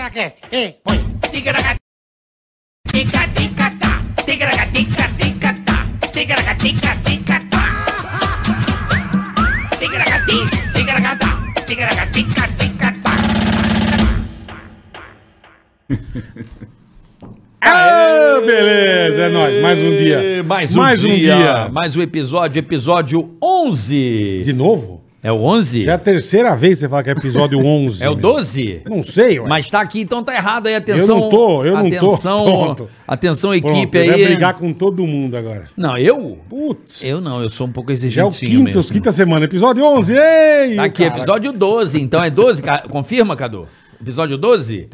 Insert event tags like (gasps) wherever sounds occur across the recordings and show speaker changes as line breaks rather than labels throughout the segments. Ticaracast. Ei, põe. Ticaraca. Tica, tica, tá. Ticaraca, tica, tica, tá. Ticaraca, tica, tica, tá. Ticaraca, ti. Ticaraca, tá. Ticaraca, tica, tica, tá.
Ah, beleza, é nóis. Mais um dia.
Mais um,
Mais um
dia,
dia.
Mais um episódio, episódio 11.
De novo?
É o 11?
Já é a terceira vez que você fala que é episódio 11.
É o
meu.
12?
Não sei, ué.
Mas tá aqui, então tá errado aí,
eu
atenção.
não tô, eu não tô.
atenção,
Pronto.
Atenção,
Pronto,
equipe
ele
aí. é-
Vai brigar com todo mundo agora.
Não, eu?
Putz.
Eu não, eu sou um pouco exigentinho
Já é o quinto,
mesmo.
quinta semana. Episódio 11. Ei!
Tá aqui,
cara.
episódio 12, então é 12, ca- confirma, Cadu? Episódio 12?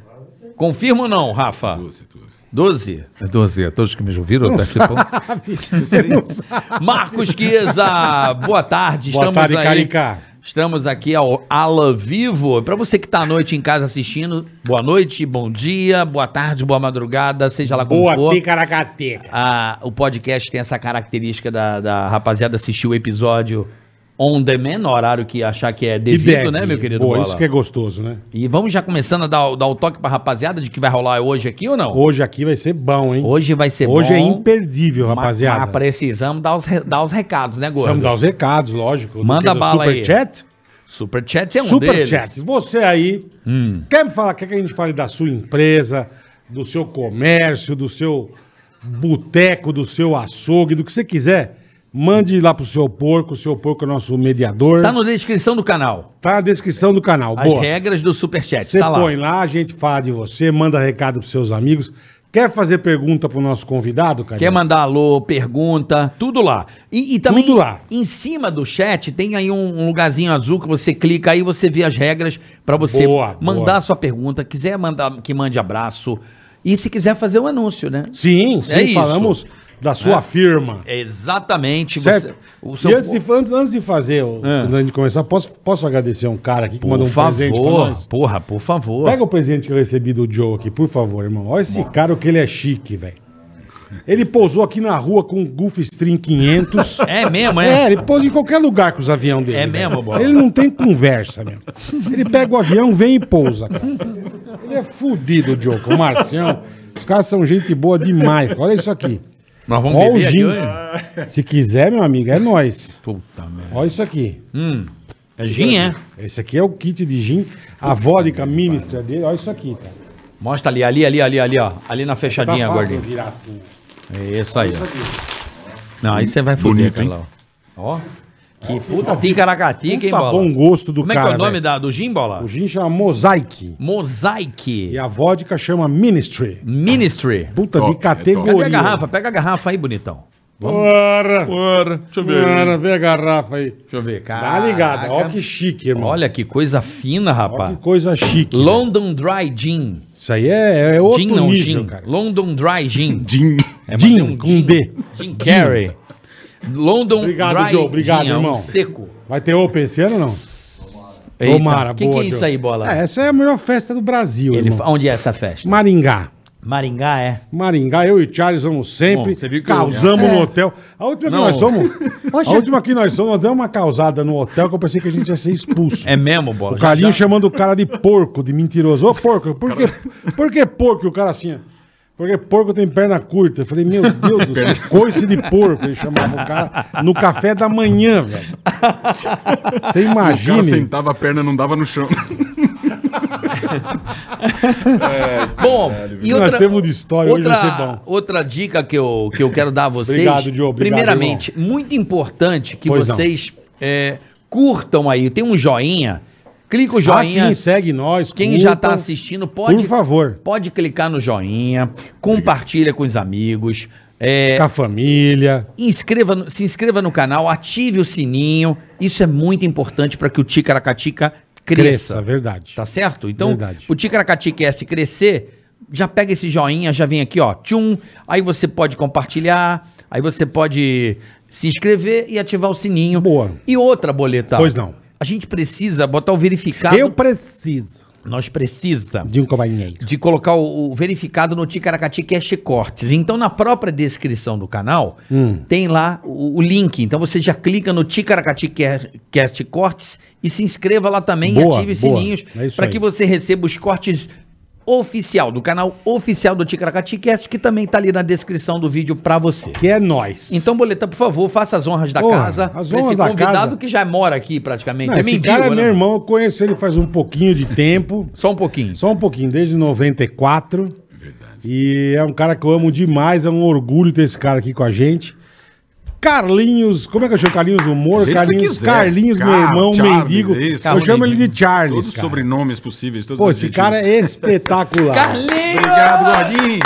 Confirma ou não, Rafa? 12, 12. 12?
É 12, a todos que me ouviram tá tipo um participam.
Você não sabe.
Marcos Chiesa, boa tarde.
Boa
Estamos
tarde,
aí.
Carica.
Estamos aqui ao Ala Vivo. Para você que está à noite em casa assistindo, boa noite, bom dia, boa tarde, boa madrugada, seja lá como
Boa,
for.
ticaracateca.
Ah, o podcast tem essa característica da, da rapaziada assistir o episódio on demand, no horário que achar que é devido, né, meu querido?
Boa,
Bola?
isso que é gostoso, né?
E vamos já começando a dar, o- dar o toque pra rapaziada de que vai rolar hoje aqui ou não?
Hoje aqui vai ser bom, hein?
Hoje vai ser
Hoje é
bom,
imperdível,
mas-
rapaziada.
mas precisamos dar os, re- dar os recados, né, Gordo?
Precisamos dar os recados, lógico. do
Manda
que do
bala aí.
Superchat?
Superchat é um deles. Hum.
Superchat. Você aí quer me falar, quer que a gente fale da sua empresa, do seu comércio, do seu boteco, do seu açougue, do que você quiser. Mande lá pro seu porco, o seu porco é nosso mediador.
Tá
Tá,
na descrição do canal.
na descrição do canal.
As
Boa.
regras do Superchat,
Você
tá lá.
põe lá, a gente fala de você, manda recado pros seus amigos. Quer fazer pergunta pro nosso convidado, cara?
Quer mandar alô, pergunta, tudo lá. E, e também
Tudo lá.
em cima do chat tem aí um, um lugarzinho azul que você clica aí, você vê as regras pra você
Boa,
mandar
boa.
sua pergunta, quiser mandar que mande abraço e se quiser fazer um anúncio, né?
Sim, sim,
É isso. Né?
falamos da sua firma.
Exatamente.
Certo?
Você, o
E
seu, É.
antes de, antes, antes de fazer, o- antes de começar, posso, posso agradecer a um cara aqui que
por
mandou um presente pra
favor,
nós?
porra, por favor.
Pega o presente que eu recebi do Joe aqui, por favor, irmão. Olha esse cara, o que ele é chique, velho. Ele pousou aqui na rua com o Gulfstream 500.
(laughs) É mesmo,
É,
é?
ele pousa em qualquer lugar com os aviões dele.
É
velho.
mesmo, Bola?
Ele não tem conversa mesmo. Ele pega o avião, vem e pousa, cara. Ele é fudido, Joe, com o Marcião. Os caras são gente boa demais. Olha isso aqui.
Nós vamos
Ó o
beber aqui
gin.
hoje?
Se quiser, meu amigo, é nós.
Puta merda.
Olha isso aqui.
É gin, é?
Esse aqui é o kit de gin, a vodka ministra dele. Olha isso aqui, cara.
Mostra ali, ali, ali, ali, ali, ó. Ali na fechadinha,
fácil
gordinho.
virar assim.
É isso aí, ó. Não, aí você vai fuder,
Bonito, hein?
Carlão. Ó. Que puta ticaracatica, hein,
Puta
Bola?
bom gosto do
Como é
cara,
que é o nome
velho.
da, do gin, Bola?
O gin chama Mosaic. E
Mosaic
a vodka chama Ministry.
Ministry.
Puta
Top,
de
é top.
Pega
categoria.
a garrafa, pega a garrafa aí, bonitão.
Bora.
Bora, deixa eu ver.
Bora, vê a garrafa aí.
Deixa eu ver, Ah, cara.
Dá ligada. Olha que chique, irmão.
Olha que coisa fina,
Olha
rapaz.
que coisa chique.
London Dry Gin.
Isso aí é, é outro
gin não,
nível,
gin.
cara.
London Dry Gin.
Jim.
É, mas
(laughs) Gin,
tem
com D.
Gin Carrey. London
Obrigado,
Dry
Joe, obrigado,
Gin, é um
irmão.
seco.
Vai ter Open esse ano ou não?
Eita,
Tomara,
que
boa,
que é isso
Joe.
aí, Bola?
É, essa é a melhor festa do Brasil,
Ele,
irmão.
fa- onde é essa festa?
Maringá.
Maringá é.
Maringá, eu e o Charles vamos sempre.
Bom, você viu que
causamos no hotel. A última que
Não.
nós somos. A última que nós somos, nós demos uma causada no hotel que eu pensei que a gente ia ser expulso.
(laughs) É mesmo, bola.
O Carlinho chamando o cara de porco, de mentiroso. Ô, porco, por que, por que porco? E o cara assim, ó, porque porco tem perna curta. Eu falei, meu Deus do céu, coice de porco. Ele chamava o cara no café da manhã, velho. Você
O cara
imagina.
sentava a perna, não dava
(laughs)
no chão.
Bom, e
Nós
outra,
temos de história, hoje
outra,
vai ser bom.
Outra dica que eu, que eu quero
(laughs)
dar a vocês.
Obrigado, Diogo, obrigado,
primeiramente, muito importante que
Pois não.
vocês é, curtam aí. Tem um joinha. Clica o joinha.
Ah, sim, segue nós.
Quem já está
curtam.
assistindo pode,
Por favor.
pode clicar no joinha, compartilha com os amigos, é,
Com a família.
inscreva, no- se inscreva no canal, ative o sininho. Isso é muito importante para que o Ticaracatica
Cresça,
cresça.
verdade.
Tá certo? Então,
Verdade.
o Ticaracati Cast crescer, já pega esse joinha, já vem aqui, ó, tchum, aí você pode compartilhar, aí você pode se inscrever e ativar o sininho.
Boa.
E outra boleta.
Pois não.
A gente precisa botar o verificado.
Eu preciso
Nós precisa
de um companheiro.
de colocar o, o verificado no Ticaracati Cast Cortes. Então, na própria descrição do canal,
Hum.
tem lá o, o link. Então, você já clica no é, Ticaracati Ca- Cast Cortes e se inscreva lá também e
Boa,
ative os
boa.
sininhos
É isso
para
aí.
que você receba os cortes oficial, do canal oficial do Ticaracati Cast, que também tá ali na descrição do vídeo pra você.
Que é nós.
Então, Boleta, por favor, faça as honras da
Porra,
casa.
as
pra
honras da
convidado
casa.
que já mora aqui praticamente.
Não, esse
mendigo,
cara é
né,
meu
mano?
irmão, eu conheço ele faz um pouquinho de tempo.
Só um pouquinho.
Só um pouquinho, desde 94. E é um cara que eu amo demais, é um orgulho ter esse cara aqui com a gente. Carlinhos, como é que eu chamo Carlinhos Humor?
Do jeito que você
Carlinhos, Carlinhos,
quiser.
meu
Car-
irmão,
Charles,
mendigo.
isso.
eu chamo ele de Charles.
Todos os
cara.
sobrenomes possíveis. Todos
Pô,
os
esse cara é espetacular.
Carlinhos!
Obrigado, Gordinho.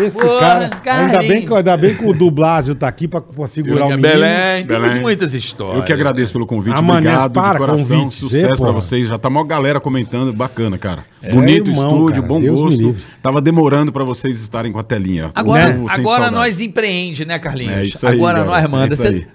Esse
Porra,
cara. Ainda
Carlinhos.
bem, que, ainda bem que o do Blasio tá aqui pra, pra segurar o menino.
Belém, temos
é Belém.
muitas histórias.
Eu que agradeço pelo convite,
Ah, mano,
obrigado
para,
de coração,
convite,
sucesso
Zé,
pra
porra.
vocês. Já tá mó galera comentando, bacana, cara.
É,
Bonito o
irmão,
estúdio,
cara,
bom
Deus me
gosto.
livre. Né?
Tava demorando pra vocês estarem com a telinha.
Agora,
Povo sente
agora
saudade.
nós empreende, né, Carlinhos?
Né? É isso aí,
agora
galera,
nós manda.
é isso
Cê-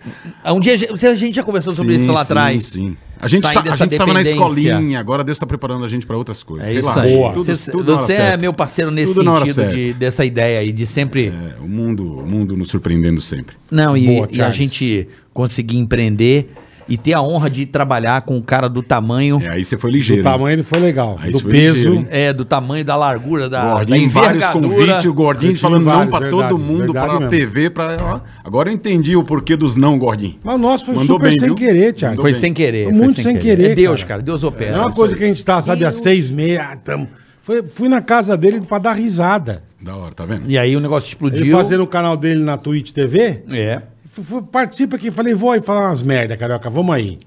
um dia a gente- a gente já conversou sobre
Sim,
isso lá
sim,
atrás.
Sim. A gente,
Sair
tá, a
dessa
gente tava na
dependência.
escolinha, agora Deus tá preparando a gente pra outras coisas.
É isso
Relaxa,
aí.
Boa.
tudo-
Você,
tudo na hora
você é
certa.
meu parceiro nesse
Tudo na hora
sentido
certa.
de- dessa ideia aí, de sempre.
É, o mundo, o mundo nos surpreendendo sempre.
Não, e,
Boa,
e a
Charles.
gente conseguir empreender e ter a honra de trabalhar com um cara do tamanho.
É, aí você foi
Do
ligeiro.
tamanho ele foi legal.
Ah,
do
isso foi
peso.
ligeiro, hein?
É, do tamanho, da largura, da, da
Gordinho, vários
tá envergadura.
convites, o Gordinho
Gordinho,
falando não
vários,
pra
verdade,
todo mundo,
verdade
pra
mesmo.
TV, pra. ó, Agora eu entendi o porquê dos não, Gordinho.
Mas o nosso foi
Mandou
super
bem,
sem
viu?
querer, Thiago.
Foi sem querer.
Foi
foi
muito sem querer,
É Deus, cara.
cara.
Deus opera.
Não é uma
Isso
coisa
aí.
que a gente tá, sabe, há seis meses. Ah, tamo. Foi- fui na casa dele pra dar risada.
Da hora, tá vendo?
E aí o negócio
Ele
explodiu.
fazendo o canal dele na Twitch TV.
É.
Fu- fu- Participa aqui, falei, vou aí falar umas merda, carioca, vamos aí.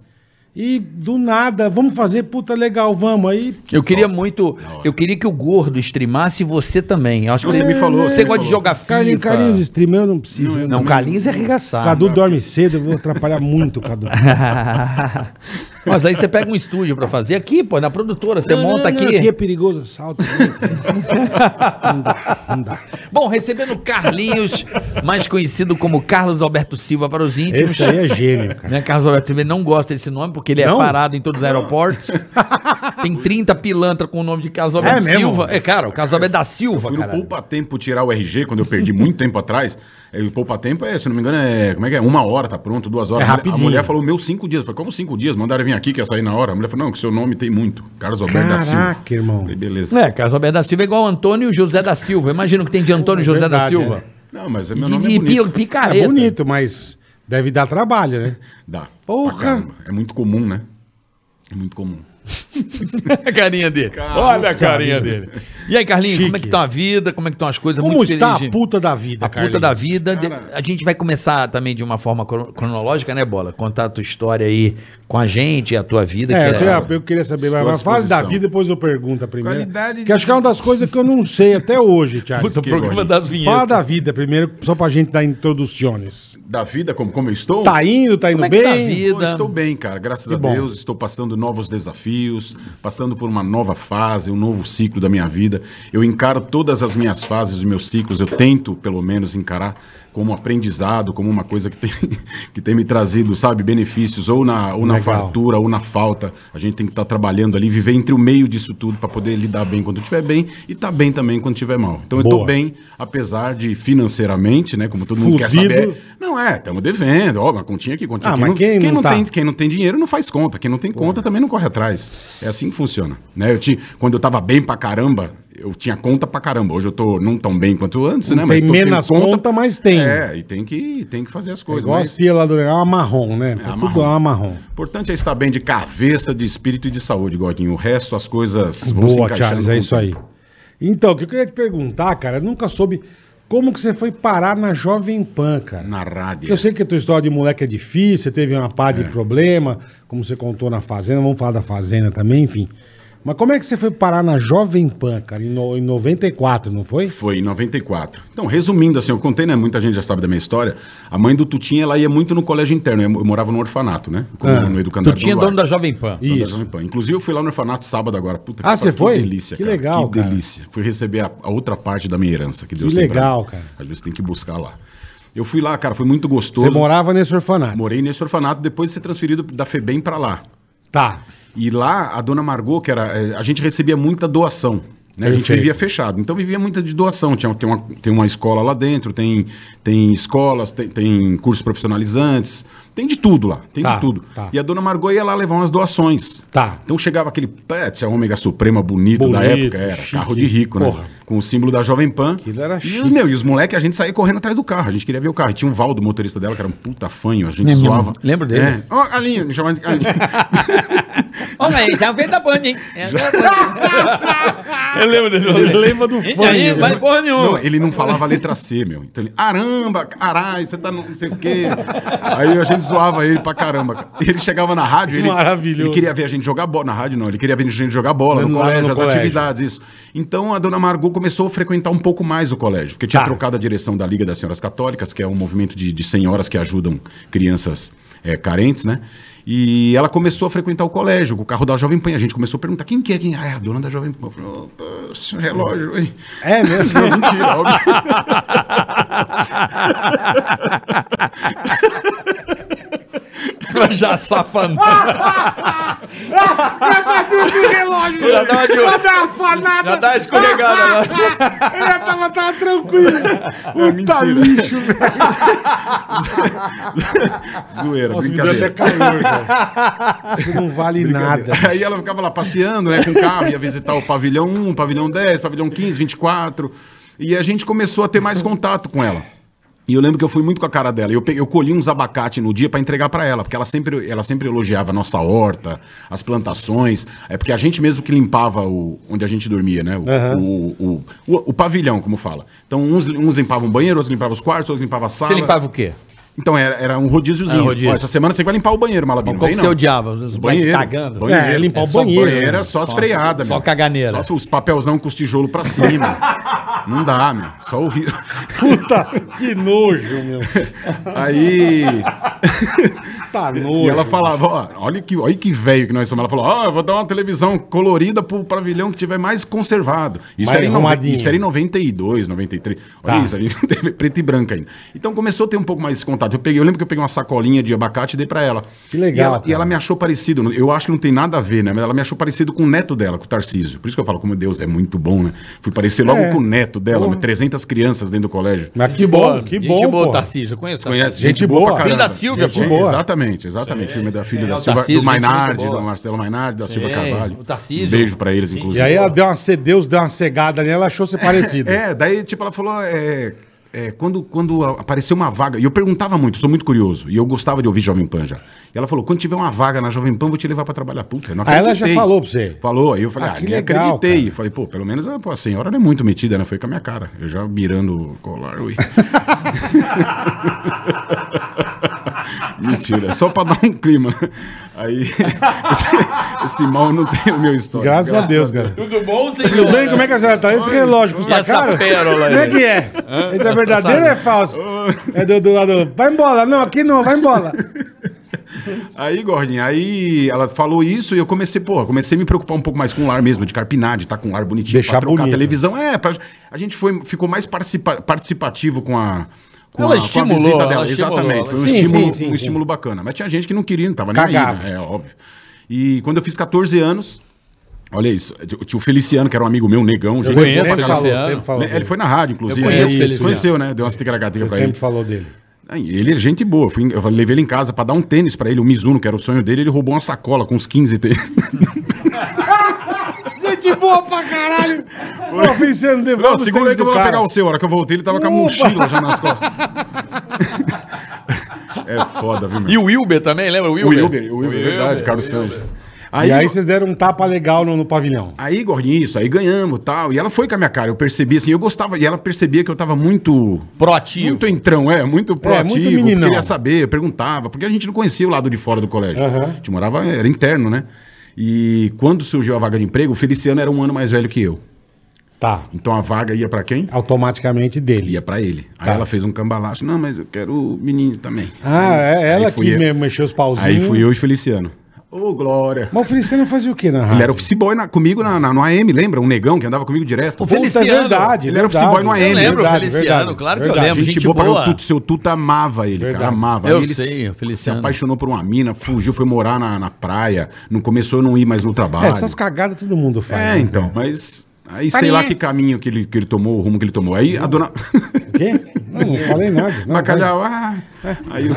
E do nada, vamos fazer, puta legal, vamos aí.
Eu queria muito.
hora.
Eu queria que o gordo streamasse você também. Eu Acho que
Você me falou,
Você
você me
gosta de
falou.
jogar FIFA.
Carlinhos, Carlinhos stream, eu não preciso. eu
Não, Carlinhos é arregaçado.
Cadu dorme cedo, eu vou atrapalhar muito o Cadu.
(laughs) Mas aí você pega um estúdio pra fazer aqui, pô, na produtora. Você monta aqui.
Aqui é
(laughs)
perigoso, assalto. não dá, não dá.
Bom, recebendo Carlinhos, mais conhecido como Carlos Alberto Silva para os íntimos.
Esse aí é gênio, cara.
Né, Carlos Alberto Silva ele não gosta desse nome porque ele
Não?
é parado em todos os
(laughs)
aeroportos. Tem 30 pilantra com o nome de Carlos Alberto
mesmo?
Silva. É, cara, o Carlos Alberto da Silva,
Fui no
cara.
Poupa Tempo tirar o RG, quando eu perdi muito (laughs) tempo atrás. E o Poupa Tempo é, se não me engano, é. Como é que é? Uma hora, tá pronto, duas horas.
É
A mulher-
rapidinho.
A mulher falou, meu, cinco dias. Eu falei, como cinco dias? Mandaram vir aqui, que ia sair na hora. A mulher falou, não, que seu nome tem muito. Carlos Alberto da Silva.
Caraca, irmão.
Falei, beleza.
É, Carlos Alberto da Silva é igual Antônio José da Silva. Imagina o que tem de Antônio José
É Verdade, né?
da Silva.
Não, mas meu
E
nome
de
é bonito.
pi- picareta.
É bonito, mas deve dar trabalho, né?
Dá. pra
Porra.
caramba. É muito comum, né? É muito comum.
(laughs) a carinha dele. Olha a carinha dele. E aí, Carlinhos, como é
Chique.
que tá a vida? Como é que estão as coisas?
Como
Muito
está
feliz de-
a puta da vida,
A
Carlinhos?
puta da vida. De-
Cara.
A gente vai começar também de uma forma cro- cronológica, né, Bola? Contar a tua história aí com a gente, a tua vida.
É,
que
eu, tenho a- eu queria saber,
Estou
mas
à
mas fala da
disposição.
vida depois eu pergunto a primeira.
Qualidade
que acho que é uma das coisas que eu não sei até hoje, Thiago.
Puta, o programa
bonito.
das vinhetas.
Fala da vida primeiro, só pra gente dar introduções.
Da vida, como, como eu estou?
Tá indo, tá indo
Como é que
bem?
tá a vida?
Pô, estou bem, cara. Graças a
bom.
Deus, estou passando novos desafios, passando por uma nova fase, um novo ciclo da minha vida. Eu encaro todas as minhas fases, os meus ciclos, eu tento, pelo menos, encarar como aprendizado, como uma coisa que tem, (laughs) que tem me trazido, sabe, benefícios, ou na, ou na
Legal.
fartura, ou na falta. A gente tem que estar trabalhando ali, viver entre o meio disso tudo para poder lidar bem quando estiver bem e estar bem também quando estiver mal. Então eu
Boa.
estou bem, apesar de financeiramente, né, como todo mundo quer
Fudido.
saber. Não é, estamos devendo, ó, uma continha aqui, continha
Ah,
aqui.
mas
não,
quem não tá?
tem, quem não tem dinheiro não faz conta, quem não tem conta também não corre atrás. É assim que funciona, né? Eu tinha, quando eu tava bem pra caramba, eu tinha conta pra caramba. Hoje eu tô não tão bem quanto antes, né?
Não tem
tô tendo
menos conta, mas tem.
É, e tem que, tem que fazer as
Eu
coisas, mas-
gosto lá do é uma marrom, né? Tá tudo
marrom.
lá marrom.
o importante é estar bem de cabeça, de espírito e de saúde, Godinho. O resto, as coisas vão Tipo, se
Boa,
encaixando.
Charles,
com
é
o
isso aí.
tempo.
Então, o que eu queria te perguntar, cara, eu nunca soube como que você foi parar na Jovem Pan, cara.
Na rádio.
Eu sei que a tua história de moleque é difícil, você teve uma pá de
É.
problema, como você contou na Fazenda, vamos falar da Fazenda também, enfim. Mas como é que você foi parar na Jovem Pan, cara, em, no, em 94, não foi?
Foi em 94. Então, resumindo, assim, eu contei, né? Muita gente já sabe da minha história. A mãe do Tutinha, ela ia muito no colégio interno. Eu morava no orfanato, né? Como
Ah.
no
Tu
educandário
tinha
Duarte.
é dono da Jovem Pan.
Dono da
Isso.
Jovem Pan. Inclusive, eu fui lá no orfanato sábado agora. Puta
Ah,
que-
você
que
foi?
delícia,
Que
cara.
legal,
Que
cara.
delícia. Fui receber a, a outra parte da minha herança que
Que
Deus tem pra
legal,
mim.
cara.
Às vezes tem que buscar lá. Eu fui lá, cara, foi muito gostoso.
Você morava nesse orfanato.
Morei nesse orfanato, depois de ser transferido da FEBEM pra lá.
Tá.
é, E lá, a dona Margot, que era. eh, A gente recebia muita doação né? A gente
Perfeito.
vivia fechado. Então vivia muita de doação. Tinha, tem, uma, tem uma escola lá dentro, tem, tem escolas, tem, tem cursos profissionalizantes, tem de tudo lá. Tem
Tá,
de tudo.
tá.
E a dona Margot ia lá levar umas doações.
Tá.
Então chegava aquele pet, a ômega suprema bonito, da
Bonito,
época, era
chique.
carro de rico, né?
Porra.
Com o símbolo da Jovem Pan.
Aquilo era
e,
chique.
meu, e os moleques, a gente saía correndo atrás do carro. A gente queria ver o carro. E tinha um Valdo, motorista dela, que era um puta fanho,
É
a gente
Lembro-
zoava.
lembro dele.
É. Ó, Alinho, me chamava
(laughs)
de Alinho.
Olha aí, já
tá
veio da Band, hein? É da Band.
Eu lembro dele.
Ele lembra do
E tá aí,
fone. né?
vai porra nenhuma.
Não, ele não falava a letra C, meu. Então ele, aramba, caralho, você tá no- não sei o quê. Aí a gente zoava ele pra caramba. cara. E Ele chegava na rádio, ele,
Maravilhoso.
ele queria ver a gente jogar bola. Na rádio não, ele queria ver a gente jogar bola no,
Lá no
colégio, as
colégio.
atividades, isso. Então a dona Margot começou a frequentar um pouco mais o colégio, porque tinha
Tá.
trocado a direção da Liga das Senhoras Católicas, que é um movimento de, de senhoras que ajudam crianças eh, carentes, né? E ela começou a frequentar o colégio, com o carro da Jovem Pan. A gente começou a perguntar quem que é quem? Ah, é a dona da Jovem Pan. Eu falei, "Ô, poxa, relógio, hein?
(laughs)
É mesmo?
Não, (laughs) mentira, óbvio.
já safando.
(laughs) relógio.
Já dá uma de-
Pra dar uma fanada.
Já dá uma escorregada lá.
Ele tava, tava
(laughs)
tranquilo. Puta
É, mentira.
lixo, velho.
Zoeira,
Nossa, me deu
brincadeira.
até calor, velho. (laughs) Isso não vale nada. (laughs)
(laughs) Aí ela ficava lá passeando, né, com o carro, ia visitar o pavilhão 1, pavilhão 10, pavilhão 15, 24. E a gente começou a ter mais contato com ela. E eu lembro que eu fui muito com a cara dela. Eu, peguei, eu colhi uns abacate no dia pra entregar pra ela, porque ela sempre, ela sempre elogiava a nossa horta, as plantações. É porque a gente mesmo que limpava o, onde a gente dormia, né? O, o, o, o- o pavilhão, como fala. Então, uns, uns limpavam o banheiro, outros limpavam os quartos, outros limpavam a sala.
Você limpava o quê?
Então era, era um rodíziozinho.
Era um rodízio.
Ó, essa semana você vai limpar o banheiro, Malabinho.
Como
Vem,
que
não.
você odiava? Os
Banheiro.
cagando.
banheiro.
É, limpar o
só
banheiro, né?
é só as freadas,
só caganeira.
Só os papelzão com os tijolos pra cima. não dá, meu. Só o rio.
Puta, Tá, que nojo, meu.
Aí.
Tá nojo.
e ela falava, ó, olha que, olha que velho que nós somos. Ela falou, ó, eu vou dar uma televisão colorida pro pavilhão que tiver mais conservado. Isso,
Mais
era, em noven-
arrumadinho.
isso era em 92, 93. Olha
Tá.
isso, a gente (laughs) não teve preto e branco ainda. Então começou a ter um pouco mais esse contato. Eu, peguei, eu lembro que eu peguei uma sacolinha de abacate e dei pra ela.
Que legal,
E ela,
cara.
e ela me achou parecido. Eu acho que não tem nada a ver, né? Mas ela me achou parecido com o neto dela, com o Tarcísio. Por isso que eu falo, como Deus é muito bom, né? Fui parecer logo
É.
com o neto dela, 300 crianças dentro do colégio.
Mas que bom, que bom,
Gente
pô.
boa,
tá
Tarcísio. Eu conheço. Tarcísio.
Conhece
Gente
gente,
boa.
boa, pra
Filho
caramba.
da Silvia,
Gente
pô.
Exatamente, exatamente. Filme da filha
É,
da
o
Silvia,
Tarcísio,
do
gente muito
Mainardi,
boa.
do Marcelo Mainardi, da Silvia
Sim,
Carvalho.
o Tarcísio.
Um beijo pra eles, inclusive.
E aí ela deu uma, ce- Deus deu uma cegada ali, ela achou ser parecida.
É, daí, tipo, ela falou, é, é, quando, quando a- apareceu uma vaga, e eu perguntava muito, sou muito curioso, e eu gostava de ouvir Jovem Pan já. E ela falou, quando tiver uma vaga na Jovem Pan, vou te levar pra trabalhar. Puta, eu não
Aí Ah, ela
acreditei.
já falou pra você.
Falou, aí eu falei,
Ah,
ah,
que
nem
legal,
acreditei.
cara.
Falei, pô, pelo menos ah, pô, a senhora não é muito metida, né? Foi com a minha cara. Eu já mirando o colar, ui. (laughs) Mentira, é só pra dar um clima. Aí, (laughs) esse, esse mal não tem o meu histórico.
Graças a Deus, cara.
Tudo bom,
Tudo
senhor?
bem? Como é que a senhora tá? Esse relógio custa
essa
caro?
pérola aí?
Como é que é? Esse é verdadeiro ou é falso? É do, do lado. Vai embora. Não, aqui não, vai embora.
Aí, gordinha, aí ela falou isso e eu comecei, porra, comecei a me preocupar um pouco mais com o lar mesmo, de carpinar, de estar com o lar bonitinho,
Deixar
trocar
bonito.
a televisão. É, pra- a gente foi, ficou mais participa- participativo com a. Com
Ela
a,
estimulou,
com a visita
ela
dela,
estimulou,
exatamente.
ela
Foi um,
estimulou. Sim,
estímulo,
sim, sim,
um
sim.
estímulo bacana. Mas tinha gente que não queria, não tava nem
Cagava.
aí, né? É óbvio. E quando eu fiz 14 anos, olha isso, tinha o Feliciano, que era um amigo meu, negão, gente.
conheço
boa pra
sempre
aquele
caralho.
falou,
Luciano.
sempre falou.
Ele
dele.
foi na rádio, inclusive.
conheço o
né?
Feliciano.
Conheceu, né? Deu uma ticaracatica
Você
pra ele.
sempre falou dele.
Aí, Ele é gente boa. Eu, fui, eu levei ele em casa pra dar um tênis pra ele, o Mizuno, que era o sonho dele. Ele roubou uma sacola com uns 15 tênis.
Gente boa pra caralho. Ô, Feliciano, devolve
(laughs) Não,
os
segura
tênis
aí que
do
eu vou lá
cara.
pegar o seu. A hora que eu voltei, ele tava com a
Opa!
mochila já nas costas. (laughs) é foda, viu, meu?
E o Wilber também, lembra? O
O
Wilber.
Wilber, o Wilber, é verdade, Carlos Sanches.
E aí vocês deram um tapa legal no, no pavilhão.
Aí, gordinho, isso, aí ganhamos tal. E ela foi com a minha cara. Eu percebi assim, eu gostava. E ela percebia que eu tava muito.
Proativo.
Muito entrão, é, muito proativo.
muito meninão.
queria saber, perguntava, porque a gente não conhecia o lado de fora do colégio.
Aham.
A gente morava, era interno, né? E quando surgiu a vaga de emprego, o Feliciano era um ano mais velho que eu.
Tá.
Então a vaga ia pra quem?
Automaticamente dele.
Ia pra ele. Aí
Tá.
ela fez um cambalacho. Não, mas eu quero o menino também.
Ah, é ela
Aí fui
que
eu.
me- mexeu os pauzinhos.
Aí fui eu e Feliciano. Ô, Glória.
Mas o Feliciano fazia o quê na rádio?
Ele era office boy na- comigo na, na, no AM, lembra? Um negão que andava comigo direto.
O
Puta, é
Feliciano.
verdade.
Ele era
verdade.
office boy no AM.
Eu lembro o
Verdade,
Feliciano,
verdade,
claro que
verdade.
eu lembro. Gente,
gente, boa, pra
boa.
caralho. O Tuto, seu Tuto amava ele,
Verdade.
cara, amava.
Eu
Aí ele
sei,
se-
o Feliciano.
Se apaixonou por uma mina, fugiu, foi morar na, na praia, não começou a não ir mais no
É,
trabalho.
essas cagadas todo mundo faz.
É,
né?
então, mas Aí sei lá que caminho que ele, que ele tomou, o rumo que ele tomou. Aí a dona.
Quê? Não, não falei nada. Não,
(laughs) Bacalhau, ah! Aí o (laughs)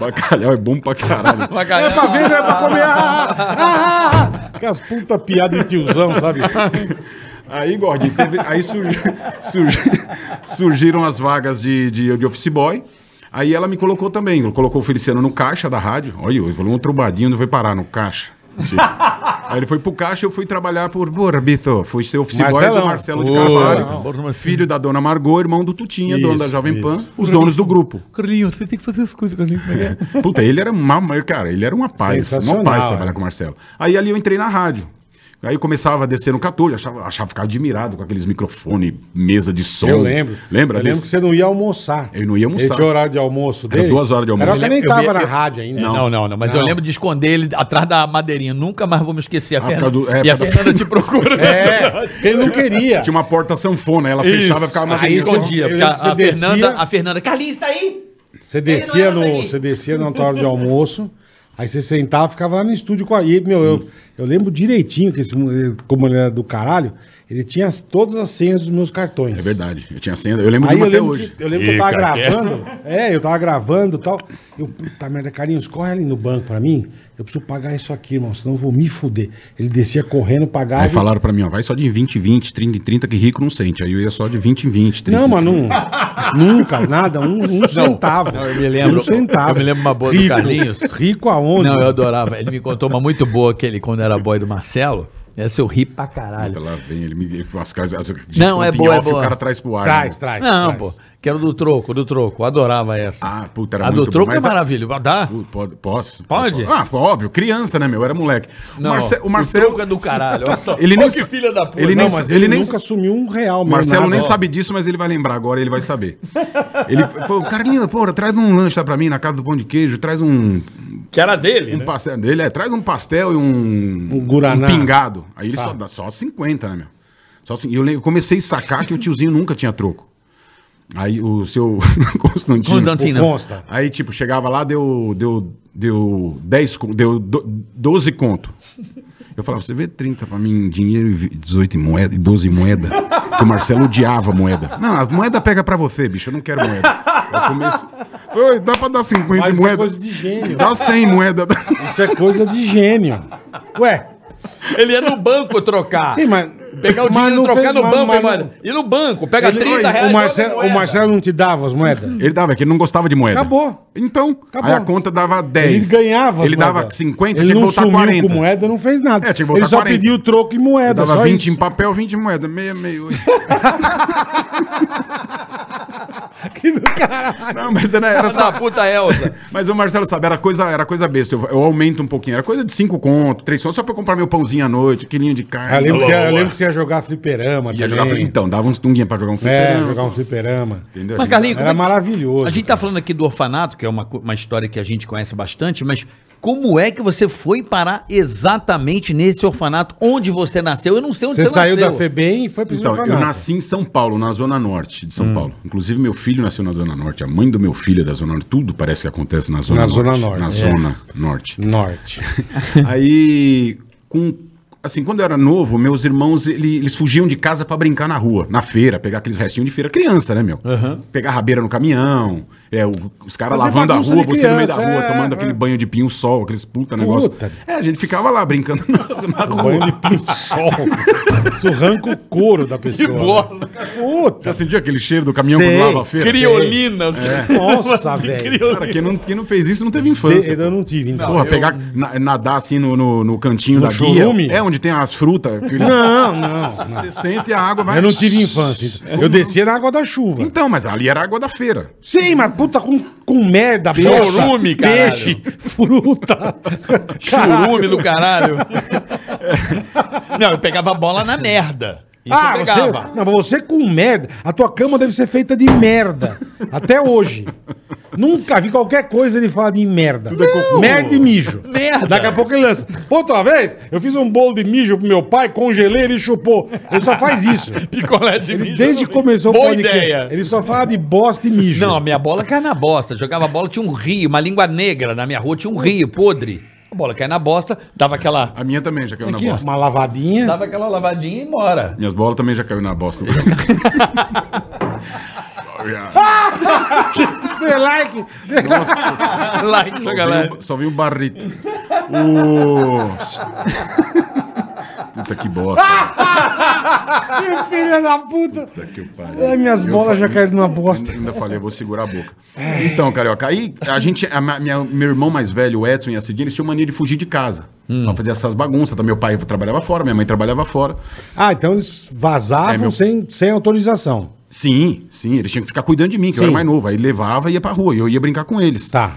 bacalhau é bom pra caralho.
(laughs) vai. É pra ver, é pra comer. Ah, ah, ah, ah. Que as puta piada de tiozão, sabe?
Aí, Gordinho, teve- aí surgi- surgi- surgiram as vagas de, de, de office boy. Aí ela me colocou também. Colocou o Feliciano no caixa da rádio. Olha, eu falou um trombadinho, não foi parar no caixa. Tipo. Aí ele foi pro caixa e eu fui trabalhar por Borbito. Fui ser office boy
Marcelão.
do Marcelo de
Ô,
Carvalho.
Marcelão.
Bordo-
Filho da dona Margot, irmão do Tutinha, dono da
Isso,
Jovem Pan.
isso.
Os donos do grupo.
Carlinhos, você tem que fazer as coisas, Carlinhos.
é
Puta, ele era uma, mas, cara, ele era uma paz, uma
Sensacional,
paz
é.
trabalhar com o Marcelo. Aí ali eu entrei na rádio. Aí eu começava a descer no 14, achava, achava ficava admirado com aqueles microfone, mesa de som.
Eu lembro.
Lembra?
Eu lembro
desse-
que você não ia almoçar.
Eu não ia almoçar.
Esse horário de almoço
Era
dele.
duas horas de almoço.
Era que eu nem
Eu
tava
vi-
na
eu-
rádio ainda.
Não.
Não, não, não. Mas eu
Não. Ah,
lembro de esconder ele atrás da madeirinha. Nunca mais vou me esquecer. A
por
Fernanda,
causa do- é,
e a
por causa-
Fernanda te (laughs) procura.
(laughs)
(laughs)
É, ele não queria.
Tinha uma porta sanfona, ela
Isso.
fechava e ficava uma
Aí
Aí
janela.
escondia.
eu
Porque a,
lembro que
a
você descia-
Fernanda, a Fernanda. Carlinhos, tá aí?
Você descia,
Ele não era
no,
daqui.
você descia na tua hora de almoço, aí você sentava ficava lá no estúdio com a. E, meu, eu, eu lembro direitinho que esse, mu- como ele era do caralho, ele tinha as- todas as senhas dos meus cartões.
É verdade. Eu tinha senha, eu lembro de
Aí
uma
eu
até
lembro,
hoje.
que, eu lembro que eu tava
Ih, cara,
gravando. É, eu tava gravando e tal. Eu, puta merda, Carlinhos, corre ali no banco pra mim. Eu preciso pagar isso aqui, irmão, senão eu vou me fuder. Ele descia correndo, pagava.
Aí
e-
falaram pra mim, ó, vai só de 20 em 20, 30 em 30 que rico não sente. Aí eu ia só de 20 em 20, 30
Não,
em
(laughs)
mas não, nunca, nada, um, um centavo.
Não, eu me lembro-
Um centavo.
eu me lembro uma boa do
rico,
Carlinhos.
Rico aonde?
Não, eu adorava. Ele me contou uma muito boa que ele, quando era boy do Marcelo. Essa eu ri pra caralho.
Puta, lá vem, ele me... As casas, as,
Não, é
em
boa, é boa.
O cara traz pro ar.
Traz,
né?
traz.
Não,
traz.
pô. Que era do troco, do troco. Eu Adorava essa.
Ah, puta, era
a do
muito bom,
troco
mas
é
dá-
maravilha. Dá?
Pu- Pode, posso?
Pode?
Posso falar? Ah, óbvio, criança, né, meu? Era moleque. o, Marce- o Marcelo.
troco é do caralho. Olha só.
Ele nem
Olha que
sa-
filha da puta.
ele
Não,
nem-
mas ele,
nem-
nunca assumiu um real,
o
meu,
Marcelo
nada.
nem sabe disso, mas ele vai lembrar agora, ele vai saber. Ele falou, Carlinhos, porra, traz um lanche lá pra mim na casa do pão de queijo, traz um,
Que era dele,
um
né?
pastel dele, é, traz um pastel e um,
Um guaraná.
pingado. Aí ele só dá só 50, né, meu? Só assim, e eu, lem- eu comecei a sacar que o tiozinho nunca tinha troco. Aí o seu (laughs) Constantino.
Constantino.
Pô, Consta.
Aí, tipo, chegava lá, deu, deu, deu 10, con- deu do- 12 conto. Eu falava, você vê 30 pra mim, em dinheiro e vi- 18 em moeda, e 12 em moeda. Porque o Marcelo odiava moeda. Não, a moeda pega pra você, bicho, eu não quero moeda. Eu comecei, falei, "Oi, dá pra dar 50
Mas
em
isso é
moeda?
coisa de gênio.
Dá 100 em moeda.
Isso é coisa de gênio. Ué,
Ele ia no banco trocar.
sim, mas.
Pegar o
mas
dinheiro e
não
trocar
fez-
no
mas-
banco,
mas
hein, mano. E no banco, pega
Ele-
30 reais.
o,
e
Marcelo,
joga
o
moeda.
Marcelo não te dava as moedas?
Ele dava, que ele não gostava de moeda.
Acabou.
Então,
Acabou.
aí a conta dava 10.
Ele ganhava as
Ele dava
moedas.
50,
ele
tinha que
não
botar
sumiu
40.
com moeda, não fez nada.
É, tinha que botar
ele só
40.
pediu troco e
Eu
moeda.
dava
É, só
20 em
isso.
papel, 20 em moeda. Meia, meia, oito.
(laughs) Que do caralho.
Não, mas era, era
Essa
só
puta Elza.
Mas o Marcelo sabe, era coisa, era coisa besta. Eu, eu aumento um pouquinho. Era coisa de cinco conto, três conto, só pra eu comprar meu pãozinho à noite, quilinho de carne.
Eu lembro, que você,
Boa,
eu
boa.
lembro que você ia jogar fliperama
Ia
também.
jogar fliperama. Então, dava uns tunguinhos pra jogar um
É,
fliperama.
jogar um fliperama.
Entendeu?
Mas, Carlinhos,
Era
como é que-
maravilhoso.
A gente tá falando aqui do orfanato, que é uma, co- uma história que a gente conhece bastante, mas como é que você foi parar exatamente nesse orfanato onde você nasceu? Eu não sei onde
Você
você,
saiu
nasceu.
da FEBEM e foi pro
Então, eu
orfanato.
nasci em São Paulo, na Zona Norte de São
Hum.
Paulo. Inclusive, meu filho nasceu na Zona Norte, a mãe do meu filho é da Zona Norte. Tudo parece que acontece na Zona
Na
Norte.
Zona Norte,
Na
é.
Zona Norte.
Norte.
(laughs) Aí, com. Assim, quando eu era novo, meus irmãos, ele- eles fugiam de casa pra brincar na rua, na feira, pegar aqueles restinhos de feira. Criança, né, meu? Pegar rabeira no caminhão, é, o- os caras
Mas é
lavando a
bagunça
rua,
de
você no meio da
criança,
rua,
é,
tomando
é.
aquele banho de pinho-sol, aqueles puta negócio.
Puta.
É, a gente ficava lá brincando (laughs) na, na rua.
Banho um de pinho-sol. Isso arranca o couro da pessoa. né?
Que bola.
Puta.
Já sentia aquele cheiro do caminhão
Sei.
quando lava a feira?
Criolina. os caras-
Nossa, velho.
Cara, quem não, quem não fez isso não teve
De-
infância.
Eu não tive, então.
Porra, pegar, na- nadar assim no, no, no cantinho
No
da
chorume?
guia. É onde tem as frutas. aqueles-
Não, não.
(laughs) Você sente a água, vai.
Eu não tive infância. então. Eu descia na água da chuva.
Então, mas ali era água da feira.
Sim, mas puta com, com merda,
Chorume, caralho.
peixe, (laughs) fruta.
Churume do caralho. (laughs) Não, eu pegava a bola na merda. Isso
ah,
eu
você,
pegava.
não, mas você com merda. A tua cama deve ser feita de merda. Até hoje. Nunca vi qualquer coisa ele falar de merda. Merda e mijo.
é Merda.
Daqui a pouco ele lança. Outra vez, eu fiz um bolo de mijo pro meu pai, congelei, ele chupou. Ele só
(laughs)
faz isso.
Picolé de
Ele,
milho,
desde que
eu não-
começou
Boa
podcast,
ideia.
ele só fala de bosta e mijo.
Não, a minha bola cai na bosta. Jogava bola, tinha um rio, uma língua negra na minha rua, tinha um rio podre. A bola cai na bosta, dava aquela,
A minha também já caiu
Aqui,
é
na
ó,
bosta.
uma lavadinha.
dava aquela lavadinha e mora.
Minhas bolas também já caiu na
(laughs)
bosta.
Dê like. Dê like.
(laughs) like, sua galera.
um Só vi
(laughs)
o barrito. O... Puta que bosta.
Que filha da puta.
Puta que pariu.
Ai, minhas
Eu
bolas já
falei-
caíram numa bosta.
Ainda, ainda falei, eu vou segurar a boca. Então, Carioca, aí a gente, a ma- minha- meu irmão mais velho, o Edson e a Cidinha, eles tinham mania de fugir de casa.
Hum.
Pra fazer essas bagunças. Tá? Meu pai trabalhava fora, minha mãe trabalhava fora.
Ah, então eles vazavam
É, meu-
sem, sem autorização.
Sim, sim, eles tinham que ficar cuidando de mim, que eu
Sim.
era mais novo. Aí levava e ia pra rua, e eu ia brincar com eles.
Tá.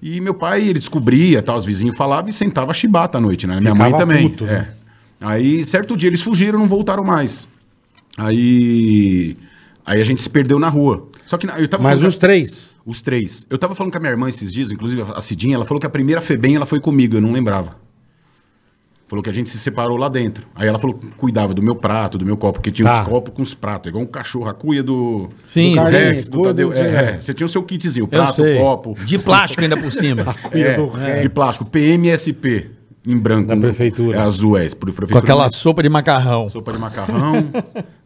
E meu pai, ele descobria, tal, os vizinhos falavam e sentava chibata à noite, né? Minha
Ficava
mãe também.
puto,
é.
né?
Aí, certo dia, eles fugiram, não voltaram mais. Aí. Aí a gente se perdeu na rua. Só que na- eu tava
Mas
falando
os
com-
três.
os três. Eu tava falando com a minha irmã esses dias, inclusive a Cidinha, ela falou que a primeira Febem ela foi comigo, eu não lembrava. Falou que a gente se separou lá dentro. Aí ela falou que cuidava do meu prato, do meu copo, porque tinha
Tá.
os copos com os pratos, igual um cachorro, a cuia do,
Sim,
do
Carlinhos,
Rex, do
cuia
Tadeu.
do-
É, é, você tinha o seu kitzinho, o prato,
sei.
o copo,
De plástico ainda por (laughs) cima.
Cuida
é,
do Rex.
de plástico, PMSP, em branco.
Da prefeitura.
É azul, é, pro
Com
prefeitura.
aquela sopa de macarrão.
sopa
(laughs)
de macarrão,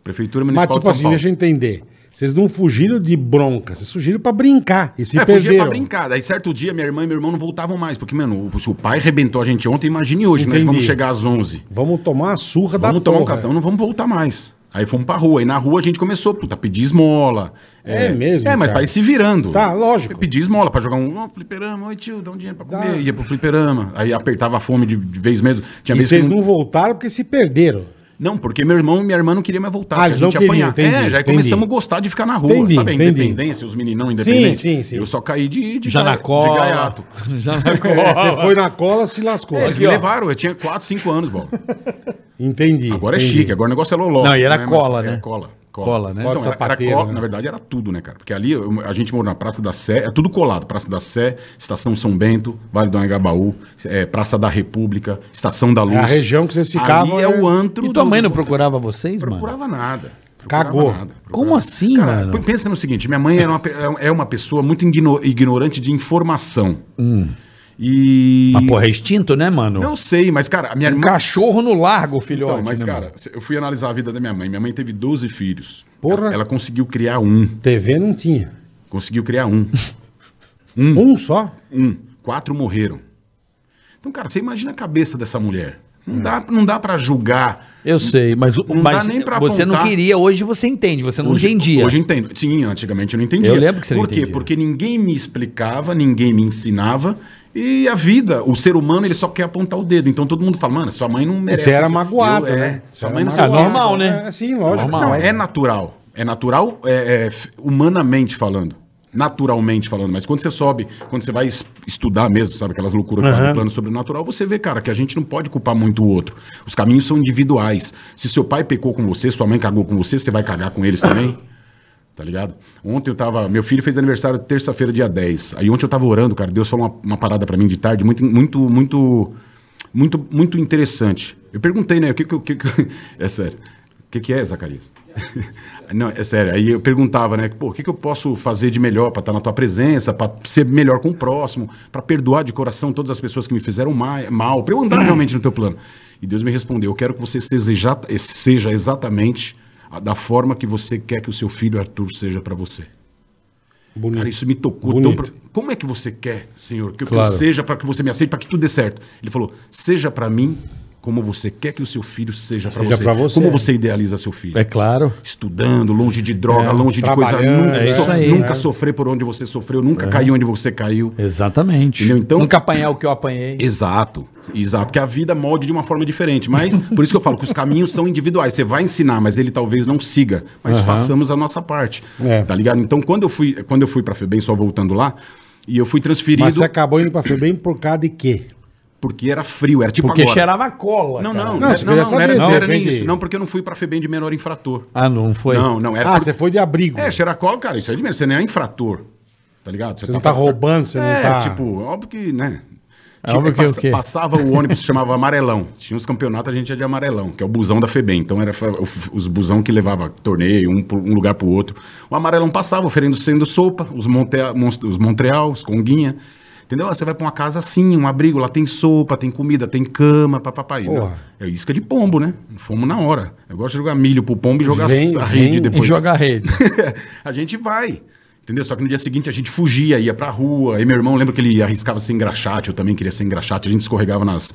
prefeitura
Mas, tipo
municipal de São
assim,
Paulo.
deixa eu entender. Vocês não fugiram de bronca, vocês fugiram pra brincar e se
é, fugia pra
perderam.
brincar. Daí certo dia, minha irmã e meu irmão não voltavam mais. Porque, mano, o- se o pai arrebentou a gente ontem, imagine hoje, né?
Entendi.
nós vamos chegar às 11.
Vamos tomar uma surra da
Vamos tomar um
porra.
cartão, não vamos voltar mais. Aí fomos pra rua. E na rua a gente começou, puta, pedir esmola.
É mesmo,
É, mas
cara.
pra ir se virando.
Tá, lógico.
Pedir esmola pra jogar um, ó, fliperama, oi tio, dá um dinheiro pra comer. Ia pro fliperama. Aí apertava a fome de, de vez mesmo. Tinha
E
vez que
vocês não... voltaram porque se
(laughs)
perderam.
não, porque meu irmão e minha irmã não queriam mais voltar.
Ah, eles
porque a gente
não queriam,
ia apanhar.
entendi,
é, já aí
entendi.
começamos a gostar de ficar na rua.
Entendi,
sabe? A
entendi.
independência, os meninão independentes.
sim, sim.
Eu só caí de, de,
Já
ga-
na cola.
de
(laughs)
gaiato.
Já na
É,
cola.
você foi na cola, se lascou.
É, Eles me levaram, eu tinha 4, 5 anos, bola.
Entendi.
Agora é
entendi.
chique, agora o negócio é loló.
Não, e era
Mas
cola,
era
né?
cola.
Cola, né?
Então,
Cola
era- era
sapateiro,
cola,
né?
na verdade era tudo, né, cara? Porque ali eu- a gente morou na Praça da Sé, é tudo colado. Praça da Sé, Estação São Bento, Vale do Anhangabaú, é, Praça da República, Estação da Luz.
É a região que vocês ficavam,
Ali é
né?
o antro.
E tua
do-
mãe não procurava vocês, mano?
procurava nada. procurava
Cagou.
nada, procurava
Como assim,
Cara,
mano?
p- pensa no seguinte: minha mãe era uma pe- é uma pessoa muito igno- ignorante de informação. E.
Hum. Mas, porra, é extinto, né, mano?
Não sei, mas, cara, a minha irmã.
Cachorro no largo, filhote.
Então, mas,
né,
cara,
mano?
se- eu fui analisar a vida da minha mãe. Minha mãe teve 12 filhos.
Porra.
Ela, ela conseguiu criar um.
TV não tinha.
Conseguiu criar um. (laughs)
Um só?
um. Quatro morreram. Então, cara, você imagina a cabeça dessa mulher. Não
Hum.
dá, não dá para julgar.
Eu sei, mas, o-
Não dá
mas
nem pra
você não
apontar.
queria, hoje você entende, você não
Hoje-
entendia.
Hoje eu entendo. Sim, antigamente eu não entendia.
Eu lembro que você não
Por quê?
entendia.
Porque ninguém me explicava, ninguém me ensinava. E a vida, o ser humano, ele só quer apontar o dedo. Então todo mundo fala, mano, sua mãe não merece.
Você era
isso."
magoado,
Eu- é,
né? Você
Sua
era
mãe não
magoado.
sabe.
É normal, né?
É, sim, lógico.
Normal.
Não, é natural. É natural, é, é, f- humanamente falando. Naturalmente falando. Mas quando você sobe, quando você vai es- estudar mesmo, sabe? Aquelas loucuras que fazem plano sobrenatural, você vê, cara, que a gente não pode culpar muito o outro. Os caminhos são individuais. Se seu pai pecou com você, sua mãe cagou com você, você vai cagar com
(laughs)
eles também. Tá ligado? Ontem eu tava. Meu filho fez aniversário terça-feira, dia 10. Aí ontem eu tava orando, cara. Deus falou uma, uma parada pra mim de tarde muito, muito, muito, muito, muito interessante. Eu perguntei, né? O que que. eu- que que- (laughs) é sério. O que, que é, Zacarias? (laughs) Não, é sério. Aí eu perguntava, né? Pô, o que, que eu posso fazer de melhor pra estar na tua presença, pra ser melhor com o próximo, pra perdoar de coração todas as pessoas que me fizeram ma- mal, pra eu andar realmente no teu plano. E Deus me respondeu: Eu quero que você seja exata- seja exatamente a- da forma que você quer que o seu filho Arthur seja pra você.
Bonito.
Cara, isso me tocou
Bonito.
tão. pro- Como é que você quer, Senhor, que eu- que
Claro.
eu seja para que você me aceite, para que tudo dê certo? Ele falou: seja pra mim como você quer que o seu filho seja pra
Seja
você.
pra você.
Como você idealiza seu filho?
É claro.
Estudando, longe de droga, longe de coisa.
trabalhando,
Nunca,
é isso
sof-
aí,
nunca
né? É.
sofrer por onde você sofreu, nunca cair onde você caiu.
Exatamente.
Entendeu? Então-
Nunca apanhar o que eu apanhei.
Exato, exato. Que a vida molde de uma forma
(laughs)
diferente. Mas, por isso que eu falo que os caminhos são individuais. Você vai ensinar, mas ele talvez não siga. Mas façamos a nossa parte.
É.
Tá ligado? Então, quando eu fui, quando eu fui pra Febem, só voltando lá, e eu fui transferido
Mas é você acabou indo pra Febem por causa de quê?
porque era frio, era tipo
Porque
agora.
cheirava cola.
Não,
cara.
não, não,
Não,
não,
você queria
não, não era,
saber, né?
não
de
era nem
repente.
isso. Não, porque eu não fui pra Febem de menor infrator.
Ah, não foi?
Não, não, era
ah,
por-
você foi de abrigo.
É, cheirar cola, cara, isso é de menos. Você não é infrator. Tá ligado?
Você não tá roubando, você não tá...
tipo, óbvio que, né?
É óbvio que o quê?
Passava o ônibus, se chamava Amarelão. Tinha uns campeonatos, a gente ia de Amarelão, que é o busão da FEBEM. Então, era fa- o- os busão que levava torneio, um, pro- um lugar pro outro. O Amarelão passava, oferecendo sendo sopa, os, Monte, Mon- os Montreal, os Conguinha. Entendeu? Aí Você vai pra uma casa assim, um abrigo, lá tem sopa, tem comida, tem cama, papapai.
Porra.
É isca de pombo, né? Fomos na hora. Eu gosto de jogar milho pro pombo e jogar
Vem,
a rede
vem.
depois.
E jogar rede.
(laughs) a gente vai. Entendeu? Só que no dia seguinte a gente fugia, ia pra rua. E meu irmão, lembra que ele arriscava ser engraxate, eu também queria ser engraxate. A gente escorregava nas.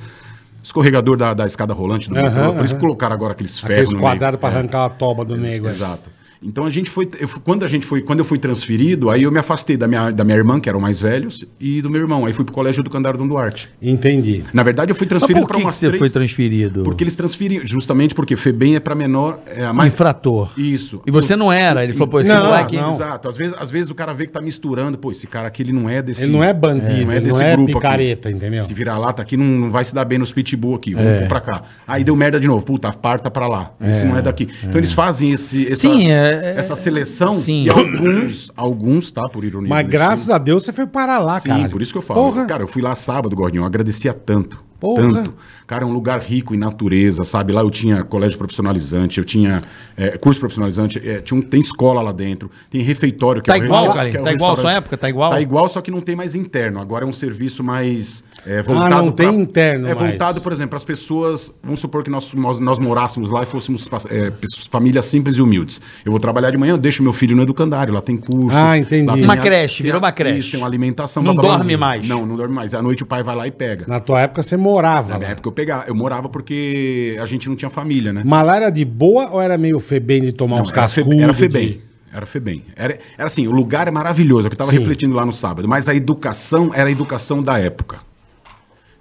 Escorregador da, da escada rolante do
Aham,
metrô. Por isso
aham.
que colocaram agora aqueles ferros.
Aqueles
no meio.
quadrados pra
É.
arrancar a toba do nego.
Exato. Então a gente foi, eu fui- quando a gente foi, quando eu fui transferido, aí eu me afastei da minha, da minha irmã, que eram mais velhos, e do meu irmão. Aí fui pro colégio do Candardo Duarte.
Entendi.
Na verdade, eu fui
Mas
transferido
por
para
que, que
umas
você
três-
foi transferido?
Porque eles transferiam, justamente porque FEBEM é para menor, é a mais
Infrator.
Isso.
E você não era. Ele falou, pô, esse
Não,
moleque...
não.
Exato. Às vezes, às vezes o cara vê que tá misturando, pô, esse cara aqui ele não é desse
Ele não é bandido,
não é
ele
desse
não é
grupo
picareta,
aqui.
entendeu? É.
Se virar lata aqui, não, não vai se dar bem nos pitbull aqui. Vamos pôr pra cá. Aí deu merda de novo. Puta, parta pra lá. Esse não é daqui. Então eles fazem esse, essa,
Sim, é- é-
essa seleção.
Sim.
E alguns, alguns, tá? Por ironia.
Mas
do
graças a Deus você foi parar lá,
Sim,
cara.
por isso que eu falo.
Porra.
Cara, eu fui lá sábado, Gordinho, eu agradecia tanto.
Porra.
Tanto. Cara, é um lugar rico em natureza, sabe? Lá eu tinha colégio profissionalizante, eu tinha é, curso profissionalizante, é, tinha um, tem escola lá dentro, tem refeitório. Que é
Tá
o
igual, Caio?
restaurante- que o
Tá igual a sua
restaurante.
época? Tá igual?
Tá igual, só que não tem mais interno. Agora é um serviço mais
Ah,
é, voltado...
não tem interno
É
mais.
voltado, por exemplo, para as pessoas... Vamos supor que nós, nós, nós morássemos lá e fôssemos é, pessoas- famílias simples e humildes. Eu vou trabalhar de manhã, eu deixo meu filho no educandário, lá tem curso.
Ah, entendi.
lá tem
Uma
a-
creche,
tem
virou
a-
uma creche.
Isso, tem um uma alimentação.
Não
blá, blá, blá.
dorme mais.
Não, não dorme mais. À noite o pai vai lá e pega.
Na tua época você morava
Na
Ah, lá.
minha época eu pegava, eu morava porque a gente não tinha família, né?
Mas lá era de boa ou era meio febem de tomar
Não,
uns
era,
cascudos?
Febem, era
de-
Febem. Era Febem. Era, era assim, o lugar é maravilhoso, é o que eu tava
Sim.
refletindo lá no sábado, mas a educação era a educação da época.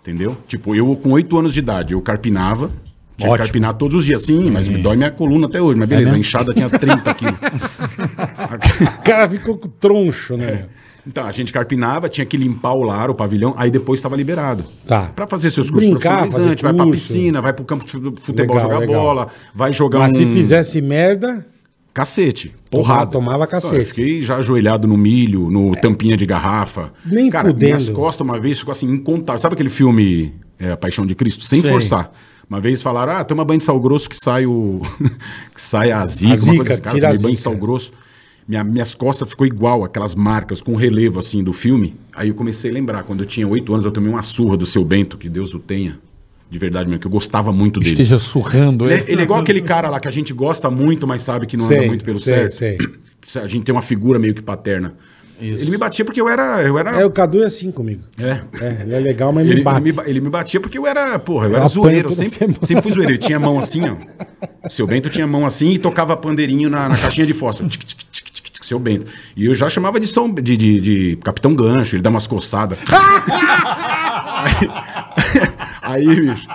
Entendeu? Tipo, eu com oito anos de idade, eu carpinava. Tinha que
Ótimo.
carpinar todos os dias, sim, mas me dói minha coluna até hoje. Mas beleza, a enxada tinha 30 quilos.
(laughs) O cara ficou com troncho, né?
Então, a gente carpinava, tinha que limpar o lar, o pavilhão, aí depois estava liberado.
Tá.
Pra fazer seus cursos
Brincar,
profissionalizantes,
fazer
vai pra
curso.
piscina, vai pro campo de fute- futebol
Legal,
jogar
legal.
bola, vai jogar um
Mas se fizesse merda,
Cacete, porrada.
tomava cacete. É.
Eu fiquei já ajoelhado no milho, no tampinha de garrafa.
Nem fudendo.
minhas costas uma vez ficou assim, incontável. Sabe aquele filme é, A Paixão de Cristo? Sem
Sei.
forçar. Uma vez falaram, ah, toma banho de sal grosso que sai o... (laughs) que sai a zica.
A
uma
zica,
assim. Cara,
tira a
tomei banho de
zica.
sal grosso. Minha, minhas costas ficou igual, aquelas marcas com relevo assim do filme. Aí eu comecei a lembrar, quando eu tinha oito anos, eu tomei uma surra do seu Bento, que Deus o tenha. De verdade mesmo, que eu gostava muito dele.
Esteja surrando
Ele é,
ele.
ele é igual aquele cara lá que a gente gosta muito, mas sabe que não anda
Sei,
muito pelo
sei,
certo.
sei.
Que A gente tem uma figura meio que paterna. Ele me batia porque eu era. Eu era
é o Cadu é assim comigo.
é.
É, ele é legal, mas
Ele, ele
me bate.
me, ba- ele me batia porque eu era, porra, eu,
Eu
era
apanho
zoeiro.
toda
eu
semana.
Sempre, sempre fui zoeiro. Ele tinha
(laughs)
a mão assim, ó. O seu Bento tinha a mão assim e tocava pandeirinho na, na caixinha de fósforo. Tic, tic, tic, tic, tic, seu Bento. E eu já chamava de, São, de, de- de Capitão Gancho, ele dá umas coçadas. (laughs) Aí, bicho,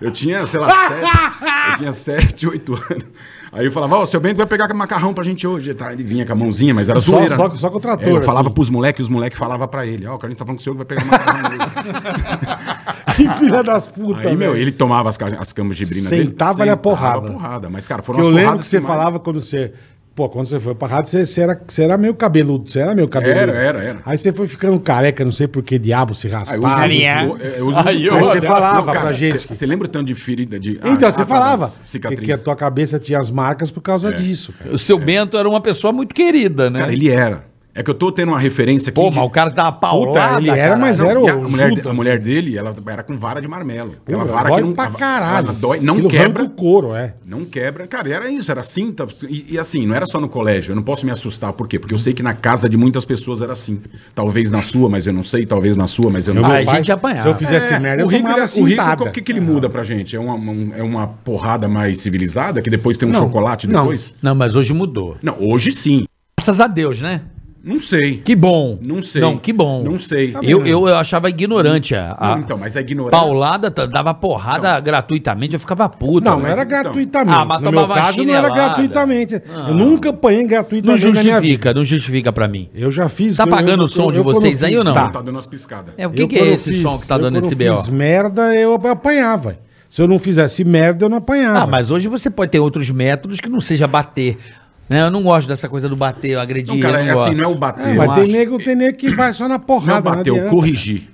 eu tinha, sei lá, sete, eu tinha sete, oito anos. Aí eu falava, ó, seu Bento vai pegar macarrão pra gente hoje. Tá, Ele vinha com a mãozinha, mas era
Só-
zoeira.
só-
né?
só com o trator,
É, eu falava
assim.
pros moleques, os moleques falavam pra ele, ó, o Carlinhos tá falando que o senhor que vai pegar macarrão. hoje.
(laughs) Que filha das putas,
Aí, meu,
velho.
ele tomava as, ca- as camas de brina dele.
Sentava-lhe a porrada.
Mas, cara,
Que
foram
eu
as
lembro que você
mais-
falava quando você. Pô, quando você foi pra rádio, você, você era, você era meio cabeludo. Você era meio cabeludo.
Era, era, era.
Aí você foi ficando careca, não sei por que diabo se
Ah, eu
raspava.
uso muito-
Farinha.
eu- eu uso muito-
Aí eu-
Mas
é? você falava pra gente
Você
que-
você lembra o tanto de ferida de.
Então,
ah,
você
ah,
falava
das
que,
Cicatriz.
que a tua cabeça tinha as marcas por
É.
causa disso. Cara.
O seu Bento era uma pessoa muito querida, né?
Cara, ele era. É que eu tô tendo uma referência aqui.
Pô,
de-
mas o cara dá uma paulada,
é Puta, ele era,
caralho.
mas era-
Não, e a,
o
mulher, de-
Judas,
a mulher dele, ela era com vara de marmelo. Aquela
Pô,
vara
dói
que não.
pra
a-
caralho.
ela dói, não
Aquilo
quebra.
arranca o couro, é.
Não quebra. Cara, era isso, era cinta. E, e assim, não era só no colégio. Eu não posso me assustar. Por quê? Porque eu sei que na casa de muitas pessoas era assim. Talvez na sua, mas eu não sei. Talvez na sua, mas eu não
Ah,
sei.
a
Meu pai,
gente apanhava.
Se eu fizesse
É,
merda,
o
eu
rico,
tomava
ele, o rico,
cintada.
o que, que ele muda pra gente? É uma, um- é uma porrada mais civilizada que depois tem um
Não,
chocolate
não.
depois?
Não, mas hoje mudou.
Não. hoje sim.
Graças a Deus, né?
Não sei.
Que bom.
Não sei.
Não, que bom.
Não sei.
Tá
Eu, eu, eu achava ignorante a, a
Ah,
Não, então, mas é ignorante.
paulada, t- dava porrada gratuitamente, eu ficava puta.
Então. Não, não
mas-
era
então-
gratuitamente.
Ah, mas
no meu
tomava
caso, não era
chinelada. Ah.
gratuitamente. Eu nunca apanhei
Não
gratuitamente na minha vida.
justifica, não justifica pra mim.
Eu já fiz...
Tá
eu- eu-
apagando
eu-
o som de
eu- quando
vocês
fiz-
aí ou não?
Tá.
Tá dando umas piscadas.
É, o que,
Eu,
que é
quando eu
esse
fiz-
som que tá
eu,
dando
quando
esse
eu
B.O.?
fiz merda, eu apanhava. Se eu não fizesse merda, eu não apanhava.
Ah, mas hoje você pode ter outros métodos que não seja bater. Né? Eu não gosto dessa coisa do bater, eu agredir.
Não, cara,
eu
é assim,
gosto.
não é o bater.
É,
eu
mas tem
acho.
nego, tem nego que vai só na
Não é o
porrada.
bater,
adianta.
eu corrigi.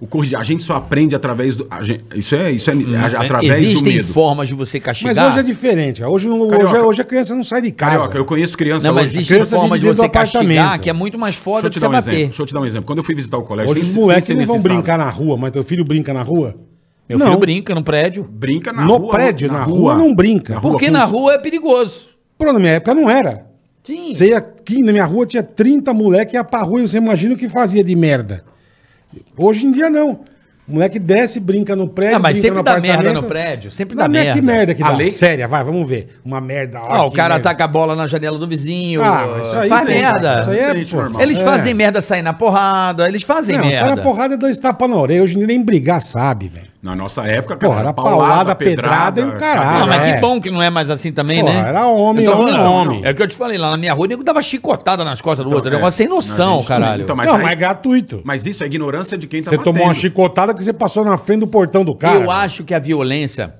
O corrigi- a gente só aprende através do. a gente- isso é, isso é a- através do
Hum, Existem
medo.
formas de você
Mas
castigar.
hoje é diferente. Hoje, não- hoje,
Carioca.
hoje a criança não sai de casa.
Carioca, eu conheço criança
Não, mas
hoje.
existe
criança
forma de
vive dentro
você
do
castigar
apartamento.
que é muito mais
Deixa
foda
eu
do
te
que
dar
você
um
bater.
exemplo. Deixa eu te dar um exemplo. Quando eu fui visitar o colégio,
Hoje os
sem-
moleques
sem ser
não vão
necessário.
brincar na rua, mas teu filho brinca na rua?
Meu
não.
filho brinca no prédio.
Brinca na
no
rua.
prédio, na, rua, não brinca.
Na rua.
Porque
com
na
os-
rua é perigoso.
Pô, na minha época não era.
Sim.
Você ia aqui, na minha rua tinha 30 moleque, ia pra rua e você imagina o que fazia de merda. Hoje em dia não. O moleque desce, brinca no prédio.
Ah, mas
brinca
sempre dá merda
apartamento.
no prédio, sempre
Dá
dá
merda. Que
merda.
merda que tá
A
dá.
lei-
Séria, vai, vamos ver. Uma merda. ó,
Ah, o
que
cara
merda.
ataca a bola na janela do vizinho.
Ah, mas isso aí
faz
tem, cara.
merda.
Isso aí é,
Acidente
pô,
normal.
Eles
é.
fazem merda sair na porrada, eles fazem
Não, sai
merda.
na porrada e dois tapas na orelha. Hoje em dia nem brigar sabe, velho.
Na nossa época,
Porra, era paulada, pedrada e o caralho.
Ah,
cadeira.
mas
é.
que bom que não é mais assim também,
Porra,
né?
era homem,
Eu tô
homem,
falando,
homem.
É o que eu te falei, lá na minha rua, o nego dava chicotada nas costas do
Então,
outro.
é.
Negócio sem
A
noção,
gente-
caralho.
Então, mas,
não,
aí-
mas é gratuito.
mas isso é ignorância de quem tá
você tomou uma
batendo.
chicotada que você passou na frente do portão do cara.
né?
eu acho que a violência,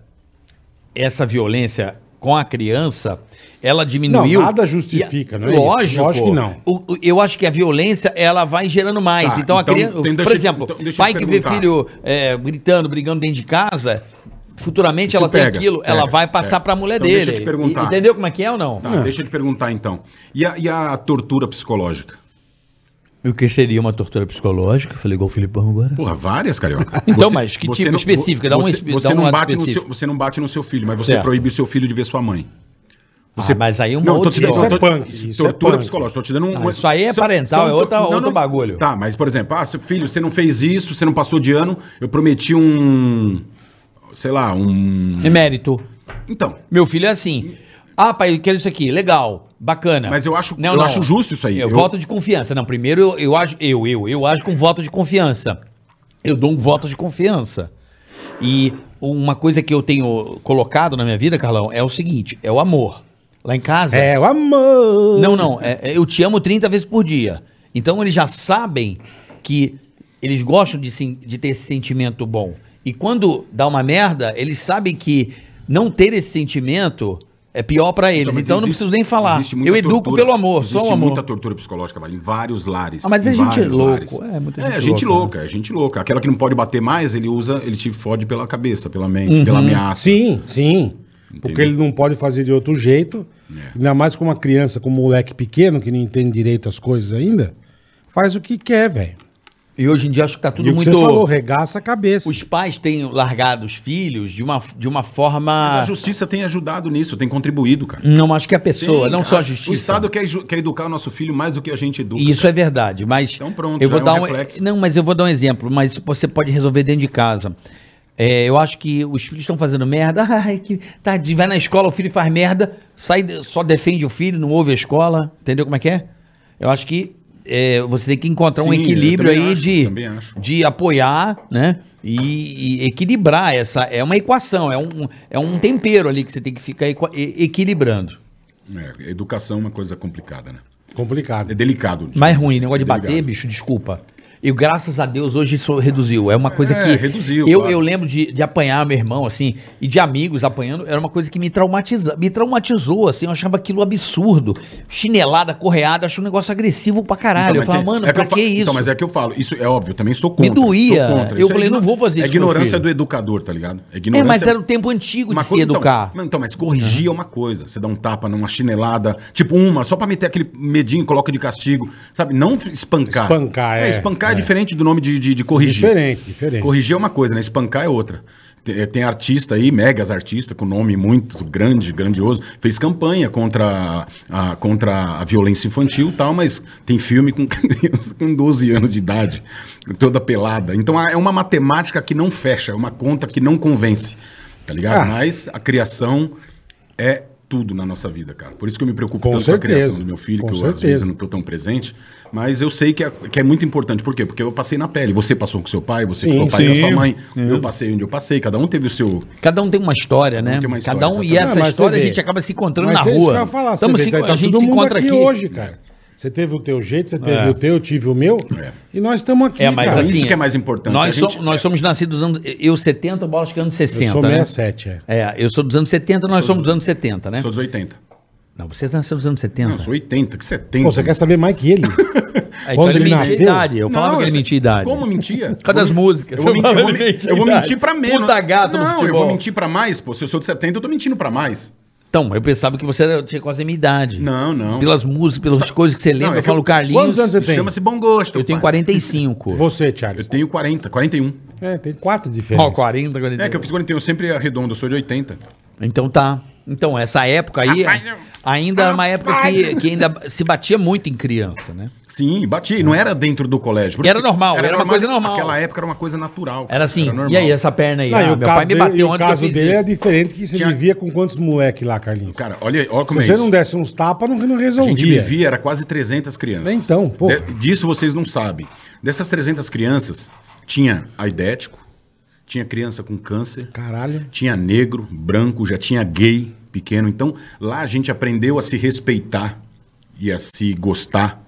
essa violência com a criança, ela diminuiu.
Não, nada justifica, não é isso?
Lógico.
Lógico que não.
O- o- eu acho que a violência, ela vai gerando mais.
Tá,
então, a
então,
criança...
tem- deixa
por
eu-
exemplo,
então, deixa eu
pai
te
que vê
perguntar.
filho é, gritando, brigando dentro de casa... Futuramente
Isso
ela tem
pega,
aquilo,
pega,
ela vai passar
pega.
pra mulher
Então,
dele.
deixa eu te perguntar.
E- entendeu como é que é ou não?
Tá,
Ah.
deixa eu te perguntar então. E a, e a tortura psicológica?
O que seria uma tortura psicológica? Falei igual o Filipão agora.
Porra, várias, carioca.
(laughs) Então, mas que tipo específico? Dá um
você,
espe-
você
dá um
não
lado
bate no seu,
específico.
você não bate no seu filho, mas você
Certo.
proíbe o seu filho de ver sua mãe. Você-
Ah, mas aí é uma
não, eu tô
outra
te dando,
Isso é
eu tô-
punk, isso é
tortura
punk.
psicológica. Tô te dando um,
Ah, isso aí é
são-
parental,
são
é
to-
outra- outro bagulho.
Tá, mas por exemplo, ah, seu filho, você não fez isso, você não passou de ano, eu prometi um sei lá, um
É Emérito.
Então,
Meu filho é assim. Ah, pai, eu quero isso aqui. Legal, bacana.
Mas eu acho- eu acho justo isso aí.
Eu,
Eu-
voto de confiança. Não, primeiro eu, eu acho, eu, eu, eu acho com voto de confiança. Eu dou um voto de confiança. E uma coisa que eu tenho colocado na minha vida, Carlão, é o seguinte: é o amor. Lá em casa.
É o amor.
Não, não. é- é, eu te amo 30 vezes por dia. Então eles já sabem que eles gostam de, sen- de ter esse sentimento bom. E quando dá uma merda, eles sabem que não ter esse sentimento é pior pra eles.
mas
Então eu não
existe-
preciso nem falar.
existe muita
Eu educo
tortura.
pelo amor, só o
Existe
amor.
muita tortura psicológica, velho, em vários lares.
Ah, mas
em
é gente
vários
louco,
lares.
é, muita
É,
gente
gente
louca,
louca, é gente louca. Aquela que não pode bater mais, ele usa, ele te fode pela cabeça, pela mente,
Uhum.
pela ameaça.
Sim, sim. Porque ele não pode fazer de outro jeito.
É.
Ainda mais com uma criança, com um moleque pequeno que não entende direito as coisas ainda. Faz o que quer, velho.
E hoje em dia acho que tá tudo
E o que
muito.
você falou, regaça a cabeça.
Os pais têm largado os filhos de uma, de uma forma.
Mas a justiça tem ajudado nisso, tem contribuído, cara.
Não, acho que a pessoa,
Tem,
não
cara.
só a justiça.
O Estado quer, ju- quer educar o nosso filho mais do que a gente educa.
Isso é verdade, mas
Então pronto,
eu
já
vou
é um
dar um,
reflexo.
não, mas eu vou dar um exemplo, mas você pode resolver dentro de casa. É, eu acho que os filhos estão fazendo merda, (laughs) ai, que tadinho, vai na escola, o filho faz merda, sai, só defende o filho, não ouve a escola, entendeu como é que é? Eu acho que é, você tem que encontrar um
Sim, eu
equilíbrio
também
aí
acho,
de,
também acho.
de apoiar, né? E, e equilibrar essa, é uma equação, é um, é um tempero ali que você tem que ficar equa- e- equilibrando.
É, educação é uma coisa complicada, né? É
Complicado.
delicado. digamos
Mais ruim, né?
assim,
negócio de
é
bater,
delicado.
bicho, desculpa. E graças a Deus hoje isso reduziu. É uma coisa
É,
que.
reduziu,
Eu,
claro.
eu lembro de, de apanhar meu irmão, assim, e de amigos apanhando. Era uma coisa que me, traumatiza, me traumatizou, assim. Eu achava aquilo absurdo. Chinelada, correada, achei um negócio agressivo pra caralho.
Então,
eu
mas
falava,
tem-
mano,
é
pra
eu fa-
que, isso?
Então, mas é que eu falo, isso é óbvio, eu também sou contra.
Me doía.
sou contra,
Eu
isso é
falei,
igno-
não vou fazer
É
isso com meu
ignorância
filho.
do educador, tá ligado?
é,
ignorância-
mas era o tempo antigo de
Uma
se
coisa- então,
educar.
mas- Então, mas corrigir é uma coisa. Você dá um tapa numa chinelada, tipo uma, só pra meter aquele medinho, coloca de castigo, sabe? Não f- espancar.
Espancar, é.
espancar é,
É.
diferente do nome de, de, de
um
corrigir.
Diferente, diferente.
Corrigir é uma coisa, né? Espancar é outra. Te- Tem, artista aí, megas artista, com nome muito grande, grandioso, fez campanha contra a, a- contra a violência infantil e tal, mas tem filme com (laughs) criança com 12 anos de idade, toda pelada. Então é uma matemática que não fecha, é uma conta que não convence, tá
Ah.
ligado? Mas a criação é tudo na nossa vida, cara. Por isso que eu me preocupo
Com
tanto com a
certeza.
criação do meu filho,
Com
que eu às
certeza.
vezes eu não tô tão presente, mas eu sei que é, que é muito importante. Por quê? Porque eu passei na pele. Você passou com seu pai, você com
Sim,
seu pai com
sim.
a sua mãe. Eu passei onde eu passei. Cada um teve o seu.
Cada um tem uma história, né?
tem uma história,
Cada um e
exatamente.
essa
Ah, mas
história
você
a
vê.
gente acaba se encontrando
Mas
na
é isso que eu ia
rua.
falar, você
Estamos
vê,
se,
tá,
a
tá
gente
todo
se
mundo
encontra
aqui,
aqui,
hoje, cara. Você teve o teu jeito, você teve o teu, eu tive o meu.
É.
E nós estamos aqui,
É, mas
cara.
assim,
isso que é mais importante.
Nós,
A gente- é
somos, nós somos nascidos anos, eu 70, o Bola acho que é anos
Eu
60,
sou
né?
67, é.
É, eu sou dos anos 70, nós somos dos anos 70, né?
Sou dos 80.
Não, você nasceu nos anos 70.
Não, sou 80, que 70.
Pô, você quer saber
(laughs)
mais que ele?
Aí
Quando
só
ele
mentia a
nasceu?
idade. Eu falava que ele
essa-
mentia a idade.
Como mentia?
(laughs) Cadê as músicas?
Eu vou, mentir, eu, vou, men- eu vou mentir pra
mim.
menos.
Puta gata no
não, eu
futebol.
vou mentir pra mais, pô. Se eu sou de 70, eu tô mentindo pra mais.
Então, eu pensava que você era- tinha quase a minha idade.
Não, não.
Pelas músicas, pelas coisas que você lembra,
Não, é
eu
que
falo,
eu-
Carlinhos,
Quantos anos você tem?
Chama-se bom gosto.
eu tenho
pai.
45.
Você, Charles.
Eu tenho 40, 41.
É, tem quatro diferenças.
Ó, 40, 40.
É que eu fiz 41, eu sempre arredondo, eu sou de 80.
Então tá. Então, essa época aí
Rapaz, eu-
ainda era uma época que, que ainda se batia muito em criança, né?
Sim, bati. Não era dentro do colégio. Por
Era
isso que-
normal, era uma coisa normal.
Naquela época era uma coisa natural. cara.
Era assim,
normal.
e aí, essa perna aí?
Não,
Ah,
e o
meu
caso
pai me
dele,
bateu
e o
ontem que eu
caso
fiz
dele
isso.
é diferente que você
Tinha-
vivia com quantos moleques lá, Carlinhos?
Cara, olha, olha como
Se
é
você
isso.
não desse uns tapas, não, não
A gente
resolvia.
vivia, era quase 300 crianças.
Então, pô.
De- disso vocês não sabem. Dessas 300 crianças, tinha aidético, tinha criança com câncer,
Caralho.
tinha negro, branco, já tinha gay pequeno. Então, lá a gente aprendeu a se respeitar e a se gostar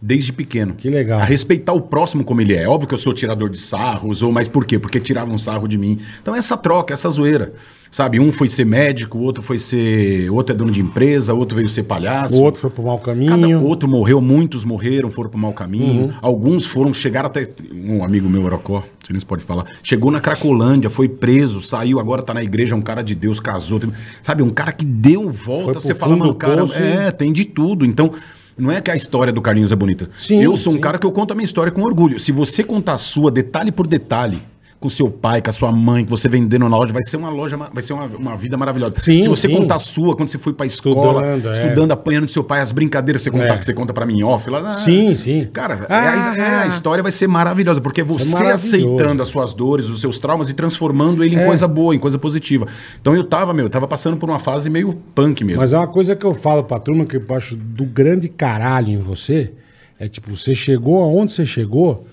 desde pequeno.
Que legal.
A respeitar o próximo como ele é. Óbvio que eu sou tirador de sarros, ou mas por quê? Porque tiravam um sarro de mim. Então, essa troca, essa zoeira. Sabe, um foi ser médico, o outro foi ser. Outro é dono de empresa, outro veio ser palhaço.
O outro foi pro mau
Cada
caminho. Uhum.
outro morreu, muitos morreram, foram pro mau caminho. Alguns foram, chegaram até. Um amigo meu, Orocó, você nem pode falar. Chegou na Cracolândia, foi preso, saiu, agora tá na igreja, um cara de Deus, casou. teve- sabe, um cara que deu
Foi
volta,
pro
você fala,
fundo
mano,
do
cara.
poço,
é, tem de tudo. Então. Não é que a história do Carlinhos é bonita.
Sim,
eu sou um
sim.
cara que eu conto a minha história com orgulho. Se você contar a sua detalhe por detalhe, com seu pai, com a sua mãe, que você vendendo na loja, vai ser uma loja, ma- vai ser uma, uma vida maravilhosa.
Sim,
Se você
sim.
contar a sua, quando você foi pra escola,
Estudando, é.
estudando anda apanhando do seu pai, as brincadeiras que você conta,
É.
que você conta pra mim em off. Lá, ah,
Sim, sim.
Cara,
Ah,
é a, é, a história vai ser maravilhosa, porque
é
é você
maravilhoso.
aceitando as suas dores, os seus traumas e transformando ele em
É.
coisa boa, em coisa positiva. Então eu tava, meu, eu tava passando por uma fase meio punk mesmo.
Mas é uma coisa que eu falo pra turma que eu acho do grande caralho em você. É tipo, você chegou aonde você chegou.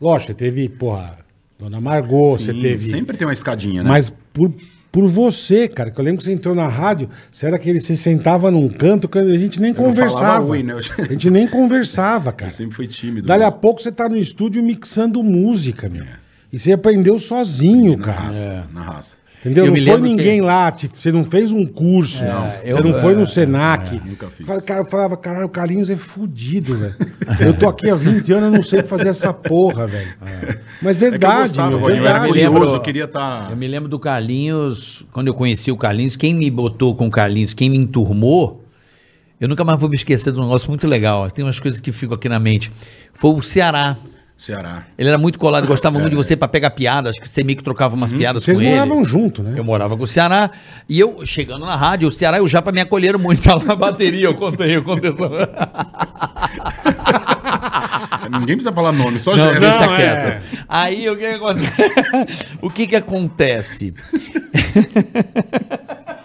Lógico, você teve, porra, Dona Margot, você
Sim,
teve.
Sempre tem uma escadinha, né?
Mas por, por você, cara, que eu lembro que você entrou na rádio, será que ele se sentava num canto que a gente nem
não falava
conversava.
ui, né?
A gente nem conversava, cara.
(laughs) Eu sempre fui tímido.
Dali a
mesmo.
pouco você tá no estúdio mixando música, meu.
É.
E você aprendeu sozinho,
na
cara.
raça, na raça. É
Entendeu?
Eu
não
me
foi
lembro
ninguém lá, te- você não fez um curso,
É,
você
eu-
não foi no Senac.
nunca fiz.
Cara, cara, eu falava, caralho, o Carlinhos é fudido, velho. Eu tô aqui há 20 anos, eu não sei fazer essa porra, velho. Mas
É que eu
verdade,
gostava,
meu,
Rony, eu era
verdade.
curioso.
curioso, eu queria tá estar...
Eu me lembro do Carlinhos, quando eu conheci o Carlinhos, quem me botou com o Carlinhos, quem me enturmou, eu nunca mais vou me esquecer de um negócio muito legal. Tem umas coisas que ficam aqui na mente. Foi o Ceará.
Ceará. (laughs)
Ele era muito colado, gostava muito de você pra pegar piada. Acho que você meio que trocava umas piadas
Uhum. Vocês
com ele.
moravam junto, né?
Eu morava com o Ceará e eu, chegando na rádio, o Ceará e o Japa me acolheram muito tá lá na bateria. Eu contei, eu contei.
Ninguém precisa falar nome, só
Não,
gera.
deixa
não, é.
quieto. Aí o que, que acontece? (laughs) o que, que acontece? (laughs)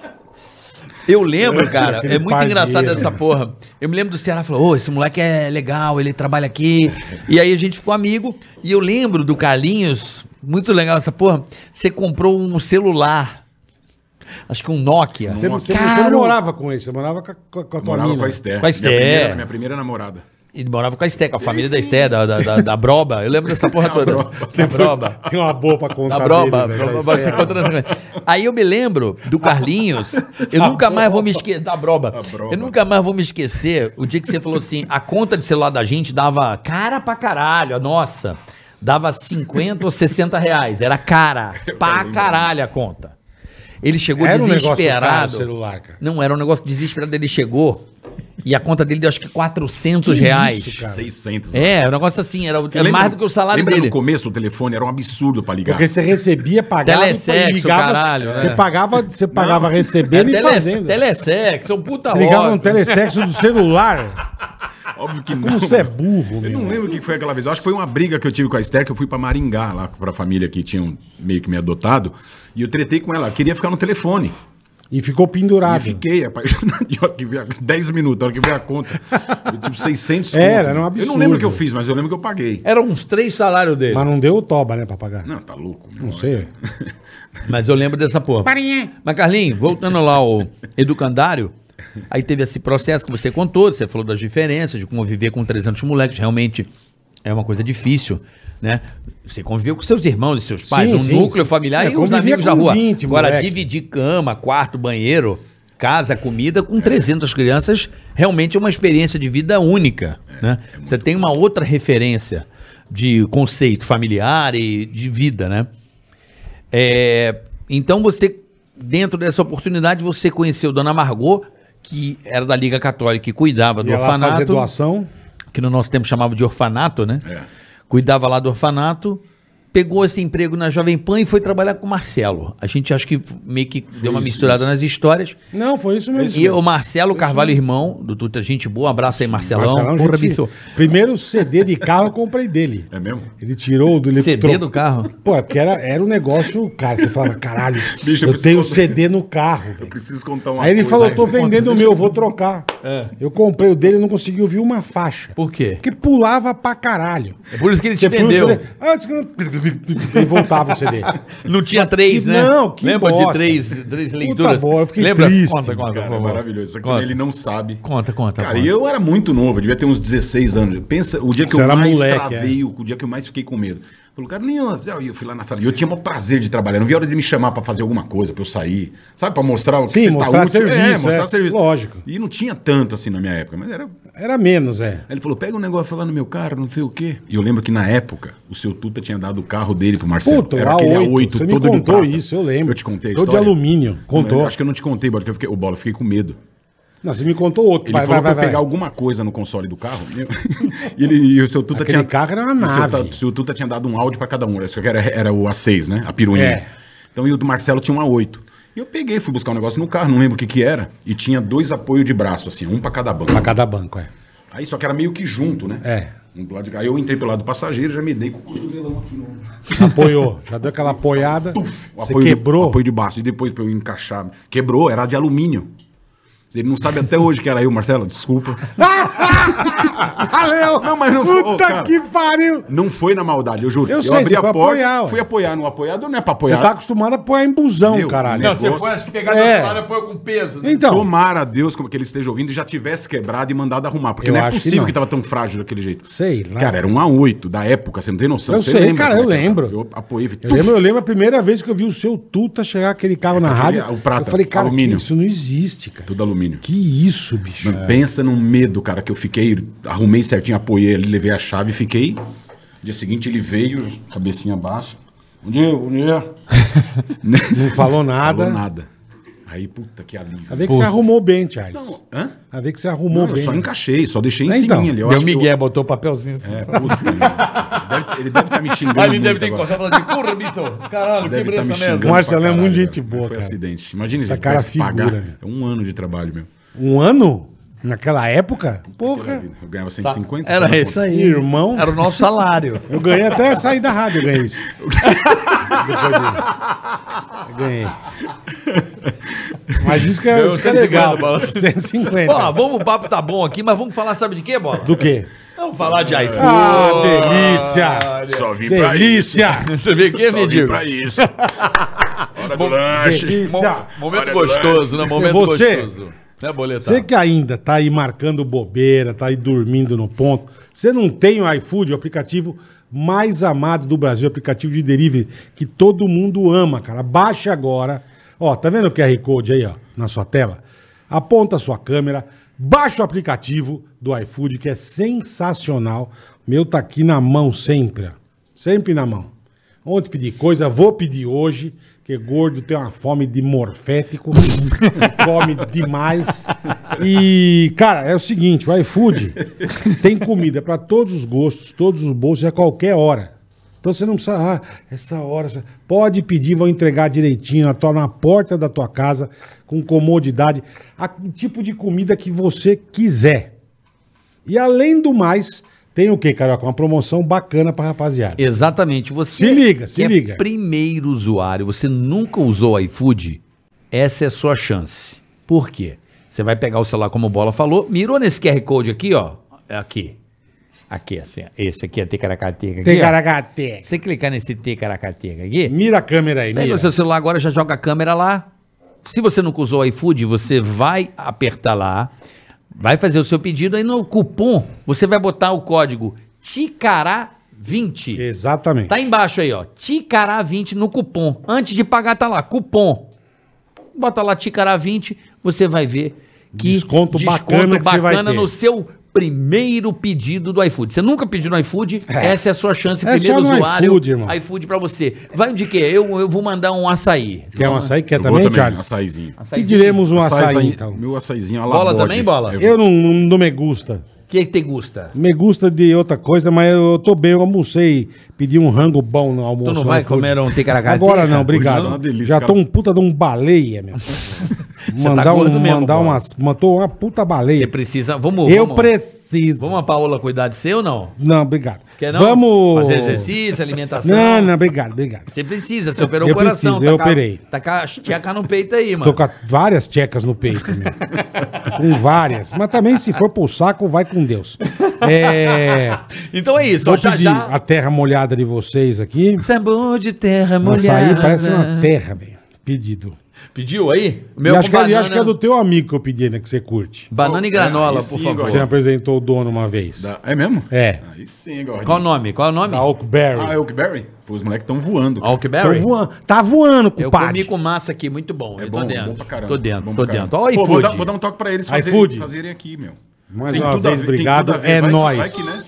Eu
(laughs)
lembro, cara,
Aquele
é muito
padeiro.
engraçado essa porra. Eu me lembro do Ceará falou: Ô, esse moleque é legal, ele trabalha aqui. E aí a gente ficou amigo. E eu lembro do Carlinhos, muito legal essa porra. Você comprou um celular. Acho que um Nokia.
Você, você, você não
Caro.
morava com ele, você morava com a, com a- com a tua
Morava
mina.
com a Esther.
Com a Esther.
Minha primeira, minha primeira namorada.
Ele morava com a Esté, com a família da Esté, da, da, da, da Broba. Eu lembro dessa
(laughs)
porra toda. Da Broba.
Tem uma boa pra contar
Da broba,
dele, né, velho. um
broba, você conta nessa coisa. Aí eu me lembro
(laughs)
do Carlinhos, eu nunca mais vou me esquecer, da broba.
broba.
eu nunca mais vou me esquecer o dia que você falou assim, a conta de celular da gente dava cara pra caralho, a nossa, dava 50 ou 60 reais, era
(laughs)
cara, pra caralho a conta. Ele chegou
Era um negócio caro o
desesperado.
celular, cara.
Não, era um negócio desesperado, ele chegou e a conta dele deu acho que 400 reais.
isso, cara?
600.
é, um negócio assim, era, era
Lembra-
mais do que o salário
lembra
dele.
no começo o telefone era um absurdo pra ligar.
Porque você recebia, pagava
Telesexo, caralho,
Você
né?
pagava, você pagava
É
recebendo e
tele-
fazendo.
Telesexo, é um puta
Tá
Você ligava
roda.
no telesexo do
(laughs)
celular. (laughs)
Óbvio que
Como
não.
você é burro,
Eu
meu.
não lembro o que foi aquela vez. Eu acho que foi uma briga que eu tive com a Esther, que eu fui pra Maringá, lá pra família que tinham meio que me adotado. E eu tretei com ela. Eu queria ficar no telefone.
E ficou
E
pendurado.
fiquei (laughs) apaixonado. E a hora que veio a- 10 minutos, a hora que veio a conta. Eu tive 600
Era,
conto.
era um
Eu
absurdo.
não lembro o que eu fiz, mas eu lembro que eu paguei.
Eram uns três salários dele.
Mas não deu o toba, né, pra pagar. Não,
Não, tá louco. Meu
sei.
Mas eu lembro dessa porra. Mas, Carlinhos, voltando lá ao educandário, aí teve esse processo que você contou, você falou das diferenças, de conviver com 300 moleques, realmente é uma coisa difícil, né? Você conviveu com seus irmãos e seus pais,
Sim,
um
sim,
núcleo
sim.
familiar e
É,
os
convivia
amigos da
com
rua.
20
Agora,
moleque.
dividir cama, quarto, banheiro... casa, comida, com 300 crianças, realmente é uma experiência de vida única.
É,
né? Você tem uma outra referência de conceito familiar e de vida, né? É, então você, dentro dessa oportunidade, você conheceu Dona Margot, que era da Liga Católica e cuidava do
Ia lá fazer
orfanato,
doação.
que no nosso tempo chamava de orfanato, né?
É.
Cuidava lá do orfanato, pegou esse emprego na Jovem Pan e foi trabalhar com o Marcelo. A gente acho que meio que deu uma
isso,
misturada nas histórias.
Não, foi isso mesmo.
E o Marcelo Carvalho, irmão do Tuta, gente boa, abraço aí, Marcelão.
Marcelão,
Porra,
gente,
bicho,
primeiro CD de carro eu comprei dele.
É mesmo?
Ele tirou do ele
CD do carro.
Pô, é porque era, era um negócio, cara, você falava, caralho,
Bicho, eu
eu
preciso
tenho
contar-
CD no carro.
Eu
velho.
preciso contar uma
Aí ele
coisa. É.
falou, eu tô vendendo o meu, eu vou trocar. Eu comprei o dele e não consegui ouvir uma faixa.
Por quê?
Porque pulava pra caralho.
É por isso que ele te
Você punha o
vendeu.
CD, ah, disse que não- e voltava o CD.
Não tinha três,
é que-
né?
não, que
Lembra
bosta.
de três, três leituras?
bosta, eu fiquei
Lembra?
triste,
Conta, conta,
Cara,
por
é
favor.
maravilhoso. Só que
Conta.
ele não sabe.
Conta,
Tá
conta.
Cara,
conta.
e eu era muito novo, eu devia ter uns 16 anos. Pensa, o dia que
Você
eu
era
mais
moleque, é.
travei, o dia que eu mais fiquei com medo. Falou, cara, nem eu, eu fui lá na sala. E eu tinha o maior prazer de trabalhar. Não vi a hora de me chamar pra fazer alguma coisa, pra eu sair. Sabe, pra mostrar o
Sim,
você tá
mostrar serviço, é, lógico.
E não tinha tanto assim na minha época, mas era
Era menos, é.
Aí ele falou: pega um negócio lá no meu carro, não sei o quê. E eu lembro que na época, o seu Tuta tinha dado o carro dele pro Marcelo.
Puta, o A8, você me
de
contou
prata.
isso, eu lembro.
Eu te contei a
Todo de alumínio, contou.
Eu acho que eu não te contei, porque eu fiquei, o Bola, eu fiquei com medo.
Não, você me contou outro.
Ele falou pra eu pegar alguma coisa no console do carro. (laughs) e, ele, e o seu Tuta
Aquele
tinha.
carro era uma
o seu
nave.
Ta- O seu Tuta tinha dado um áudio pra cada um. Isso que era, era o A6, né? A piruinha.
É.
Então, e o do Marcelo tinha um A8. E eu peguei, fui buscar um negócio no carro, não lembro o que que era. E tinha dois apoios de braço, assim, um pra cada banco.
Pra cada banco, é.
Aí só que era meio que junto, né?
É.
Um do lado de cá. Aí eu entrei pelo lado do passageiro, já me dei com o cotovelão aqui no.
Apoiou. Já deu aquela apoiada.
Puf, o
você
apoio de- o
quebrou.
apoio de baixo. E depois pra eu encaixar. Quebrou, era de alumínio. Ele não sabe até hoje que era eu, Marcelo, desculpa.
Valeu!
Não, mas não foi- ô,
Puta
cara.
que pariu!
Não foi na maldade, eu juro.
Eu sei, você
a
foi
porta,
apoiar, ué.
fui apoiar no apoiador, não é pra
Você
apoiar.
tá acostumado a apoiar em busão,
Meu,
caralho.
meu.
Não, você
Negócio.
foi, acho que pegar de
É.
outro lado e põe com peso. Né?
Então,
Tomara a Deus como que ele esteja ouvindo e já tivesse quebrado e mandado arrumar. Porque
Eu
não é
acho que
possível que,
não.
tava tão frágil daquele jeito.
sei lá.
Cara, era um A8 da época, você não tem noção.
Eu
Você
sei,
lembra
cara,
como
eu
é que era?
lembro.
Eu apoiei.
eu, lembro, eu lembro a primeira vez que eu vi o seu Tuta chegar aquele carro na
É Aquele-
rádio.
o prata,
eu falei, cara,
alumínio.
que isso não existe, cara.
Tudo alumínio.
Que é. isso, bicho.
Mano, pensa num medo, cara, que eu fiquei, arrumei certinho, apoiei ele, levei a chave e fiquei. Dia seguinte ele veio, cabecinha baixa. Bom dia, bom dia.
Não falou nada.
Falou nada. Aí, puta que
A
alívio.
ver que você arrumou bem, Charles.
Hã?
A ver que você
Não,
arrumou
eu
bem.
só encaixei, só deixei em
É, então.
cima ali. Eu
Deu
acho que eu-
Miguel, botou o papelzinho assim.
É, puta, que pariu. Deve- ele deve estar me xingando.
Aí ele
muito
deve ter
agora.
encostado e falado assim, porra, bicho, caralho,
Deve
quebrei
estar me
essa merda.
xingando.
O Marcelo
pra
é muito
caralho,
gente
velho.
boa,
Foi um
cara.
acidente. Imagina,
Essa
gente,
cara
parece
figura, velho.
É um ano de trabalho, meu.
Um ano? Naquela época? Porra.
Eu ganhava 150.
Tá. Era
cada
isso aí.
Irmão.
Era o nosso salário.
Eu
(laughs)
ganhei até sair da rádio, eu ganhei isso. Depois de... Ganhei. Mas isso que é, isso que é
150
legal.
bola.
150.
Ó, vamos, o papo tá bom aqui, mas vamos falar, sabe de quê, Bola?
Do quê?
Vamos falar de iPhone.
Ah, delícia!
pouco. Só vim pra isso.
Delícia!
Você vê é, o quê,
Só vim
Medigo?
pra isso. Hora do lanche.
Delícia!
Momento
Olha,
gostoso, né? Momento
Você-
gostoso. Né, Boletar?
Você que ainda tá aí marcando bobeira, tá aí dormindo no ponto, você não tem o iFood, o aplicativo mais amado do Brasil, aplicativo de delivery que todo mundo ama, cara. Baixa agora. Ó, tá vendo o QR Code aí, ó, na sua tela? Aponta a sua câmera, baixa o aplicativo do iFood, que é sensacional. O meu tá aqui na mão sempre, ó. Sempre na mão. Ontem pedi coisa, vou pedir hoje, porque gordo tem uma fome de morfético, (laughs) come demais. E, cara, é o seguinte, o iFood tem comida pra todos os gostos, todos os bolsos, a qualquer hora. Então você não precisa, ah, essa hora, essa- pode pedir, vão entregar direitinho na, tua, na porta da tua casa, com comodidade, a, o tipo de comida que você quiser. E além do mais, tem o que, Carioca? Uma promoção bacana pra rapaziada.
Exatamente. Você
Se liga, se
que é
liga.
primeiro usuário, você nunca usou iFood, essa é a sua chance. Por quê? Você vai pegar o celular, como o Bola falou, mirou nesse QR Code aqui, ó. É Aqui. Aqui, assim. ó. Esse aqui é Tecaracateca. aqui, ó.
Tecaracate.
Você clicar nesse Tecaracateca aqui,
Mira a câmera aí,
pega
mira.
o seu celular agora, já joga a câmera lá. Se você nunca usou o iFood, você vai apertar lá, vai fazer o seu pedido, aí no cupom você vai botar o código TICARA20.
Exatamente.
Tá embaixo aí, ó. Ticará20 no tá cupom. Antes de pagar, tá lá. Cupom. bota lá Ticará 20, você vai ver que
Desconto bacana que você vai ter.
no seu primeiro pedido do iFood. Você nunca pediu no iFood? Essa é a sua chance,
É
primeiro
só no
usuário,
iFood, irmão.
pra você. Vai de quê? Eu, eu vou mandar um açaí.
Quer um açaí? Quer
Eu vou
também, Charles?
açaizinho.
Pediremos um açaí,
Açaizinho,
então.
Meu açaizinho. a la
Bola
bode.
também, bola?
É,
Eu não, não, não me gusta.
O que que te gusta?
Me gusta de outra coisa, mas eu tô bem, eu almocei, pedi um rango bom no almoço.
Tu não vai
no iFood.
comer um ticaracá?
Agora não,
Hoje é
obrigado.
uma delícia,
Já tô
cara.
um puta de um
(laughs)
baleia, meu. mandar
tá
um,
gordo mesmo,
mandar
Paulo.
umas, mandou uma puta
Você
baleia.
precisa. Vamos.
Eu
vamos,
preciso.
Vamos a Paola cuidar de você ou não?
Não, obrigado.
Quer não?
Vamos.
Fazer exercício, alimentação.
Não, não, obrigado, obrigado.
Você precisa, você operou
Eu
o coração.
preciso, eu
tá ca-
operei.
Tá ca- tcheca no peito aí, mano.
Tô com a- várias tchecas no peito,
(laughs)
meu. com várias. Mas também, se for pro saco, vai com Deus. É,
Então é isso, ó,
vou
já
pedir
já.
a terra molhada de vocês aqui.
Sabor de terra
Um açaí
molhada.
parece uma terra, velho. Pedido.
Pediu aí? O
e
meu
acho,
com
que, é- e
banana,
acho
né?
que é do teu amigo que eu pedi, né? Que você curte.
banana e granola,
Aí
por
sim,
favor.
Você
Boa.
apresentou o dono uma vez.
da- É mesmo?
É.
Aí sim, agora.
Qual o nome? Qual o nome?
Da Oakberry.
Ah, é o Oakberry? Pô, os moleques estão voando. cara.
Tô
Alckberry?
voando. Tá voando,
Eu
compadre.
comi com massa aqui, muito bom.
É
eu
bom,
tô
é
dentro.
bom pra caramba.
Tô dentro,
bom
tô
pra
dentro.
caramba.
Ó, o
Pô, vou,
iFood.
dar, vou dar um toque pra eles fazerem,
iFood.
fazerem aqui, meu.
Mais
Tem
uma
tudo a
vez,
ver- tem
obrigado.
tudo a ver,
É
vai que- vai
nóis.
que, né?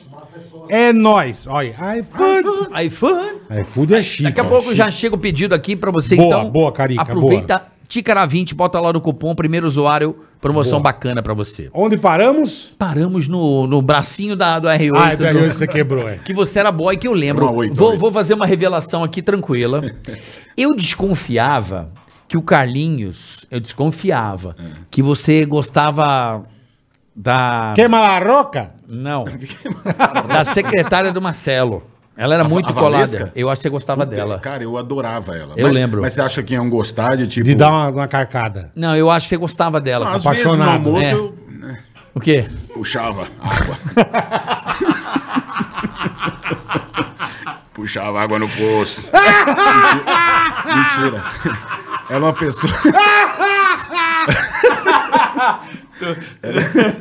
É nóis. Olha, iFood.
iFood.
iFood é chique.
Daqui a
ó,
pouco
chique.
já chega o pedido aqui pra você,
Boa,
então.
boa, Carica,
Aproveita, Ticará 20, bota lá no cupom, primeiro usuário, promoção bacana pra você.
Onde paramos?
Paramos no, no bracinho da, do R8.
Ah, é
do-
hoje você quebrou, é.
Que você era boy, que eu lembro.
Era uma oito,
vou,
oito.
vou fazer uma revelação aqui tranquila.
(laughs)
Eu desconfiava que o Carlinhos, eu desconfiava
É.
que você gostava da.
Queima a roca?
(laughs)
Não. da secretária do Marcelo. Ela era muito
a
colada.
Valesca?
Eu acho que você gostava dela.
Cara, eu adorava ela.
Eu
Mas-
lembro.
Mas você acha que iam gostar de tipo.
De dar uma, uma carcada.
Não, eu acho que você gostava dela.
Às
Papai.
vezes no
apaixonado,
almoço
né?
eu
O quê?
puxava
(laughs)
água. puxava água no poço. (laughs) Mentira. Mentira. Ela é uma pessoa.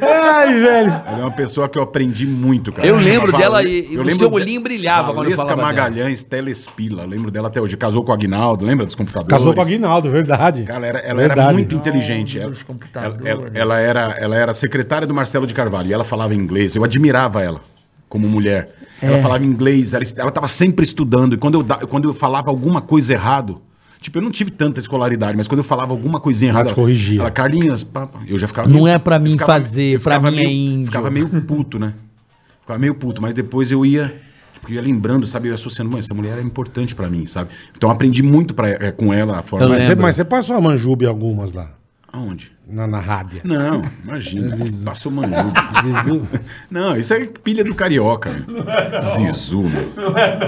Ai, velho.
Ela é uma pessoa que eu aprendi muito, cara.
Eu lembro
Chama
dela
Vale-
e- e o seu olhinho brilhava quando eu
Valesca
falava dela.
Magalhães, Telespila. Eu Lembro dela até hoje. Casou com o Agnaldo, lembra dos computadores?
Casou com o Aguinaldo, verdade.
Cara, era- ela
Verdade.
era muito inteligente. Ela, ela, ela- ela era, ela era secretária do Marcelo de Carvalho e ela falava inglês. Eu admirava ela como mulher.
É.
Ela falava inglês, ela estava sempre estudando. E quando eu, da- quando eu falava alguma coisa errado, tipo, eu não tive tanta escolaridade, mas quando eu falava alguma coisinha errada.
te corrigia.
Ela, Carlinhos, pá, pá", eu já ficava.
Não
meio-
é pra
eu
mim
ficava-
fazer,
eu
pra
ficava
mim é
meio,
índio.
Ficava meio puto, né? Ficava meio puto, mas depois eu ia. Porque eu ia lembrando, sabe? Eu ia associando, "Mano, essa mulher é importante pra mim, sabe? Então eu aprendi muito pra, eh, com ela a forma.
Eu
Mas você,
lembro.
mas você passou a manjube algumas lá,
Aonde?
na, na rádio.
Não, imagina. Passou manjuba.
Zizu.
Não, isso é pilha do carioca. meu. Zizu, meu. é-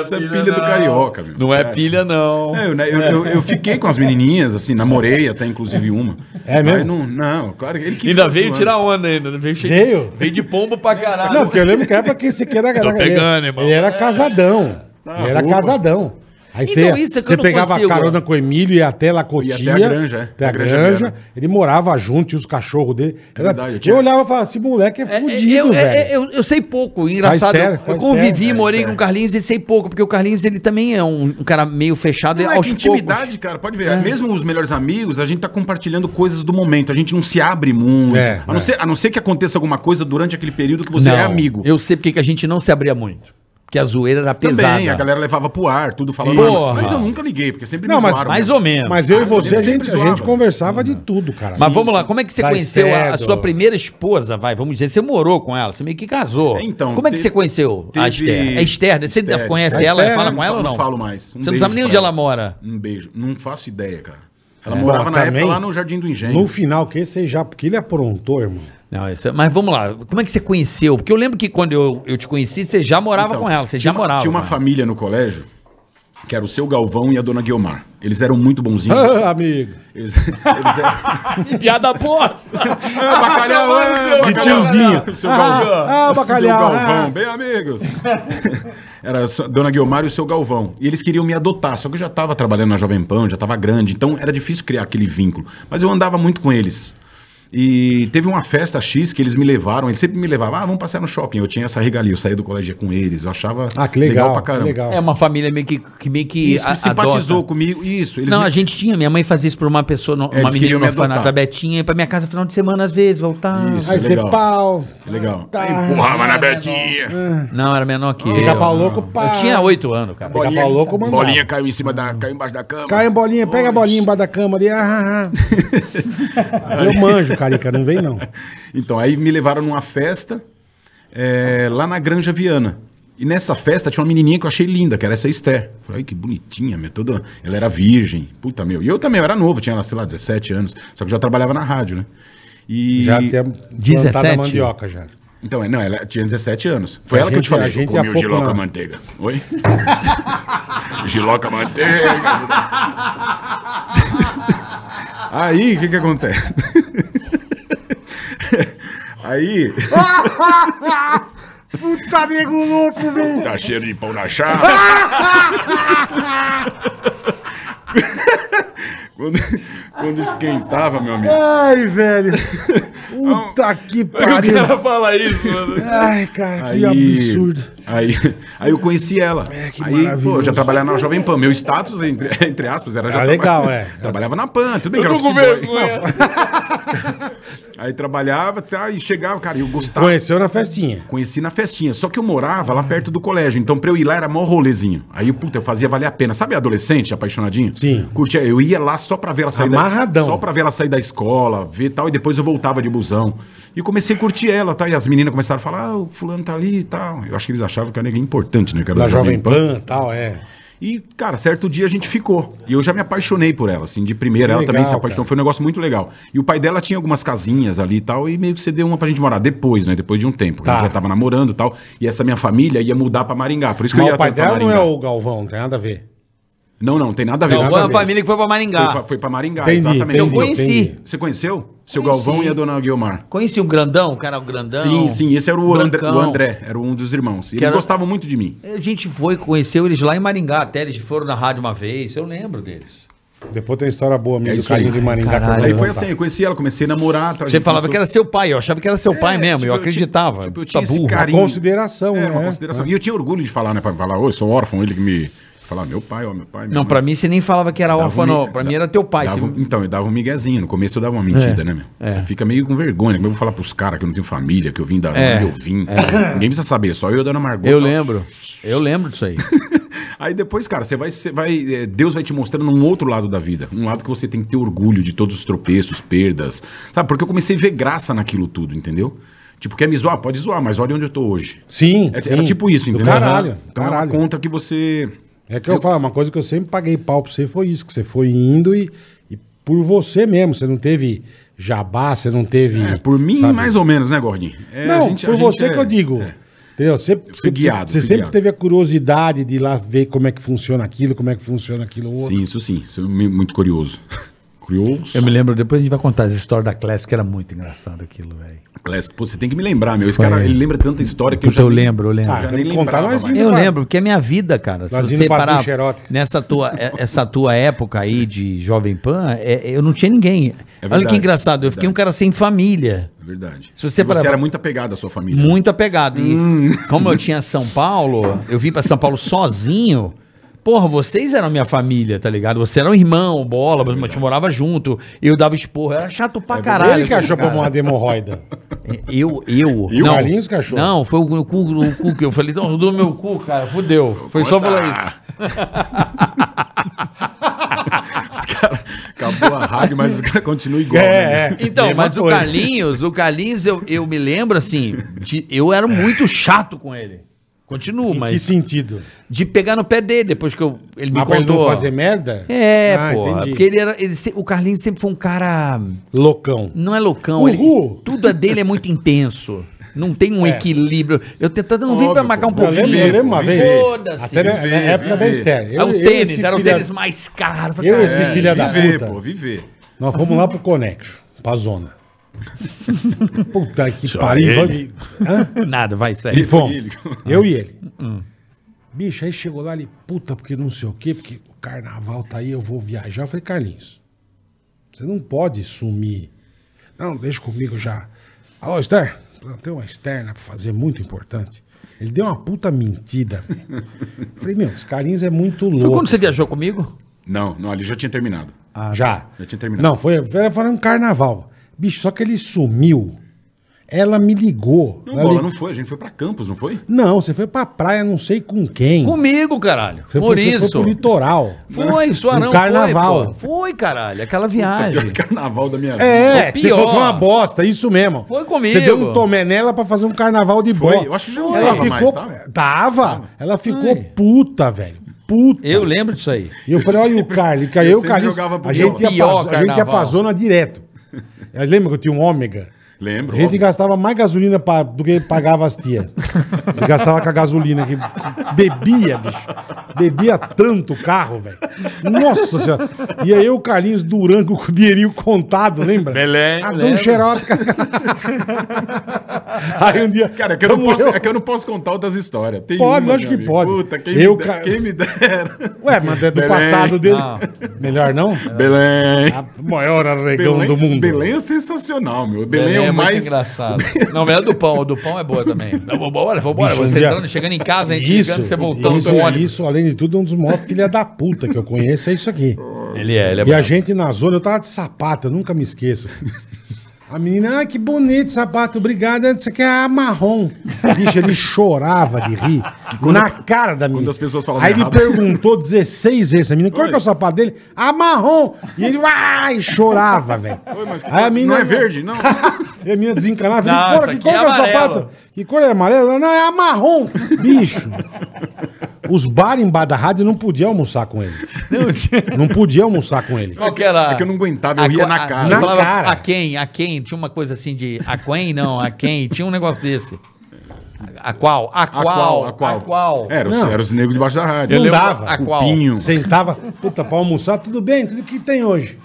Isso é pilha do carioca, meu.
Não é
Você acha?
pilha, não.
É, eu, eu- eu- eu fiquei com as menininhas, assim, namorei até inclusive uma.
É mesmo?
Mas Não, não, claro, ele que
ainda
fica
veio
zoando. É.
tirar onda, ainda. né? Veio, cheio-
Veio?
veio de pombo pra caralho.
Não, porque eu lembro que era pra quem você quer era.
Tô pegando,
ele,
irmão.
ele era casadão. ele era
roupa.
casadão. Aí
Então,
você,
isso é que
você
eu não
pegava
consigo,
carona
ó.
com o Emílio e até lá Cotia.
Ia até a granja, é.
Até a
A granja
granja.
dele
Ele morava junto, tinha os cachorros dele.
É
Era-
verdade, eu
eu,
tinha-
olhava e falava, esse moleque é
É, é,
fudido,
eu, é,
velho.
é, eu- eu sei pouco, engraçado.
Faz
eu-
terra,
eu
faz
convivi,
terra,
morei
faz
com o Carlinhos e sei pouco, porque o Carlinhos ele também é um, um cara meio fechado
Não, é
aos
que intimidade,
poucos.
cara, pode
É.
ver. Mesmo os melhores amigos, a gente tá compartilhando coisas do momento. A gente não se abre muito.
É,
a, não
é.
Ser, a não ser que aconteça alguma coisa durante aquele período que você é
Não,
amigo.
Eu sei porque que a gente não se abria muito. Porque a zoeira era
Também,
pesada.
a galera levava pro ar, tudo falando.
Porra.
"Ah, Mas eu nunca liguei, porque sempre
Não, mas
Mais ou menos.
Mas eu e
Ah,
você,
eu
a
sempre
gente, a
zoava.
gente conversava de tudo, cara.
Mas vamos lá, como é que você
Tá
conheceu a- a,
cedo.
sua primeira esposa, vai? Vamos dizer, você morou com ela, você meio que casou.
É, então,
como é que
teve-
você conheceu a
teve-
Esther? É Esther, né? você
Esther,
conhece
Esther.
ela,
Esther,
fala
não
com ela ou não?
falo- não falo mais. Um
você não
beijo
sabe nem
pra
onde
ela.
ela mora.
Um beijo. Não faço ideia, cara. Ela
É.
morava
Bom,
na
também-
época lá no Jardim do Engenho.
No final, que você já. Porque ele aprontou, irmão.
Não, isso é- mas vamos lá, como é que você conheceu? Porque eu lembro que quando eu, eu te conheci, você já morava
Então,
com ela, você já
tinha uma-
morava.
Tinha uma
com ela.
família no colégio, que era o seu Galvão e a dona Guiomar. Eles eram muito bonzinhos.
(laughs)
Ah, amigo.
Eles, eles eram...
Piada
(laughs)
bosta!
Ah, bacalhau, é,
De tiozinho.
O seu Galvão.
Ah, ah, bacalhau,
O seu Galvão,
ah.
bem amigos. (laughs) Era a sua- Dona Guiomar e o seu Galvão. E eles queriam me adotar, só que eu já estava trabalhando na Jovem Pan, já estava grande, então era difícil criar aquele vínculo. Mas eu andava muito com eles. E teve uma festa X que eles me levaram, eles sempre me levavam, ah, vamos passear no shopping. Eu tinha essa regalia, eu saí do colégio com eles, eu achava
Ah, que legal.
pra
que
caramba.
legal.
É uma família meio que, que meio que,
Isso,
a-
que simpatizou
adota.
comigo, isso. Eles
Não,
me-
a gente tinha. Minha mãe fazia isso pra uma pessoa, no-
É,
uma
eles
menina
queriam
no
me adotar.
orfanato, a Betinha, ia pra minha casa final de semana às vezes, voltar.
Isso, é
Aí você
legal. É
pau.
Legal.
Tá.
Aí Empurrava na Betinha.
Não, era menor que
Fica
eu.
pau louco, pá.
Eu tinha oito anos, cara.
Bolinha- Fica louco, mandava.
bolinha caiu em cima da. caiu embaixo da cama.
Cai a bolinha, pega a bolinha embaixo da cama ali. Ah, ah,
(laughs)
ah. Eu manjo, Carica, não vem não.
Então, aí me levaram numa festa é, lá na Granja Viana. E nessa festa tinha uma menininha que eu achei linda, que era essa Esther. Falei, "Ai, que bonitinha, meu. Toda... Ela era virgem. Puta, meu. E eu também, eu era novo, tinha, sei lá, 17 anos. Só que eu já trabalhava na rádio, né? E...
Já tinha plantado
17?
a mandioca já.
Então, é, não, ela tinha 17 anos. Foi
A
ela que eu te
gente- a
falei,
gente
eu comi
há
o
pouco
giloca
na-
manteiga. Oi? (laughs) giloca manteiga.
(laughs)
Aí, o que
(laughs)
que acontece? Aí...
Tá nego louco, velho.
Tá cheiro de pão na chapa. (laughs) quando, quando esquentava, meu amigo.
Ai,
(laughs)
velho. Puta
É
que pariu.
fala isso, mano.
Ai, cara,
Aí,
que absurdo. É,
Aí, aí eu conheci ela.
que
aí, pô,
maravilhoso.
eu já trabalhava na Jovem Pan. Meu status, entre, entre aspas, era já.
Era
traba-
legal, é.
Trabalhava na Pan, tudo bem que era office boy. (laughs) Aí trabalhava, tá, e chegava, cara, e eu gostava.
Conheceu na festinha.
Conheci na festinha, só que eu morava lá perto do colégio, então pra eu ir lá era mó rolezinho. Aí, puta, eu fazia valer a pena. Sabe adolescente, apaixonadinho?
Sim.
Curtia, eu ia lá só pra ver ela sair
Amarradão.
Da, só pra ver ela sair da escola, ver tal, e depois eu voltava de busão. E comecei a curtir ela, tá? E as meninas começaram a falar, ah, o fulano tá ali e tal. Eu acho que eles achavam que eu era ninguém importante, né? Que era
Da Jovem Pan e tal, é.
e, cara, certo dia a gente ficou. E eu já me apaixonei por ela, assim, de primeira.
Que
ela também
legal,
se apaixonou.
cara.
Foi um negócio muito legal. E o pai dela tinha algumas casinhas ali e tal, e meio que cedeu uma pra gente morar depois, né? Depois de um tempo.
Tá.
A gente já tava namorando e tal. E essa minha família ia mudar pra Maringá. Por isso que eu
Mas
ia
o pai
tanto pra
dela não é
Maringá.
o Galvão, não tem nada a ver.
Não, não, tem nada a ver.
Não, Então,
Nada
foi
a
uma
ver.
família que foi pra
Foi,
Maringá.
pra- foi pra Maringá,
Entendi,
exatamente.
entendi.
Eu conheci.
entendi.
Você conheceu? Seu
Conheci.
Galvão e a dona Guiomar.
Conheci o grandão, o cara o grandão.
Sim, sim, esse era o André,
brancão.
o André, era um dos irmãos. E Eles
era-
gostavam muito de mim.
A gente foi, conheceu eles lá em Maringá, até eles foram na rádio uma vez, eu lembro deles.
Depois tem uma história boa minha
É
do
isso aí.
Carlinhos de Maringá. que eu vou
Aí foi
contar.
assim, eu conheci ela, comecei a namorar. tá? A
Você
gente
falava
começou-
que era seu pai, eu achava que era seu pai mesmo, eu,
tipo, tinha-
acreditava. Tá
tipo, eu tinha esse
burro.
carinho.
Consideração,
É,
né?
uma consideração. E eu tinha orgulho de falar, né? Pra falar, ô, eu sou órfão, ele que me. Falar, meu pai, ó, meu pai. minha
Não,
mãe.
pra mim você nem falava que era
Dava
órfão,
um
não.
mi-
Pra
da-
mim era teu pai. É,
dava
você-
um- Então, eu dava um miguezinho. No começo eu dava uma mentira, né, meu? Você fica meio com vergonha. Como eu vou falar pros caras que eu não tenho família, que eu vim da
É.
onde eu vim. Ninguém precisa saber, só eu e a dona Margot.
Eu
Tá?
lembro, eu lembro disso aí.
(laughs) Aí depois, cara, você vai, você vai, eh, Deus vai te mostrando um outro lado da vida, um lado que você tem que ter orgulho de todos os tropeços, perdas, sabe? Porque eu comecei a ver graça naquilo tudo, entendeu? Tipo, quer me zoar? Pode zoar, mas olha onde eu tô hoje.
Sim,
É-
sim.
Era tipo isso,
Do
entendeu?
Caralho,
Então é uma
caralho.
conta que você.
É que eu, falo, uma coisa que eu sempre paguei pau pra você foi isso, que você foi indo e, e por você mesmo, você não teve jabá, você não teve...
É, por mim,
sabe?
mais ou menos, né, Gordinho? É,
não,
a gente- a
por
gente
você
é-
que eu digo. Entendeu? Você, você,
guiado,
você
fui
sempre
guiado.
teve a curiosidade de ir lá ver como é que funciona aquilo, como é que funciona aquilo outro.
Sim, isso sim. Isso é me- muito curioso. (laughs) Curioso.
Eu me lembro, depois a gente vai contar essa história da Classic, era muito engraçado aquilo, velho.
Classic. Pô, você tem que me lembrar, meu. Esse cara, ele lembra tanta história que eu
Puta,
já.
eu
nem-
lembro, eu lembro.
Ah,
já
tem
nem
que contar,
lembrava
nós
mais.
indo
Eu
Claro.
lembro, porque é minha vida, cara. Se
Nós indo
você
pra
parar
é
bucha erótica.
nessa tua, é- essa tua época aí de Jovem Pan, é- eu não tinha ninguém. Olha que
verdade,
engraçado, eu fiquei um
verdade.
cara sem família.
É verdade.
Se você
E
parar-
era muito apegado à sua família.
Muito apegado. E
Hum.
como eu tinha São Paulo, eu vim pra São Paulo sozinho. Porra, vocês eram minha família, tá ligado? Você era um irmão, bola, mas a gente morava junto. Eu dava esporro, era chato pra caralho.
É Ele que
aquele
achou pra
cara.
uma
(laughs)
hemorroida.
Eu, eu.
E o Carlinhos que achou?
Não, foi o, o cu, o cu que eu falei, então, do meu cu, cara, fudeu. Foi só
Conta.
falar isso.
(laughs) Os caras. Acabou a rádio, mas os caras continuam igual.
É,
né, meu?
Então,
Mesma
mas
coisa.
o Carlinhos, o Carlinhos, eu, eu me lembro assim, de- eu era muito chato com ele. Continuo,
Em que
mas.
sentido?
De pegar no pé dele, depois que eu, ele me
Mas pra ele não
contou.
fazer merda?
É,
Ah,
porra.
entendi.
Porque ele era. Ele, se- o Carlinhos sempre foi um cara.
Loucão.
Não é loucão, ele,
Uhul.
tudo é dele é muito intenso. Não tem um equilíbrio. Eu tentando não vir pra
Óbvio,
marcar um
pô. Eu
Eu lembro, eu
pouquinho.
lembro uma vez.
Foda-se.
Até na,
Viver,
na época da
viver.
Esther.
É o
Eu- eu
tênis,
esse
era o
filha-
tênis mais caro. Falei,
Eu
cara,
esse filha da
É, viver,
puta.
pô, viver.
Nós fomos lá pro Connection,
(laughs)
pra zona. Puta que pariu. vamos- Hã?
Nada, vai,
E
sério.
fomos.
ele. Hum.
Eu e
(laughs)
ele. Bicho, aí chegou lá ele, puta, porque não sei o quê, porque o carnaval tá aí, eu vou viajar. Eu falei, Carlinhos, você não pode sumir. Não, deixa comigo já. Alô, Esther? Não, Tem uma externa pra fazer muito importante. Ele deu uma puta
(laughs)
mentira. Falei, meu, os carinhos é muito
Foi
louco. Ah,
quando você viajou comigo?
Não, não, ali já tinha terminado.
já.
Ah, tá. já tinha terminado.
Não, foi, era foi um carnaval. Bicho, só que ele sumiu. Ela me ligou.
Não,
Ela
bola,
lig-
não foi. A gente foi pra Campos, não foi?
Não, você foi pra praia, não sei com quem.
Comigo, caralho.
Você
Por
foi, você
isso.
Foi pro litoral.
Foi, Suarão
Um carnaval.
foi, pô. Foi, caralho, aquela viagem.
Aquele carnaval da minha
É,
O
que você
pior.
falou foi uma bosta, é isso mesmo.
Foi comigo.
Você deu um tomé nela pra fazer um carnaval de
Foi,
bola.
eu acho que já não
Ela
tava
ficou,
mais,
tava.
tava?
Ela ficou puta, velho. Puta.
Eu lembro disso aí.
E eu falei, olha o Carly, que aí
eu
o Carly,
sempre jogava pro
a gente, ia
pior
pra, a gente ia pra
carnaval.
zona direto. (laughs) Eu lembro que eu tinha um ômega? A
Lembro.
gente
óbvio.
gastava mais gasolina pra, do que pagava as tias. Eu gastava com a gasolina que bebia, bicho. Bebia tanto o carro, velho. Nossa senhora. E aí eu, o Carlinhos Durango com o dinheirinho contado, lembra?
Belém,
Ah, dou um xeroca. aí um dia.
Cara, é que, eu não
tamo
posso, é que eu não posso contar outras histórias. Tem
Pode,
uma,
lógico
meu
que
amigo.
pode.
Puta, quem,
Eu,
me, der,
cara-
quem me dera.
(laughs) Ué, mas é do
Belém.
passado dele.
Ah.
Melhor não?
Belém.
Maior arregão
Belém,
do mundo.
Belém é sensacional, meu. Belém,
Belém
é o mais.
muito engraçado. Não, melhor do pão. O do pão é boa
(laughs)
também. Não, vambora, vambora.
Bicho, um
você
dia-
entrando, chegando em casa, a gente
Isso,
ligando, você voltando
isso,
com o ônibus.
isso, além de tudo, um dos maiores filha da puta que eu conheço é isso aqui.
Ele é, ele é
E
bom.
a gente na zona, eu tava de sapato, eu nunca me esqueço. A menina, ah, que bonito sapato, obrigada. Isso aqui é a marrom. Bicho, ele chorava de rir na cara da menina.
quando as pessoas falavam
Aí ele
errado.
perguntou 16 vezes a menina, qual é que é o sapato dele? A marrom. E ele, ai, chorava, velho.
Oi, mas que-
Aí Ah, a menina-
não é
(laughs)
verde, não.
E a menina desencanava.
Não,
Falei, porra, que
isso aqui
cor que
é
é o
amarelo.
sapato? Que cor é amarela? Ela, Não, é a marrom. Bicho. Os bar em bar da rádio não podia almoçar com ele. Não podia almoçar com ele.
Qual que era?
É que eu não aguentava, eu
A-
ria na
a-
cara.
eu
Na
falava,
cara.
A quem? A quem? Tinha uma coisa assim de. A quem? Não, a quem? Tinha um negócio desse. A qual? A
A
qual?
a qual?
A qual?
Era, os,
Não.
era os negros debaixo da rádio.
Eu
O
lembro-
A qual?
Pinho.
Sentava, puta, pra almoçar, tudo bem, tudo que tem hoje.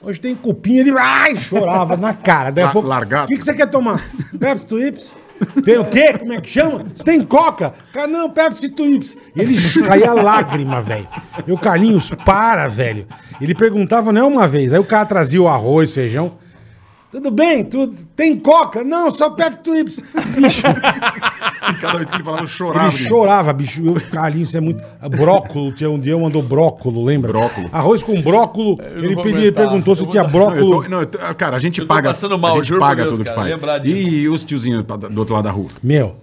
Hoje tem cupinha, ele ai, chorava na cara. Daí a
La-
pouco,
largado.
O que, que você quer tomar? Pepsi Twips? Tem o quê? Como é que chama? Você tem coca? Cara, não, Pepsi Twips. E ele ch- caía lágrima, velho. E o Carlinhos, para, velho. Ele perguntava não é uma vez. Aí o cara trazia o arroz, feijão. Tudo bem? Tudo... Tem coca? Não, só Pepsi Twips. Bicho,
E cada vez que ele falava, eu chorava.
ele
gente.
chorava, bicho. Eu, Carlinhos, é muito. Brócolo, tinha um dia eu mandou brócolo, lembra?
Brócolo.
Arroz com brócolo. Ele,
vou
pedi, ele
aguentar.
perguntou se tinha
Não, eu
brócolo.
tô- não, eu tô- cara, a gente
tô
paga.
passando mal,
a gente
juro por
paga
Deus,
tudo
cara,
que
lembrar
faz.
disso.
E os tiozinhos pra- do outro lado da rua?
Meu.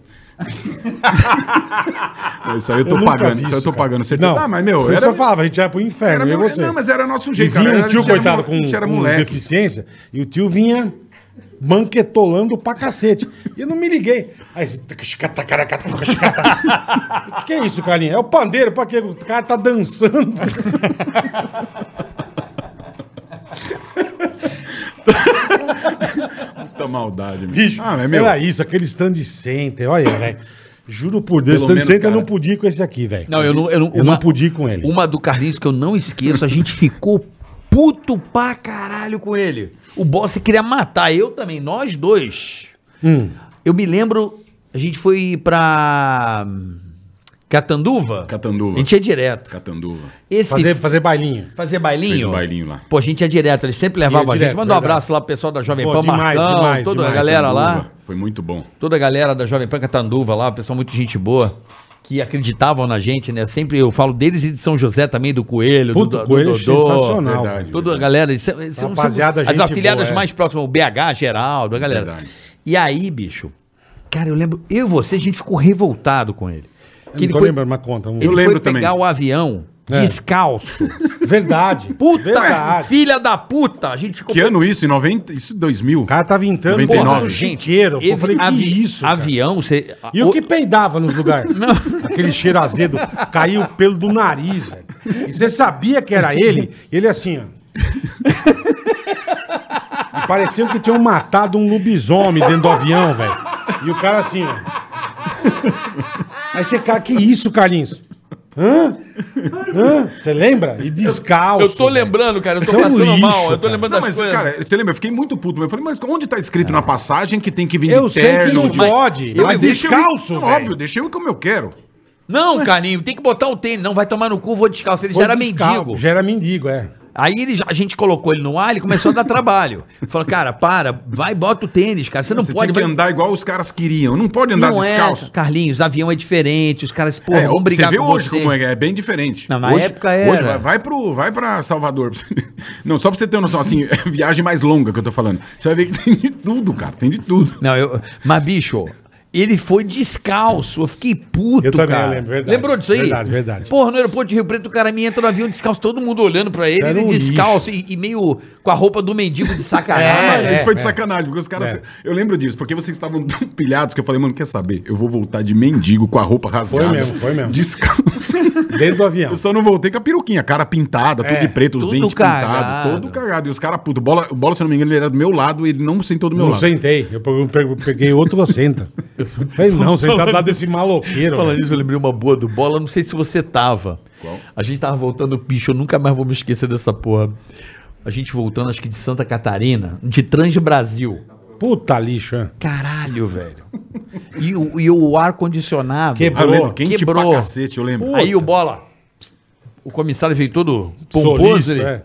Isso aí eu tô
Ah, nunca
pagando.
vi
Isso aí eu tô
cara.
pagando, certeza.
Não,
Ah, mas meu,
eu
era.
só falava, a gente ia pro inferno.
era
e
meu-
você?
Não, mas era nosso
E
jeito, cara.
vinha um
era-
tio,
a gente era
coitado,
mo-
com,
a gente era
com
moleque.
deficiência, e o tio vinha banquetolando pra cacete. E eu não me liguei. Aí, você- o (laughs) que é isso, Carlinhos? É o pandeiro, pra quê? O cara tá dançando.
Puta maldade, meu.
Bicho,
Ah, mas meu.
era isso, aquele stand center,
(laughs)
olha, velho. Juro por Deus,
Pelo
stand
menos,
center eu
cara.
não podia ir com esse aqui, velho.
Não, eu não, eu não,
Eu não podia ir com ele.
Uma do Carlinhos que eu não esqueço, a gente ficou puto pra caralho com ele. O boss queria matar eu também, nós dois.
Hum.
Eu me lembro, a gente foi pra Catanduva.
Catanduva.
A gente ia direto.
Catanduva.
Esse
Fazer, fazer bailinho.
fazer bailinho?
Fez um bailinho lá.
Pô, a gente ia direto, eles sempre levavam a
direto,
gente. Manda um
verdade.
abraço lá pro pessoal da Jovem
Pô,
Pan,
demais,
Marcão,
demais,
toda
demais,
a galera lá.
Catanduva. Foi muito bom.
toda a galera da Jovem Pan Catanduva lá, pessoal muito gente boa, que acreditavam na gente, né? Sempre eu falo deles e de São José também, do Coelho,
Puta,
do, do
coelho é
Dodô.
sensacional.
verdade.
velho.
Toda a galera. eles são- eles são-
Rapaziada,
são-
gente
As afiliadas
boa, é.
mais próximas, o BH, Geraldo, a galera.
Verdade.
E aí, bicho, cara, eu lembro, eu e você, a gente ficou revoltado com ele.
Eu
Que
não
ele
tô
foi,
lembrando, mas conta. um. vamos
ele
ver.
Eu
foi
lembro
pegar
também.
o avião
É.
descalço.
Verdade.
Puta,
verdade.
filha da puta. A gente ficou
Que ano isso? Em 90? Isso 2000.
O cara tava entrando
99.
porra, no chiqueiro. Pô, eu falei, que
avi-
isso, cara?
Avião, você...
E o que peidava nos lugares? Aquele cheiro azedo. Caiu o pelo do nariz, velho. E você sabia que era ele? Ele assim, ó. E parecia que tinham matado um lobisomem dentro do avião, velho. E o cara assim, ó. Aí você, cara, que isso, Carlinhos? Hã? Hã? Você lembra? E descalço.
Eu tô
velho.
lembrando, cara, eu tô
Isso é um
passando
lixo,
mal, eu tô
cara.
lembrando
Não,
das
mas,
coisas.
cara, você lembra? Eu fiquei muito puto. mas Eu falei, mas onde tá escrito na passagem que tem que vir de
Eu sei que não
de-
pode,
Eu
mas
deixei eu-
descalço,
Não,
velho.
Óbvio, deixei eu como eu quero.
não, Carlinho, tem que botar o tênis, não vai tomar no cu, vou descalço. Ele
Foi
já era
descalço,
mendigo.
Já era mendigo, é.
Aí ele, já- a gente colocou ele no ar, ele começou a dar trabalho. Falou, cara, para, vai, bota o tênis, cara. Você não
Você
pode.
tinha que
vai-
andar igual os caras queriam. Não pode andar
não
descalço.
é, Carlinhos, avião é diferente, os caras, pô,
É,
vão brigar
você vê
com
hoje
você.
como é, é bem diferente.
Não, na
hoje,
época
Hoje
era.
vai, vai pro, vai pra Salvador. (laughs) Não, só pra você ter noção, assim, (laughs) é viagem mais longa que eu tô falando. Você vai ver que tem de tudo, cara, tem de tudo.
Não, eu. Mas, bicho, ele foi descalço. Eu fiquei puto,
Eu também,
cara.
eu lembro, verdade.
Lembrou disso aí?
Verdade, verdade.
Porra, no aeroporto de Rio Preto, o cara me entra no avião descalço, todo mundo olhando pra ele,
Era
ele
um
descalço e, e meio com a roupa do mendigo de
(laughs)
Ah,
sacanagem.
mas
(laughs)
foi de sacanagem, porque os caras.
É.
Eu lembro disso, porque vocês estavam tão pilhados que eu falei, mano, quer saber? Eu vou voltar de mendigo com a roupa rasgada.
mesmo, foi mesmo. (laughs)
Descalço.
Dentro do avião.
Eu só não voltei com a peruquinha, cara pintada, tudo
É,
de preto, os
tudo
dentes
cagado.
pintados, todo cagado. E os caras, puto, bola, bola, se eu não me engano, ele era do meu lado e ele não sentou do meu
Não
lado.
sentei. Eu pe- pe- peguei outro, (laughs) você senta. Falei, não, sentado lá desse maloqueiro.
Falando
velho.
isso, eu lembrei uma boa do bola, não sei se você tava. A gente tava voltando, bicho, eu nunca mais vou me esquecer dessa porra. A gente voltando, acho que de Santa Catarina, de Trans Brasil.
Puta lixo, é. hein?
Caralho, velho. E o, e o ar-condicionado.
Quebrou.
Ah, eu lembro, quente
Quebrou.
pra cacete, eu lembro.
Aí o bola. pss, O comissário veio todo pomposo.
Solista,
Ele,
é.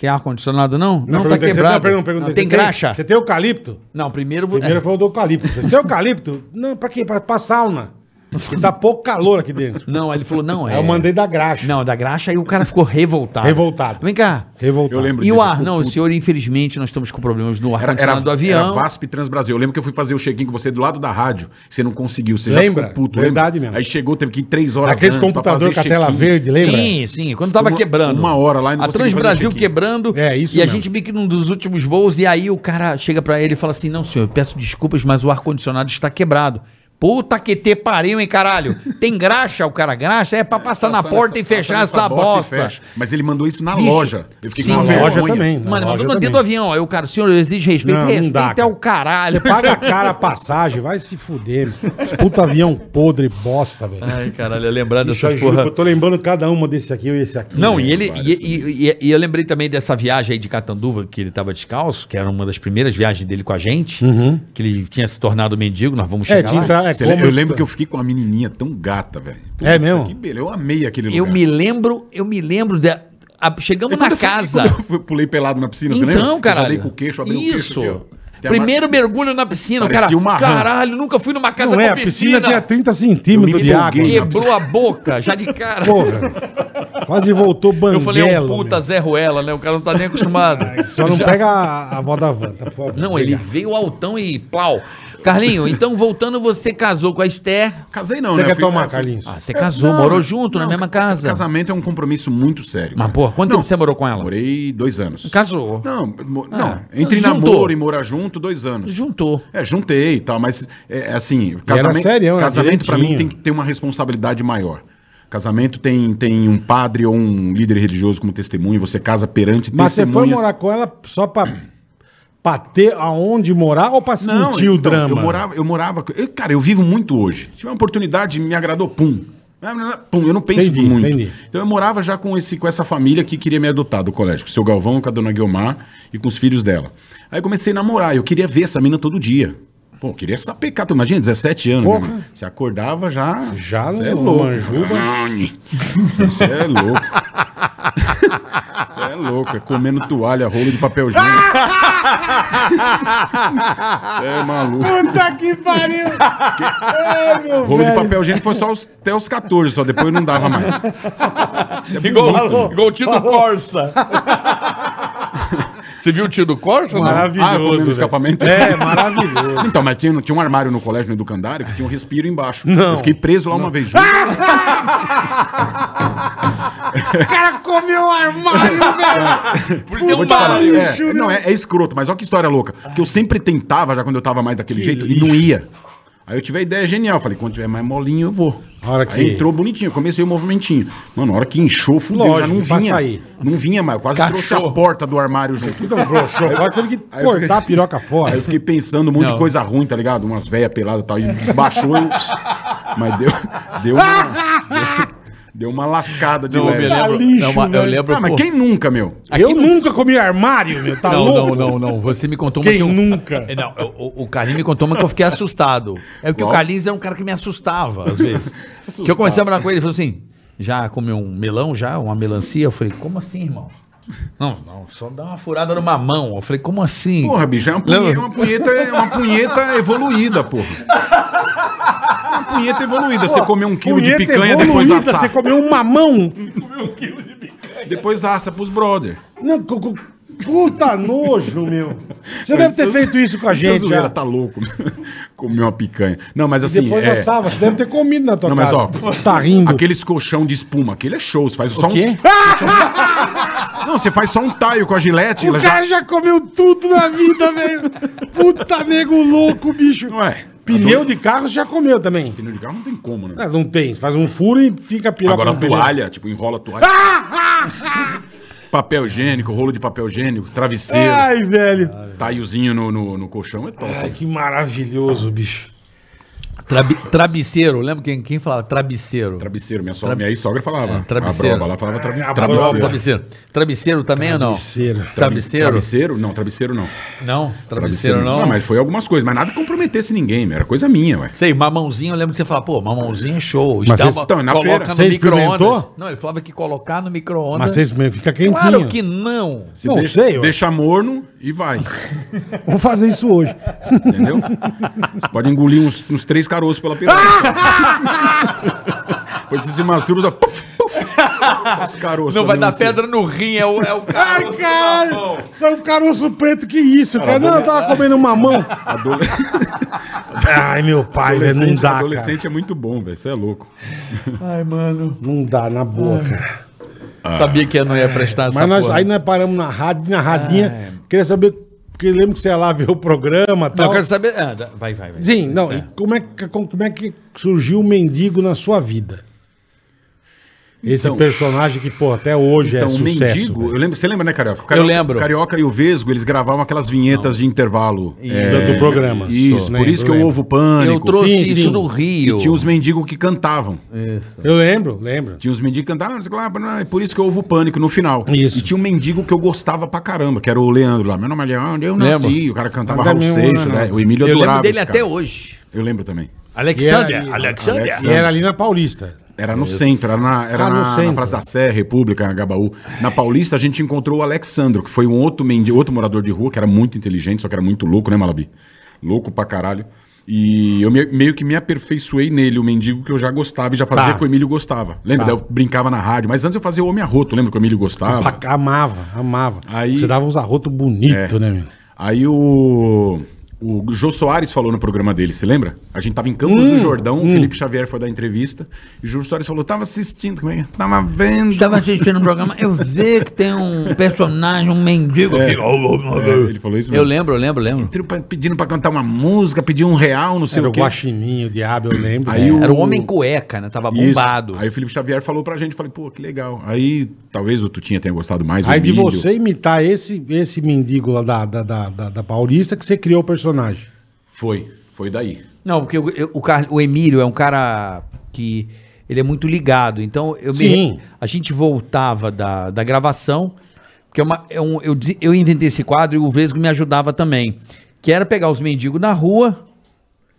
Tem ar-condicionado, não? Não, tá
perguntei, você-
quebrado.
pergunta- pergunta,
não,
você
tem graxa? É.
Você tem eucalipto?
Não, primeiro. vou-
Primeiro foi o do eucalipto. Você tem eucalipto? Não, pra quê? Pra, pra sauna. Porque dá pouco calor aqui dentro.
Não, aí ele falou, não, é.
Aí eu mandei da graxa.
Não, da graxa, aí o cara ficou revoltado.
Revoltado.
Vem cá.
Revoltado.
Eu lembro
E o
disso,
ar?
ficou
Não,
puto.
senhor, infelizmente, nós estamos com problemas no
Era, era,
ar-condicionado do
era
avião.
VASP Transbrasil. Eu lembro que eu fui fazer o check-in com você do lado da rádio. Você não conseguiu, você
Lembra?
já ficou puto.
Verdade
lembra?
mesmo.
Aí chegou, teve que ir três horas
Aqueles
pra
computadores com a tela
check-in.
verde, lembra?
Sim, sim. Quando tava
Uma-
quebrando.
uma hora lá e não
A
conseguiu fazer
Transbrasil
check-in.
quebrando.
É, isso
E a
mesmo.
gente meio que num dos últimos voos. E aí o cara chega pra ele e fala assim: Não, senhor, peço desculpas, mas o ar-condicionado está quebrado. Puta que te pariu, hein, caralho. Tem graxa, o cara graxa? É pra passar na
Passar
porta e
nessa-
fechar
passar
essa
nessa
bosta.
e fecha. Mas ele mandou isso na
Bicho,
loja. Eu fiquei
sim, na
com uma
loja
vergonha.
também. Na
Mano,
loja
mandou dentro
também.
do avião. Aí o cara, o senhor exige respeito.
Não, não
respeita
dá,
é
cara.
o caralho.
Você paga a cara a passagem, vai se fuder. meu. Puta avião podre, bosta, velho.
(laughs) Ai, caralho, é lembrar
Bicho, eu
dessas
juro
porra.
que eu tô lembrando cada uma desse aqui e esse aqui. É,
Não,
é,
velho.
e ele. E, e- e- e eu lembrei também dessa viagem aí de Catanduva, que ele tava descalço, que era uma das primeiras viagens dele com a gente,
Uhum.
que ele tinha se tornado mendigo, nós vamos
É,
chegar
de
lá.
entrar, é
Você le-
como
eu lembro que eu fiquei com uma menininha tão gata, velho.
É
Putz,
mesmo?
que beleza. Eu amei aquele lugar.
Eu me lembro, eu me lembro da. a- chegamos
E quando
na
eu fui-
casa.
(laughs) quando Eu fui- pulei pelado na piscina, você lembra?
Então,
Eu já
cara.
dei com o queixo, abri
Isso.
o queixo. aqui, ó. Tem a
Primeiro
marca-
mergulho na piscina, o
Parecia
cara.
uma rã.
Caralho, nunca fui numa casa
Não é, a
com
piscina
piscina.
tinha 30
Eu
centímetros
me
de água.
empolguei,
meu.
Quebrou a boca, já de cara.
Porra. Quase voltou banguela.
eu falei, é um puta
meu.
Zé Ruela, né? O cara não tá nem
(laughs)
acostumado.
Só não
Já-
pega a, a vó da van, tá, por favor.
Não, ele
Obrigado.
veio altão e pau. (laughs) Carlinho, então voltando, você casou com a Esther.
Casei não,
Você
né?
quer
Eu fui-
tomar,
eu fui-
Carlinhos?
Ah, você casou,
Não,
morou junto na
não,
mesma
ca-
casa.
Casamento é um compromisso muito sério.
Mas,
cara.
porra, quanto tempo você morou com ela?
Morei dois anos.
Casou.
Não, mo-
Ah,
não.
então
Entre
juntou.
namoro e morar junto, dois anos.
Juntou.
É, juntei e tal, mas é, assim,
sério,
casamento,
era né?
casamento para mim
direitinho.
tem que ter uma responsabilidade maior. Casamento tem, tem um padre ou um líder religioso como testemunho, você casa perante
Mas você foi
testemunhas.
morar com ela só pra, pra ter aonde morar ou pra
Não,
sentir o
então,
drama?
Eu morava, eu morava. eu- cara, eu vivo muito hoje. Tive uma oportunidade, me agradou, pum. Pum, eu não penso
Entendi,
muito.
entendi.
Então eu morava já com, esse, com essa família que queria me adotar do colégio, com o seu Galvão, com a dona Guiomar e com os filhos dela. Aí eu comecei a namorar, eu queria ver essa mina todo dia. Pô, eu queria sapecar, tu imagina, 17 anos.
Porra.
Né? mano? Você acordava já.
Já
Você
no-
é louco.
Manjuba.
Você é louco. (laughs) Você é louco, é comendo toalha, rolo de papel higiênico.
(laughs)
Você é maluco.
Puta que pariu! Ai, meu
Rolo de
velho.
papel higiênico foi só os- até os 14, só depois não dava
(laughs)
mais.
o tio do Corsa. (laughs) você viu o tio do Corsa? não?
Ah, eu
Maravilhoso.
comendo
velho.
escapamento.
É, maravilhoso.
(laughs) Então, mas tinha, tinha um armário no colégio, no educandário, que tinha um respiro embaixo.
Não.
Eu fiquei preso lá uma vez. juro.
cara comeu o armário, velho! Por ter
Vou te falar, é, não, é, é escroto, mas olha que história louca. Porque eu sempre tentava, já quando eu tava mais daquele jeito, e não ia. Aí eu tive a ideia genial. Falei, quando tiver mais molinho, eu vou.
A hora que-
Aí entrou bonitinho, comecei o movimentinho. Mano, a hora que inchou, fudeu,
Lógico,
já não
pra
vinha.
sair.
Não vinha mais, eu quase trouxe a
Cachorro.
porta do armário junto.
Então, bro, agora teve que
Aí eu
cortar a piroca fora.
Aí eu fiquei pensando um monte
Não.
de coisa ruim, tá ligado? Umas velhas peladas e tal. E baixou eu. Mas deu. Deu
(laughs)
uma, deu uma lascada de
Não,
leve.
eu
Tá
lembro.
lixo,
não, mas eu
velho.
lembro.
Ah, mas
pô,
quem nunca, meu?
eu nunca comi armário, meu, tá
não,
louco?
não, não, não. Você me contou
Quem
que eu-
nunca?
É, (laughs) Não, eu- o, o Carlinhos me contou uma que eu fiquei assustado. É porque o
Qual?
Carlinhos era um cara que me assustava, às
(laughs)
vezes. que eu comecei a falar com ele, ele falou assim: já comeu um melão, já? Uma melancia? Eu falei, como assim, irmão? Não, não, só dá uma furada numa mão. Eu falei, como assim?
Porra, bicho, é uma punheta,
Lembra?
uma punheta, é uma punheta evoluída, porra. Uma punheta evoluída. Você comer um quilo de
Punheta
picanha, depois
evoluída,
assar.
Você comeu um mamão.
Depois assa pros brother.
Não, cu- cu- puta nojo, meu. Você deve ter feito isso com a
É, Essa
gente.
zoeira
já.
tá louco. (laughs) Comer uma picanha. Não, mas assim...
Depois
é-
assava, você deve ter comido na tua
Não, mas
casa.
ó,
tá rindo.
Aqueles colchão de espuma, aquele é show. Você faz só
quê?
um. colchão de espuma. Não, você faz só um taio com a gilete.
O
ela
cara já comeu tudo na vida, velho. Puta nego louco, bicho.
já... Ué,
é. Pneu de carro já comeu também.
é. Pneu de carro não tem como, né?
Ah, Não tem, você faz um furo e fica piroca
Agora
no
a
pneu.
toalha, tipo, enrola
(laughs)
a toalha. papel higiênico, rolo de papel higiênico, travesseiro,
Ai, velho.
taiozinho no, no, no colchão é top.
Ai, que maravilhoso, bicho.
Trabi- trabiceiro, lembra quem, quem falava trabiceiro?
Travesseiro, minha, sogra, minha ex-sogra falava.
travesseiro.
A broba lá falava travi-
A broba.
Trabiceiro.
travesseiro.
Trabiceiro. Trabiceiro também
Travesseiro.
ou não? Travesseiro.
Travesseiro? Não, travesseiro não.
Não, travesseiro não.
Mas foi algumas coisas, mas nada que comprometesse ninguém, meu, era coisa minha, ué.
Sei, mamãozinho, eu lembro que você falava, pô, mamãozinho é show.
Mas
Estava-
vocês-
então, na
coloca
feira.
no
Você experimentou?
micro-ondas. Não, ele falava que colocar no micro-ondas.
Mas vocês fica quentinho.
Claro que não.
Se
Não
deixa,
sei, ué.
Deixa morno e vai.
Vou fazer isso hoje.
Entendeu? Você pode engolir uns, uns três caroços pela piroca. Depois você se masturba. Puf, puf, só os caroços.
Não vai dar
fazendo assim.
pedra no rim, é o, é o
(laughs)
cara.
Ai, caralho! Você é um caroço preto, que isso, cara? Não, eu tava comendo mamão.
Adole-
Ai, meu pai, velho, não
Adolescente,
dá,
adolescente é muito bom, velho. Você é louco.
Ai, mano.
cara. Não dá, na boa, cara.
Ah.
Sabia que eu não ia prestar essa
É, Mas nós,
porra.
aí nós paramos na rádio, na radinha. Queria saber, porque lembro que você ia lá ver o programa
Não,
e
eu
tal.
quero saber. Ah, dá- vai, vai, vai.
Sim, não. E como é, que, como é que surgiu o mendigo na sua vida? Esse
Então-
personagem que, pô, até hoje é
Então, o
sucesso.
mendigo.
velho.
Eu lembro, você lembra, né, Carioca? O Carioca-
lembro.
Carioca e o Vesgo, eles gravavam aquelas vinhetas de intervalo. é,
Do- do programa.
Isso,
Só,
por
lembro,
isso que eu
lembro.
ovo pânico.
Eu trouxe É.
Sim,
isso
sim.
no Rio.
E tinha uns mendigos que cantavam.
Eu lembro, lembro.
Tinha uns mendigos que cantavam, não sei o que lá, blá, blá, e por isso que eu ouvo o pânico no final.
Isso.
E tinha um mendigo que eu gostava pra caramba, que era o Leandro lá. Meu nome é Leandro, eu nasci.
Lembro.
O cara cantava
Nada
Raul
é mesmo,
Seixas,
nada.
né? O Emílio
eu lembro
adorava
dele
esse
até
cara.
hoje.
Eu lembro também.
Alexander,
E aí-
Alexander.
E era ali na Paulista.
Era no centro, era, na, era
Ah, no
na, na
centro.
Praça da Sé, República, na Gabaú. Na Paulista, a gente encontrou o Alexandro, que foi um outro, mendigo, outro morador de rua, que era muito inteligente, só que era muito louco, né, Malabi? Louco pra caralho. E eu me- meio que me aperfeiçoei nele, o mendigo que eu já gostava e já fazia
Tá.
que o Emílio gostava. Lembra? Daí eu brincava na rádio, mas antes eu fazia o Homem Arroto, lembra que o Emílio gostava?
Pra- Amava, amava.
Aí- É.
Você dava uns arrotos bonitos, né, meu?
Aí o. O Jô Soares falou no programa dele, se lembra? A gente tava em Campos
Hum,
do Jordão, o Felipe Xavier foi dar entrevista, e o Jô Soares falou, tava assistindo, como é que é? Tava vendo.
Estava assistindo um programa, eu vi que tem um personagem, um mendigo. aqui.
É, ele falou isso
Eu
mesmo.
lembro, eu lembro, lembro.
Pediram pra- Pedindo pra cantar uma música, pediu um real, não sei
Era
o
o
quê.
guaxininho, o diabo, eu lembro.
Aí
né?
o-
Era o Homem Cueca, né? Tava
Isso.
bombado.
Aí o Felipe Xavier falou pra gente, falei, pô, que legal. Aí talvez o Tutinha tenha gostado mais. o
Aí de
Emílio.
você imitar esse, esse mendigo lá da, da, da, da- da Paulista que você criou o personagem.
Foi, foi daí.
Não, porque o, eu- o, Car- o Emílio é um cara que ele é muito ligado. Então, eu me-
Sim.
a gente voltava da, da gravação, que é uma, é um- eu, desi- eu inventei esse quadro e o Vesgo me ajudava também. Que era pegar os mendigos na rua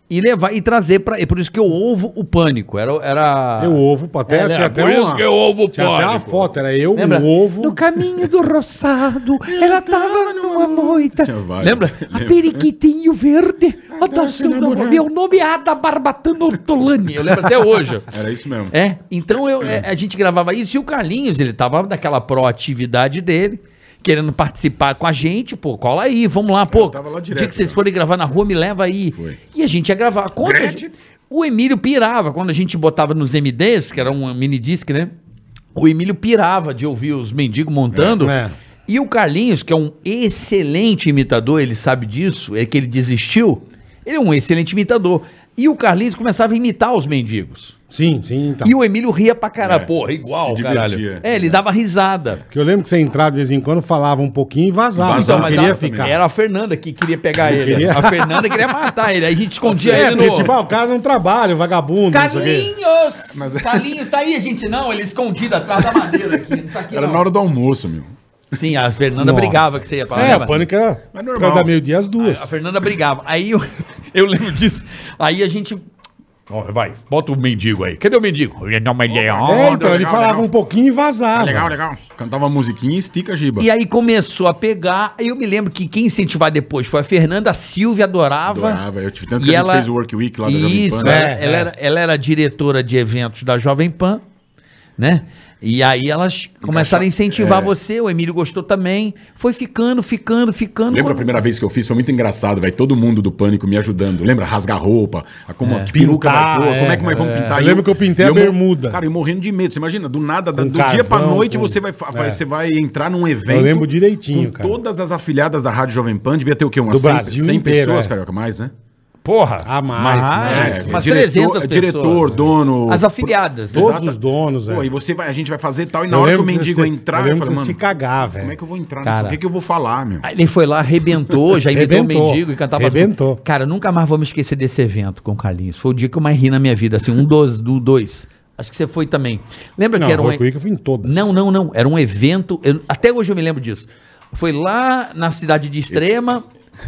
e levar e trazer pra. É por isso que eu ovo o pânico. Era. era
Ah.
Eu ovo, pô, até,
Era-
É, tinha até
É, por isso
uma,
que eu ovo o
tinha até uma
pânico.
foto, era eu,
Lembra?
um ovo.
No caminho do (laughs) roçado, ela tava numa moita. tá
Tinha vários.
Lembra? A periquitinho verde, a da seu namorado. Meu nome é Ada Barbatana Ortolani. Eu lembro até hoje.
Era isso mesmo.
É, então eu, é, a gente gravava isso e o Carlinhos, ele tava naquela proatividade dele, querendo participar com a gente, pô, cola aí, vamos lá, pô.
tava lá
dia
direto,
que vocês
cara.
forem gravar na rua, me leva aí.
Foi.
E a gente ia gravar. Quando a
Gretchen.
gente- o Emílio pirava, quando a gente botava nos MDs, que era um mini disc, né? O Emílio pirava de ouvir os mendigos montando.
É, é.
E o Carlinhos, que é um excelente imitador, ele sabe disso, é que ele desistiu. Ele é um excelente imitador. E o Carlinhos começava a imitar os mendigos.
Sim, sim, então.
E o Emílio ria pra caralho.
É,
Porra, igual,
se
caralho.
divertia.
É, ele dava risada.
Porque eu lembro que você entrava de vez em quando, falava um pouquinho e vazava.
Vazava,
Então,
mas
queria
a-
ficar.
era a Fernanda que queria pegar ele.
queria.
A Fernanda queria matar ele. Aí a gente escondia
É,
ele
porque,
no...
tipo, ah, o cara não trabalha, o vagabundo. não sei o quê.
Carlinhos! Carlinhos, tá aí, gente. Não, ele escondido atrás da madeira aqui. Não tá aqui,
Era
não.
na hora do almoço, meu.
Sim, a Fernanda
Nossa.
brigava que você ia né, pra
É,
lembra?
a pânico era
Mas normal.
cada meio-dia às
(laughs)
duas.
A Fernanda brigava. Aí eu, eu lembro disso. Aí a gente Ó, Vai, bota o mendigo aí. Cadê o mendigo? Ele não, ele é
É,
um-
então, ele
legal,
falava
legal. Tá
um pouquinho e vazava.
Legal, né? legal. Cantava musiquinha e estica a giba.
E aí começou a pegar. Eu me lembro que quem incentivar depois foi a Fernanda a Silvia, adorava.
Adorava. Eu tive tanto
E
que
ela-
a gente fez o Work Week lá da Jovem
Isso,
Pan.
ela,
né?
ela Era, ela era diretora de eventos da Jovem Pan, né? E aí elas começaram a incentivar
É.
você, o Emílio gostou também. Foi ficando, ficando, ficando.
Lembra a
Quando-
primeira vez que eu fiz? Foi muito engraçado, velho. Todo mundo do pânico me ajudando. Lembra? Rasgar roupa, a como a peruca
É. Pintar,
vai pôr, como é que
é,
nós vamos pintar?
Eu
E
lembro que eu pintei
e
a
mor-
bermuda.
Cara, eu morrendo de medo. Você imagina, do nada, da-
Com
do dia pra
carvão,
noite,
com-
você, vai, fa- vai-
é.
você vai entrar num evento.
lembro direitinho,
com
cara.
todas as afiliadas da Rádio Jovem Pan, devia ter o quê? Umas
Do
100,
Brasil
100
inteiro,
pessoas,
é.
carioca, mais, né? É,
Porra!
Ah, mais, mais.
É, tipo umas
diretor-
300
Diretor,
pessoas. né?
dono.
As afiliadas. né?
Todos
Exato.
os donos, é.
Pô, e você vai, a gente vai fazer tal, e na
Eu
hora que o
lembro que
mendigo
você-
entrar,
eu
eu
lembro
falo,
que você
mano,
se cagava,
como
velho.
é que eu vou entrar?
Cara.
nisso? O que, que eu vou falar, meu?
Aí Ele foi lá, arrebentou, já imitou o
Arrebentou.
mendigo e cantava. as-
Arrebentou.
Cara, eu nunca mais vou me esquecer desse evento com o Carlinhos. Foi o dia que eu mais ri na minha vida, assim, um dos, do dois. Acho que você foi também. Lembra
Não,
que era um.
Rock Week eu fui em todas.
Não, não, não. Era um evento. eu- até hoje eu me lembro disso. Foi lá na cidade de Extrema.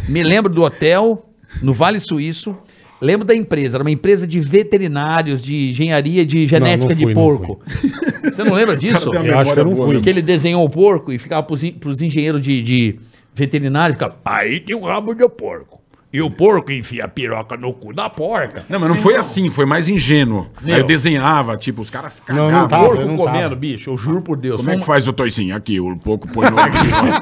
Me lembro do hotel, no Vale Suíço. Lembro da empresa. Era uma empresa de veterinários, de engenharia de genética
fui,
de
não
porco. (laughs) Você não lembra disso?
tem uma
Eu acho que eu não
memória boa,
fui.
né?
Que ele desenhou o porco e ficava pros, en- pros engenheiros de, de veterinário, ficava, aí tem um rabo de porco. E o porco enfia a piroca no cu da porca.
Não, mas não foi assim, foi mais ingênuo. Aí eu desenhava, tipo, os caras
Não,
cagavam.
não tava,
Porco,
Ah, eu não
Porco comendo,
tava.
bicho, eu juro por Deus.
Como é que
Foi
faz o toicinho? Aqui, o pouco põe no aqui.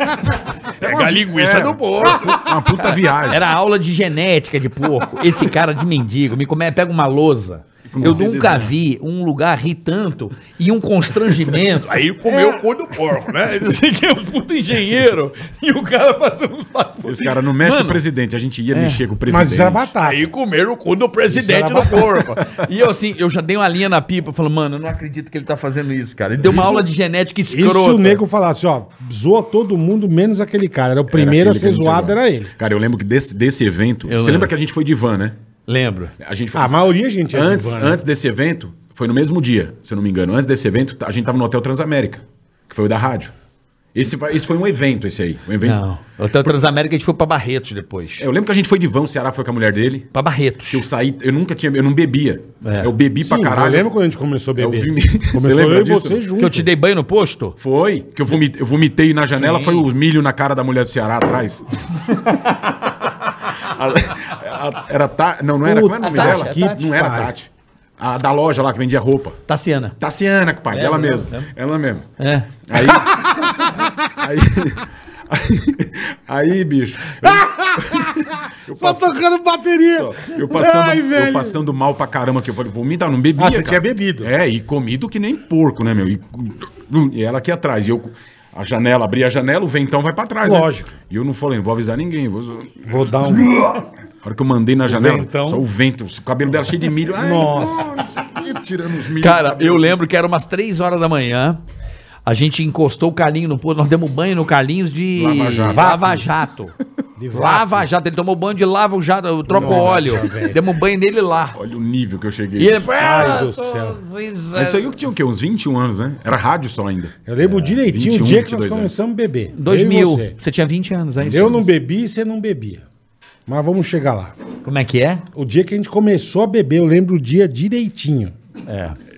uma- Pega a
é.
linguiça do porco.
Uma puta viagem.
Era aula de genética de porco. Esse cara de mendigo me come, pega uma lousa. Eu
Comecei a
nunca
desenhar.
vi um lugar rir tanto e um constrangimento. Aí comeu o cu do porco, (laughs) né? Ele disse que é um puto engenheiro e o cara fazendo uns
E Os caras não mexem com o
Mano,
presidente, a gente ia mexer com o presidente.
É. Mas isso era batata.
Aí comeram o cu do
era
presidente do corpo. E eu assim, eu já dei uma linha na pipa, falando, mano, eu não acredito que ele tá fazendo isso, cara. Ele deu uma aula de genética
E se
escrota.
o nego falasse, ó, zoa todo mundo menos aquele cara. Era o
Era
primeiro a
aquele que
ser
gente
zoado,
zoava.
era ele.
Cara, eu lembro que desse, desse evento. você
lembro.
lembra que a gente foi de van, né?
Lembro.
A gente foi
A maioria, gente, é de
antes,
van, né?
antes desse evento, foi no mesmo dia, se eu não me engano. Antes desse evento, a gente tava no Hotel Transamérica, que foi o da rádio. Esse, vai- esse foi um evento, esse aí. Um evento.
Não. Hotel Transamérica, a gente foi pra Barretos depois.
É, Eu lembro que a gente foi de van, o Ceará foi com a mulher dele.
Pra
que eu
Barretos.
saí, eu nunca tinha, eu não bebia.
É.
Eu bebi pra
Sim,
caralho.
Eu lembro quando a gente começou a
Eu
beber.
vi- (laughs) Você
Começou
lembra
eu e
disso?
você
Que eu
junto.
te dei banho no posto?
Foi, que eu vomitei, eu vomitei na janela,
Sim.
foi o milho na cara da mulher do
(laughs)
Ceará atrás. A- a- era Tati, não, não era, como era o nome
A Tati,
dela?
a é Tati.
Não era
Pare.
Tati. A da loja lá que vendia roupa.
Taciana.
Taciana, pai,
Lembro,
ela
lembro,
mesma.
lembro.
Ela mesma.
É.
Aí, aí, (laughs) aí, aí, bicho, eu
Só Tá
passando,
tocando bateria.
eu passando,
Ai,
eu
velho.
passando mal pra caramba, que eu falei, vomitar, não bebia,
Ah, você
cara.
tinha bebido.
É, e comido que nem porco, né, meu? E, e ela aqui atrás. E eu, a janela, abri a janela, o ventão vai pra trás, né?
Lógico.
E eu não falei, não vou avisar ninguém. Vou... A
Vou dar um...
hora que eu mandei na janela,
ventão.
só o vento, o cabelo dela cheio de milho. Ai,
Nossa.
não sei o quê, tirando os milhos. assim.
Cara, eu lembro que era umas 3 horas da manhã. A gente encostou o Carlinho no posto, nós demos banho no Carlinhos de
Lava Jato.
Lava Jato.
De vapo.
lava Jato, ele tomou banho de lava o jato, eu troco
Nossa,
óleo.
velho.
Demos banho nele lá.
Olha o nível que eu cheguei.
E ele "Ah, foi.
Ai, do céu.
Mas isso aí eu tinha o quê? Uns 21 anos, né? Era rádio só ainda.
Eu lembro direitinho
21,
o dia que nós
22 anos.
começamos a beber. Eu,
2000.
e
Você.
você.
tinha 20 anos, é isso?
eu não bebi e você não bebia. Mas vamos chegar lá.
Como é que é?
O dia que a gente começou a beber, eu lembro o dia direitinho.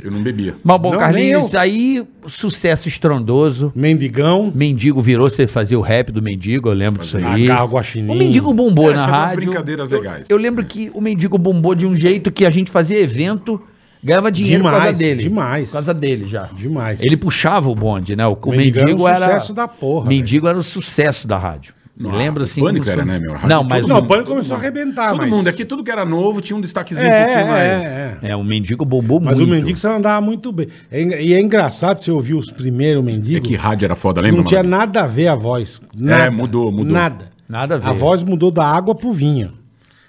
Eu não bebia.
Mas bom,
É. Não,
Carlinhos,
nem
aí sucesso estrondoso.
Mendigão,
Mendigo virou, você fazia o rap do Mendigo, eu lembro disso
Ah,
aí.
carro guaxinim.
O Mendigo bombou
É,
na
fazia umas
rádio.
brincadeiras
Eu-
legais.
Eu, lembro que o Mendigo bombou de um jeito que a gente fazia evento, ganhava dinheiro por
Demais,
causa dele.
demais.
Por causa dele já.
demais.
Ele puxava o bonde, né? O, o
Mendigão
Mendigo,
era um
era...
sucesso da porra,
Mendigo era o sucesso da rádio. Me
Ah,
lembro
o
assim...
Pânico
como
era,
se-
né, meu? A rádio
Não,
todo
mas...
Não,
o-
o pânico começou a arrebentar,
Todo
mas...
mundo aqui, tudo que era novo, tinha um
é,
destaquezinho um
é,
pouquinho mais.
é.
É, o Mendigo bombou
Mas
muito.
o mendigo você andava muito bem. É en- E é engraçado você ouvir os primeiros mendigos.
É que rádio era foda, lembra?
não tinha
mano? É,
nada a ver a voz. Nada,
mudou, mudou.
Nada.
Nada a ver.
A voz mudou da água pro vinho.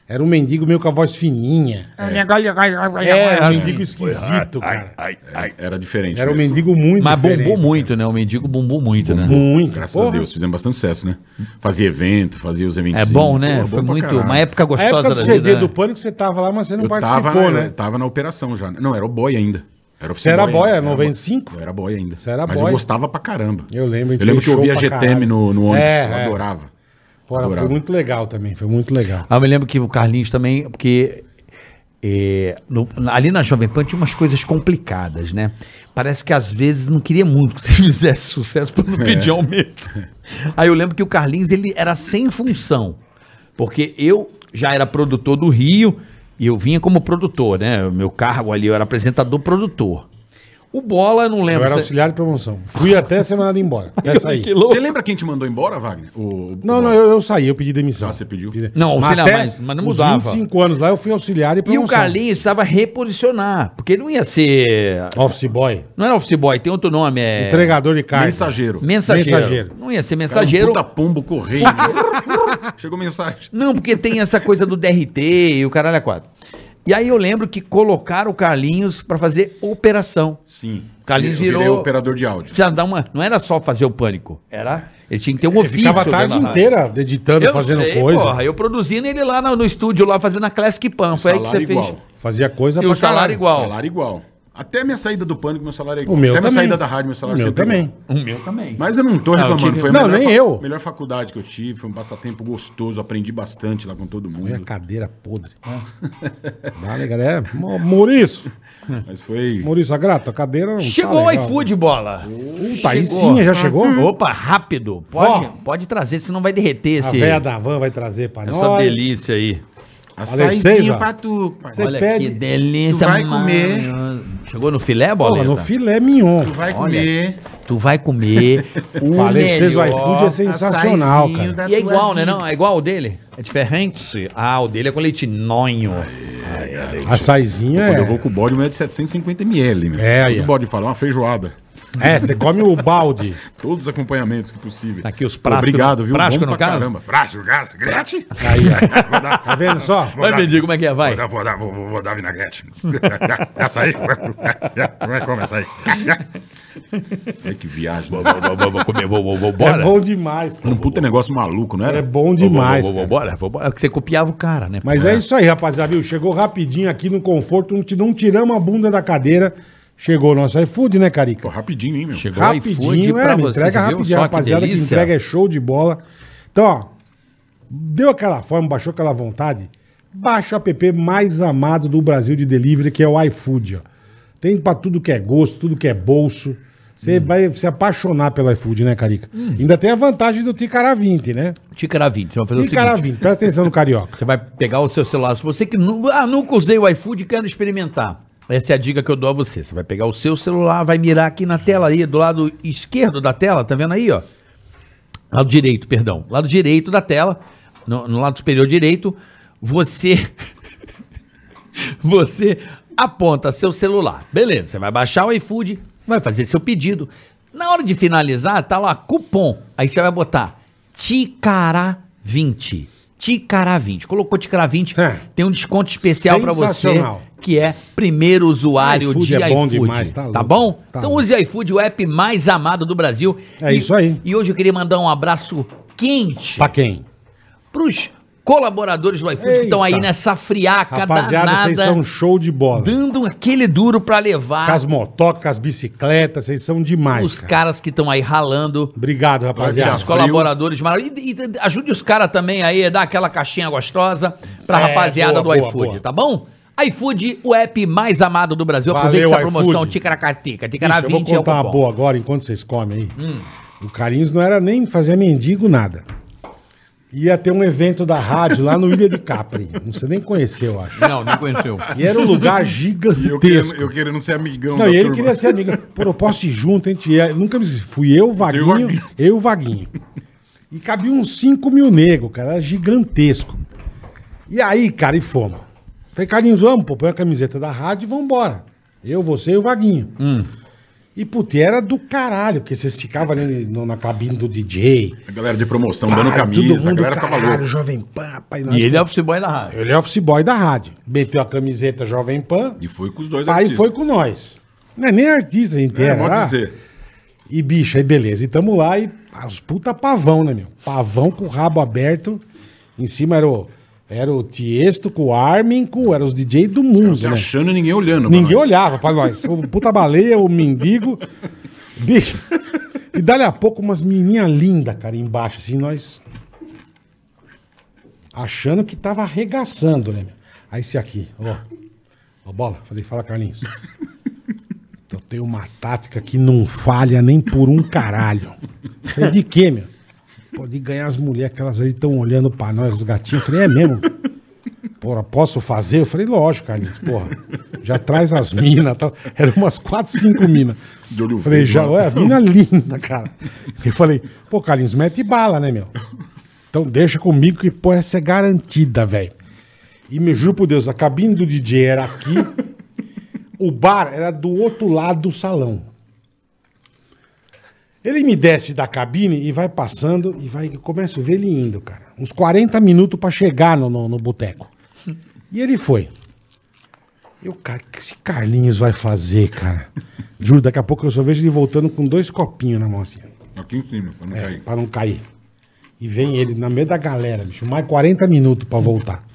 Era um mendigo meio com a voz fininha. É, um mendigo esquisito, cara.
Era diferente.
Era um
mesmo.
mendigo muito
Mas bombou
diferente.
muito, né? O Mendigo bombou muito, né?
Muito.
Graças a
porra.
Deus, fizemos bastante sucesso, né? Fazia evento, fazia os eventos.
É bom, né? Foi muito. Uma época
A
gostosa
época do
da
CD
vida.
do
né?
Pânico você tava lá, mas você não
Eu
participou,
tava, na-
né?
eu tava na operação já. né? Não, era o boy ainda. Era
Você era boy,
ainda,
era 95?
boy. Eu era boy ainda.
Você era
Mas
boy.
eu gostava pra caramba.
Eu lembro, a gente
Eu lembro
fez
que eu
show
ouvia
pra
GTM
caralho.
no, no ônibus.
É,
eu
é.
adorava.
Porra, foi
Adorava.
muito legal também, foi muito legal.
Ah, eu me lembro que o Carlinhos também, porque é, no- na- ali na Jovem Pan tinha umas coisas complicadas, né? Parece que às vezes não queria muito que (laughs) você fizesse sucesso para não pedir aumento. Aí eu lembro que o Carlinhos ele era sem função, porque eu já era produtor do Rio e eu vinha como produtor, né? O Meu cargo ali eu era apresentador produtor. O Bola eu não
Eu
lembro.
era
se-
auxiliar de promoção. Fui até ser
(laughs)
mandado embora. Até sair.
É, Que louco.
Você lembra quem te mandou embora, Wagner? O- o-
Não, não, eu, eu saí, eu pedi demissão.
Ah, você pediu?
Pedi-
Não, auxiliar,
até
mas- mas não
os
mudava.
25 anos lá eu fui auxiliar e
E
promoção.
o Carlinhos precisava reposicionar, porque ele não ia ser.
Office boy.
Não era office boy, tem outro nome, é.
Entregador de carga.
Mensageiro.
Mensageiro.
Mensageiro. é
Não ia ser
Cara, um
mensageiro.
Puta pombo correio. (laughs) Chegou mensagem.
Não, porque tem essa coisa do DRT e o caralho é quatro. E aí eu lembro que colocaram o Carlinhos pra fazer operação.
Sim.
Carlinhos
Eu virei
virou-
operador de áudio.
Tipo,
Precisava dar uma. Não era só fazer o pânico. Era. Ele tinha que ter um ofício.
Ficava a tarde
dentro da rádio.
inteira editando,
Eu
fazendo
sei,
coisa.
Porra, eu produzindo ele lá no, no estúdio, lá fazendo a Classic Pan. Foi aí que você fez.
Fazia coisa
E o salário
caralho.
igual.
Salário igual. Até a minha saída do pânico, meu salário é
O
igual.
meu
Até a minha
também.
saída da rádio, meu salário
O meu
sempre é igual.
também. Ah,
O meu também.
Mas eu não tô
eu
reclamando.
tive-
Foi a
Não,
melhor
nem
fa-
eu.
melhor faculdade que eu tive, foi um passatempo gostoso, aprendi bastante lá com todo
Põe a (laughs)
mundo.
cadeira podre. (laughs) Vale, galera. Ah. É, Mo- Maurício.
Mas foi.
Maurício, a grata, a cadeira não tá
Chegou o
legal.
iFood, bola.
Puta, aí sim, já chegou?
Opa, rápido. Pode,
Ó.
pode trazer, senão vai derreter
A
esse,
véia da van vai trazer pra
essa
nós.
delícia aí.
Alexei, ó.
Açaizinho pra tu. pai.
Você
Olha
pede,
que delícia,
tu vai comer.
maravilhosa. Chegou no filé,
Porra,
bola?
no filé é mignon.
Tu vai
Olha.
comer.
Tu vai
(laughs)
comer o
Falei pra vocês, o
melhor.
iFood é sensacional,
açaizinho
cara.
da
E é
tua
igual, né?
vida.
Não, é igual o dele. É diferente. Ah, o dele é com leite nonho.
Açaizinho
Quando eu
é...
vou com o bode, o meu é de 750ml, meu.
É, aí,
O
ó.
bode fala, uma feijoada.
É, você come o balde.
Todos os acompanhamentos que possível.
Tá aqui os pratos
Obrigado,
que-
viu?
pratos
Bom
que no
pra
caso?
caramba. Prato, gás, grete.
Aí, ó. Tá vendo só?
Vai me dizer como é que é, vai.
Vou dar, vou dar, vou, vou, vou dar vinagrete. (laughs) Essa aí. Como é que come essa
(laughs)
aí? É que viagem.
Vamos comer, vou, vou,
É bom demais, cara.
Um puta negócio maluco, não era?
É bom demais, cara.
bora, vou, bora. É que você copiava o cara, né?
Mas é isso aí, rapaziada, viu? Chegou rapidinho aqui no conforto, não, te- não tiramos a bunda da cadeira. Chegou o nosso iFood, né, Carica?
Pô, rapidinho, hein, meu?
Chegou o iFood
Rapidinho, é,
pra
ele
você,
entrega
você viu
rapidinho.
só
A
que
rapaziada que,
delícia?
entrega é show de bola. Então, ó, deu aquela fome, baixou aquela vontade, baixa o app mais amado do Brasil de delivery, que é o iFood, ó. Tem pra tudo que é gosto, tudo que é bolso.
Hum.
Você vai se apaixonar pelo iFood, né, Carica? Ainda tem a vantagem do Ticará 20, né?
Ticará 20, você vai fazer o é seguinte.
Ticará 20, presta atenção no
(laughs)
Carioca.
Você vai pegar o seu celular. Se você que nu- ah, nunca usei o iFood, quero experimentar. Essa é a dica que eu dou a você. Você vai pegar o seu celular, vai mirar aqui na tela aí, do lado esquerdo da tela, tá vendo aí, ó? Lado direito, perdão. Lado direito da tela, no, no lado superior direito, você (laughs) você aponta seu celular. Beleza, você vai baixar o iFood, vai fazer seu pedido. Na hora de finalizar, tá lá cupom. Aí você vai botar Ticará 20. Ticará 20. Colocou Ticará 20,
É.
tem um desconto especial pra você,
Sensacional.
que é primeiro usuário
iFood
de
é
iFood.
bom demais, tá louco.
bom?
Tá
então
louco.
use iFood, o app mais amado do Brasil.
É
E-
isso aí.
E hoje eu queria mandar um abraço quente
Pra quem?
pros colaboradores do iFood que estão aí
Eita.
nessa friaca
Rapaziada, vocês são show de bola.
dando aquele duro pra
Com
levar
as motocas, com as bicicletas, vocês são demais.
os
cara.
caras que estão aí ralando.
Obrigado,
Os
rapaziada.
Obrigado.
colaboradores maravilhosos. E, e- ajude os caras também aí a dar aquela caixinha gostosa pra
É,
rapaziada
boa,
do
boa,
iFood,
boa.
tá bom? iFood, o app mais amado do Brasil. Aproveite
Valeu,
essa promoção
iFood.
Ticaracatica. Ticará
Bicho, eu vou
20 é o
contar uma
cupom.
boa agora, enquanto vocês comem aí. O Carinhos não era nem fazer mendigo, nada. Ia ter um evento da rádio lá no Ilha de Capri. Não sei nem conheceu, eu acho.
Não, não conheceu.
E era um lugar
Eu querendo,
gigantesco.
eu querendo ser amigão
Não,
da
e ele
turma.
queria ser amigo. Pô, eu posso ir junto, a gente ia. Nunca me esqueci. Fui eu, Vaguinho,
Vaguinho.
eu, Vaguinho. E cabia uns 5 mil negros, cara. Era gigantesco. E aí, cara, e fomos. Falei, Carlinhos, vamos, pô, põe a camiseta da rádio e vambora. Eu, você e o Vaguinho.
Hum.
E, puta, e era do caralho, porque vocês ficavam ali no- na cabine do DJ.
A galera de promoção,
Pá,
dando camisa, a galera tava
caralho,
louca.
Jovem Pan, pai,
E ele é o futebol da rádio.
ele é office boy da rádio. Meteu a camiseta Jovem Pan.
E foi com os dois
Aí foi com nós. Não é nem artista
É,
inteiro.
pode
lá.
dizer.
E bicho, aí beleza. E tamo lá e ah, os puta pavão, né, meu? Pavão com o rabo aberto. Em cima era o, era o Tiesto com o Armin, com, era os DJ do mundo,
Se
né?
achando e ninguém olhando.
Ninguém
pra nós.
olhava pra nós. O puta baleia, o mendigo. Bicho. E dali a pouco umas menininhas lindas, cara, embaixo, assim, nós. Achando que tava arregaçando, né? meu? Aí esse aqui, ó. Ó, bola. Falei, fala, Carlinhos. eu tenho uma tática que não falha nem por um caralho. Falei, de quê, meu? Pô, de ganhar as mulheres, que elas ali estão olhando pra nós, os gatinhos. Falei, é mesmo? Porra, posso fazer? Eu falei, lógico, Carlinhos, porra. Já traz as minas. tal. Eram umas quatro, cinco minas.
De olho
Falei,
verde,
já,
lá.
ué, as minas linda, cara. Eu falei, pô, Carlinhos, mete bala, né, meu? Então deixa comigo que, pô, essa é garantida, velho. E me juro por Deus, a cabine do DJ era aqui, o bar era do outro lado do salão. Ele me desce da cabine e vai passando e vai, eu começo a ver ele indo, cara. Uns 40 minutos pra chegar no, no, no boteco. E ele foi. Eu, cara, o que esse Carlinhos vai fazer, cara? Juro, daqui a pouco eu só vejo ele voltando com dois copinhos na mão assim,
Aqui em cima, pra não
é,
cair. (laughs)
pra não cair. E vem ele na meio da galera, bicho, mais 40 minutos pra voltar.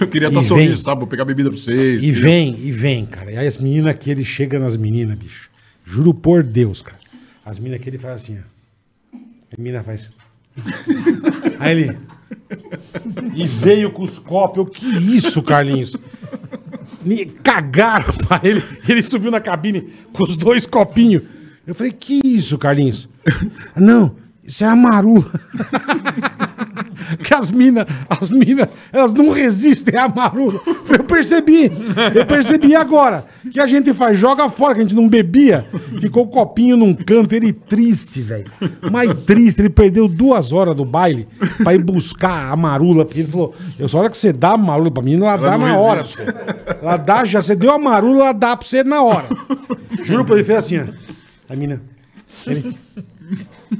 Eu queria
E
estar
vem.
sorriso, sabe? Vou pegar bebida pra vocês.
E vem, e vem, cara. E aí as meninas que ele chega nas meninas, bicho. Juro por Deus, cara. As meninas que ele faz assim, ó. A menina faz. assim. (laughs) aí ele. E veio com os copos. Eu, que isso, Carlinhos? Me cagaram pra ele. Ele subiu na cabine com os dois copinhos. Eu falei, que isso, Carlinhos? Não, isso é a marula. que as minas, as minas, elas não resistem à marula. Eu percebi, eu percebi agora. O que a gente faz? Joga fora, que a gente não bebia. Ficou o copinho num canto, ele triste, velho. Mas triste, ele perdeu duas horas do baile pra ir buscar a marula. Porque ele falou, eu só a hora que você dá a marula pra mim, ela, dá
não
na hora pra
resiste.
você. Ela dá já, você deu a marula, ela dá pra você na hora. Juro pra ele, fez assim, ó. A mina... Ele,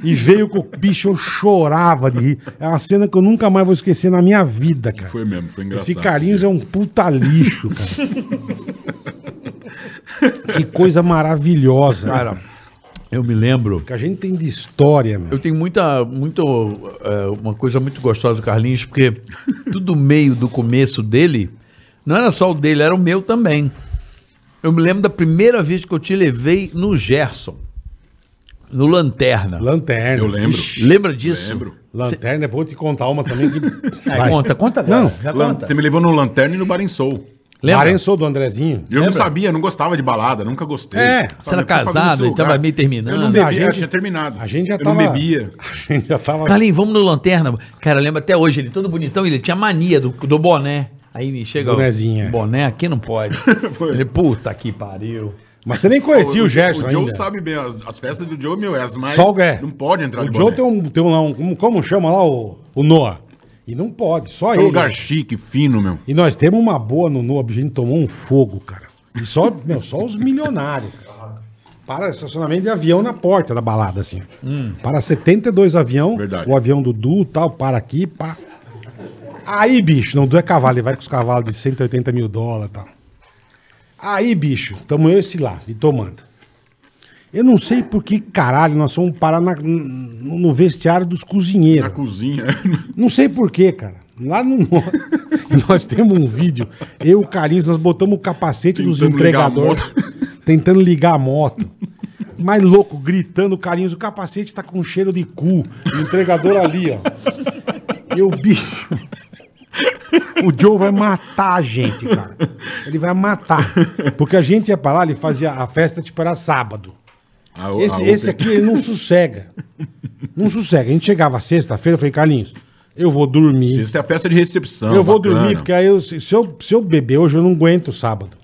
e veio com o bicho, eu chorava de rir. É uma cena que eu nunca mais vou esquecer na minha vida, cara.
Foi mesmo, foi engraçado.
Esse Carlinhos é um puta lixo,
(laughs)
cara. que coisa maravilhosa. Cara,
Eu me lembro.
que a gente tem de história, meu.
Eu tenho muita, muito, é, uma coisa muito gostosa do Carlinhos, porque tudo meio do começo dele, não era só o dele, era o meu também. Eu me lembro da primeira vez que eu te levei no Gerson, no Lanterna.
Lanterna.
Eu lembro.
Lembra disso?
Lembro.
Lanterna, vou te contar uma também que.
É,
Vai.
conta, conta agora.
Não,
já
Lan-
conta.
Você me levou no Lanterna e no Bar em Soul.
Lembra?
Arensou do Andrezinho.
Eu não sabia, não gostava de balada, nunca gostei.
É.
Sabe,
Você era
eu tava fazendo
casado
esse
e
então
lugar.
tava meio terminando.
Eu não
Não,
bebia,
a gente-
tinha terminado.
A gente já
eu
tava.
não
(laughs)
bebia.
A gente já tava.
Carlinhos, vamos no Lanterna. Cara, lembra até hoje, ele todo bonitão, ele tinha mania do, do boné. Aí me chega o
Bonezinho, é.
boné aqui não pode. ele, puta que pariu.
Mas você nem conhecia o, Gerson,
O Joe
ainda.
sabe bem, as, as festas do Joe, meu, é as mais.
Só o é.
Não pode entrar
O
de
Joe
boné.
tem um, tem um, lá, um- como, como chama lá o, o Noah? E não pode, só
É um
ele.
lugar chique, fino, meu.
E nós temos uma boa no Noah, a gente tomou um fogo, cara. E só, (laughs) meu, só os milionários. cara. Para estacionamento de avião na porta da balada, assim. Para 72 avião,
Hum. Verdade.
o avião do Du tal, para aqui, pá. Aí, bicho, não, Du é cavalo, ele vai com os cavalos de 180 mil dólares e tal. Aí, bicho, tamo eu e esse lá, e tomando. Eu não sei por que caralho nós fomos parar na- no no vestiário dos
Na
cozinheiros.
cozinha. (laughs)
Não sei porquê, cara. Lá no. (laughs) nós temos um vídeo. Eu e o Carlinhos, nós botamos o capacete dos
Tentando ligar a
entregadores. (laughs) Tentando ligar a moto. Mas louco, gritando, Carlinhos, o capacete tá com cheiro de cu. O entregador ali, ó. Eu, bicho. O Joe vai matar a gente, cara. Ele vai matar. Porque a gente ia pra lá, ele fazia a festa, tipo, era sábado.
A- a
Esse,
Open.
esse aqui ele não sossega. Não sossega. A gente chegava sexta-feira, eu falei, Carlinhos, eu vou dormir.
Isso é a festa de recepção.
eu vou
bacana.
dormir, porque aí eu, se, se eu, se eu beber hoje, eu não aguento sábado.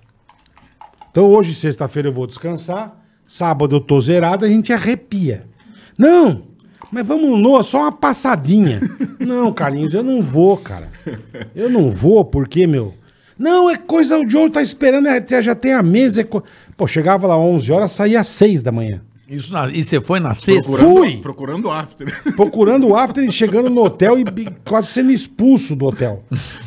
Então hoje, sexta-feira, eu vou descansar. Sábado eu tô zerado, a gente arrepia. Não, mas vamos no, só uma passadinha. (laughs) não, Carlinhos, eu não vou, cara. Eu não vou, porque, meu. Não, é coisa, o Joe tá esperando, é- já tem a mesa. é co- Pô, chegava lá 11 horas, saía às 6 da manhã.
Isso na- e você foi na sexta?
Procurando,
Fui!
Procurando after. (laughs)
procurando o after e chegando no hotel e bi- quase sendo expulso do hotel.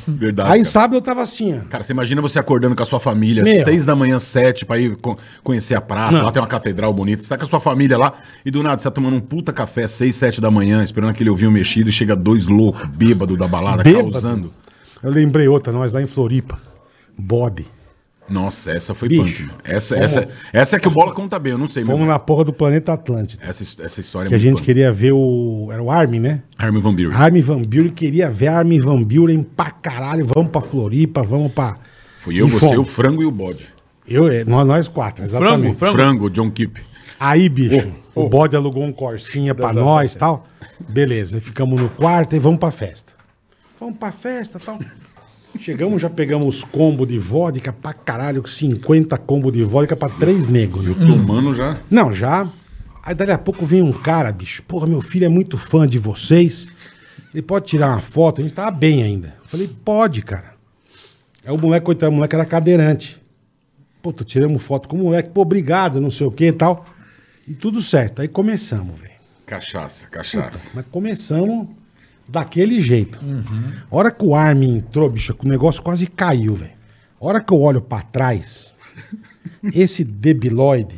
Verdade.
Aí
Ah, cara.
sábado eu tava assim, ó.
Cara, você imagina você acordando com a sua família,
Meu.
seis da manhã, sete, pra ir co- conhecer a praça, lá tem uma catedral bonita. Você tá com a sua família lá e do nada você tá tomando um puta café, seis, sete da manhã, esperando aquele ovinho mexido e chega dois loucos, bêbado da balada,
Bêbado.
Tá causando.
Eu lembrei outra, nós lá em Floripa. Bode.
Nossa, essa foi
Bicho,
punk. mano. Essa, essa, essa é que o Bola conta bem, eu não sei
Fomos
mesmo.
na porra do planeta Atlântico.
Essa, his- essa história é
Que a gente
punk.
queria ver o. Era o Armin, né?
Armin Van Buren.
Armin Van Buren, queria ver Armin Van Buren pra caralho. Vamos pra Floripa, vamos pra.
Fui eu,
E
você,
fomos.
o frango e o bode.
Eu, é, nós, nós quatro, exatamente.
Frango, John Keep.
Aí, bicho, o bode alugou um corsinha pra nós e tal. Beleza, aí ficamos no quarto e vamos pra festa. Vamos pra festa e tal. Chegamos, já pegamos os combos de vodka pra caralho, 50 combos de vodka pra três negros. né?
Tomando já.
Não, já. Aí dali a pouco vem um cara, bicho. Porra, meu filho é muito fã de vocês. Ele pode tirar uma foto? A gente tava bem ainda. Eu falei, pode, cara. Aí o moleque, coitado, o moleque era cadeirante. Puta, tiramos foto com o moleque. Pô, obrigado, não sei o que e tal. E tudo certo. Aí começamos, velho.
Cachaça, cachaça.
Mas começamos daquele jeito. A hora que o Armin entrou, bicho, que o negócio quase caiu, velho. A hora que eu olho pra trás, esse debiloide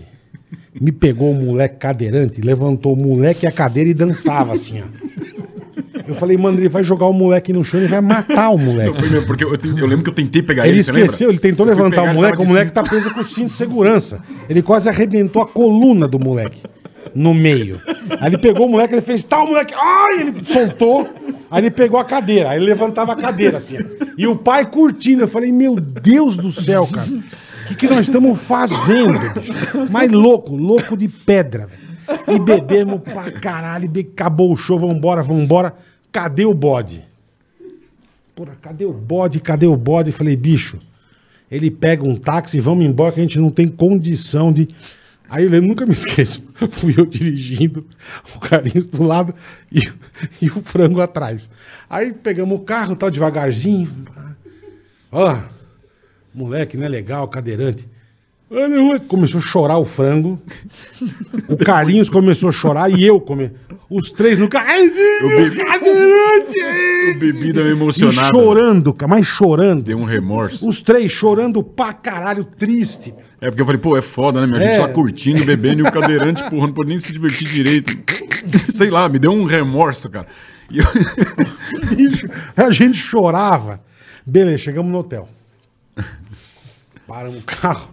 me pegou o moleque cadeirante, levantou o moleque e a cadeira e dançava assim, ó. Eu falei, mano, ele vai jogar o moleque no chão e vai matar o
Não,
moleque.
foi mesmo, porque eu, te- eu lembro que eu tentei pegar
É. Ele
ele, você
esqueceu, ele
lembra?
tentou
Eu fui
levantar
pegar,
o
ele
moleque, o
tava de
moleque
cinto.
tá preso com cinto de segurança. Ele quase arrebentou a coluna do moleque no meio. Aí ele pegou o moleque, ele fez tal, o moleque. Ai, ele soltou. Aí ele pegou a cadeira, aí ele levantava a cadeira assim. ó. E o pai curtindo. Eu falei, meu Deus do céu, cara. O que, que nós estamos fazendo? bicho? Mas louco, louco de pedra, velho. E bebemos pra caralho, be- acabou o show, vambora, vambora. Cadê o bode? Porra, cadê o bode? Cadê o bode? Eu Falei, bicho, ele pega um táxi, vamos embora, que a gente não tem condição de. Aí eu nunca me (laughs) esqueço. Fui eu dirigindo, o carinho do lado e, e o frango atrás. Aí pegamos o carro, tal, devagarzinho. Ó, moleque, não é legal, cadeirante. Olha, olha. Começou a chorar o frango. O Carlinhos começou a chorar e eu come... Os três no carro. Ai,
bebi-
cadeirante!
Bebida
E
emocionada.
chorando, cara, mas chorando.
Deu um remorso.
Os três chorando pra caralho, triste. (laughs)
É porque eu falei, pô, é foda, né, meu? A
É.
gente lá curtindo, bebendo e o cadeirante, porra, não pode nem se divertir direito. (laughs) Sei lá, me deu um remorso, cara. E eu... (laughs)
A gente chorava. Beleza, chegamos no hotel. Paramos o carro.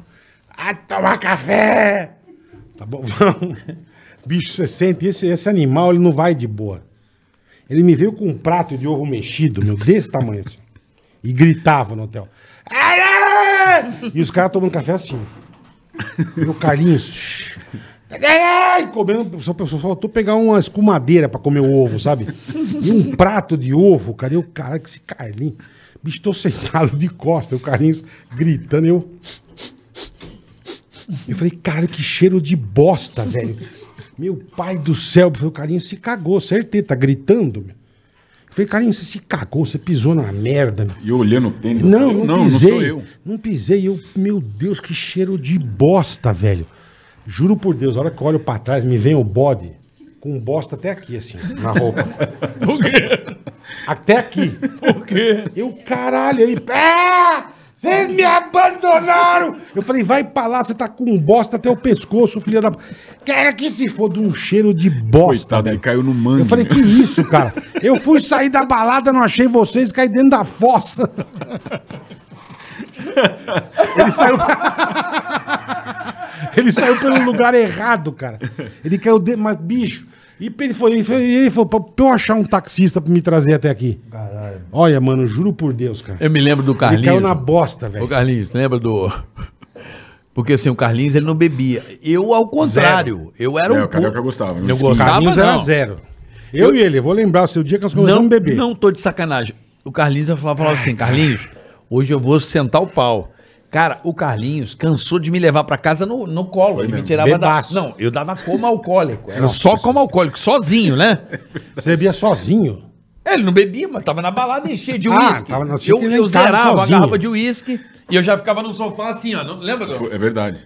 Ah, tomar café! Tá bom, (laughs) vamos. Bicho, você sente, esse, esse animal, ele não vai de boa. Ele me veio com um prato de ovo mexido, meu, desse tamanho assim. E gritava no hotel. Ai, ai! E os caras tomando café assim. E o Carlinhos. Ai, ai, comendo, só, só faltou pegar uma escumadeira pra comer o ovo, sabe? E um prato de ovo, cara. E o cara, que esse Carlinhos. Bicho, tô sentado de costa, o Carlinhos gritando, eu. Eu falei, caralho, que cheiro de bosta, velho. Meu pai do céu, Eu falei, o Carlinhos se cagou, certeza, tá gritando. Meu. Eu falei, Carlinhos, você se cagou, você pisou na merda, meu.
E eu olhando o tênis. eu
Não,
falei,
não, pisei. Não, (laughs) pisei. Eu, meu Deus, que cheiro de bosta, velho. Juro por Deus, a hora que eu olho pra trás, me vem o bode com bosta até aqui, assim, na roupa.
(laughs) Por quê?
até aqui.
Por quê?
Eu, caralho, aí. Ah! Vocês me abandonaram! Eu falei, vai pra lá, você tá com bosta até o pescoço, filha da. Cara, que se for de um cheiro de bosta.
Coitado, ele caiu no mangue,
Eu falei,
né?
que isso, cara? Eu fui sair da balada, não achei vocês, caí dentro da fossa. Ele saiu. ele saiu pelo lugar errado, cara. Ele caiu dentro. Mas, bicho. E ele foi, ele foi, ele falou, pra pra eu achar um taxista pra me trazer até aqui. Caralho. Olha, mano, juro por Deus, cara.
Eu me lembro do
Ele
Carlinhos.
caiu na bosta,
Ô,
velho.
Carlinhos, lembra do. Porque assim, o Carlinhos ele não bebia. Eu, ao contrário, eu era um.
É, o Carioca
pouco-
gostava, né?
Eu
Esquinha.
gostava,
Carlinhos
não.
era zero. Eu, e ele, eu vou lembrar o seu dia que nós começamos
não,
a beber.
Não tô de sacanagem. O Carlinhos eu falava, falava assim, Carlinhos, hoje eu vou sentar o pau. Cara, o Carlinhos cansou de me levar pra casa no, no colo. ele me
mesmo.
tirava da.
Bebaço.
Não, eu dava como alcoólico. Era
(laughs) Nossa,
só como alcoólico, sozinho, né?
Você bebia sozinho.
É, Ele não bebia, mas tava na balada enchia de
Ah,
uísque.
tava na-
eu
ele
eu
em casa
zerava
sozinho.
a garrafa de uísque e eu já ficava no sofá assim, ó. Não, lembra? Do...
É verdade.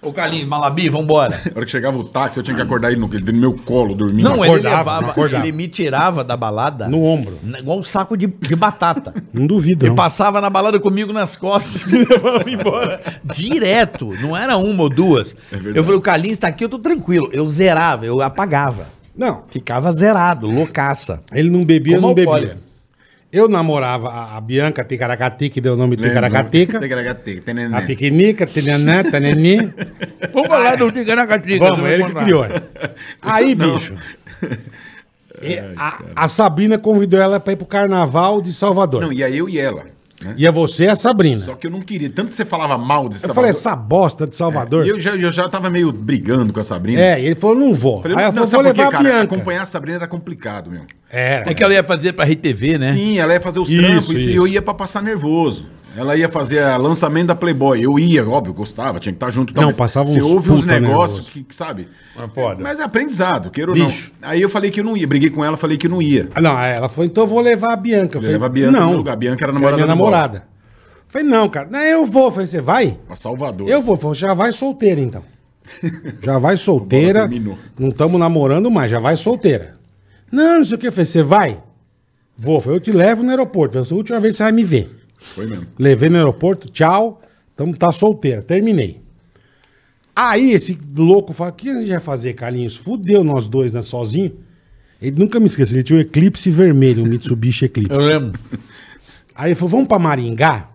Ô Carlinhos, Malabi,
(laughs)
vambora.
A hora que chegava o táxi, eu tinha que acordar ele no, ele no meu colo, dormindo.
Não, ele
acordava, não é
levava,
acordava.
ele me tirava da balada
No ombro.
na- igual um saco de, de
(laughs)
batata.
Não duvido.
Ele
não.
passava na balada comigo nas costas (laughs) e me levava embora. Direto, não era uma ou duas.
É
verdade.
eu falei, o Carlinhos tá aqui, eu tô tranquilo. Eu zerava, eu apagava.
Não,
Ficava zerado, loucaça.
Ele não bebia, eu
Como
não bebia.
alcoólico.
Eu namorava a, a Bianca Ticaracatica, que deu o nome de Ticaracatica. A
Ticaracateca.
Piquinica, Tinanã,
(laughs)
Tanani.
Vamos lá do Ticaracatica.
Vamos, ele que criou. Aí,
(laughs)
bicho. e a, a Sabina convidou ela pra ir pro carnaval de Salvador.
Não, ia eu e ela. né?
E é você e a Sabrina.
Só que eu não queria. Tanto que você falava mal de
eu falei,
Salvador. É,
essa bosta de Salvador.
E eu já, eu já tava meio brigando com a Sabrina.
É, e ele falou, não vou.
Falei,
Aí eu
não,
falei, vou
sabe por quê,
levar a
cara?
Bianca.
Acompanhar a Sabrina era complicado, meu.
Era.
É que ela ia fazer pra RTV, né?
Sim, ela ia fazer os
Isso,
trampos
isso.
e eu ia pra passar nervoso. Ela ia fazer a lançamento da Playboy. Eu ia, óbvio, gostava, tinha que estar junto. e tal,
Não,
mas
passava
Você
uns
ouve uns
puta
negócios
nervoso.
que, que, sabe?
Mas pode.
Mas é aprendizado, queira ou não.
Bicho.
Aí eu falei que eu não ia. Briguei com ela, falei que não ia.
Ah, Não, aí ela falou, então eu vou levar a Bianca. Eu falei,
Leva a Bianca
não,
no lugar. A Bianca era
que
namorada
minha
do Bola.
namorada. Eu Falei, não, cara. Não, eu vou. Eu Falei, você vai?
A Salvador.
Eu vou. Eu Falei, já vai solteira,
(laughs)
então. Já vai
O
solteira.
Bola terminou.
Não estamos namorando mais, já vai solteira. Não, não sei o que. Eu Falei, você vai? Vou. Eu Falei, eu te levo no aeroporto. Eu Falei, essa é a última vez que você vai me ver.
Foi mesmo.
Levei no aeroporto, tchau. Tamo, tá solteira, terminei. Aí esse louco fala: o que a gente vai fazer, Carlinhos? Fudeu nós dois, né? Sozinho. Ele nunca me esquece, ele tinha um eclipse vermelho, um
(laughs)
Mitsubishi Eclipse.
Eu lembro.
Aí ele falou: vamos pra Maringá?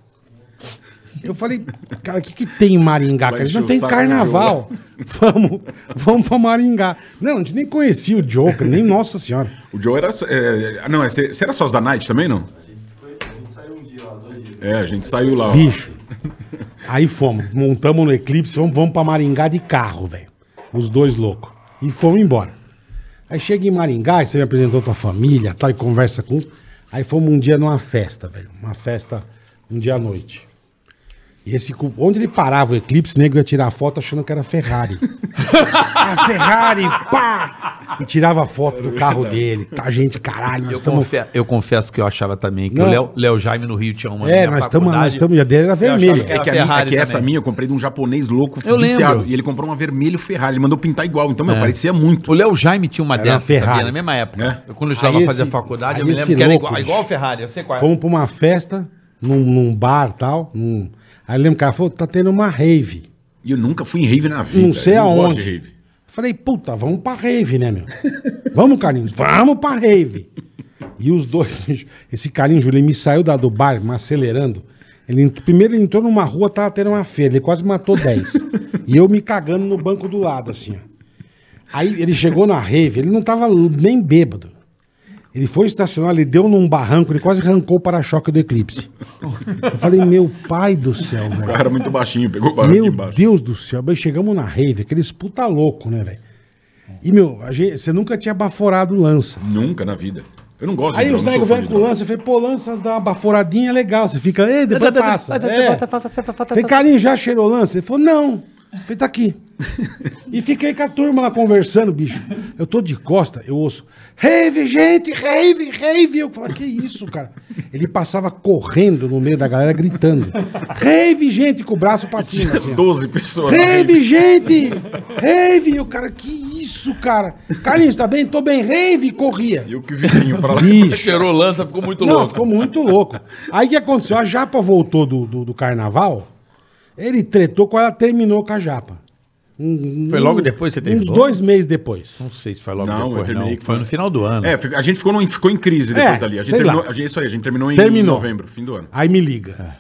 Eu falei, cara, o que, que tem em Maringá?
Vai
Cara?
encher
Não
o
tem
saco
carnaval. (laughs) Vamos, vamos pra Maringá. Não, a gente nem conhecia o Joker, nem Nossa Senhora.
O Joe era. só- é, é, não, é, você você era sócio da Night também, não? É, a gente saiu lá. ó.
Bicho. Aí fomos, montamos no Eclipse, fomos, vamos pra Maringá de carro, velho. Os dois loucos. E fomos embora. Aí chega em Maringá, aí você me apresentou tua família, tal, e conversa com. Aí fomos um dia numa festa, velho. Uma festa, um dia à noite. E esse, cu- onde ele parava o Eclipse, o nego ia tirar foto achando que
(laughs)
era Ferrari. a Ferrari, pá! E tirava foto do carro dele. Tá, gente, caralho, nós
Eu,
estamos
confe- eu confesso que eu achava também que
Não.
o Léo- Léo Jaime no Rio tinha uma.
É,
na
nós estamos, nós
faculdade.
estamos, e a dele era vermelha.
achava
É que, a
Ferrari
minha, é que essa
também.
minha eu comprei de um japonês louco,
Eu lembro.
E ele comprou uma vermelho Ferrari, ele mandou pintar igual. Então,
É.
meu, parecia muito.
O Léo Jaime tinha uma
Era
dessa,
uma Ferrari. né?
sabia? Na mesma época.
É.
Eu, quando eu estava
Aí
fazendo
esse-
faculdade,
aí
eu me
esse
lembro que era
louco,
igual,
bicho. um
igual o Ferrari, eu sei qual é.
Fomos pra uma festa, num, num bar tal. Num... Aí eu lembro que ela falou, tá tendo uma rave.
E eu nunca fui em rave na vida.
não sei
eu gosto
aonde.
de rave.
Falei, puta, vamos pra rave, né, meu? vamos, Carlinhos, vamos pra rave. E os dois, bicho, esse Carlinhos Júlio, ele me saiu da, do bar, me acelerando. Ele, ent- primeiro ele entrou numa rua, tava tendo uma feira, ele quase matou
(laughs)
10. e eu me cagando no banco do lado, assim, ó. Aí ele chegou na rave, ele não tava nem bêbado. Ele foi estacionar, ele deu num barranco, ele quase arrancou o para-choque do Eclipse. Eu falei, meu pai do céu,
O
velho.
cara era muito baixinho, pegou o barulho
Meu
aqui embaixo.
Deus do céu, bem, chegamos na rave, aqueles puta louco, né, velho? E, meu, a gente- você nunca tinha baforado lança.
Nunca na vida. Eu não gosto
Aí
droga,
os
não sou
negros
fã
vêm
de
com
droga.
lança, eu falei, pô, lança dá uma baforadinha é legal. Você fica, ei,
(laughs)
depois
Tá,
passa. É. Falei, carinho, já cheirou lança? Ele falou, não. Eu Falei, tá aqui. E fiquei com a turma lá conversando, bicho. Eu tô de costa, eu ouço, rave, gente, rave, rave. Eu falo, que isso, cara? Ele passava correndo no meio da galera, gritando. Rave, gente, com o braço pra cima, assim. ó.
12 pessoas. na
Rave, gente! Rave! O cara, que isso, cara? Carlinhos, tá bem? Tô bem. Rave! Corria.
E eu que vizinho pra
(laughs)
lá.
Bicho.
Cheirou lança, (laughs) ficou muito
Não,
louco.
ficou muito louco. Aí o que aconteceu? A Japa voltou do, do, do carnaval, ele tretou com ela, terminou com a Japa. Um-
Foi logo depois que você
Uns
terminou?
dois meses depois.
Não sei se foi logo
Não, eu
depois,
terminei
não.
com-
Foi no final do ano.
É, fica- a gente ficou, no- ficou em crise depois
É,
dali. A gente
sei
terminou,
lá.
a gente, isso aí, a gente terminou em
Terminou.
novembro, fim do ano.
Aí me
É.
liga.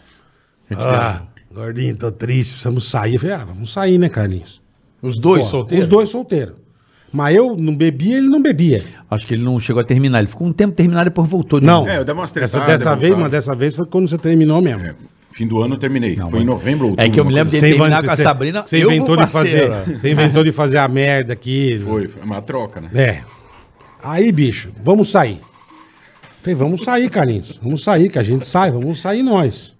Ah, gordinho, tô triste, precisamos sair. Eu falei, ah, vamos sair, né, Carlinhos?
Os dois
Pô,
solteiros?
Os dois solteiros. Mas eu não bebia, ele não bebia.
Acho que ele não chegou a terminar. Ele ficou um tempo terminado e depois voltou. de
Não.
novo.
É, eu dava umas
Dessa,
tretadas,
né,
dessa vez,
voltava.
mas dessa vez foi quando você terminou mesmo.
É, fim do ano eu terminei. Foi em novembro ou
É que eu me
uma
lembro
coisa
dele terminar com a Sabrina,
Você
eu
inventou
vou
de fazer,
parceiro.
você inventou de fazer a merda aqui.
assim. Foi, foi uma troca, né?
É. Aí, bicho, vamos sair. Falei, vamos sair, Carlinhos. Vamos sair, que a gente sai, vamos sair nós.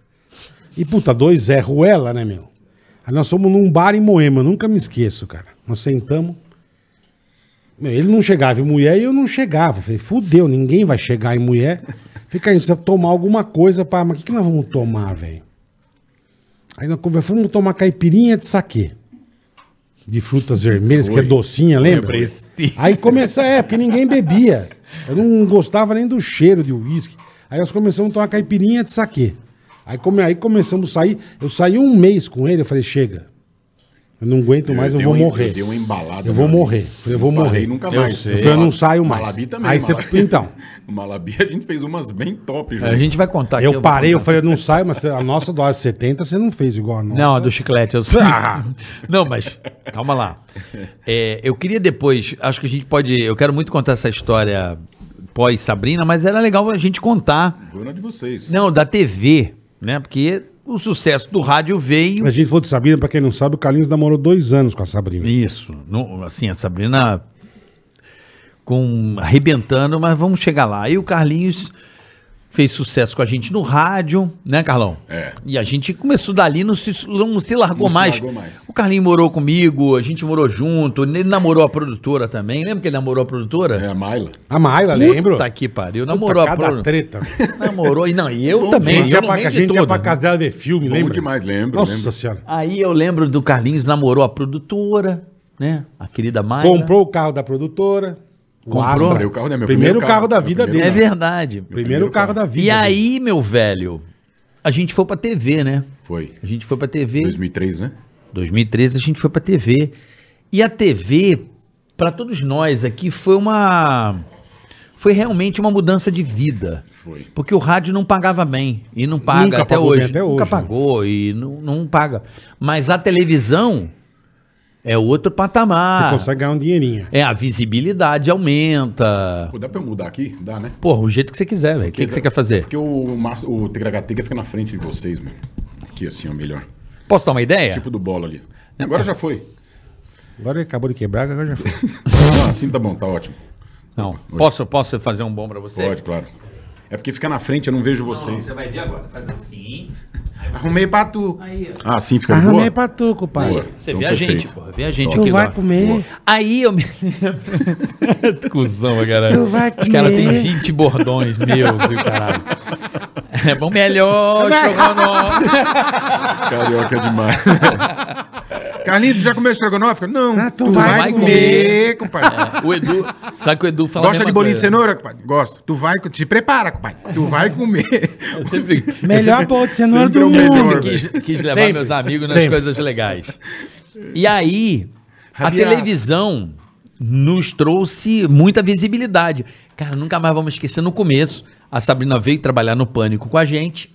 E puta, dois é Ruela, né, meu? Aí nós fomos num bar em Moema, eu nunca me esqueço, cara. Nós sentamos. Meu, ele não chegava em mulher e eu não chegava. Falei, fudeu, ninguém vai chegar em mulher. Fica aí, precisa tomar alguma coisa pra. Mas o que, que nós vamos tomar, velho? Aí nós conversamos, vamos tomar caipirinha de saquê. De frutas vermelhas, que é
Oi.
docinha, lembra?
Lembrei.
Aí começa, é, porque ninguém bebia. Eu não gostava nem do cheiro de uísque. Aí nós começamos a tomar caipirinha de saquê. Aí, come, aí começamos a sair. Eu saí um mês com ele, eu falei, chega. Eu não aguento mais, eu,
dei
vou
um-
morrer.
Eu dei uma embalada.
Eu vou
mano.
morrer. Falei, eu vou
Parei
morrer.
nunca
Eu
mais.
sei. Eu falei, eu não saio mais.
Malabi também.
Aí você-
Malabi. (laughs)
então.
Malabi a gente fez umas bem top,
É, A gente vai contar
eu
vou
parei, eu
contar.
falei, eu não saio, mas a nossa dose 70 você não fez igual a nossa. Ah.
Não, a do chiclete. Eu sei. (laughs) Não, mas calma lá. É, eu queria depois, acho que a gente pode. Eu quero muito contar essa história pós Sabrina, mas era legal a gente contar.
Foi uma de vocês.
Não, da TV. né? Porque o sucesso do rádio veio.
A gente falou de Sabrina, pra quem não sabe, o Carlinhos namorou dois anos com a Sabrina.
Isso. Não, assim, a Sabrina com arrebentando, mas vamos chegar lá. E o Carlinhos fez sucesso com a gente no rádio, né, Carlão?
É.
E a gente começou dali, não se, não se largou
Não se
mais.
largou mais.
O Carlinhos morou comigo, a gente morou junto, ele namorou a produtora também. Lembra que ele namorou a
É
produtora?
a Maila.
A Mayla, lembro?
Puta que pariu,
Puta,
namorou a
cada
produtora.
treta.
Namorou, e não, e eu (laughs)
Bom,
também. né?
gente
eu
ia
não
pra,
lembro
a
de
gente ia
tudo.
pra casa dela ver filme,
Bom
lembra?
demais, lembro,
Nossa
lembro.
senhora.
Aí eu lembro do Carlinhos namorou a produtora, né? A querida Mayra.
Comprou o carro da produtora.
Comprou?
Comprei o carro, né? Meu
primeiro,
primeiro
carro,
carro.
da
Meu
vida
primeiro
É
dele.
verdade.
Primeiro carro da vida.
E
dele.
aí, meu velho, a gente foi pra TV, né?
Foi.
A gente foi pra TV.
2003, né?
2013 a gente foi pra TV. E a TV, pra todos nós aqui, foi uma. Foi realmente uma mudança de vida.
Foi.
Porque o rádio não pagava bem. E não paga
Nunca
até,
pagou bem
hoje.
até
Nunca
hoje.
pagou e não, não paga. Mas a televisão é outro patamar.
Você consegue ganhar um dinheirinho.
É, a visibilidade aumenta.
Pô, dá pra eu mudar aqui? Dá, né?
Porra, o jeito que você quiser, velho. O que, que você quer fazer?
Porque o, Márcio- o Tegragatica fica na frente de vocês, meu. Aqui assim, ó, melhor.
Posso dar uma ideia?
Tipo do bolo ali. Agora
(laughs)
já foi.
Agora ele acabou de quebrar, agora já foi.
Ah, assim tá bom, tá ótimo.
não. Posso, posso fazer um bom pra você?
Pode, claro. É porque fica na frente, eu não vejo vocês.
Você vai ver agora. Faz assim.
é?
(laughs) Arrumei pra tu. Ah, assim fica de boa?
Arramei pra tu, compadre.
né, Você
Então,
vê a
perfeito. Então
gente, porra. Vê a gente
Tu
aqui
vai
agora.
comer.
Aí eu me
(laughs)
lembro. Cusão, galera.
Então
Tu vai
Os caras têm
comer.
20 bordões meus e o caralho.
(laughs)
É bom melhor, estrogonofe.
Carioca é demais. Carlinhos, já comeu estrogonofe? Não.
Ah, tu vai
comer,
compadre.
O Edu. Sabe que o Edu fala. a
Gosta
mesma
de bolinho de
coisa.
cenoura, compadre? Gosto. Tu vai, te prepara, compadre. Tu vai comer. (laughs)
Eu sempre, um
Melhor bolo de cenoura
Sempre
do
o
mundo.
melhor.
quis, quis levar
Sempre,
meus amigos nas
sempre.
coisas legais. E aí, a
Rabiar.
televisão nos trouxe muita visibilidade. Cara, nunca mais vamos esquecer no começo. A Sabrina veio trabalhar no Pânico com a gente.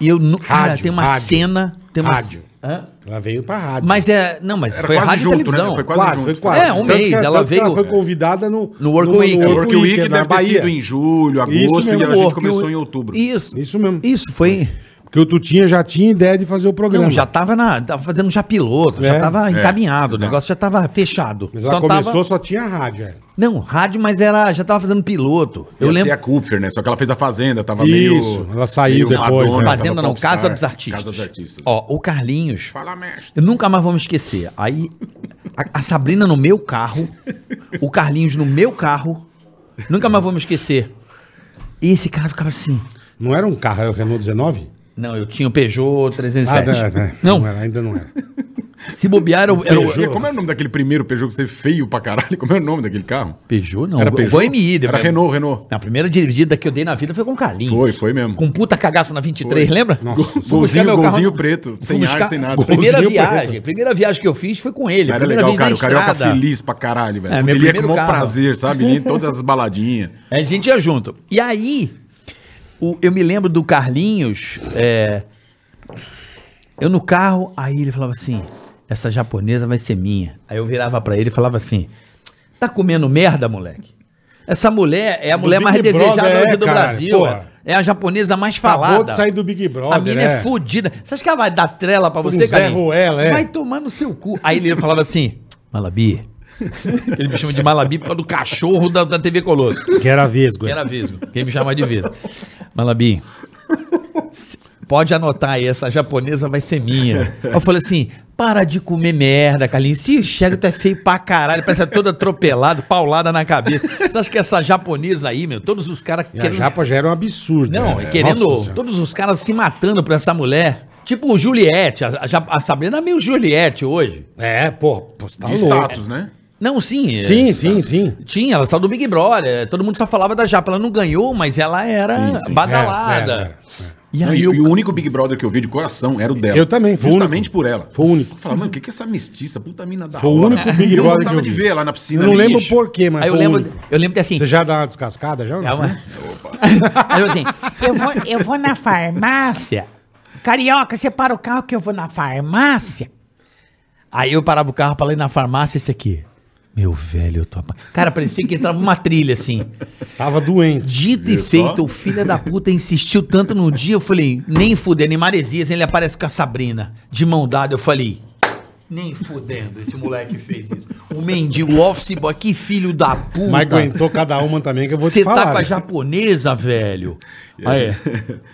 E eu nu- cara,
Rádio,
tem uma
rádio,
cena, tem uma
rádio.
Hã?
Ela veio pra rádio.
Mas é, não, mas
Era
foi
quase
rádio
junto,
e televisão.
né? Foi quase
quase,
junto.
foi quase.
É, um
Tanto
mês,
que-
ela
tanto que
veio-
foi convidada no...
No Work Week.
O
O
Work Week
É na
deve ter
Bahia.
sido em julho,
Isso
agosto, e
mesmo,
a gente
Work,
começou
o-
em outubro.
Isso.
Isso mesmo.
Isso foi.
Porque o Tutinha já tinha ideia de fazer o programa.
Não, já tava na, tava fazendo já piloto,
um É.
já tava encaminhado, o
exato.
negócio já tava fechado.
Mas ela
Só tava-
começou, só tinha rádio, é.
Não, rádio, mas ela já tava fazendo piloto. Eu
Ia ser
lembro.
a Cooper, né? Só que ela fez a Fazenda, tava
Isso,
meio...
ela saiu
meio
depois, né?
tava
Fazenda não,
popstar.
Casa dos Artistas.
Casa dos Artistas.
Ó, o Carlinhos.
Fala, mestre.
Eu nunca mais vou me esquecer. Aí, a, a Sabrina no meu carro, o Carlinhos no meu carro. Nunca mais vou me esquecer. E esse cara ficava assim.
Não era um carro, era o Renault 19?
Não, eu tinha o Peugeot 307.
Ah,
é. não.
Não,
era, ainda não era.
se bobear, eu, era o.
Peugeot. Como era o nome daquele primeiro Peugeot que você feio pra caralho? Como era o nome daquele carro?
Peugeot não.
Era
o
Peugeot?
Gol MI.
Era
depois-
Renault, Renault.
Na primeira dirigida que eu dei na vida foi com o Carlinhos.
Foi, foi mesmo.
Com puta cagaço na 23, lembra?
Nossa.
Fui buscar
Golzinho,
meu carro-
golzinho preto, sem
Fomos ca-
ar, sem nada.
Primeira
Golzinho
viagem,
preto.
primeira viagem que eu fiz foi com ele.
Mas Era
primeira
legal,
vez na
cara. O carioca
estrada.
feliz pra caralho, velho.
É, meu
ele ia com
primeiro
o maior
carro.
prazer, sabe? Ele ia em todas as baladinhas.
(laughs) A gente ia junto. E aí, o- eu me lembro do Carlinhos, é, eu no carro, aí ele falava assim, essa japonesa vai ser minha. Aí eu virava pra ele e falava assim, tá comendo merda, moleque? Essa mulher é a mulher
Big
mais
Brother,
desejada
é,
hoje do
cara,
Brasil.
porra.
É a japonesa mais
Acabou
falada.
de sair do Big Brother,
A mina
é.
é fodida. Você acha que ela vai dar trela pra você,
Zé
Carlinhos?
Ruela, é.
Vai tomar no seu cu. Aí ele falava assim, Malabi. Ele me chama de Malabi por causa do cachorro da, da TV Colosso.
Que era vesgo.
Que
é.
era Vesgo. Quem me chama de Vesgo. Malabi, se- pode anotar aí, essa japonesa vai ser minha. Eu falei assim, para de comer merda, Carlinhos. Se enxerga, tu é feio pra caralho. Parece é todo atropelado, paulada na cabeça. Você acha que essa japonesa aí, meu, todos os caras
E a japa já era um absurdo.
não,
né?
querendo
Nossa Senhora.
todos os caras se matando pra essa mulher. Tipo o Juliette, a, a, ja- a Sabrina é meio Juliette hoje.
É, pô, pô, você tá
De
louco.
status, né?
Não, sim. é-
Sim, sim, sim.
Tinha, ela saiu do Big Brother. Todo mundo só falava da Japa. Ela não ganhou, mas ela era
Sim, sim.
badalada.
É, é, é.
E
Não,
aí
E,
eu...
e o único Big Brother que eu vi de coração era o dela.
Eu também, foi o
Justamente
único.
por ela.
Foi o único.
Eu falava, mano, o que, que é essa mestiça? Puta mina da
Foi o
hora.
único Big
eu
Brother que
gostava
eu
de
vi.
ver lá na piscina.
Eu não
ali.
lembro
Ixi,
por quê, mas
Aí eu
foi um- o
lembro,
único.
eu lembro que assim.
Você já dá uma descascada já? ou não?
(laughs) É uma- Aí eu assim,
Eu vou, eu vou na farmácia. Carioca, você para o carro que eu vou na farmácia.
Aí eu parava o carro pra ir na farmácia esse aqui. Meu velho, eu tô apa- Cara, parecia que entrava uma trilha assim.
Tava doente.
Dito e
Viu só?
feito, o filho da puta insistiu tanto no dia, eu falei, nem fudendo, em Maresias ele aparece com a Sabrina, de mão dada, eu falei, nem fudendo esse moleque fez isso. O mendigo, o office boy, que filho da puta.
Mas aguentou cada uma também, que eu vou
Você
te falar.
tá com a
né?
japonesa,
(laughs)
velho. Aí,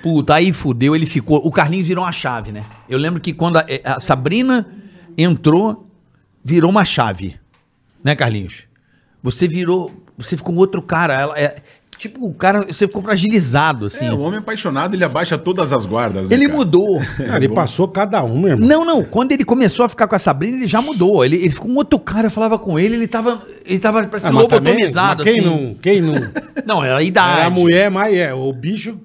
puta, aí fudeu, ele ficou. O Carlinhos virou uma chave, né? Eu lembro que quando a, é, a Sabrina entrou, virou uma chave. Né, Carlinhos? Você virou. Você ficou um outro cara. Ela, é, tipo, o cara. Você ficou fragilizado, assim.
É, o homem apaixonado, ele abaixa todas as guardas. né,
ele
(laughs)
cara?
mudou.
Cara, Ah, ele passou cada uma, irmão.
Não, não. Quando ele começou a ficar com a Sabrina, ele já mudou. Ele, ele ficou um outro cara. Eu falava com ele, ele tava. Ele tava
Ah,
parecendo
mas também,
lobotomizado,
mas quem
assim.
não, quem não.
Não, era a idade.
Era a mulher, mas é, o bicho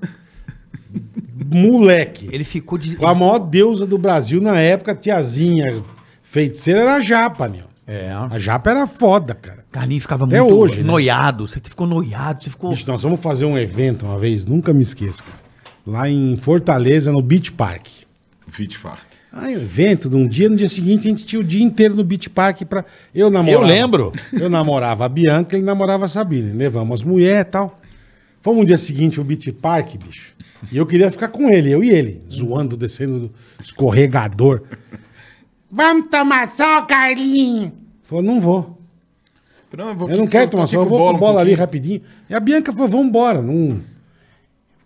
moleque.
Ele ficou de.
A maior deusa do Brasil na época, tiazinha feiticeira era a Japa, meu.
É.
A Japa era foda, cara.
Carlinhos ficava
Até
muito
hoje, né?
noiado. Você ficou noiado, você ficou.
Bicho, nós vamos fazer um evento uma vez, nunca me esqueço, cara. Lá em Fortaleza, no Beach Park.
Fit Fark.
Ah, é um evento de um dia, no dia seguinte a gente tinha o dia inteiro no Beach Park pra. Eu namorava.
Eu lembro.
(laughs) Eu namorava a Bianca e ele namorava a Sabine. Levamos as mulheres e tal. Fomos no dia seguinte o Beach Park, bicho. E eu queria ficar com ele, eu e ele, zoando, descendo do escorregador.
Vamos tomar sol, Carlinho.
Falou, não vou.
Não, eu, vou-
Eu não quero
tô
tomar
aqui
só, eu
pro
vou com
um
bola ali
pouquinho.
rapidinho. E a Bianca falou, vamos embora. Não...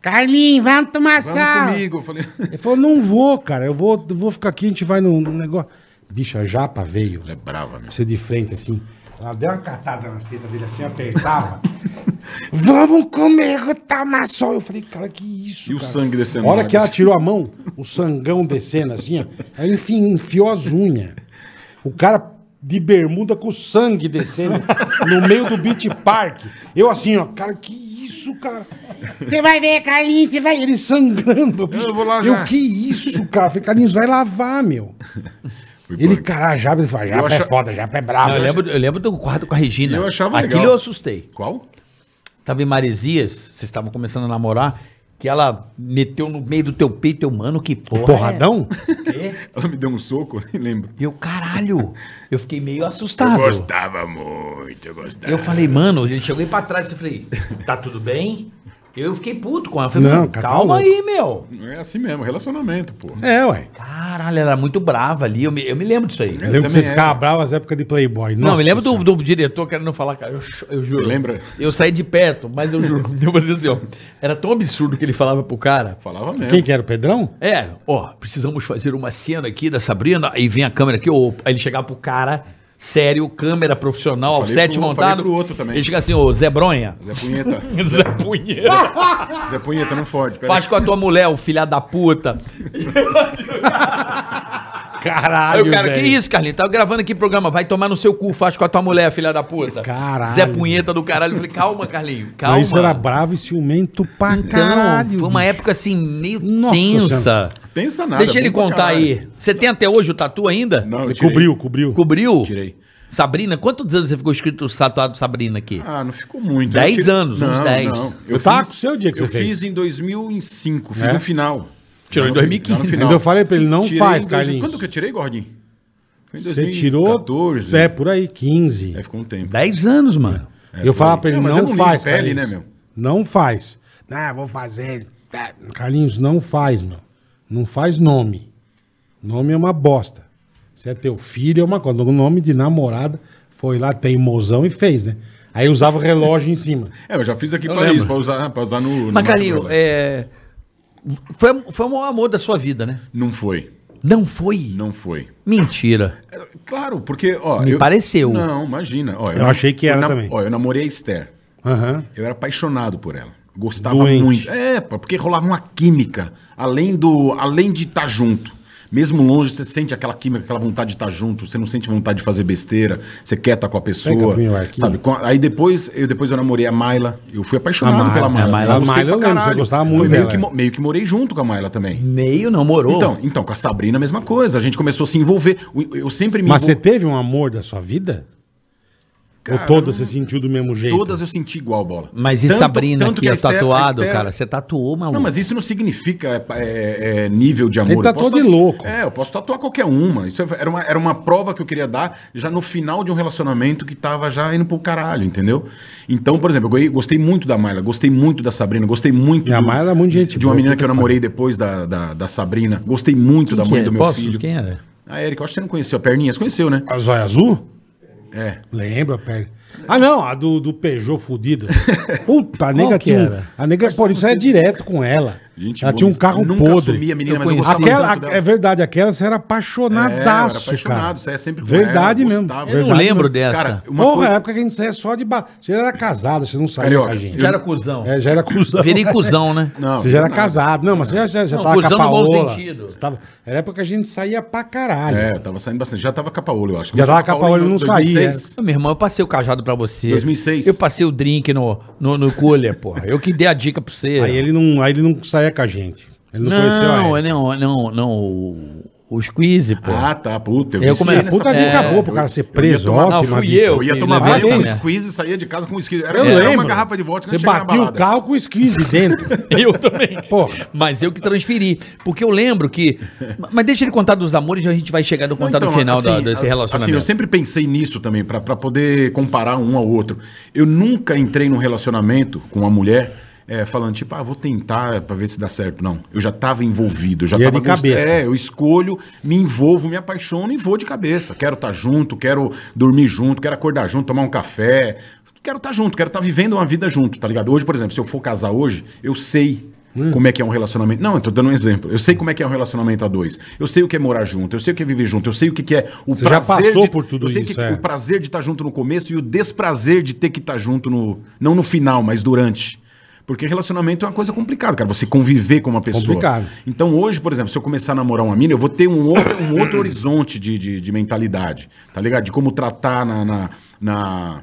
Carlinho, vamos tomar
Vamos
sol.
comigo, eu falei. (laughs)
Ele falou, não vou, cara, eu vou, eu vou ficar aqui, a gente vai num, num negócio. Bicho, a japa veio.
Ela é brava, meu.
você de frente assim. Ela deu uma catada nas tetas dele assim, apertava. (laughs) Vamos comigo, tomar sol. Eu falei, cara, que isso?
E o
cara?
sangue descendo assim,
A hora
na
que ela
água,
tirou a mão, o sangão descendo assim, ó. Aí enfim, enfiou as unhas. O cara de bermuda com sangue descendo (laughs) no meio do beach park. Eu assim, ó, cara, que isso, cara?
Você vai ver, Carlinho, você vai...
Ele sangrando. bicho.
Eu vou lá já.
que isso, cara? Eu Falei, Carlinhos, vai lavar, meu.
Fui
Ele,
punk.
cara, a japa, ele fala, japa é
acha-
foda, japa é brava.
Não, Ah, eu, lembro, eu lembro do quarto com a Regina.
Eu achava
Aquilo
legal.
eu assustei.
Qual?
Tava em Maresias, vocês estavam começando a namorar, que ela meteu no meio do teu peito, eu, mano, que porra.
Porradão?
Ela me deu um soco, (laughs) nem lembro.
é? Eu, caralho. Eu fiquei meio assustado.
gostava muito, eu gostava.
Eu falei, mano, ele chegou aí pra trás e falei, tá tudo bem? Eu fiquei puto com ela. Eu falei,
Não,
mano,
cara, tá
calma
louco.
aí, meu.
É assim mesmo, relacionamento, pô.
É, ué.
Caralho, ela era muito brava ali. Eu me, eu me lembro disso aí.
Eu lembro que você
também
ficava
era.
bravo às épocas de Playboy.
Não,
Nossa
me lembro do,
Senhora.
do diretor querendo falar, cara. Eu, cho- eu juro.
Você lembra?
Eu saí de perto, mas eu juro. (laughs) Eu vou dizer assim, ó. Era tão absurdo que ele falava pro cara.
Falava mesmo.
Quem que era o Pedrão?
É, ó, precisamos fazer uma cena aqui da Sabrina. Aí vem a câmera aqui, ó. Aí ele chegava pro cara, sério, câmera profissional, ao
Falei
set
pro- falei
montado.
pro outro também.
Ele chega assim, ô, Zé
é?
Bronha.
(laughs) Zé Punheta.
Zé Punheira.
Zé Punheta, não Ford. peraí.
Faz com a tua mulher, o filha da puta. Aí
Caralho,
o cara,
velho.
que isso, Carlinhos? Tava gravando aqui programa, vai tomar no seu cu, faz com a tua mulher, filha da puta.
Caralho.
Zé Punheta do caralho. Eu falei, calma, Carlinhos,
Mas
calma.
isso era bravo e ciumento pra caralho.
Então, foi uma
bicho.
época assim, meio
Nossa
tensa.
Senhora.
Tensa nada.
Deixa ele
bom pra
contar
caralho.
aí. Você tem até hoje o tatu ainda?
Não, eu
Ele
tirei.
cobriu, cobriu.
Cobriu?
Tirei.
Sabrina, quantos anos você ficou escrito tatuado Sabrina aqui?
Ah, não ficou muito.
Dez
Eu tirei-
anos, uns dez.
Eu tava com o seu dia que
eu
você fez.
fiz em 2005, fiz
É?
no final.
Tirou em
Já no fi-
2015.
já no
Então eu falei pra ele, não
Tirei
faz,
em dois-
Carlinhos.
Quando que eu tirei, Gordinho? Foi em
Você tirou...
14.
É, por aí, 15.
Aí ficou um tempo.
Dez anos, mano.
eu falava pra ele,
É, mas
não,
eu não ligo
faz,
pele,
Carlinhos.
né, meu?
Não faz. Ah, vou fazer. Tá. Carlinhos, não faz, meu. Não faz nome. Nome é uma bosta. Se é teu filho, é uma coisa. O nome de namorada foi lá, teimosão e fez, né? Aí usava o relógio em
(laughs)
cima.
É, eu já fiz aqui para isso, pra usar, pra usar no. no
Mas,
Mato
Carlinhos,
Grosso.
é... foi, foi o maior amor da sua vida, né?
Não foi.
Não foi?
Não foi.
Mentira.
É, Claro, porque, ó.
Me pareceu.
Não, imagina. Ó,
Eu achei que era
eu na-
também.
Ó, eu namorei a Esther.
Aham.
Eu era apaixonado por ela. Gostava
Doente.
muito. É, pá, porque rolava uma química, além do, além de estar junto. Mesmo longe, você sente aquela química, aquela vontade de estar junto, você não sente vontade de fazer besteira, você quer estar com a
Pega
pessoa.
pro meu arquivo.
Sabe? Com a- Aí depois eu, depois eu namorei a Mayla. Eu fui apaixonado
A Mayla,
pela Mayla.
a Mayla-
eu gostei
a Mayla
pra
eu lembro, você
caralho.
gostava
Foi
muito
meio
dela,
que
é.
mo- meio que morei junto com a Mayla também.
Meio não, morou.
Então, então, com a Sabrina a mesma coisa. A gente começou a se envolver. O- Eu sempre me
Mas você
envol-
teve um amor da sua vida? Ou todas você sentiu do mesmo jeito?
Todas eu senti igual bola.
Mas e
Tanto-
Sabrina,
tanto
que é
a Esther- a
tatuado,
Esther-
cara? Você tatuou, maluco.
Não, mas isso não significa é, é, é, nível de amor.
Ele
Eu
tatuou
posso
tá de
tatu-
louco.
É, eu posso tatuar qualquer uma. Isso é, era uma, era uma prova que eu queria dar já no final de um relacionamento que tava já indo pro caralho, entendeu? Então, por exemplo, eu goi- gostei muito da Mayla, gostei muito da Sabrina, gostei muito
E a
do-
Mayla é muito gente
de uma
boa,
menina
puta
que eu namorei depois da, da, da Sabrina. Gostei muito da
Quem
mãe
é?
do meu
Posso?
filho.
Quem é?
A Erika, eu acho que você não conheceu. A Perninha, você conheceu, né?
A zóia azul?
É.
Lembro, a pele. Ah, não, a do, do Peugeot
(laughs)
fudida. Puta, a nega
Qual que
tinha. um-
era?
A nega, pô, isso é direto com ela.
Gente
ela
boa,
tinha um
mas
carro
nunca assumi
podre.
a menina,
Eu
mas eu
conheci.
gostava
Aquela,
tanto dela.
é verdade, aquela você era apaixonadaço,
É, eu era apaixonado,
cara.
você é sempre com
Verdade
ela, eu
mesmo.
gostava.
Eu não
verdade
lembro
mesmo.
dessa.
Cara, uma
Porra,
coisa-
a época que a gente saía só de... Ba... Você era casado, você não saía
Carioca,
com a gente.
Já era cuzão.
É, já era cuzão. (laughs)
Virei cuzão, né?
Não,
Você já era
não.
casado. Não, mas você já, já, já
Não,
tava com a
cuzão no bom
Paola.
sentido.
Você tava... Era a época que a gente saía pra caralho.
É, eu tava saindo bastante. Já tava capa-olho, eu acho.
Já tava
Começou
capa-olho,
em
não saía,
2006.
Meu irmão, eu passei o cajado pra você.
2006.
Eu passei o drink no, no, no cooler, porra. Eu que dei a dica pra você.
Aí, ele não, aí ele não saía com a gente. Ele não, assim, conheceu
É.
a
não, é não,
ela.
não, não, o- o squeeze, pô.
Ah, tá, puta. Eu
Eu
viciei
comecei-
nessa
Puta
porra.
dica
é,
boa pro cara
eu-
ser
eu ia
preso,
tomar-
não,
ótima
fui
dica.
eu.
Eu ia
Me
tomar
levava
banho com
isso.
squeeze e saía de casa com um squeeze. Era,
Eu
era
lembro.
uma garrafa de vodka
Você
quando chegava
batia
na
o
balada.
carro com o squeeze dentro.
(laughs) Eu
(laughs)
também.
Porra.
Mas eu que transferi. Porque eu lembro que. Mas deixa ele contar dos amores e a gente vai chegar no
Não,
contar do
então,
final da-
assim,
desse
a- Assim,
relacionamento.
eu sempre pensei nisso também, pra pra poder comparar um ao outro. Eu nunca entrei num relacionamento com uma mulher é, falando, tipo, ah, vou tentar pra ver se dá certo. Não, eu já tava envolvido. Eu já
Ia
tava
de
gost-
cabeça.
É, eu escolho, me envolvo, me apaixono e vou de cabeça. Quero estar junto, quero dormir junto, quero acordar junto, tomar um café. Quero estar junto, quero estar vivendo uma vida junto, tá ligado? Hoje, por exemplo, se eu for casar hoje, eu sei
Hum.
como é que é um relacionamento. Não, eu tô dando um exemplo. Eu sei como é que é um relacionamento a dois. Eu sei o que é morar junto, eu sei o que é viver junto, eu sei o que que é o
Você já passou por tudo
eu sei
isso,
que
é.
o prazer de estar junto no começo e o desprazer de ter que estar junto no não no final, mas durante. Porque relacionamento é uma coisa complicada, cara. Você conviver com uma pessoa.
Complicado.
Então hoje, por exemplo, se eu começar a namorar uma mina, eu vou ter um outro,
(coughs)
um outro horizonte de, de, de mentalidade, tá ligado? De como tratar na... na, na-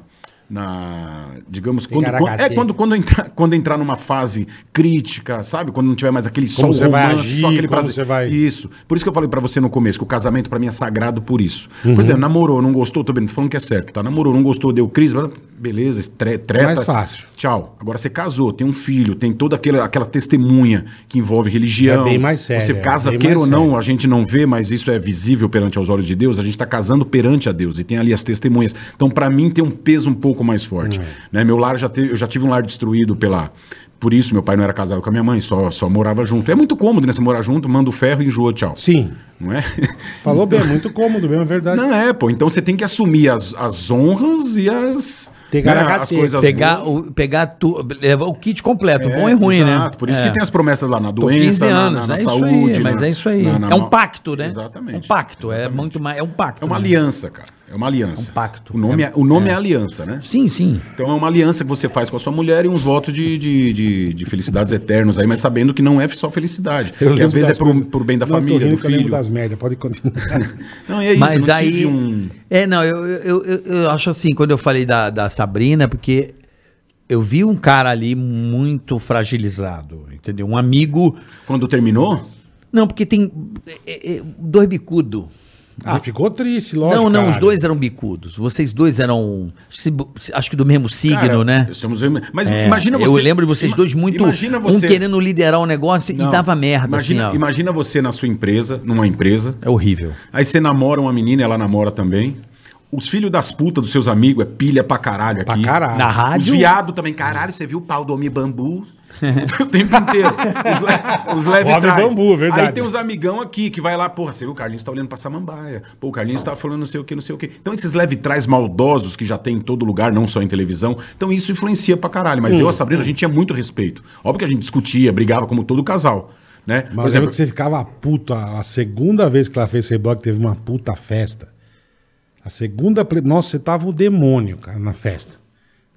na- digamos, quando,
Ficar
quando- é,
HD.
quando, quando, entrar, quando entrar numa fase crítica, sabe? Quando não tiver mais aquele
Como
só
você
o
vai
romance,
agir,
só aquele
como
prazer.
você vai-
E isso. Por isso que eu falei pra você no começo, que o casamento pra mim é sagrado por isso.
Uhum.
Por exemplo, namorou, não gostou, tô bem, tô falando que é certo, tá? Namorou, não gostou, deu crise, blá, beleza, estre- treta.
Mais fácil.
Tchau. Agora você casou, tem um filho, tem toda aquela, aquela testemunha que envolve religião.
É bem mais sério,
Você
é
casa,
bem
queira
mais
ou não,
sério.
a gente não vê, mas isso é visível perante aos olhos de Deus. A gente tá casando perante a Deus e tem ali as testemunhas. Então, pra mim, tem um peso um pouco mais forte.
Hum.
Né? Meu lar já teve, eu já tive um lar destruído pela. Por isso, meu pai não era casado com a minha mãe, só, só morava junto. É muito cômodo, né? Você morar junto, manda o ferro e enjoa, tchau.
Sim. (laughs)
Não é?
Falou bem, muito cômodo mesmo, é verdade.
Não é, pô. Então você tem que assumir as, as honras e as,
Pegar
né,
a
as
gata-
coisas
Pegar,
boas.
o, pegar tu, levar o kit completo,
É,
bom e ruim, né?
exato. Por isso que tem as promessas lá na
Tô 15
doença, na- na, na
é isso
saúde.
aí, mas
na-
é isso aí.
na- na
é um
mal-
pacto, né?
Exatamente.
Um pacto, é
Exatamente.
muito mais. É um pacto.
É uma
né?
aliança, cara. É uma aliança.
É um pacto.
O nome é, o nome é. aliança, né?
Sim, sim.
Então é uma aliança que você faz com a sua mulher e uns votos de, de, de, de felicidades eternos aí, mas sabendo que não é só felicidade. que às vezes é por, por bem da família, do
Eu lembro
filho.
das merdas, pode continuar.
(laughs) Não, e é isso. eu
Mas
não
aí.
tive um-
É, não, eu, eu, eu, eu acho assim, quando eu falei da, da Sabrina, é porque eu vi um cara ali muito fragilizado, entendeu? Um amigo.
Quando terminou,
Não, porque tem. é, é, é, dois bicudo.
ah, ficou triste, lógico.
Não, não, os
caralho.
dois eram bicudos. Vocês dois eram. se- se- Acho que do mesmo signo,
Cara,
né?
Estamos vendo. Mas
É,
imagina você.
Eu lembro de vocês
ima-
dois muito.
Imagina você.
Um querendo liderar um negócio
Não,
e dava merda.
Imagina,
assim, ó.
imagina você na sua empresa, numa empresa.
É horrível.
Aí você namora uma menina, ela namora também. Os filhos das putas dos seus amigos é pilha pra caralho
Pra
aqui.
caralho.
Na
Os
rádio.
viado também, caralho, você viu o pau do homem bambu? (laughs) o tempo inteiro. Os, le os leve
O homem
trás.
bambu, é verdade.
Aí tem uns amigão aqui que vai lá, porra, você viu, o Carlinhos tá olhando pra samambaia. Pô, o Carlinhos tá falando não sei o que, não sei o que. Então esses leve trás maldosos que já tem em todo lugar, não só em televisão. Então isso influencia pra caralho. Mas
Hum.
eu e a Sabrina, a gente tinha muito respeito. Óbvio que a gente discutia, brigava como todo casal. Né?
Mas eu lembro que você ficava puto. A a segunda vez que ela fez reboque, teve uma puta festa. A segunda. ple- Nossa, você tava o demônio, cara, na festa.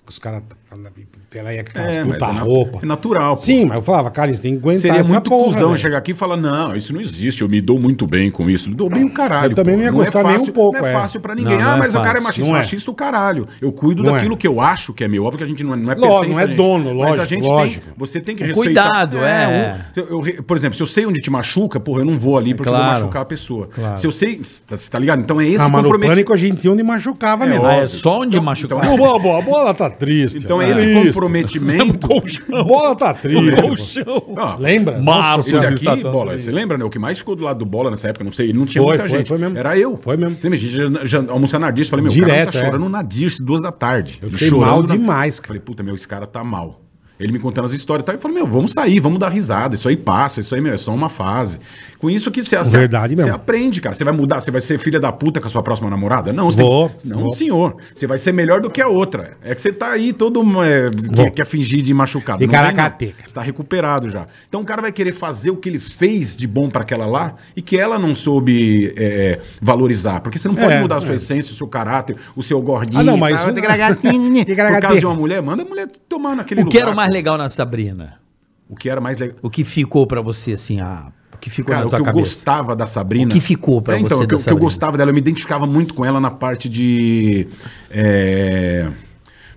Os caras falavam, ela ia com
É,
aquelas
mas
puta
é nat-
roupa.
É natural. pô.
Sim, mas eu falava, cara, você tem que aguentar
Seria
essa
muito
porra,
cuzão
velho.
chegar aqui e falar: não, isso não existe, eu me dou muito bem com isso. Me dou bem o caralho.
Eu também
pô.
não ia gostar
é
nem um
fácil,
pouco,
Não é,
é.
fácil pra ninguém.
Não,
ah,
não é
mas o cara
fácil,
é machista.
não é.
Machista o caralho. Eu cuido
Não
daquilo
é.
que eu acho que é meu. Óbvio que a gente não é, não é
Lógico,
pertence
não é
a gente,
dono,
Mas
lógico,
a gente
lógico.
tem. Você tem que
Um
respeitar.
cuidado, é.
um- eu- eu re- por exemplo, se eu sei onde te machuca, porra, eu não vou ali porque eu vou
claro.
machucar a pessoa. Se eu sei. Você tá ligado? Então é esse
Ah, mas no
comprometimento.
pânico a gente tinha onde machucava
É
mesmo.
óbvio.
É só onde
Então-
machucar.
então-
Ô, Bobo, a bola tá triste.
Então é
é
esse
(laughs) um
comprometimento.
A bola tá triste. pô.
Ó,
Lembra?
Mas
Nossa
Esse
Senhora.
aqui, bola, você lembra, né? O que mais ficou do lado do bola nessa época, não sei, ele não tinha
Foi,
muita
foi,
gente.
foi mesmo.
Era eu.
Foi mesmo.
Você imagina, já- já almoçar na Dirce, falei, meu, o cara
Direto,
tá
é.
chorando na Dirce, duas da tarde.
Eu
Ele
fiquei
chorando né?
mal
na-
demais, cara.
Falei, puta, meu, esse cara tá mal. Ele me contando as histórias e tal. Eu falei, meu, vamos sair, vamos dar risada. Isso aí passa, isso aí, meu, é só uma fase. Com isso que você, você-
Verdade
você
mesmo.
aprende, cara. Você vai mudar, você vai ser filha da puta com a sua próxima namorada? Não, você
Vou,
tem que, Não,
vou.
senhor. Você vai ser melhor do que a outra. É que você tá aí todo. É,
Vou.
que, quer fingir de machucado.
E
Não vem, não.
caracateca.
Está recuperado já. Então o cara vai querer fazer o que ele fez de bom para aquela lá e que ela não soube é, valorizar. Porque você não pode
É,
mudar a sua
é.
essência, o seu caráter, o seu gordinho.
Ah, não, mas
tá?
isso-
Por causa de uma mulher, manda a mulher tomar naquele
(laughs) O que era o
lugar,
mais
pô.
legal na Sabrina?
O que era mais legal.
O que ficou pra você, assim, ah, o que ficou
Cara,
na
o que
tua
eu
cabeça?
gostava da Sabrina.
O que ficou pra
É, então,
você
o
da
que, eu- o que eu
Sabrina?
gostava dela, eu me identificava muito com ela na parte de. é,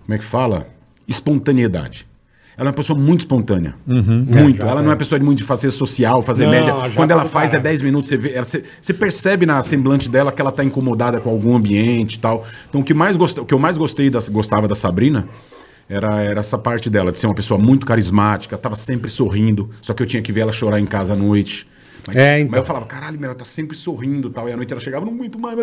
como é que fala? Espontaneidade. Ela é uma pessoa muito espontânea.
Uhum.
Muito.
É, já
ela
é.
não é uma pessoa de muito de fazer social, fazer
Não,
média.
já
Quando
tá
ela
pra
faz é
caralho.
10 minutos, você, vê, ela- você, você percebe na semblante dela que ela tá incomodada com algum ambiente e tal. Então, o que, mais gost, o que eu mais gostei da, gostava da Sabrina era, era essa parte dela, de ser uma pessoa muito carismática, tava sempre sorrindo, só que eu tinha que ver ela chorar em casa à noite. Mas,
É, então.
mas eu falava, caralho, meu, ela tá sempre sorrindo e tal. E à noite ela chegava, não muito mais,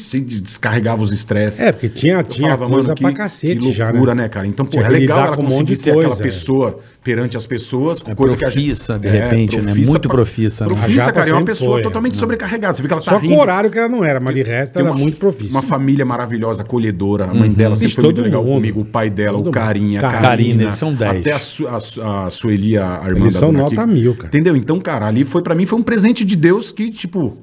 se descarregava os estresses.
É, porque tinha-
Eu
tinha
falava,
coisa
mano, que-
pra cacete
que
já,
loucura,
né?
né? cara? Então, pô,
Tinha
é
que
legal
lidar
ela
com um monte
conseguir
de
ser
coisa,
aquela
é.
pessoa perante as pessoas, com
É
coisa
profissa,
que
de repente, né? Muito
pra-
profissa, né?
A
Profissa,
Japa
cara, é uma
sempre
pessoa
foi, é.
totalmente sobrecarregada. Você vê que ela tá
Só com o
rindo.
horário que ela não era, mas de resto
Tem
era muito
Uma
profissional.
família maravilhosa, acolhedora. A mãe dela sempre
Bicho,
foi muito
todo
legal
mundo.
comigo. O pai dela,
Todo
o
mundo.
Carinha, a
Carina,
Carina, eles são dez.
Até a, Su, a, Su- a Sueli, a irmã
Eles
da
são
dona
nota
Kika.
mil, cara.
Entendeu? Então, cara, ali foi pra mim, foi um presente de Deus que, tipo...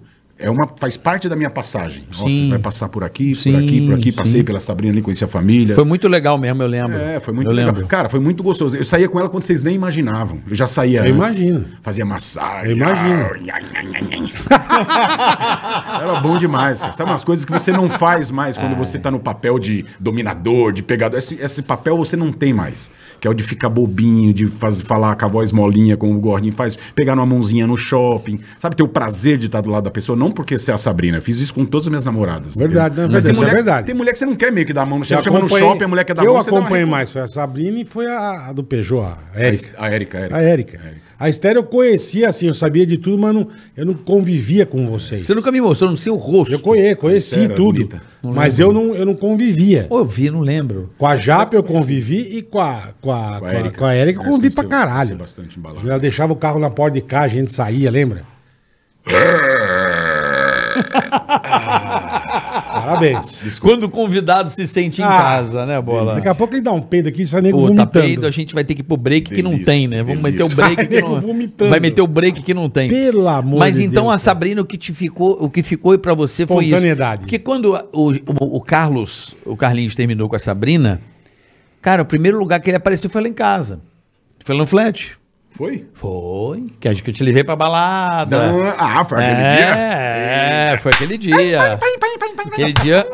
É uma, faz parte da minha passagem. Nossa,
Sim.
vai passar por aqui,
Sim,
por aqui, por
sim.
aqui. Passei pela Sabrina ali, conheci a família.
Foi muito legal mesmo, eu lembro.
É, foi muito
eu
legal.
Lembro.
Cara, foi muito gostoso. Eu saía com ela quando vocês nem imaginavam. Eu já saía
Eu imagino.
Fazia
Eu
massagem.
imagino.
(laughs) Era bom demais. Cara. Sabe umas coisas que você não faz mais quando você tá no papel de dominador, de pegador. Esse, esse papel você não tem mais. Que é o de ficar bobinho, de faz, falar com a voz molinha, como o Gordinho faz, pegar numa mãozinha no shopping. Sabe, ter o prazer de estar do lado da pessoa. Não porque você é a Sabrina. Eu fiz isso com todas as minhas namoradas.
Verdade,
entendeu?
né?
Mas tem
Isso é
mulher, que-
verdade.
tem mulher que você não quer meio que dar a mão. Você
Eu
chama no
acompanhei-
shopping, a mulher quer dar a
Eu
mão. você dá uma
acompanhei
recuada.
mais, foi a Sabrina e foi a, a do Peugeot, a Érica.
A Érica, a Érica.
É.
A Érica. A Esther eu conhecia, assim, eu sabia de tudo, mas não, eu não convivia com vocês.
Você nunca me mostrou no seu rosto.
Eu conhe- conheci
Esther era
tudo,
bonita.
mas eu não, eu não convivia.
Ou eu vi, não lembro.
Com a Japa eu convivi e com a, com a, com a,
Érica.
com a Érica eu
Mas
convivi pra
conheceu-
caralho.
conheceu bastante embalado.
Ela deixava o carro na porta de cá, a gente saía,
(laughs)
lembra? Parabéns.
Quando o convidado se sente em
Ah,
casa, né, Bola?
Daqui a pouco ele dá um peido aqui e sai nego
Pô, tá
vomitando.
peido, a gente vai ter que ir pro break que não
Delícia,
tem, né? Vamos meter o
delícia.
break que
Nego
não...
vomitando.
Vai meter o break que não tem.
Pelo amor
Mas
de
então
Deus,
a Sabrina, o que te ficou, o que ficou pra você foi isso.
Espontaneidade.
Porque quando a- o, o- o Carlos, o Carlinhos terminou com a Sabrina, cara, o primeiro lugar que ele apareceu foi lá em casa. Foi lá no flat.
Foi?
Foi. Que acho que eu te levei pra balada.
ah, foi aquele dia.
É, é, foi aquele dia. Aquele dia.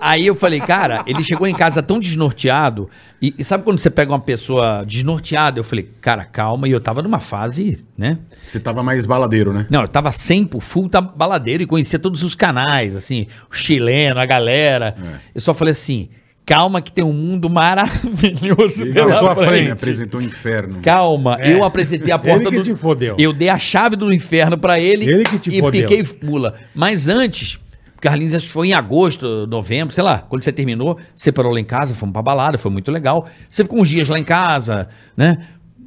Aí eu falei, cara, ele chegou em casa tão desnorteado. E, e sabe quando você pega uma pessoa desnorteada? Eu falei, cara, calma. E eu tava numa fase, né?
Você tava mais baladeiro, né?
Não, eu tava sempre full tá baladeiro e conhecia todos os canais, assim, o chileno, a galera.
É.
Eu só falei assim, calma que tem um mundo maravilhoso
Ele
pela
na sua
frente.
me
frente.
apresentou o inferno.
Calma, eu apresentei a porta
É. Ele que
do...
te fodeu.
Eu dei a chave do inferno pra ele,
Ele que te
e
fodeu.
piquei mula. Mas antes, Carlinhos, acho que foi em agosto, novembro, sei lá, quando você terminou, você parou lá em casa, fomos pra balada, foi muito legal. Você ficou uns dias lá em casa, né?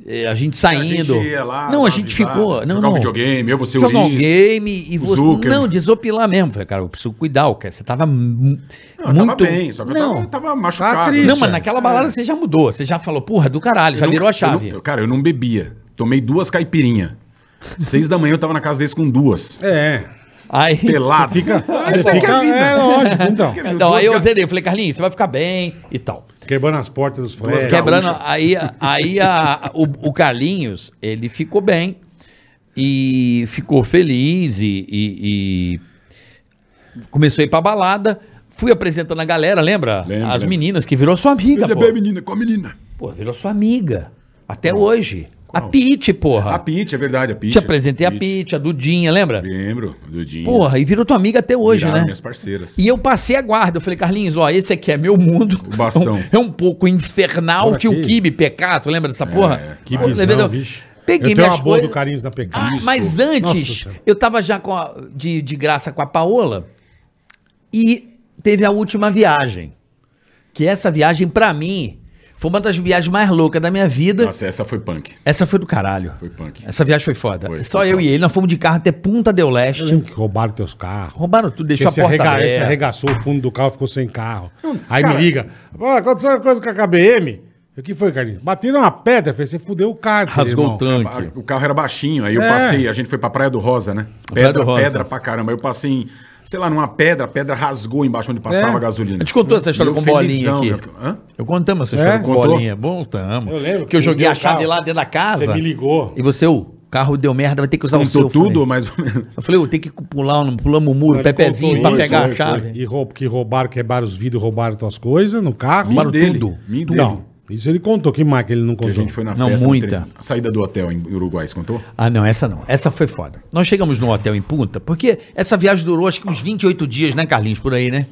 Eh, A gente saindo.
É, ia lá,
não, a
nós
gente
ia lá,
ficou. Não,
jogar
não.
um videogame, eu, você, o
Jogar um
Ulisses,
game e
o
você.
Zucker.
Não, desopilar mesmo. Falei, cara, eu preciso cuidar, o cara. Você tava mu-
Não, eu
muito.
tava bem, só que eu
não,
tava, tava machucado.
Tá triste,
não,
Não,
mas naquela balada você já mudou. Você já falou, porra, do caralho, já
eu
virou
não-
a chave.
eu não- cara, eu não bebia. Tomei duas caipirinha. Seis da manhã eu tava na casa deles com duas.
É.
Aí,
Pelado.
Fica,
Isso
você
é que
fica-
é vida.
é lógico, então.
Isso que é vida.
então,
Duas
aí eu
gar-
zerei. Eu falei, Carlinhos, você vai ficar bem e tal.
Quebrando as portas dos
Duas
flares.
gaúchas.
Quebrando, aí, aí a- o, o Carlinhos, ele ficou bem e ficou feliz e, e- e começou a ir pra balada. Fui apresentando a galera, lembra?
Lembro,
As
lembro.
meninas que virou sua amiga,
Ele é
pô.
bem menina, com a menina.
Pô, virou sua amiga. Até hoje. A Pete, porra.
A Pete, é verdade, a Pete.
Te apresentei a Pete, a Dudinha, lembra?
Lembro, Dudinho.
Porra, e virou tua amiga até hoje,
Viraram
né?
minhas parceiras.
E eu passei a guarda. Eu falei, Carlinhos, ó, esse aqui é meu mundo.
O bastão.
(laughs) É um, é um pouco infernal.
Bora
Tinha o
aqui.
Kibe Pecato, lembra dessa porra?
É, Que
Pô, levei da-
bizarro, vixe.
Peguei
eu tenho
minhas
uma boa
coisas.
do Carinhos na pegada.
Ah,
Isso.
mas
Nossa
antes,
Senhora.
eu tava já com a- de, de graça com a Paola e teve a última viagem. Que essa viagem, pra mim, foi uma das viagens mais loucas da minha vida.
Nossa, essa foi punk.
Essa foi do caralho.
Foi punk.
Essa viagem foi foda.
Foi,
Só
foi
eu
foda.
e ele, nós fomos de carro até Punta del
Eu
Leste.
lembro que roubaram teus carros.
Roubaram tudo, deixou
Esse,
a porta
arrega-
aberta.
esse arregaçou o fundo do carro, ficou sem carro. Aí
cara-
me liga. Pô, aconteceu uma coisa com a KBM. O que foi, Carlinhos? Bateram uma pedra, falei, você fudeu o carro.
Rasgou
irmão.
o tanque.
O carro era baixinho, aí eu
É.
passei, a gente foi pra Praia do Rosa, né?
Praia
Pedra,
do Rosa.
pedra pra caramba. Eu passei em, sei lá, numa pedra, a pedra rasgou embaixo onde passava
É.
a gasolina. Hum.
A gente contou essa história
E eu
com bolinha
felizão,
aqui.
meu- Hã?
Eu contamos essa
É?
história com
Contou?
bolinha. Voltamos.
Eu lembro
Que eu
que
joguei
deu
a chave
carro.
lá dentro da casa.
Você me ligou.
E você, o carro deu merda, vai ter que usar o seu.
Contou
Eu falei. um
tudo, mais ou menos.
Eu falei, eu tenho que pular, um- pulamos o muro,
Ele
pepezinho, pra
contou isso, né?
pegar a
foi,
chave.
foi. E roub, que roubaram, quebraram os vidros, roubaram tuas coisas no carro.
Me
Roubaram
dele,
tudo.
me dele.
Não, isso ele contou. Que mais que ele não
Que
contou?
a gente foi na
Não,
festa.
muita.
no três- A saída do hotel em Uruguai, você contou?
Ah, não, essa não. Essa foi foda. Nós chegamos no hotel em Punta, porque essa viagem durou acho que uns 28 dias, né, Carlinhos? Por aí, né?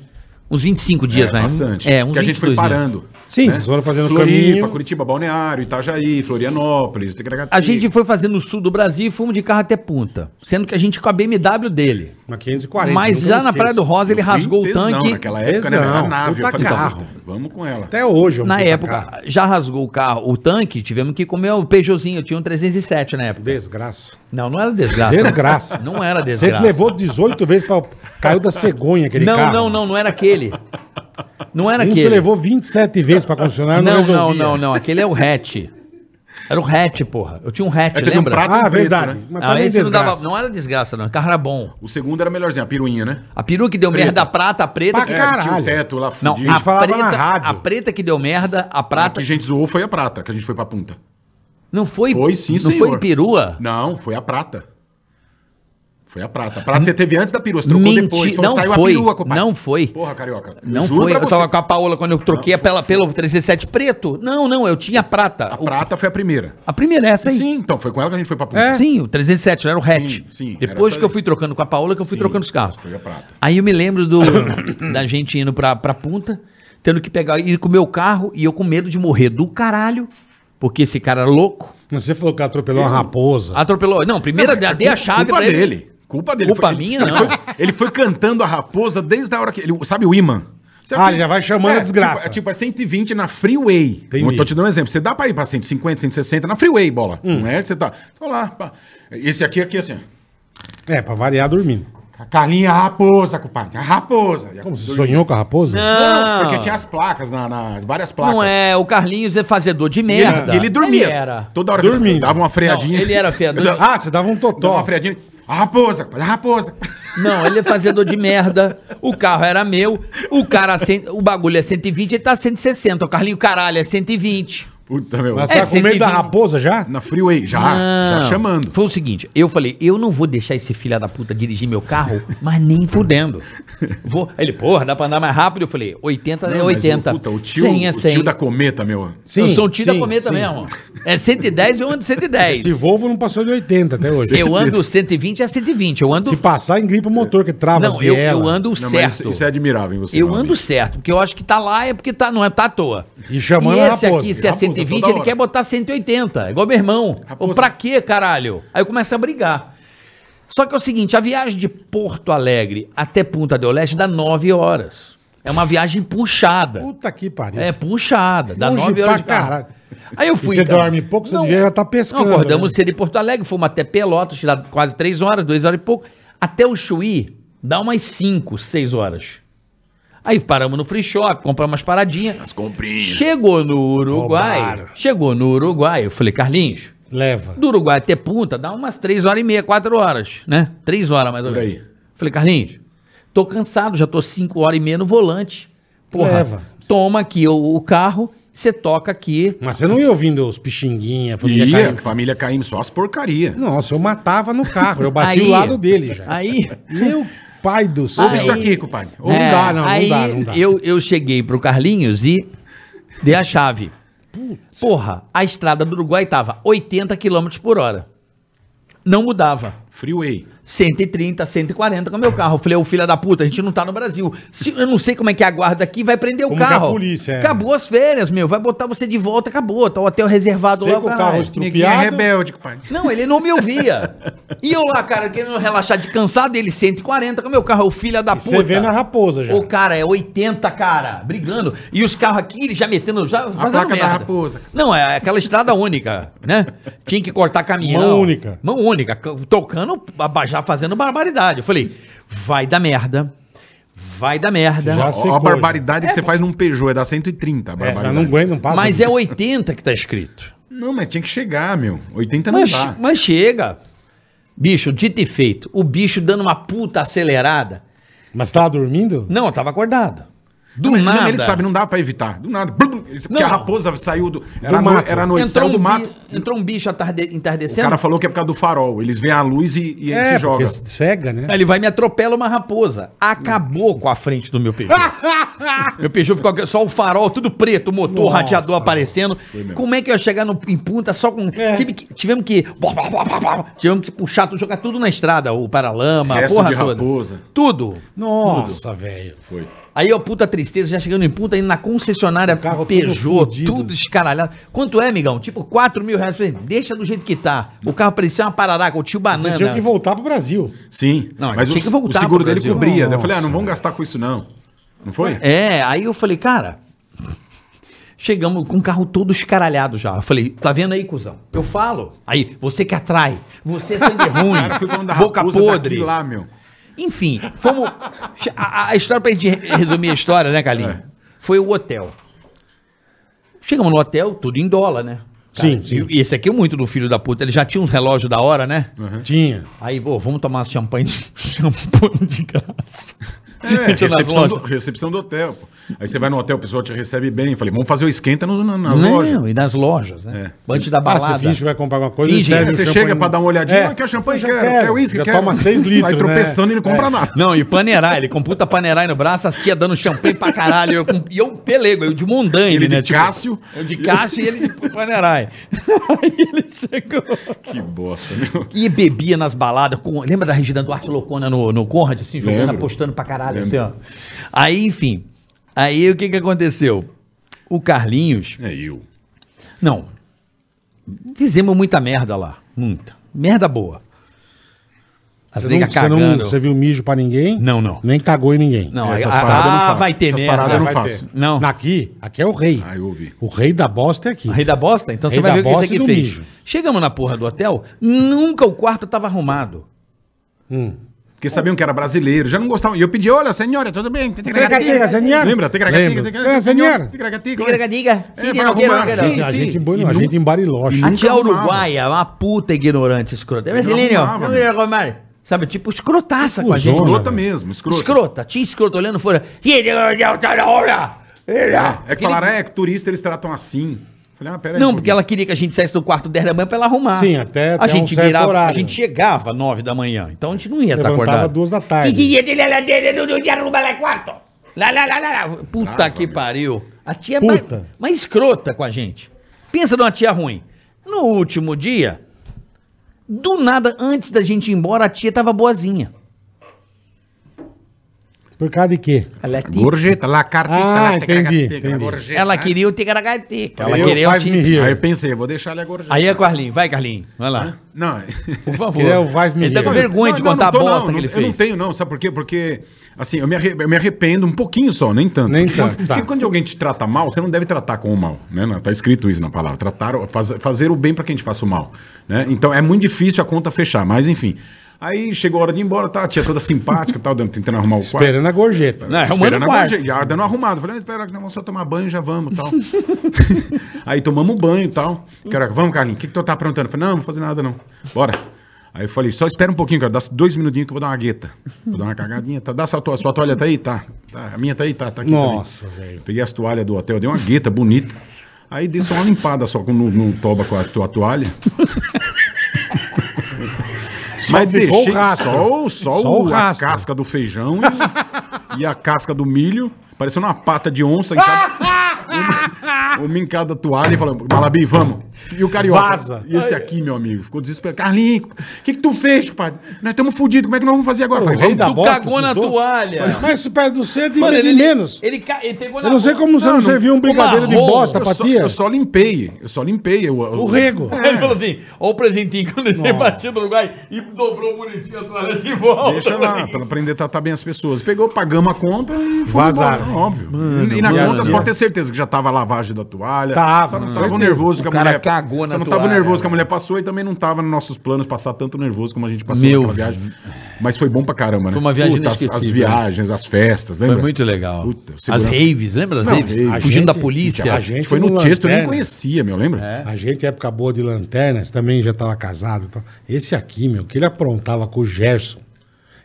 Uns 25 dias, né?
bastante.
É, uns
que a gente foi
22 dias.
parando.
Sim, vocês foram fazendo
Floripa,
caminho.
Curitiba, Balneário, Itajaí, Florianópolis,
A gente foi fazendo o sul do Brasil e fomos de carro até Punta. Sendo que a gente com a BMW dele.
Na 540.
Mas
nunca
já
me
na
esqueço.
Praia do Rosa ele rasgou o tanque.
Naquela época, né?
Tesão,
Era nave.
puta
Eu falei,
carro.
puta, vamos com ela.
Até hoje. é um
Na
puta
época,
carro.
já rasgou o carro, o tanque, tivemos que comer o Peugeotzinho. Eu tinha um 307 na época.
Desgraça.
Não, não era desgraça. (laughs)
Desgraça.
Não era
Você
desgraça.
levou 18 vezes pra. Caiu da cegonha aquele
não,
carro.
não, não, não era aquele. Não era
Um
aquele.
Você levou 27 vezes pra concessionária, não,
não,
resolvia.
não, não, não. Aquele é o hatch. Era o hatch, porra. Eu tinha um hatch,
É, teve um
lembra?
prato
Ah,
Preto,
verdade.
né?
Mas
não,
também
esse não, dava,
desgraça.
não era desgraça, não. O carro era bom.
O segundo era melhorzinho, a piruinha, né?
A peruca que deu
Preta.
merda, a prata, a preta.
Pra
que-
É, tinha
Caralho.
o teto lá
Não,
fudido.
a
gente falava na
preta,
rádio.
a preta que deu merda, a
A
prata.
que a gente zoou foi a prata, que a gente foi pra punta.
Não foi.
Foi sim,
Não
senhor.
foi perua?
Não, foi a prata. Foi a prata. A prata você teve antes da perua, você trocou
Menti-
depois. então
não foi,
compadre.
não foi.
Porra, carioca.
Não
juro
foi.
pra
Eu tava
você.
com a Paola quando eu troquei pela, pelo 307 preto. Não, não, eu tinha prata.
A
O-
prata foi a primeira.
a primeira é essa aí. Sim. É.
Sim, então foi com ela que a gente foi pra punta.
o 307, não era o hatch.
sim, era
Depois
essa
que eu
aí.
fui trocando com a Paola, que eu fui
Sim,
trocando os carros.
foi a prata.
Aí eu me lembro do, (coughs) da gente indo pra, pra punta, tendo que pegar, ir com o meu carro, e eu com medo de morrer do caralho, porque esse cara é louco.
Você falou que atropelou uma
Ah.
raposa.
Atropelou. Não, primeira,
É
dei a
culpa-
chave
culpa
pra ele.
dele. Culpa dele.
Culpa
Foi- ele-
minha,
ele
não.
Foi, ele foi cantando a raposa desde a hora que. Ele, sabe o imã? Sabe
Ah,
que-
ele já vai chamando a desgraça.
Tipo, é tipo, é 120 na freeway.
Entendi.
Eu tô te dando um exemplo. Você dá pra ir pra 150, 160 na freeway, bola.
Hum.
Não é que você tá. Tô lá. pá. Esse aqui, aqui, assim. ó.
É, pra variar dormindo.
A Carlinha, a raposa, compadre. A raposa. E a-
Como, assim? Ah. você sonhou com a raposa?
Não,
Porque tinha as placas, na, na- várias placas.
Não é, o Carlinhos é fazedor de
E ele,
merda.
e ele dormia.
era.
Toda hora que ele
Dormindo.
dava uma
Não,
freadinha.
ele era
(laughs)
fedor.
Ah, você dava um
Dava
totó.
uma freadinha. A raposa, compadre, a raposa. (laughs)
Não, ele é fazedor de merda. O carro era meu. O cara, cen- o bagulho é 120, ele tá 160. O Carlinho, caralho, é 120.
Puta, meu.
Mas
É,
tá com medo da
120.
raposa já?
Na freeway, já. Já
Não.
chamando.
Foi o seguinte, eu falei, eu não vou deixar esse filho da puta dirigir meu carro, mas nem fudendo. Vou, ele, porra, dá pra andar mais rápido? Eu falei, 80 é
Não, mas
80.
O, puta, o tio,
100 é
o tio
100.
da cometa, meu.
eu sou um tio da
sim,
cometa
sim.
mesmo. É 110, eu ando 110.
Esse Volvo não passou de 80 até hoje.
eu ando 120 é 120. Eu ando.
Se passar, engripa o motor, que trava
não,
as
eu,
bielas.
eu ando
Não, mas
certo.
isso, isso é admirável em você.
eu
realmente.
ando certo, porque eu acho que tá lá é porque tá, não é, tá à toa.
E chamando
e
a
esse
raposa.
aqui, se é 120,
Raposa,
toda
ele
hora.
quer botar 180, igual meu irmão. Ô,
Raposa.
pra quê, caralho? Aí eu começo a brigar. Só que é o seguinte, a viagem de Porto Alegre até Punta del Leste dá 9 horas. É uma viagem puxada.
Puta que pariu.
É puxada, dá
Longe
9 horas
pra
de carro.
caralho.
Aí eu
E
fui.
você dorme pouco, você devia já tá pescando,
Não, acordamos
né?
cedo em Porto Alegre, fomos até Pelotas, lá quase 3 horas, 2 horas e pouco. Até o Chuí dá umas 5, 6 horas. Aí paramos no free shop, compramos umas paradinhas.
As comprinhas.
Chegou no Uruguai.
Roubaram.
Chegou no Uruguai. Eu falei, Carlinhos,
Leva.
do Uruguai até Punta dá umas 3 horas e meia, 4 horas, né? 3 horas mais ou
Por
menos.
aí.
Falei, Carlinhos, tô cansado, já tô cinco horas e meia no volante. Porra,
Leva.
toma aqui o, o carro, você toca aqui.
Mas você não ia ouvindo os pixinguinha, família
Ia,
caindo.
família caindo, só as porcaria.
Nossa, eu matava no carro, eu bati
Aí-
o lado dele já.
Aí,
Meu pai do céu.
Ouve isso aqui, compadre.
Não
Ouve
É,
dá, não, não
aí
dá, não dá.
Eu, eu cheguei pro Carlinhos e dei a chave. Porra, a estrada do Uruguai tava 80 km por hora. Não mudava.
Freeway.
130, 140 com o meu carro. Eu falei, ô filho da puta, a gente não tá no Brasil. Se- eu não sei como é que é a guarda aqui, vai prender o
Como que é a
carro.
polícia, é.
Acabou as férias, meu. Vai botar você de volta, acabou. Tá o hotel reservado
Sei
lá.
que o
caralho.
carro estrupiado.
é rebelde, compadre.
Não, ele não me ouvia. E eu lá, cara, querendo relaxar de cansado, ele 140 com o meu carro, é o filho da puta.
Você vê na raposa já.
Ô, cara, é 80, cara, brigando. E os carros aqui, eles já metendo, já fazendo
placa da
merda.
raposa.
Não, é aquela estrada única, né? Tinha que cortar caminhão.
Mão única.
Mão única, c- tocando, ba- já fazendo barbaridade. Eu falei, vai dar merda, vai dar merda.
Já
Ó,
secou,
a barbaridade que você faz num Peugeot, é dar 130 a
É, mas
barbaridade.
não aguenta, não passa.
Mas é
disso.
80 que tá escrito.
Não, mas tinha que chegar, meu. 80 não
Mas,
dá.
mas chega. Bicho, dito e feito, o bicho dando uma puta acelerada.
Mas tava dormindo?
Não, eu tava acordado. Do
Não,
nada.
Não, ele sabe, não dá pra evitar. Do nada. Blum, blum, Porque
Não.
a raposa saiu do. Era,
Do
no,
mato.
era noite,
Entrou
saiu do
um,
mato.
bi- entrou um bicho atarde,
O
entardecendo.
cara falou que é por causa do farol. Eles veem a luz e, e
É,
ele se É, joga.
Tipo, porque cega, né?
Aí Ele vai e me atropela uma raposa. Acabou com a frente do
(laughs)
meu Peugeot. meu Peugeot ficou aqui, só o farol, tudo preto, o motor, o
Nossa.
radiador aparecendo. Como é que eu ia chegar no, em punta só com.
É.
Tive que, tivemos que. Tivemos que puxar, tudo, jogar tudo na estrada. O paralama, a
Resto
porra
de
toda.
raposa.
Tudo.
Nossa, velho.
Foi.
Aí, ó, puta tristeza, já chegando em punta, indo na concessionária
carro todo
Peugeot, tudo,
fudido.
escaralhado. Quanto é, amigão? Tipo, 4 mil reais. Eu Falei, deixa do jeito que tá. O carro parecia uma pararaca, o tio banana.
Vocês tinham que voltar pro Brasil.
Sim.
Não,
mas
tinha
o,
que voltar
o seguro
pro
dele
Brasil.
cobria. Daí Eu falei, ah,
Nossa.
não vamos gastar com isso, não. Não foi?
É, aí eu falei, cara. Chegamos com o carro todo escaralhado já. Eu falei, tá vendo aí, cuzão? Eu falo. Aí, você que atrai. Você é
(laughs)
sangue ruim.
cara foi falando da
boca
raposa daqui
podre.
lá, meu.
Enfim, fomos. che- A, a história, pra gente re- resumir a história, né, Carlinhos?
É.
Foi o hotel. Chegamos no hotel, tudo em dólar, né?
Sim, sim.
E esse aqui é muito do filho da puta. Ele já tinha uns relógios da hora, né?
É. Uhum.
Tinha.
Aí, pô, vamos tomar champanhe, (laughs) champanhe de graça.
É,
Tinha nas
recepção do,
lojas.
recepção do hotel. pô. Aí você vai no hotel, o pessoal te recebe bem. Eu Falei, vamos fazer o esquenta no, na, nas
Não,
lojas. É.
e nas lojas, né? Antes da
Ah,
balada.
você finge que vai comprar alguma coisa
Finge.
serve
Aí
um
você
champanhe.
chega pra dar uma olhadinha,
É.
ah, quer champanhe,
Já
quero, quer uísque,
já
quero.
toma 6 litros,
Sai tropeçando
né?
e não compra
É.
(laughs)
nada.
Não, e paneirar, ele com puta paneirar no braço, as tia dando champanhe pra caralho, eu com- e eu pelego, eu de mondanha,
Ele de
né?
Cássio.
Eu de Cássio e ele de paneirar. Aí (laughs) ele chegou.
Que bosta, meu.
E bebia nas baladas, com, lembra da Regina Duarte Loucona no, no Conrad, assim, jogando,
Lembro.
apostando pra caralho,
Lembro.
assim, ó. Aí, enfim, aí o que que aconteceu? O Carlinhos,
É eu.
não, fizemos muita merda lá, muita, merda boa. As
Você, não,
nega
você, não,
cagando.
você viu mijo pra ninguém?
Não, não.
Nem cagou em ninguém.
Não,
Essas
aí-
paradas eu não
ah,
faço.
vai ter
Essas
merda.
paradas eu não
Vai
faço.
ter.
Não.
Aqui, aqui é o rei.
Ah, eu ouvi.
O rei da bosta é aqui.
Rei da bosta? Então
Rei
você vai
da
ver o que
bosta
isso
e
é
aqui
do
fez.
mijo.
Chegamos na porra do hotel, nunca o quarto tava arrumado.
Porque sabiam que era brasileiro, já não gostavam. E eu pedi, olha, senhora, tudo bem?
Tigragatica, senhora.
Lembra? Tigragatica,
Lembro.
tigragatica,
É, senhora.
tigragatica.
Diga, diga.
É, vai arrumar, sim,
a, gente,
sim.
em Boi-
E
a
nu-
gente em Bariloche.
A
nunca
tia
arrumava.
uruguaia, uma puta ignorante, escrota. É brasileiro,
arrumava,
vamos ver, Romário. Sabe, tipo escrotaça com a gente.
Cusona,
Escrota
velho.
mesmo, escrota.
Escrota, tinha escrota olhando fora.
É, é
É
que falaram, é que turista eles tratam assim. Falei, ah, peraí.
Não, porque ela queria que a gente saísse do quarto 10 da manhã pra ela arrumar.
Sim, até-
a
até
gente
um certo
virava,
horário.
A gente chegava às 9 da manhã, então a gente não ia estar
Levantava
acordado.
duas da tarde.
Lá, lá, lá, lá, lá. Puta
Brava,
que
meu.
pariu. A tia
Puta.
Mais, mais escrota com a gente. Pensa numa tia ruim. No último dia, do nada, antes da gente ir embora, a tia tava boazinha.
Por causa de quê?
Ela, é ti-
Gorjeta, lá, cartita,
Ah,
lá, tigragatica,
entendi, entendi.
gorjeta.
ela queria o ticaracateca. Ela
Eu
queria o
faz me
tips.
rir.
Aí eu pensei, vou deixar ele a gorjeta.
Aí é Carlinhos, vai Carlinhos, vai lá.
Não,
Por favor.
Queria o Vaz me
Ele tá
rir.
com vergonha de
Não, não,
contar
não tô,
a bosta
não,
que ele
não,
fez.
Eu não tenho, não, sabe por quê? Porque, assim, eu me, arre- eu me arrependo um pouquinho só, nem tanto.
Nem
porque
tanto,
Quando,
tá.
porque quando alguém te trata mal, você não deve tratar com o mal, né? Não, Tá escrito isso na palavra. Tratar, o- faz- fazer o bem pra quem te faça o mal, né? Então é muito difícil a conta fechar, mas enfim. Aí chegou a hora de ir embora, tá? A tia toda simpática, tal, dando- tentando arrumar o quarto.
Esperando a gorjeta.
Não, é arrumando
Esperando
o quarto.
a gorje- já dando arrumado. Falei, "Não, espera, que nós vamos só tomar banho e já vamos tal. (laughs) um aí tomamos banho e tal. Caraca, vamos, Carlinhos, o que, que tu tá aprontando? Falei, não, não vou fazer nada não. Bora. Aí eu falei, só espera um pouquinho, cara, dá dois minutinhos que eu vou dar uma gueta. Vou dar uma cagadinha, tá? Dá sua toalha, sua toalha tá aí? Tá. Tá, A minha tá aí? Tá, tá aqui
Nossa,
também.
velho.
Peguei as toalhas do hotel, dei uma gueta bonita. Aí dei só uma limpada só com, no, no toba com a tua toalha. Mas
ficou o
deixei
rastro.
só, o- só,
Só o
o- a
rastro.
casca do feijão e, (laughs) e a casca do milho. Parecendo uma pata
(laughs)
de onça em cada, uma, uma em cada toalha e falando, Malabi, vamos. E o carioca.
Vaza.
E esse aqui, meu amigo, ficou desesperado. Carlinho, o que, que tu fez, compadre? Nós estamos fodidos, como é que nós vamos fazer agora? Eu falei,
rei
"Vamos
da
tu-
Tá bosta,
cagou na
esses dois.
toalha.
Mas se perto do centro,
Mano,
divide
ele,
ele, menos.
Ele, ca- ele pegou na
eu não sei como você não, serviu um brigadeiro de
rola.
bosta
eu
pra
só-
tia.
Eu só limpei, eu só limpei. Eu, eu-
O rego.
(laughs) Ele falou assim: ó o presentinho que eu deixei batido no Uruguai e dobrou bonitinho a toalha de volta.
Deixa lá, pra aprender a tratar bem as pessoas. Pegou, pagamos a conta e foi
Vazaram.
embora, óbvio. e na
mano,
conta, você
mano.
pode ter certeza que já tava a lavagem da toalha.
Tava,
Só não
com
tava
certeza.
nervoso que a
O cara
mulher...
cagou na
só não tava
toalha,
nervoso que a
velho.
mulher passou e também não tava nos nossos planos passar tanto nervoso como a gente passou
(laughs) Meu
naquela viagem. Mas foi bom pra caramba, né?
Foi uma viagem
as, as
inesquecível.
né?
né?
viagens, as festas, lembra?
Foi muito legal.
Puta,
as
segurança-
raves, lembra das
Não,
raves?
rave.
Fugindo
A
da
gente-
polícia.
a gente
Foi no
com
texto, eu nem
lanterna.
conhecia, meu, lembra?
A gente, época boa de lanternas, também já tava casado. e tal. Esse aqui, meu, que ele aprontava com o Gerson,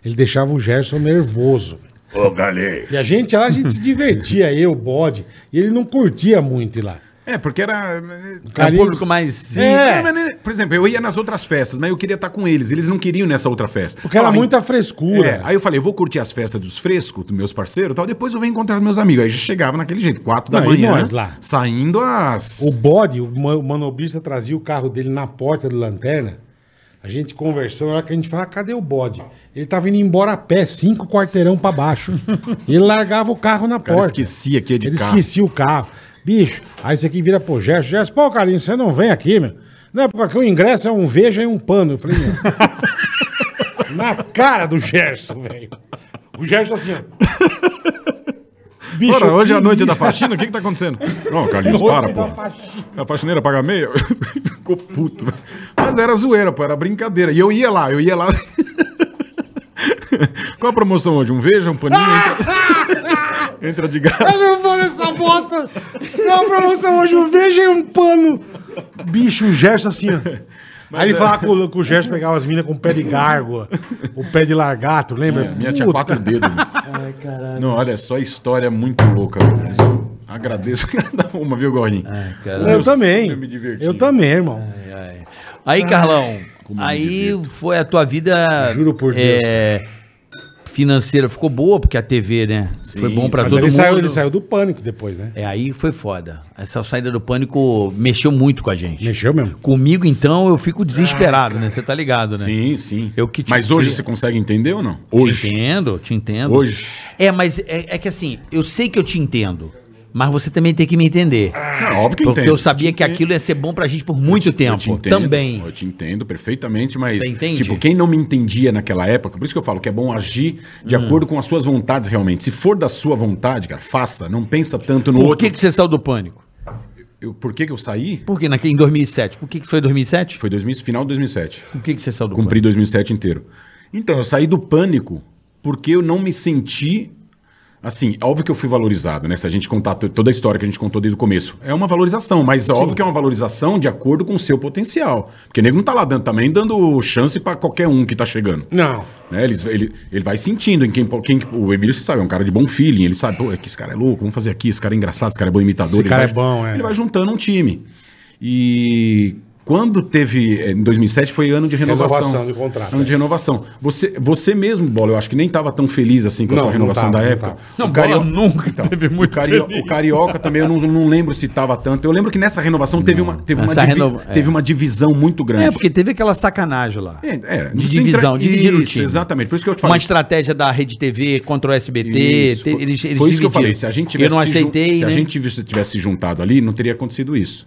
ele deixava o Gerson nervoso.
Ô, galera.
E a gente lá, a gente se divertia, eu, o bode, e ele não curtia muito ir lá.
É, porque era...
É o
Carlinhos-
público mais.
Sim,
É.
é, mas, né, por exemplo, eu ia nas outras festas, mas eu queria estar com eles. Eles não queriam nessa outra festa.
Porque era
Falava,
muita
É,
frescura.
aí eu falei, eu vou curtir as festas dos frescos, dos meus parceiros e tal, depois eu venho encontrar os meus amigos. Aí já chegava naquele jeito, quatro da
Não, e
manhã,
nós lá?
saindo às...
O bode, o ma- o manobrista trazia o carro dele na porta do lanterna. A gente conversando, na hora que a gente fala, cadê o bode? Ele tava indo embora a pé, cinco quarteirão pra baixo. e ele largava o carro na
cara
porta.
esquecia que ia de
ele
carro.
esquecia o carro. Bicho, aí isso aqui vira pro Gerson. Gerson, pô, Carlinhos, você não vem aqui, meu. Não, é porque o ingresso é um veja e um pano. Eu falei, meu. (laughs) na cara do Gerson, velho. O Gerson assim, ó. Bicho,
Ora, hoje é a
que
noite da
isso,
faxina, o que que tá acontecendo? Não, Carlinhos,
Noite
para,
da
pô.
faxina.
A faxineira paga meia? (laughs) Ficou puto. velho. Mas era zoeira, pô, era brincadeira. E eu ia lá, eu ia lá... (laughs) Qual a promoção hoje? Um veja, um paninho?
Ah,
Entra, entra de graça.
Eu não vou nessa bosta! Não, promoção hoje, um veja e um pano! Bicho, o Gerson assim, ó. Aí
é.
ele falava com, o- com o Gerson, pegava as minas com o pé de gárgula, o pé de largato, lembra?
Minha tinha
Puta.
quatro dedos. meu. Não, olha só, história é muito louca. meu. Mas eu agradeço (laughs) cada uma, viu, Gordinho?
né?
Eu, também.
sempre me diverti.
Eu também, irmão.
É. Aí, Carlão,
como eu me
aí
divirto.
foi a tua vida.
Juro por Deus,
é, financeira ficou boa, porque a TV, né?
Sim,
foi bom pra
Mas
todo
ele
mundo.
saiu, ele saiu do pânico depois, né?
É, aí foi foda. Essa saída do pânico mexeu muito com a gente.
Mexeu mesmo.
Comigo, então, eu fico desesperado, né? Você tá ligado, né?
Sim, sim.
Eu que te-
Mas hoje você consegue entender ou não?
Te entendo, te entendo.
Hoje.
É, mas é, é que assim, eu sei que eu te entendo, mas você também tem que me entender.
É óbvio que
Porque
entendo.
eu sabia que aquilo ia ser bom pra gente por muito
Eu
tempo.
te entendo,
também.
Eu te entendo perfeitamente, mas.
Você entende?
Tipo, quem não me entendia naquela época, por isso que eu falo que é bom agir de
Hum.
acordo com as suas vontades realmente. Se for da sua vontade, cara, faça. Não pensa tanto no
Por
outro.
que, que você saiu do pânico?
Eu- por que, que eu saí?
Por que naquele em 2007? Por que, que foi em 2007?
Foi 2000, final de 2007.
Por que, que você saiu do
Cumpri 2007 inteiro. Então, eu saí do pânico porque eu não me senti. Assim, óbvio que eu fui valorizado, né? Se a gente contar to- toda a história que a gente contou desde o começo. É uma valorização, mas óbvio que é uma valorização de acordo com o seu potencial. Porque o nego não tá lá dando, também dando chance pra qualquer um que tá chegando.
Não.
Né? Eles, ele, ele vai sentindo em quem, quem. O Emílio, você sabe, é um cara de bom feeling. Ele sabe, pô, é que esse cara é louco, vamos fazer aqui, esse cara é engraçado, esse cara é bom imitador.
Esse
ele
cara
vai-
é bom, é.
Ele vai juntando um time. E quando teve. eh, Em 2007 foi ano de renovação.
Renovação de contrato,
Ano
é.
de renovação. Você, você mesmo, Bola, eu acho que nem estava tão feliz assim com a
Não,
sua
não
renovação
tava,
da
não
época.
tava.
Não,
Bola nunca
teve muito o, Cario- o Carioca também, eu não, não lembro se estava tanto. Eu lembro que nessa renovação teve, uma, teve, uma,
Essa
divi-
renova- é.
teve uma divisão muito grande.
É, porque teve aquela sacanagem lá.
É, é,
de
você
divisão,
entra-
dividir o
Isso,
time.
Exatamente, por isso que eu te
Uma
falei.
estratégia da Rede TV contra o SBT.
Isso,
te-
foi-
eles, eles
foi isso que
dividiram.
eu falei. Se a gente
Eu
tivesse
não
se jun-
aceitei,
se a
né?
gente tivesse- tivesse juntado ali, não teria acontecido isso.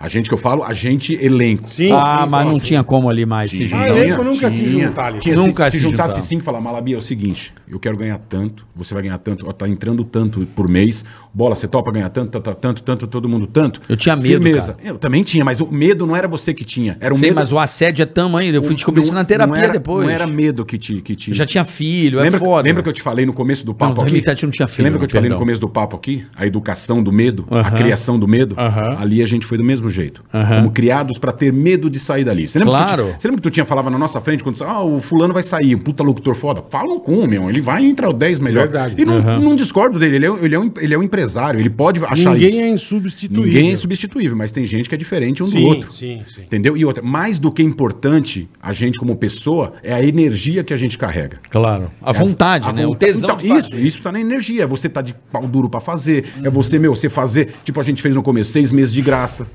A gente que eu falo, a gente elenco.
Sim,
ah,
sim,
mas
sim,
não
sim.
tinha como ali mais se
Ah,
juntar.
elenco nunca se juntar ali.
Tinha,
Nunca
se,
se
se juntasse
juntar.
cinco e falar, Malabi, é o seguinte, eu quero ganhar tanto, você vai ganhar tanto, ó, tá entrando tanto por mês, bola, você topa ganhar tanto, tanto, tanto, tanto, todo mundo tanto.
Eu tinha medo,
Eu também tinha, mas o medo não era você que tinha, era o
Sei,
medo...
mas o assédio é tamanho. Eu fui descobrir isso na terapia
não era,
depois.
Não era medo que te... Que te
Eu já tinha filho,
lembra,
é foda.
lembra que eu te falei no começo do papo
Não, 2007
aqui?
não tinha
Você
filho,
lembra que eu te falei no
perdão.
começo do papo aqui? A educação do medo, a
Aham.
criação do medo.
Aham.
Ali a gente foi do mesmo mesmo jeito. Fomos criados pra ter medo de sair dali. Você lembra
Claro.
Que tu, tinha- você lembra que tu tinha falava na nossa frente quando você, ah, o fulano vai sair, o puta locutor foda. Fala com, meu, ele vai entrar o 10 melhor.
Verdade.
E não, não discordo dele, ele é, um- ele, é um, ele é um empresário, ele pode achar
Ninguém
isso.
é insubstituível.
Ninguém é substituível, mas tem gente que é diferente um
sim,
do outro.
Sim, sim.
Entendeu? E outra, mais do que é importante, a gente como pessoa, é a energia que a gente carrega.
Claro. A
Essa-
vontade,
a
né? O
vontade.
tesão.
Então,
de
isso,
fazer.
isso tá na energia. É você tá de pau duro pra fazer. É você, meu, você fazer. Tipo, a gente fez no começo, seis meses de graça.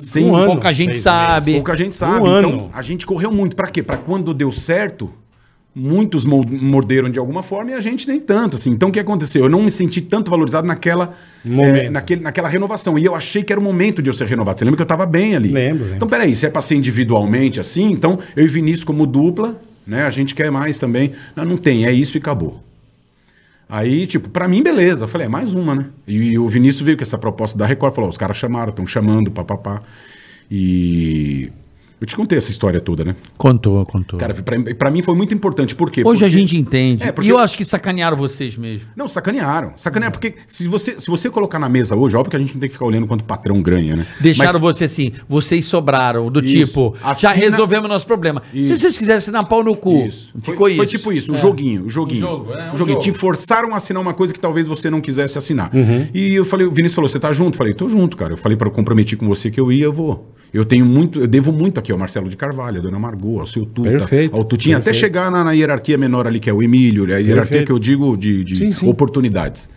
Sem
Um ano.
Pouca gente
Seis
sabe.
Pouca gente sabe.
Um
então,
ano.
a gente correu muito. Pra quê? Pra quando deu certo, muitos mo- morderam de alguma forma e a gente nem tanto. Assim. Então, o que aconteceu? Eu não me senti tanto valorizado naquela,
Momento.
eh, naquele, naquela renovação. E eu achei que era o momento de eu ser renovado. Você lembra que eu tava bem ali?
Lembro, lembro.
Então, peraí, se é pra ser individualmente assim, então eu e Vinícius como dupla, né? A gente quer mais também. Não, não tem, é isso e acabou. Aí, tipo, pra mim, beleza. Eu falei, é mais uma, né? E, e o Vinícius veio com essa proposta da Record, falou, ó, os caras chamaram, estão chamando, papapá. E... Eu te contei essa história toda, né?
Contou, contou.
Cara, pra, pra mim foi muito importante. Por quê?
Hoje a
Porque-
gente entende.
É, porque-
E eu acho que sacanearam vocês mesmo.
Não, sacanearam. Sacanearam, porque se você, se você colocar na mesa hoje, óbvio que a gente não tem que ficar olhando quanto o patrão ganha, né?
Deixaram
Mas-
você assim, vocês sobraram, do
Isso.
tipo, já
Assina-
resolvemos nosso problema. Se
Isso.
vocês quisessem dar pau no cu,
Isso.
ficou
foi,
isso.
foi tipo
É.
isso, um joguinho, um joguinho. Um jogo, joguinho. Te forçaram a assinar uma coisa que talvez você não quisesse assinar.
Uhum.
E eu falei, o Vinícius falou, você tá junto? Eu falei, tô junto, cara. Eu falei para eu comprometer com você que eu ia, eu vou. Eu tenho muito, eu devo muito aqui ao Marcelo de Carvalho, a Dona Margot, ao seu Tuta,
Perfeito,
ao Tutinha, até
perfeito.
chegar na, na hierarquia menor ali, que é o Emílio, a hierarquia
Perfeito.
que eu digo de, de
Sim, sim.
oportunidades.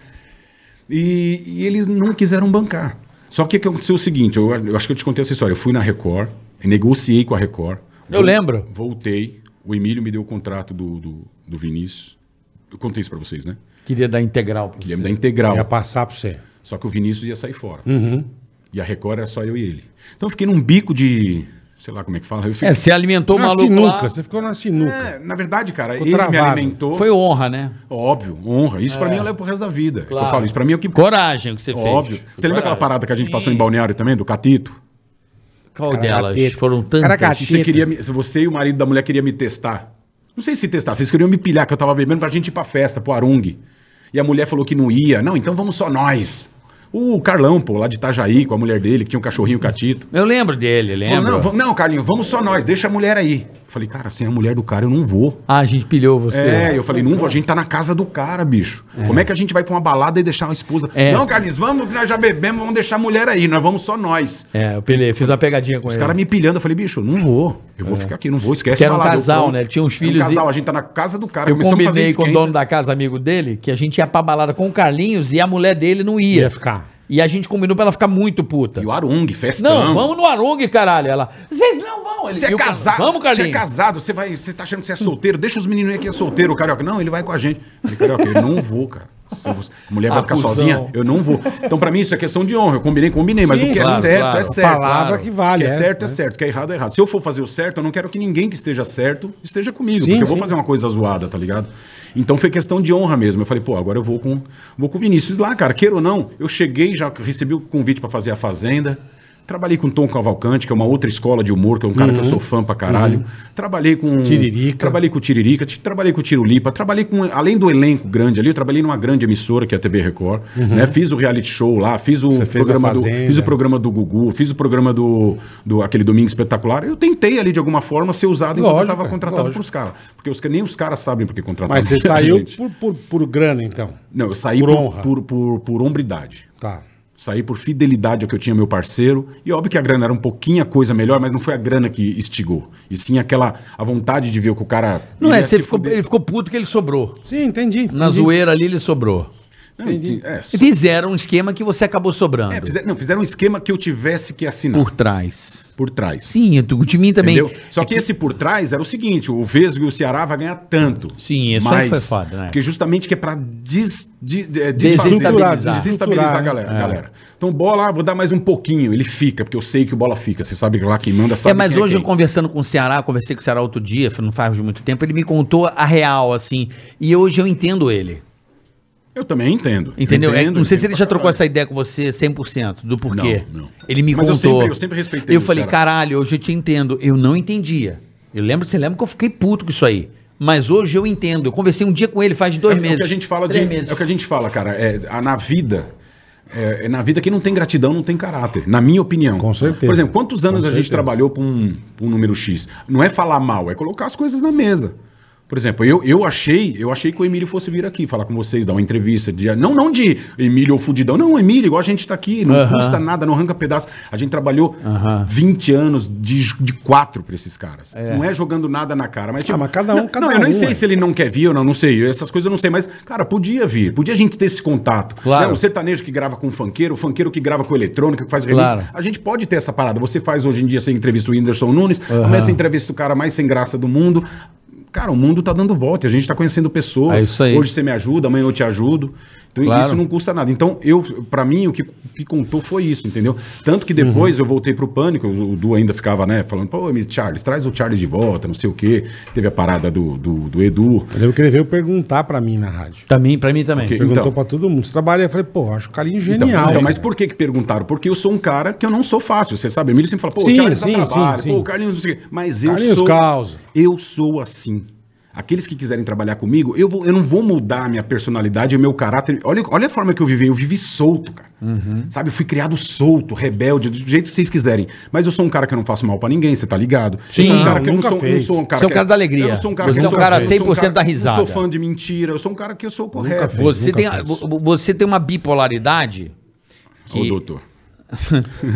E, e eles não quiseram bancar. Só que o que aconteceu é o seguinte, eu, eu acho que eu te contei essa história. Eu fui na Record, negociei com a Record.
Eu lembro.
Voltei, o Emílio me deu o contrato do, do, do Vinícius. Eu contei isso pra vocês, né?
Queria dar integral. pra
Ele ia me dar
Ia
integral.
passar pra você.
Só que o Vinícius ia sair fora. E a Record era só eu e ele. Então eu fiquei num bico de. Sei lá como é que fala. Eu
É,
fiquei,
você alimentou o
Ah,
Na
maluco
sinuca,
lá.
você ficou na sinuca.
É, na verdade, cara,
Ficou
ele me
travado.
alimentou.
Foi honra, né?
Óbvio, honra. Isso pra mim eu levo pro resto da vida. É o que Eu falo, isso pra mim é o que.
Coragem que você fez.
Óbvio. Você lembra aquela parada que a gente passou em Balneário também, do Catito?
Qual
Caraca,
delas?
teta.
Foram tantas.
Caraca,
Que você queria me- se você e o marido da mulher queria me testar. Não sei se testar, vocês queriam me pilhar que eu tava bebendo pra gente ir pra festa, pro Arung. E a mulher falou que não ia. Não, então vamos só nós. O Carlão, pô, lá de Itajaí, com a mulher dele, que tinha um cachorrinho catito.
Eu lembro dele,
Ele falou,
lembro.
não, vamos, não, Carlinho, vamos só nós, deixa a mulher aí. Eu falei, cara, sem a mulher do cara eu não vou.
Ah, a gente pilhou você.
É, eu falei, não vou, a gente tá na casa do cara, bicho. Como é que a gente vai pra uma balada e deixar a esposa?
É.
Não, Carlinhos, vamos, nós já bebemos, vamos deixar a mulher aí, nós vamos só nós.
É, eu pilhei, fiz uma pegadinha com
Os
ele.
caras me pilhando, eu falei, bicho, não vou. Eu vou ficar aqui, não vou, esquece
Porque É. era um
balada, eu
casal,
conto.
né? Tinha uns
Era
filhos e-
Um casal, a gente tá na casa do cara,
Eu combinei com o
esquenta.
dono da casa, amigo dele, que a gente ia pra balada com o Carlinhos e a mulher dele não ia.
Ia ficar.
E a gente combinou pra ela ficar muito puta.
E o Arung, festão.
Não, vamos no Arung, caralho. Ela, vocês não vão. Ele,
Você
e
é
o Carlinhos,
casado,
Vamos,
você é
Carlinhos.
casado, você vai, você tá achando que você é solteiro, deixa os meninos aí que é solteiro, o carioca. Não, ele vai com a gente. Eu falei, carioca, eu não vou, cara. Se eu vou- a mulher vai ficar
Acusão.
sozinha, eu não vou. Então, pra mim, isso é questão de honra. Eu combinei, combinei, mas
Sim,
o que
claro,
é certo,
claro.
é certo.
Palavra que vale,
O que
é,
é certo, é,
né?
certo. O que é errado, é errado. Se eu for fazer o certo, eu não quero que ninguém que esteja certo esteja comigo,
Sim,
porque eu vou
sim.
fazer uma coisa zoada, tá ligado? Então, foi questão de honra mesmo. Eu falei, pô, agora eu vou com, vou com o Vinícius lá, cara. Queira ou não, eu cheguei, já recebi o convite pra fazer a Fazenda. Trabalhei com Tom Cavalcante, que é uma outra escola de humor, que é um cara que eu sou fã pra caralho. Trabalhei com.
Uhum. Tiririca.
Trabalhei com o Tiririca, ti- trabalhei com o Tirulipa, trabalhei com. Além do elenco grande ali, eu trabalhei numa grande emissora, que é a TV Record. Né? Fiz o reality show lá, fiz o
Uhum. Você fez a
programa do.
Fazenda.
Fiz o programa do Gugu, fiz o programa do, do aquele domingo espetacular. Eu tentei ali de alguma forma ser usado enquanto eu
Lógico,
tava
cara,
contratado
lógico.
pros caras. Porque os, nem os caras sabem porque contrataram.
Mas você
Tá gente.
saiu por, por, por grana, então.
Não, eu saí
por
por,
honra.
por, por, por hombridade.
Tá.
Saí por fidelidade ao que eu tinha meu parceiro. E óbvio que a grana era um pouquinho a coisa melhor, mas não foi a grana que instigou. E sim aquela a vontade de ver o que o cara.
Não é,
ia
você
se
ficou-
fuder.
ele ficou puto que ele sobrou.
Sim, entendi.
Na
entendi.
zoeira ali ele sobrou.
Não, entendi. É,
E fizeram um esquema que você acabou sobrando.
é, fizeram, não, fizeram um esquema que eu tivesse que assinar
Por
por,
trás.
trás.
Sim, eu tô- o time também. É
Entendeu? Só que esse por trás era o seguinte: o Vesgo e o Ceará vai ganhar tanto.
Sim, isso aí
mas,
foi foda, né?
Porque justamente que é pra des, de, é, desfazer-
Desestabilizar. É.
desestabilizar a galera. galera. Então, bola, vou dar mais um pouquinho. Ele fica, porque eu sei que o bola fica. Você sabe que lá quem manda sabe.
é, mas
quem
hoje eu
quem.
conversando com o Ceará, conversei com o Ceará outro dia, não faz muito tempo, ele me contou a real, assim. E hoje eu entendo ele.
Eu também entendo.
Entendeu? É,
Entendo,
não sei se
entendo
ele já
pra
trocou
caralho.
essa ideia com você 100% do porquê.
Não, não.
Ele me
Mas eu
contou.
sempre- eu sempre respeitei
Eu
o
falei,
Ceará.
caralho, hoje eu te entendo. Eu não entendia. Eu lembro, você lembra que eu fiquei puto com isso aí. Mas hoje eu entendo. Eu conversei um dia com ele faz dois
É,
meses.
É o que a gente fala de,
Três meses.
É o que a gente fala, cara. É, a- na vida, é, é na vida que não tem gratidão, não tem caráter, na minha opinião.
Com certeza.
Por exemplo, quantos anos
Com
a gente
certeza.
trabalhou para um, pra um número X? Não é falar mal, é colocar as coisas na mesa. Por exemplo, eu, eu achei eu achei que o Emílio fosse vir aqui falar com vocês, dar uma entrevista. De, não não de Emílio ou fudidão. Não, Emílio, igual a gente tá aqui, não custa nada, não arranca pedaço. A gente trabalhou 20 anos de, de quatro pra esses caras. Não é jogando nada na cara. Mas, tipo,
mas cada um-
não,
cada
não, eu nem
um,
sei
ué.
se ele não quer vir ou não, não sei. Essas coisas eu não sei. Mas, cara, podia vir. Podia a gente ter esse contato.
Claro.
Né, O sertanejo que grava com o funkeiro, o funkeiro que grava com eletrônica, que faz remix.
Claro.
A gente pode ter essa parada. Você faz hoje em dia, você entrevista o Whindersson Nunes, amanhã você entrevista o cara mais sem graça do mundo. Cara, o mundo tá dando volta, a gente tá conhecendo pessoas.
É isso aí.
Hoje você me ajuda, amanhã eu te ajudo. Então
Claro.
isso não custa nada. Então, eu, para mim, o que, o que contou foi isso, entendeu? Tanto que depois
Uhum.
eu voltei pro pânico, o, o Du ainda ficava, né, falando, pô, Emílio Charles, traz o Charles de volta, não sei o quê. Teve a parada do, do, do Edu.
Eu lembro que ele veio perguntar pra mim na rádio.
Também, pra mim também.
Ok.
Perguntou
Então.
pra todo mundo. Você trabalha? Eu falei, pô, acho o carinho
Então,
genial.
então,
cara.
mas por que que perguntaram? Porque eu sou um cara que eu não sou fácil. Você sabe, Emílio sempre fala, pô,
Sim,
Charles dá
sim,
trabalho,
sim, sim.
pô, Carlinhos não sei o quê. Mas eu
Carlinhos
sou...
causa.
Eu sou assim. Aqueles que quiserem trabalhar comigo, eu, vou, eu não vou mudar a minha personalidade, o meu caráter. Olha, olha a forma que eu vivi. Eu vivi solto, cara.
Uhum.
Sabe? Eu fui criado solto, rebelde, do jeito que vocês quiserem. Mas eu sou um cara que eu não faço mal pra ninguém, você tá ligado? eu sou um
Sim.
cara que eu não
Nunca
sou, eu não
fez.
sou um cara
Você é um
que-
cara da alegria.
Eu não sou um cara
Você
que
é um
sou-
cara
eu sou um
100% da risada.
Não sou fã de mentira, eu sou um cara que eu sou correto.
fez.
Você tem,
Nunca fez.
vo- você tem uma bipolaridade que...
Ô, doutor.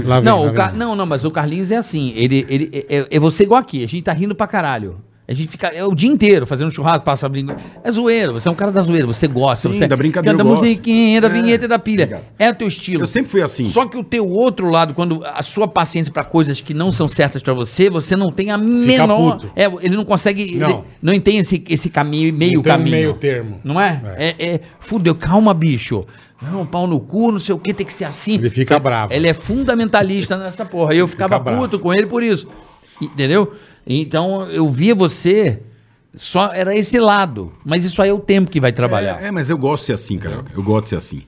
Lá vem,
não,
lá
o Car-
vem.
não, não, mas o Carlinhos é assim. Ele, ele, é, é- é você igual aqui. A gente tá rindo pra caralho. A gente fica é, o dia inteiro fazendo churrasco, passa brinco. É zoeira, você é um cara da zoeira, você gosta.
Sim,
você
da brincadeira
Canta
eu gosto.
musiquinha, da
É,
vinheta e da pilha.
obrigado.
É o teu estilo.
Eu sempre fui assim.
Só que o teu outro lado, quando a sua paciência pra coisas que não são certas pra você, você não tem a menor.
puto.
É, ele não consegue.
Não.
Ele não tem esse, esse caminho, meio
Não tem um
caminho.
meio termo.
Não é? É. é, fudeu, calma, bicho. Não, pau no cu, não sei o que, tem que ser assim.
Ele fica bravo.
Ele é fundamentalista nessa porra. Eu ficava
bravo.
puto com ele por isso. Entendeu? Então eu via você, só era esse lado. Mas isso aí é o tempo que vai trabalhar.
É, é, mas eu gosto de ser assim, cara. Eu gosto de ser assim.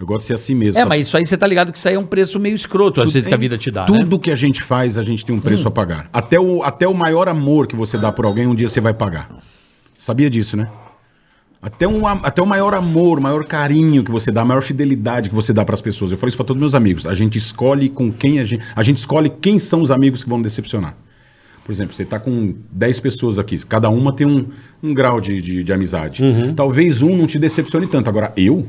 Eu gosto de ser assim mesmo.
É,
sabe?
mas isso aí você tá ligado que isso aí é um preço meio escroto, às vezes, que a vida te dá, né? Hum.
Tudo que a gente faz, a gente tem um preço a pagar. Até o, até o maior amor que você dá por alguém, um dia você vai pagar. Sabia disso, né? Até, um, am- até o maior amor, o maior carinho que você dá, a maior fidelidade que você dá para as pessoas. Eu falo isso para todos meus amigos. A gente escolhe com quem a gente. A gente escolhe quem são os amigos que vão decepcionar. Por exemplo, você tá com 10 pessoas aqui, cada uma tem um, um grau de, de, de amizade.
Uhum.
Talvez um não te decepcione tanto. Agora, eu?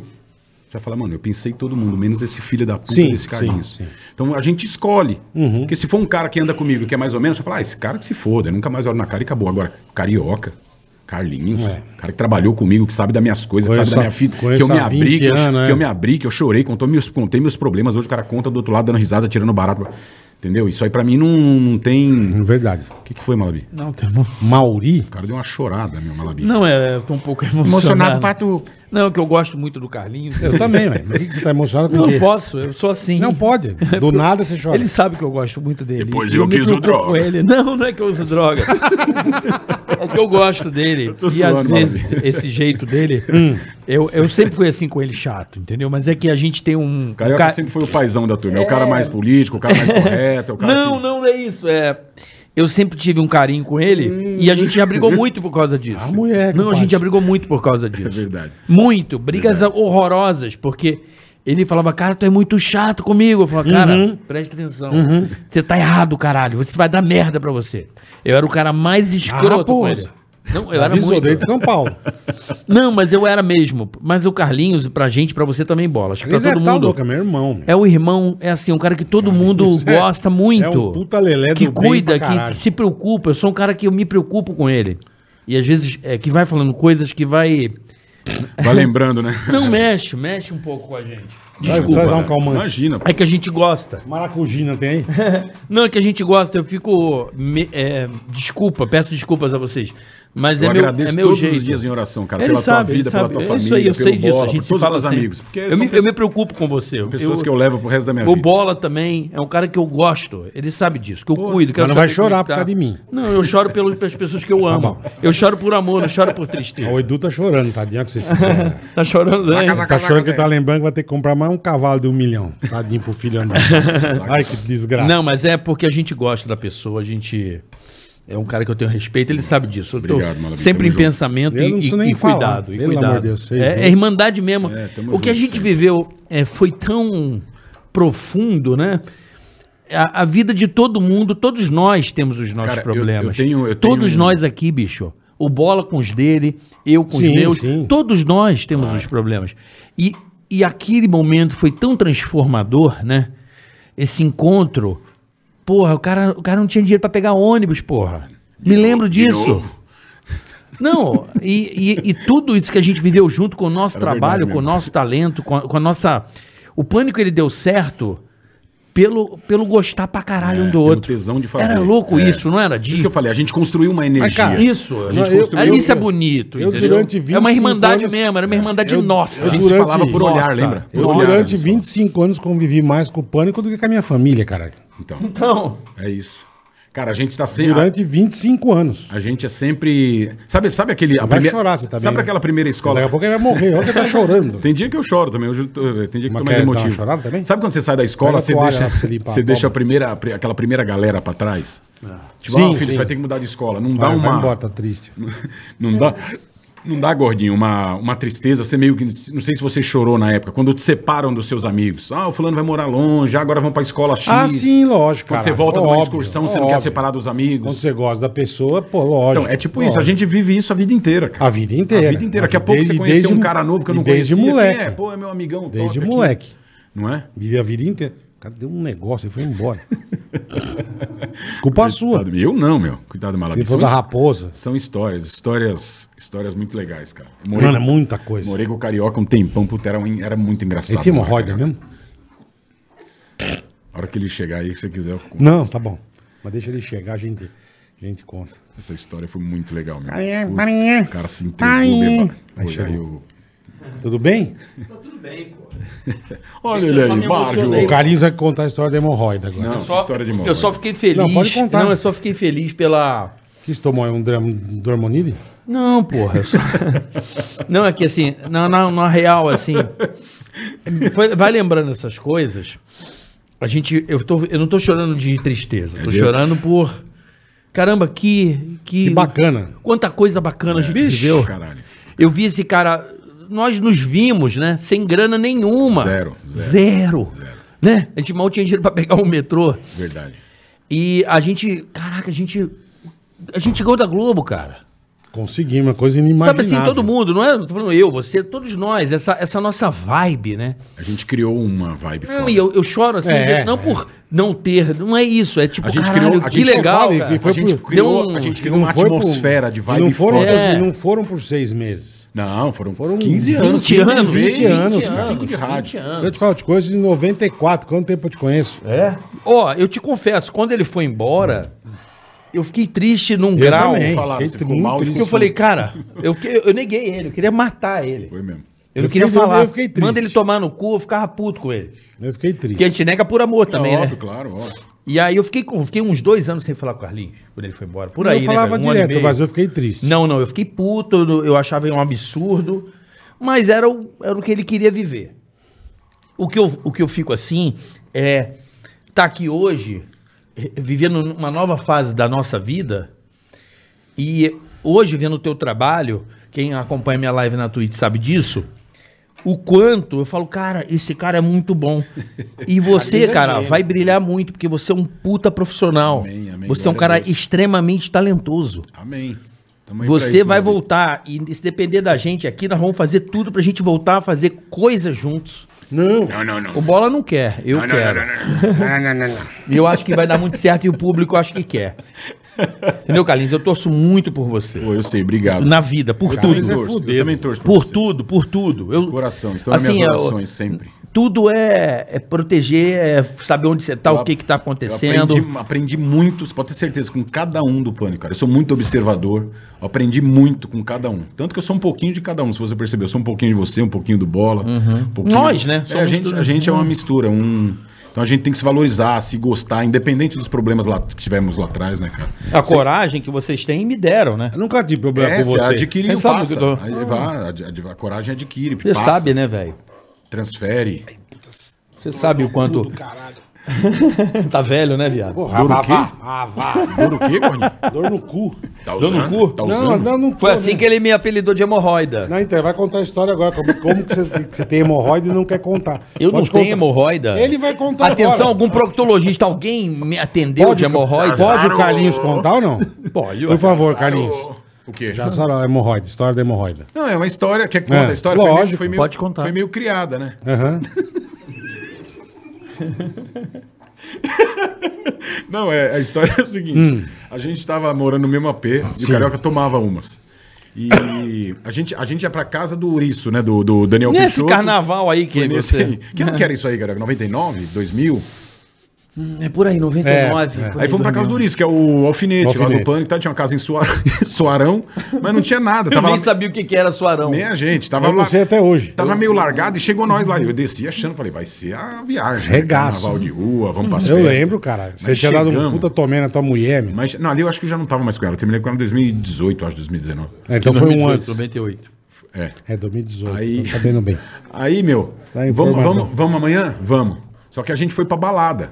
Já fala, mano, eu pensei todo mundo, menos esse filho da puta
Sim,
desse Carlinhos.
sim, Uhum. sim.
Então a gente escolhe. Porque se for um cara que anda comigo que é mais ou menos, você fala, ah, esse cara que se foda, eu nunca mais olho na cara e acabou. Agora, carioca, Carlinhos, cara que trabalhou comigo, que sabe das minhas coisas, que
É. Conheço
sabe da minha
há-
vida, que
conheço
eu me
há
abri,
20
que, eu,
anos,
que eu
é.
me abri, que eu chorei, contou meus, contei meus problemas. Hoje o cara conta do outro lado, dando risada, tirando barato. Entendeu? Isso aí pra mim não, não
Uhum.
tem.
Verdade.
O que, que foi, Malabi?
Não, tá bom.
Mauri?
O cara deu uma chorada, meu Malabi.
(laughs) Não, é, eu tô um pouco emocionado.
Emocionado pra tu.
Não, que eu gosto muito do Carlinhos.
Eu também, velho. Por que que você tá emocionado com
Não
quê?
posso, eu sou assim.
Não pode. Do nada você chora.
Ele sabe que eu gosto muito dele.
Depois
E
eu
me
que uso
preocupo com
droga.
Ele. Não, não é que eu uso
(laughs)
droga. é que eu gosto dele.
tô Hum.
e às
suando,
vezes esse jeito dele, eu, eu sempre fui assim com ele chato, entendeu? Mas é que a gente tem um. um
Carioca
ca-
sempre foi o paizão da turma. É o cara mais político, o cara mais correto, é o cara.
Não,
que-
não é isso. É. Eu sempre tive um carinho com ele e a gente já brigou muito por
(laughs)
causa disso.
Ah, Hum. mulher,
Não, a
compadre.
gente já brigou muito por causa disso.
É verdade.
Muito. Brigas horrorosas, porque ele falava, cara, tu é muito chato comigo. Eu falava, cara,
Uhum.
presta atenção. Você tá errado, caralho. Você vai dar merda pra você. Eu era o cara mais escroto com
Ah, porra.
ele. Não, eu era
Avisou,
muito.
daí então? de São Paulo.
Não, mas eu era mesmo. Mas o Carlinhos, pra gente, pra você também, bola. Acho que pra
Ele é
todo
tá
mundo.
louco, é meu irmão. meu.
É o irmão, é assim, um cara que todo mundo
isso é-
gosta muito.
é um puta lelé do
Que
bem
cuida,
pra
que
caralho.
se preocupa. Eu sou um cara que eu me preocupo com ele. E às vezes é, que vai falando coisas que
(coughs)
vai.
Vai lembrando, né?
Não mexe, mexe um pouco com a gente.
Vai-
Desculpa.
vai dar um calmante.
Imagina, pô.
É que a gente gosta.
Maracujina tem aí?
Não, é que a gente gosta. Eu fico. me- é, desculpa, peço desculpas a vocês. Mas
Eu
é meu,
agradeço
é meu
todos
jeito.
os dias em oração, cara,
Ele
pela
sabe,
tua
ele
vida, pela
sabe.
tua
É
família,
isso aí, eu
pelo
sei disso.
bola,
A gente
por
se
todos
fala
os meus
sempre.
amigos. Porque
eu,
são
me, eu
pessoas-
me preocupo com você.
Pessoas
eu,
que eu levo pro resto da minha
O
vida.
Bola também é um cara que eu gosto. Ele sabe disso, que eu cuido. Quero
mas não vai
saber como
chorar
é que
por causa de mim. Tá
Não, eu choro pelo- pelas pessoas que eu amo. eu choro por amor, não choro por tristeza.
O Edu tá chorando, tadinho. é o Que vocês fizeram.
Tá chorando, né?
Ele tá chorando que ele tá lembrando que vai ter que comprar mais um cavalo de um milhão. Tadinho pro filho andar. Ai, que desgraça.
Não, mas é porque a gente gosta da pessoa, a gente... É um cara que eu tenho respeito, ele sabe disso. Eu tô
Obrigado, Maravilha,
Sempre em
tamo junto.
pensamento
Eu
e,
não preciso
e-
nem
e
falar,
cuidado. e
pelo
cuidado.
amor de Deus, vocês
é,
dois.
é irmandade mesmo.
É, tamo
o que a
junto
gente
sempre.
viveu é, foi tão profundo, né? A, a vida de todo mundo, todos nós temos os nossos
Cara, eu-
problemas.
eu tenho- um- eu
todos
tenho-
nós aqui, bicho. O Bola com os dele, eu com
Sim,
os meus.
sim.
Todos nós temos os problemas. E, e aquele momento foi tão transformador, né? Esse encontro. Porra, o cara, o cara não tinha dinheiro pra pegar ônibus, porra. Me lembro
de
disso.
novo.
(laughs) Não, e, e- e tudo isso que a gente viveu junto com o nosso
Era
trabalho,
verdade
com o
mesmo.
nosso talento, com a, com a nossa. O pânico ele deu certo pelo, pelo gostar pra caralho um do
É, pelo
outro.
tesão de fazer.
Era louco
É.
isso, não era?
Por isso que eu falei, a gente construiu uma energia.
cara,
Isso,
A gente
Não, eu-
construiu...
eu-
isso é bonito.
eu
entendeu?
durante
é uma
25
irmandade
anos- É,
mesmo, era uma irmandade
eu-
nossa.
A gente se
durante-
falava por olhar,
Nossa.
lembra? Por
Eu,
olhar,
durante
a gente
25 anos, convivi mais com o pânico do que com a minha família, cara.
falava. Então,
Então,
é isso. Cara, a gente tá sempre...
Durante 25 anos.
A, a gente é sempre... Sabe, sabe aquele... A
Vai chorar, você tá
Sabe
bem,
aquela primeira
Daqui
escola?
a pouco ele vai morrer. Olha que ele tá chorando.
(laughs) Tem dia que eu choro também, hoje eu tô- tem dia que eu
Mas
tô mais
quer dar uma
emotivo.
chorada também?
Sabe quando você sai da
Pega
escola,
a
você
toalha
deixa,
lá pra você limpar
você
a
deixa a
boba.
primeira, aquela primeira galera pra trás? Tipo,
Sim,
ah, filho,
sim.
você vai ter que mudar de escola. Não dá
Vai, vai
uma...
embora, tá triste.
(laughs) Não dá, não dá gordinho, uma, uma tristeza. Você meio que. Não sei se você chorou na época, quando te separam dos seus amigos. Ah, o fulano vai morar longe, ah, agora vão pra escola X.
Ah, sim, lógico,
Quando
caralho.
você volta de uma
Óbvio,
excursão, você não
óbvio.
quer separar dos amigos.
Quando você gosta da pessoa, pô, lógico.
Então, é tipo isso, a gente vive isso a vida inteira, cara.
A vida inteira.
A vida inteira. Daqui a pouco
Desde-
você conheceu
desde-
um cara novo que eu não
desde
conhecia. Quem
moleque.
é? Pô, é meu amigão.
Desde
top aqui.
moleque.
Não é?
Vive a vida inteira. O cara deu um negócio e foi embora. Culpa sua.
Eu não, meu. Cuidado, malandro.
Ele falou da raposa.
São histórias, histórias, histórias muito legais, cara. Morei,
Mano, é muita coisa.
morei com o Carioca um tempão, puta, era, um- era muito engraçado.
Ele tinha né?
lá,
hemorroida
cara.
mesmo?
A hora que ele chegar aí, se você quiser, eu conto.
Não, tá bom. Mas deixa ele chegar, a gente, a gente conta.
essa história foi muito legal, meu.
Ai,
Puta,
ai.
o cara se entregou,
Ai.
beba.
Aí
Olha aí
chegou.
o...
Tudo bem?
Olha
eu só
ele
me
aí, Bárgio.
O
emocionei.
Carlinhos vai contar a história da hemorroida agora.
Não,
só-
história de morte.
eu só fiquei feliz.
Não, pode contar.
Não, eu só fiquei feliz pela.
Quis tomar um dram- dormonide?
Não, porra. eu só- (laughs) não, é que assim, na, na, na real, assim. foi- vai lembrando essas coisas. A gente. Eu, tô, eu não tô chorando de tristeza. Tô
Entendeu?
chorando por. Caramba, que. Que,
Que bacana.
Quanta coisa bacana a gente
Bicho,
viveu.
Caralho.
Eu vi esse cara. Nós nos vimos, né? Sem grana nenhuma.
Zero, zero.
Zero.
Zero.
Né? A gente mal tinha dinheiro pra pegar o metrô.
Verdade.
E a gente. Caraca, a gente. A gente ganhou da Globo, cara.
Conseguimos, uma coisa inimaginável.
Sabe assim, todo mundo, não é? Tô falando eu, você, todos nós, essa, essa nossa vibe, né?
A gente criou uma vibe
Não,
foda.
e eu, eu choro assim,
É,
não
é.
por não ter, não é isso, é tipo,
A gente
caralho,
criou- a
que
gente
legal,
só fala e
cara.
foi
A gente
pro-
criou,
deu um-
a gente
E
criou uma
foi por-
atmosfera de
e
vibe
não foram,
foda.
por-
É.
e não foram por seis meses.
Não, foram,
Foram
15
20
anos.
20 anos,
20 anos, cara.
5 de rádio.
Eu te falo de coisa de 94, quanto tempo eu te conheço?
É,
Ó, eu te confesso, quando ele foi embora, eu fiquei triste num
Eu
grau.
também.
falaram,
Fiquei
você ficou
muito
mal,
triste.
Porque eu falei, cara, eu, fiquei- eu neguei ele, eu queria matar ele.
Foi mesmo.
Eu,
Eu
não queria
fiquei-
falar.
eu fiquei triste.
Manda ele tomar no cu, eu ficava puto com ele.
Eu fiquei triste.
Porque a gente nega por amor também,
É
né?
óbvio, claro, óbvio.
E aí eu fiquei, com, fiquei uns dois anos sem falar com o Carlinhos, quando ele foi embora. Por aí,
eu
né,
falava
cara? Um ano e
direto,
meio.
mas eu fiquei triste.
Não, não, eu fiquei puto, eu- eu achava ele um absurdo, mas era o, era o que ele queria viver. O que, eu, o que eu fico assim é tá aqui hoje, eh, vivendo uma nova fase da nossa vida, e hoje, vendo o teu trabalho, quem acompanha minha live na Twitch sabe disso, o quanto eu falo, cara, esse cara é muito bom.
(laughs)
E você, cara, vai brilhar muito, porque você é um puta profissional.
Amém, amém,
Você é um
glória a
cara
Deus.
extremamente talentoso.
Amém. Tamo aí pra
Você
isso,
vai
meu amigo.
voltar e se depender da gente aqui, nós vamos fazer tudo pra gente voltar a fazer coisas juntos.
Não.
Não, não, não.
O Bola não quer, eu quero. E eu acho que vai dar muito certo e o público acho que quer. Entendeu, Carlinhos? Eu torço muito por você.
Pô, eu sei, obrigado.
Na vida, por
Também
tudo.
é
torço,
fudido.
eu também torço
Por
vocês.
tudo, por tudo. Eu,
Coração, estão
Assim,
nas
é,
minhas
eu-
orações sempre.
Tudo é, é proteger, é saber onde você tá, o
Eu
que
ap-
que tá
Eu
acontecendo.
aprendi, aprendi muito, você pode ter certeza, com cada um do Pânico, cara. Eu sou muito observador, eu aprendi muito com cada um. Tanto que eu sou um pouquinho de cada um, se você perceber. Eu sou um pouquinho de você, um pouquinho do Bola. um pouquinho-
Nós, né?
É, a,
Somos
gente,
tudo-
a gente é uma mistura, um... Então a gente tem que se valorizar, se gostar, independente dos problemas lá que tivemos lá atrás, né, cara?
A coragem que vocês têm me deram, né?
Eu nunca tive problema
É,
com
você
você.
adquire
Quem
e
sabe
passa.
que eu tô- Ah.
Aí vai, ad- ad- a coragem adquire,
Você sabe, né, velho?
transfere.
Você sabe o quanto. (laughs) tá velho, né, viado?
Porra,
Dor no
vá,
quê?
vá, vá, vá.
Dor o quê, Corninho?
Dor no cu.
Tá
Dor no cu?
Tá
Não,
usando?
não, não
Foi
tô,
assim
né?
que ele me apelidou de hemorroida.
Não, então, vai contar a história agora. Como, como que, você, que você tem hemorroide e não quer contar?
Eu não
Pode
tenho
contar.
hemorroida.
Ele vai contar
Atenção,
agora.
algum proctologista, alguém me atendeu
Pode,
de hemorroida?
Pode o Carlinhos contar ou não?
Pode,
Por favor, Carlinhos.
O quê?
Já sabe a hemorroide, história da hemorroida.
Não, é uma história. Quer que conta
É,
a história?
lógico,
foi meio, foi meio,
pode contar.
Foi meio criada, né?
Aham.
(laughs) Não, é, a história é o seguinte: a gente tava morando no mesmo AP e o
Sim.
Carioca tomava umas. E a gente, a gente ia pra casa do Ouriço, né? Do, do Daniel
Nesse
Peixoto.
carnaval aí que
Foi nesse
você...
aí. Que ano que era isso aí, Carioca? 99? 2000?
É por aí, 99.
É, é.
por
Aí fomos pra casa do
dormir.
Ouriço, que é o alfinete, lá
Alfinete.
do Pânico. Tá? Tinha uma casa em (laughs) Soar... Soarão, mas não tinha nada.
Eu
Tava
nem
lá-
sabia o que, que era suarão.
nem a gente. Tava
Eu não
lá... Tá
sei até hoje.
Tava meio largado e chegou nós lá. Eu desci achando, falei, vai ser a viagem. né?
Regaço.
Carnaval de rua, vamos passar.
Eu lembro, cara. Você tinha dado um puta tomé na tua mulher, meu.
Mas, não, ali eu acho que eu já não tava mais com ela. Eu terminei com ela em 2018, acho, 2019.
É, então foi um
2018,
antes.
98.
É.
É, 2018.
Aí-
Tô sabendo bem.
Aí, meu,
Tá informado.
vamos, vamos, vamos amanhã? Vamos. Só que a gente foi pra balada.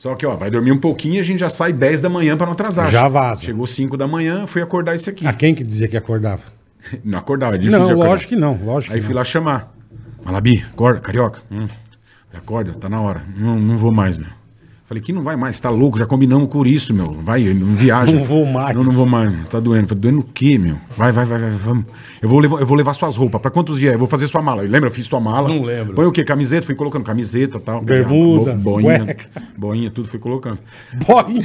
Só que, ó, vai dormir um pouquinho e a gente já sai 10 da manhã pra não atrasar.
Já vaza.
Chegou 5 da manhã, fui acordar esse aqui.
A Ah, quem que dizia que acordava?
Não acordava, é difícil
Não,
de acordar.
lógico que não. Lógico
Aí
que
fui
não.
lá chamar. Malabi, acorda, carioca. Hum. Acorda, tá na hora. Não, não vou mais, meu. Falei, que não vai mais, tá louco, já combinamos com isso, meu. Vai, não viaja.
Não vou mais.
Não, não vou mais, meu. tá doendo. Falei, doendo o quê, meu? Vai, vai, vai, vai, vamos. Eu vou levar, eu vou levar suas roupas. Pra quantos dias? Eu vou fazer sua mala. Lembra, eu fiz sua mala.
Não lembro.
Põe o quê? Camiseta? Fui colocando camiseta e tal.
Bermuda,
Bo- boinha.
cueca.
Boinha, tudo fui colocando.
Boinha.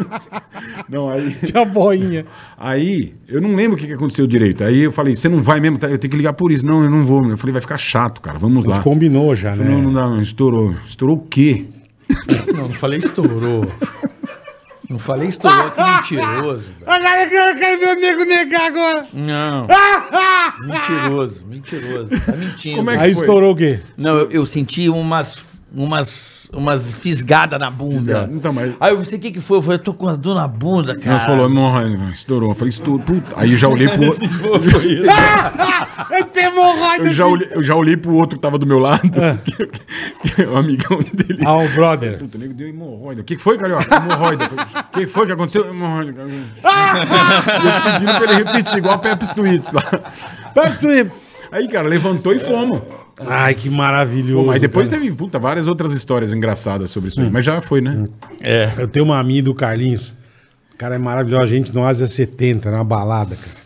(laughs)
Não, aí...
Tinha boinha.
Aí, eu não lembro o que, que aconteceu direito. Aí eu falei, você não vai mesmo? Tá? Eu tenho que ligar por isso. Não, eu não vou. meu. Eu falei, vai ficar chato, cara. Vamos
A
lá.
gente combinou já,
Eu
né?
falei, não, não dá, não. Estourou. Estourou o quê?
Não, não falei estourou. Não falei estourou, que mentiroso. velho.
Agora que eu quero ver o nego negar agora. (laughs)
Não. Mentiroso, mentiroso. Tá mentindo.
Como é que
Aí
foi?
estourou o quê?
Não, eu, eu senti umas. Umas, umas fisgadas na bunda.
Fisgada, então, mas-
Aí eu pensei, o que que foi? Eu falei, eu tô com a dor na bunda, cara.
Nós falou, não, estourou. Eu falei, estourou. Puta. Aí eu já olhei pro outro.
(laughs) Eu tenho hemorroida.
Eu já olhei, eu já olhei pro outro que tava do meu lado. (laughs) que é o amigão dele.
Ah, o brother.
Puta, o nego deu hemorroida. O que que foi, Carioca? Hemorroida. Eu falei, O que foi que aconteceu? Hemorroida. E
Ah.
eu pedindo pra ele repetir, igual a Pepsi Tweets lá.
Back to Ips.
Aí, cara, levantou e fomos.
Ai, que maravilhoso.
Pô, mas depois
É. cara. Hum.
teve, puta, várias outras histórias engraçadas sobre isso aí. Mas já foi, né?
Eu tenho uma amiga do Carlinhos. O cara é maravilhoso. A gente no Ásia 70, na balada, cara.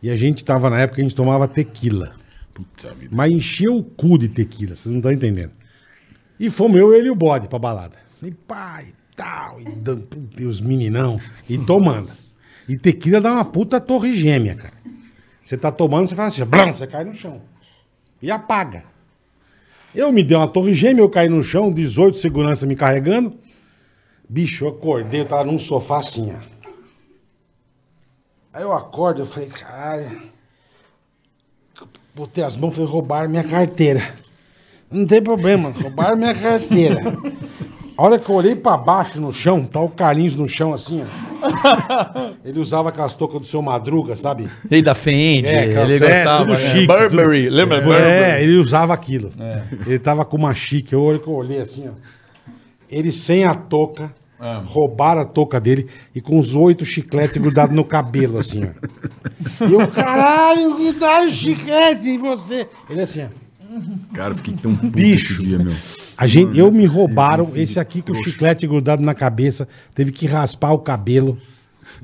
E a gente tava na época, a gente tomava tequila.
Puta vida.
Mas encheu o cu de tequila, vocês não estão entendendo. E fomos eu, ele e o bode pra balada. E pai, tal, e dan- puta, e os meninão, e tomando. E tequila dá uma puta torre gêmea, cara. Você tá tomando, você faz assim, blum, você cai no chão. E apaga. Eu me dei uma torre gêmea, eu caí no chão, 18 segurança me carregando. Bicho, eu acordei, eu tava num sofá assim, ó. Aí eu acordo, eu falei, caralho. Botei as mãos e falei, roubaram minha carteira. Não tem problema, roubaram minha carteira. A hora que eu olhei pra baixo no chão, tá o Carlinhos no chão assim, ó. Ele usava aquelas toucas do seu Madruga, sabe?
Ele da Fendi, ele
calça- é,
gostava.
tudo
né?
chique,
Burberry, lembra?
É, ele usava aquilo. Ele tava com uma chique. Eu olho que eu olhei assim, ó. Ele sem a touca, roubaram a touca dele e com os oito chicletes grudados no cabelo, assim, ó. E eu, caralho, que dá um chiclete em você. Ele assim, ó.
Cara, eu fiquei tão puto
Um Bicho.
esse dia, meu.
A
Hum,
gente, eu me roubaram esse aqui com o chiclete grudado na cabeça, teve que raspar o cabelo.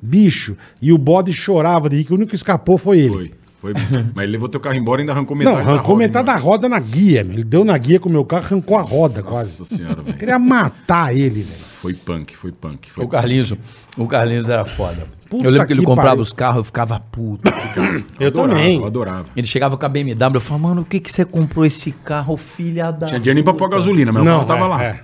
Bicho, e o bode chorava de rir, que o único que escapou foi ele.
Foi. Foi.
(laughs)
Mas ele levou teu carro embora e ainda arrancou
Não,
metade
arrancou metade da
embora.
roda na guia, meu. Ele deu na guia com o meu carro, arrancou a roda quase.
Nossa senhora, velho.
Queria matar ele, velho.
Foi punk, foi punk. Foi
O Carlinhos, o Carlinhos era foda.
Puta
eu lembro que ele
que
comprava
pariu.
os carros, eu ficava puto.
Eu
adorava,
também.
Eu adorava.
Ele chegava com a BMW, eu falava, mano, o que que você comprou esse carro, filha da...
Tinha dinheiro nem pra pôr gasolina, mas
Não,
o carro tava
é,
lá.
é.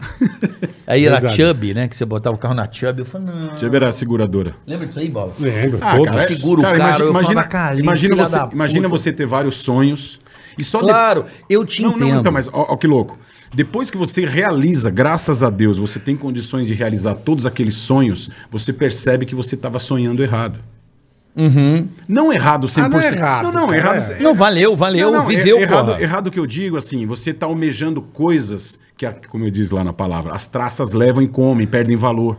Aí era
Verdade.
Chubby, né, que você botava o carro na Chubby, eu falava, não.
Deixa eu ver a seguradora.
Lembra disso aí, Bola?
Lembro,
Ah,
todos.
cara, é-
seguro
cara,
o carro,
imagina,
eu
imagina,
falava, "Carlinhos,
imagina
filha
você,
da puta."
imagina você ter vários sonhos e só de-
Claro, eu te
Não,
entendo.
não, então, mas ó, ó que louco. Depois que você realiza, graças a Deus, você tem condições de realizar todos aqueles sonhos, você percebe que você estava sonhando errado.
Uhum.
Não errado 100%.
não é errado,
não, não,
cara,
errado.
é.
Não, valeu, valeu,
Não, não,
viveu,
er-
porra.
errado, errado que eu digo, assim, você tá almejando coisas que, a- como eu diz lá na palavra, as traças levam e comem, perdem valor.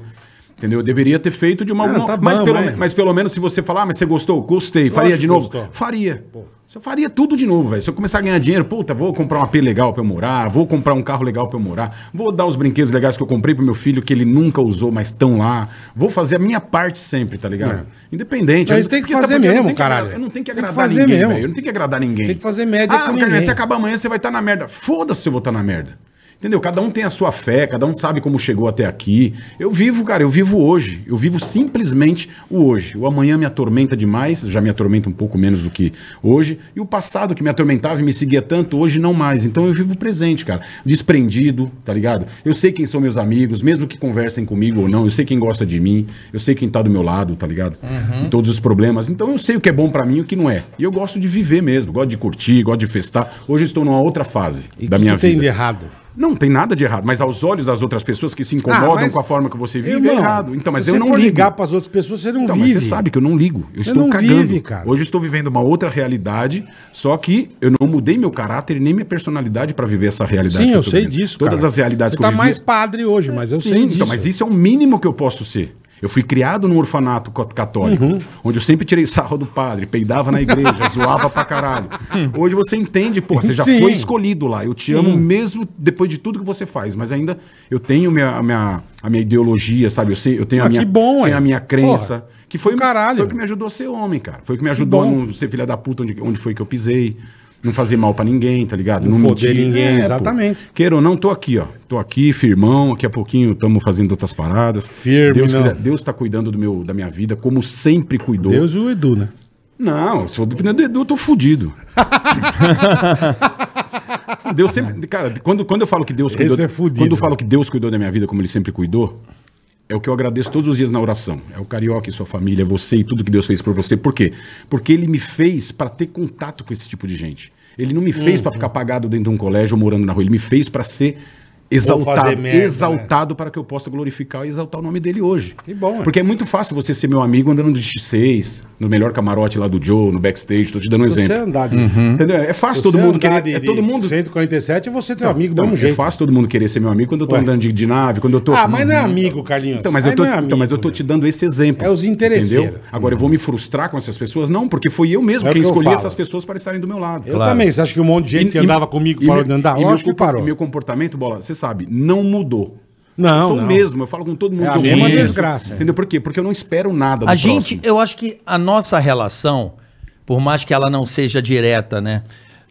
Entendeu? Eu deveria ter feito de uma.
Ah,
uma-
tá
mas,
bom,
pelo,
é.
me- mas pelo menos se você falar, ah, mas você gostou, gostei, faria
que
de novo.
gostou.
Faria. Você faria tudo de novo, velho. Se eu começar a ganhar dinheiro, puta, vou comprar um AP legal pra eu morar, vou comprar um carro legal pra eu morar, vou dar os brinquedos legais que eu comprei pro meu filho que ele nunca usou, mas estão lá. Vou fazer a minha parte sempre, tá ligado?
Mas
Independente. Eu-
É. Então, tem que
porque sabe
fazer
por quê? Eu
mesmo,
não tenho que
caralho.
agradar- Eu não tenho que
Tem que
agradar
fazer
ninguém,
mesmo.
velho. Eu não tenho que agradar ninguém.
Tem que fazer média
Ah,
com
cara,
ninguém.
você acaba amanhã, você vai estar na merda. Foda-se se eu vou estar na merda. Entendeu? Cada um tem a sua fé, cada um sabe como chegou até aqui. Eu vivo, cara, eu vivo hoje. Eu vivo simplesmente o hoje. O amanhã me atormenta demais, já me atormenta um pouco menos do que hoje. E o passado que me atormentava e me seguia tanto, hoje não mais. Então eu vivo o presente, cara. Desprendido, tá ligado? Eu sei quem são meus amigos, mesmo que conversem comigo ou não. Eu sei quem gosta de mim. Eu sei quem tá do meu lado, tá ligado?
Uhum.
Em todos os problemas. Então eu sei o que é bom pra mim e o que não é. E eu gosto de viver mesmo. Gosto de curtir, gosto de festar. Hoje eu estou numa outra fase
E
da
que
minha
que tem de
vida.
errado?
Não tem nada de errado, mas aos olhos das outras pessoas que se
Ah,
incomodam
mas-
com a forma que você vive,
Irmão,
é errado. Então, mas
se
eu
você
não
for
ligo.
ligar para as outras pessoas, você não
Então,
vive.
mas você sabe que eu não ligo. Eu
Você
estou
não
cagando.
vive, cara.
Hoje eu estou vivendo uma outra realidade, só que eu não mudei meu caráter e nem minha personalidade para viver essa realidade.
Sim,
que
eu
tô
sei
vivendo.
disso,
Todas
cara.
as realidades
você
que
tá
eu vivi.
mais padre hoje, mas eu
Sim,
sei disso.
então, mas isso é o mínimo que eu posso ser. Eu fui criado num orfanato co- católico,
Uhum.
onde eu sempre tirei sarro do padre, peidava
(laughs)
na igreja, zoava pra caralho. Hoje você entende, pô, você já
Sim.
foi escolhido lá. Eu te amo mesmo depois de tudo que você faz, mas ainda eu tenho minha, a, minha, a minha ideologia, sabe? Eu, sei, eu tenho, a
Ah,
minha,
que bom,
tenho
é.
a minha crença. que foi,
caralho.
foi o que me ajudou a ser homem, cara. Foi o que me ajudou
bom.
a não ser filha da puta onde, onde foi que eu pisei. Não fazer mal pra ninguém, tá ligado?
Não foder
mentir. É,
ninguém,
pô.
exatamente.
Queira ou não, tô aqui, ó. Tô aqui, firmão. Daqui a pouquinho estamos fazendo outras paradas.
Firme,
Deus,
não.
queira- Deus tá cuidando do meu, da minha vida, como sempre cuidou.
Deus e o Edu, né?
Não, se for dependendo do Edu, eu
(laughs)
tô fudido. Deus sempre. Cara, quando, quando eu falo que Deus cuidou.
Esse é fudido.
quando eu falo que Deus cuidou da minha vida como ele sempre cuidou, é o que eu agradeço todos os dias na oração. É o carioca e sua família, você e tudo que Deus fez por você. Por quê? Porque ele me fez para ter contato com esse tipo de gente. Ele não me fez
Uhum.
pra para ficar apagado dentro de um colégio ou morando na rua. Ele me fez para ser exaltado,
merda, né?
exaltado para que eu possa glorificar e exaltar o nome dele hoje.
Que bom, né?
Porque é muito fácil você ser meu amigo andando de X6, no melhor camarote lá do Joe, no backstage, tô te dando um
Se você
exemplo.
andar de,
Entendeu? É fácil
se
todo
você
mundo
andar
querer.
de-
é todo
de
mundo.
147, você é teu amigo do
Então,
mesmo
é
jeito.
fácil todo mundo querer ser meu amigo quando eu tô
Ué.
andando de, de nave, quando eu tô.
Ah, mas não é amigo, Carlinhos.
Então, mas,
Aí
eu tô,
não é amigo,
então, mas eu tô
né?
te dando esse exemplo.
É os interesseiros.
Agora, eu vou me frustrar com essas pessoas? Não, porque foi eu mesmo
É o
quem
que eu
escolhi
falo.
essas pessoas para estarem do meu lado.
Eu também. Você acha que um monte de gente que andava comigo parou de andar?
E meu,
Lógico que
compo-
parou.
e meu comportamento, Bola, você sabe, não mudou.
Não,
eu sou o
não.
mesmo, eu falo com todo mundo
É a
que eu
mesma
conheço.
desgraça, é.
Entendeu por quê? Porque eu não espero nada do
A gente,
próximo.
eu acho que a nossa relação, por mais que ela não seja direta, né?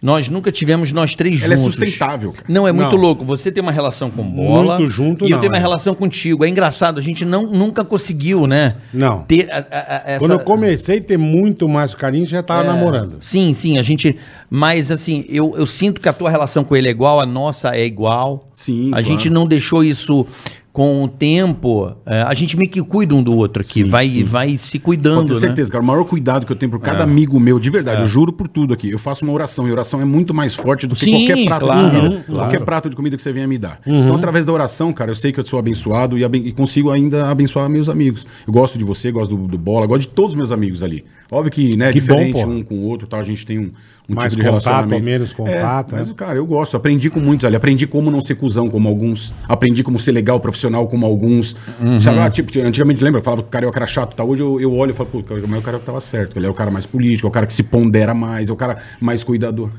Nós nunca tivemos nós três
Ela é
juntos.
sustentável, cara.
Não, é muito
Não.
louco. Você tem uma relação com bola.
Muito junto,
E
não,
eu tenho uma
é.
relação contigo. É engraçado, a gente não, nunca conseguiu, né?
Não.
Ter a, a- a- essa...
Quando eu comecei a ter muito mais carinho, já tava namorando.
Sim, sim, a gente. Mas assim, eu, eu sinto que a tua relação com ele é igual, a nossa é igual.
Sim,
A
claro.
gente não deixou isso com o tempo. é, a gente meio que cuida um do outro aqui. vai, vai se cuidando.
Pode ter
né?
certeza, cara. O maior cuidado que eu tenho por
É.
cada amigo meu, de verdade, eu juro por tudo aqui. Eu faço uma oração e oração é muito mais forte do que
Sim,
qualquer prato
claro,
de comida.
claro.
Qualquer prato de comida que você venha me dar.
Uhum.
Então, através da oração, cara, eu sei que eu sou abençoado e, aben- e consigo ainda abençoar meus amigos. Eu gosto de você, gosto do, do bola, gosto de todos os meus amigos ali. Óbvio que, né, é
Que bom,
diferente
pô.
um com o outro, tá? A gente tem um, um
Mais
tipo de
contato,
relacionamento.
menos contato,
É, mas,
né?
cara, eu gosto. Aprendi com muitos ali. Aprendi como não ser cuzão como alguns. Aprendi como ser legal, profissional como alguns.
Uhum.
Sabe, ah, tipo, antigamente lembra, eu falava que o carioca era chato e tal. Hoje eu, eu olho e falo, pô, cara, mas o carioca tava certo. Ele é o cara mais político, é o cara que se pondera mais, é o cara mais cuidador.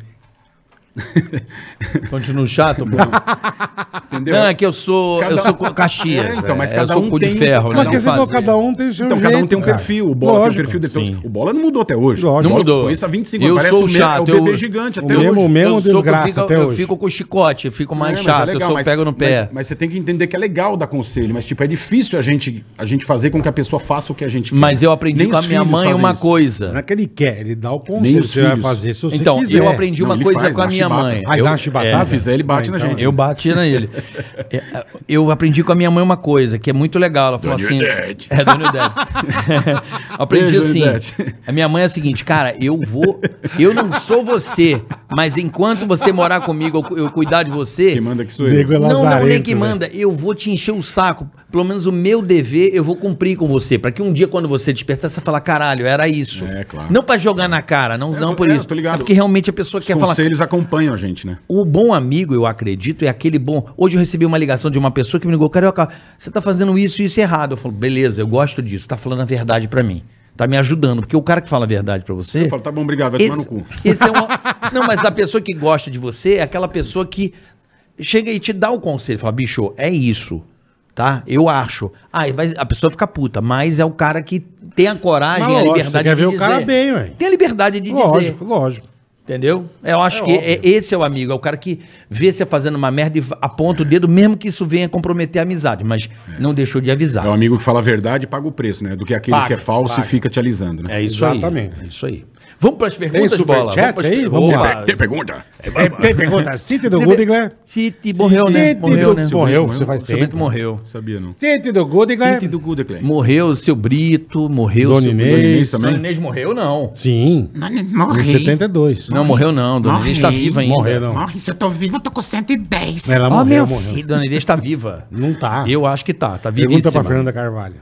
Continua chato,
(laughs)
pô.
Entendeu?
Não, é que eu sou.
Cada-
Eu sou co- Caxias.
(laughs) É, então, mas
é,
cada
eu sou
um
cu
tem-
de ferro, né?
Mas
Mas
Não
quer dizer,
fazer.
cada um tem o seu
Então,
jeito,
cada um tem um
cara.
perfil. O Bola
Lógico,
tem um perfil.
é. sim.
Depois, o Bola não mudou até hoje.
Lógico.
O
Não
Bola
mudou.
conheço há 25
Eu
anos. Parece
sou
o, me-
chato,
é o bebê
eu-
gigante
O
até hoje.
mesmo, o
Eu sou-
mesmo desgraça
fico-
até
eu
hoje.
fico com chicote, eu fico mais
É, mas é
chato, eu
legal,
só
mas-
pego no pé.
Mas, mas você tem que entender que é legal dar conselho, mas tipo, é difícil a gente, a gente fazer com que a pessoa faça o que a gente quer.
Mas eu aprendi
Nem
com a
os
minha
filhos
mãe
fazem
uma
isso. Né?
Não é
coisa.
que ele quer, ele dá o
Nem
conselho que
os
você vai
filhos.
fazer se você
Então,
quiser.
eu aprendi
Não,
uma
ele
coisa
faz,
com a
dá
minha
chibata.
mãe.
Aí
eu, é.
dá uma chibaçada?
Se fizer, ele bate
Ah,
na
então.
gente. né?
eu bati na ele. É, Eu aprendi com a minha mãe uma coisa que é muito legal. Ela falou assim.
Nudete.
É, Dona
(laughs)
Nudete. aprendi
Beijo,
assim.
Nudete.
A minha mãe é a seguinte, cara, eu vou. Eu não sou você, mas enquanto você morar comigo, eu, cu- eu cuidar de você.
Quem manda né?" que sou eu.
Nego é
Não, não,
lazarento,
nem que
velho.
manda. Eu vou te encher o saco. pelo menos o meu dever eu vou cumprir com você. Pra que um dia, quando você despertar, você fala, caralho, era isso.
É, claro.
Não pra jogar na cara, não,
É,
não
eu-
por
é,
isso.
tô ligado.
É porque realmente a pessoa
Os
quer falar.
conselhos acompanham a gente, né?
O bom amigo, eu acredito, é aquele bom. Hoje eu recebi uma ligação de uma pessoa que me ligou, Carioca, você tá fazendo isso e isso errado. Eu falo, beleza, eu gosto disso, tá falando a verdade pra mim. Tá me ajudando, porque o cara que fala a verdade pra você.
Eu falo, tá bom, obrigado, vai tomar no
Esse,
cu.
(laughs) esse é uma- Não, mas a pessoa que gosta de você é aquela pessoa que chega e te dá o conselho. Fala, bicho, é isso, tá? Eu acho. Aí vai, a pessoa fica puta, mas é o cara que tem a coragem,
Mas
a
lógico,
liberdade
você quer ver o cara bem, ué.
Tem a liberdade de dizer.
Lógico, lógico.
Entendeu? Eu acho
É
que
óbvio.
é- esse é o amigo, é o cara que vê você fazendo uma merda e aponta o dedo, mesmo que isso venha comprometer a amizade, mas não deixou de avisar.
É
Então,
o amigo que fala a verdade e paga o preço, né? Do que aquele
Paga,
que é falso
paga.
e fica te alisando, né?
É isso
Exatamente.
aí. É isso aí. Vamos para as perguntas, Bola?
superchat
pras-
aí? Vamos
Opa.
lá.
Tem pergunta?
É, tem pergunta. Cite do Gudigler.
City morreu, né?
Cite
Morreu,
do-
né?
Morreu,
Morreu.
você então. faz
Seu Brito
tempo.
morreu.
Sabia, não.
Cite do
é-
Gudigler.
City do Good Clay.
Morreu o seu Brito, morreu o
Dona
seu
Inês.
Inês
Dona
também?
Inês morreu, não.
Sim, em
Morri.
72.
Não, morreu não. Dona
Morri.
Inês está viva ainda.
Morreu, não.
Morre, se eu tô vivo, eu tô com 110.
Ela
Ó,
morreu,
meu
morreu.
filho, Dona Inês está viva.
Não tá.
Eu acho que tá, tá vivíssima.
Pergunta pra Fernanda Carvalho.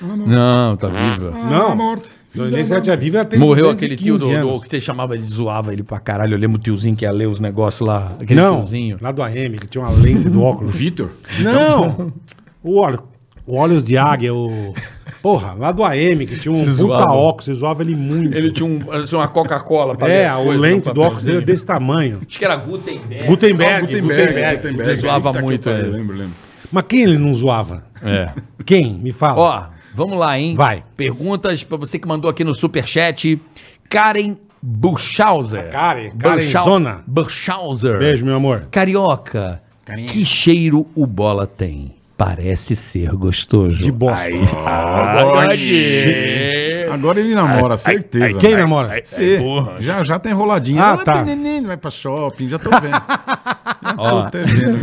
Não, tá viva.
Não, morto. ela tinha viva, ela tem
Morreu aquele tio
215
do, do-
anos.
que você chamava, ele zoava ele pra caralho. Eu lembro o tiozinho que ia ler os negócios lá. Aquele
Não,
tiozinho.
lá do AM, que tinha uma lente do óculos.
(laughs)
Vitor?
Não! O, óleo, o Olhos de Águia, o. Porra, lá do AM, que tinha um
Se
puta
zoava.
óculos, você zoava ele muito.
Ele tinha um, assim, uma Coca-Cola pra
É,
ver as
o
coisas no
lente do óculos dele é
papelzinho.
desse tamanho.
Acho que era Gutenberg. é,
Gutenberg, Gutenberg.
Gutenberg.
Você zoava
Eita, que
muito,
pariu,
é.
Lembro, lembro.
Mas quem ele não zoava?
É.
Quem? Me fala.
Ó, vamos lá, hein?
Vai.
Perguntas pra você que mandou aqui no superchat. Karen Buchhauser.
A Karen, Karen Zona.
Buchhauser.
Beijo, meu amor.
Carioca, que cheiro o bola tem? Parece ser gostoso.
De bosta.
Agora ele namora, certeza. né?
Quem namora?
Você. já já É, tá enroladinho.
Ah, tá.
tem neném, vai pra shopping, já tô vendo. já tô até vendo.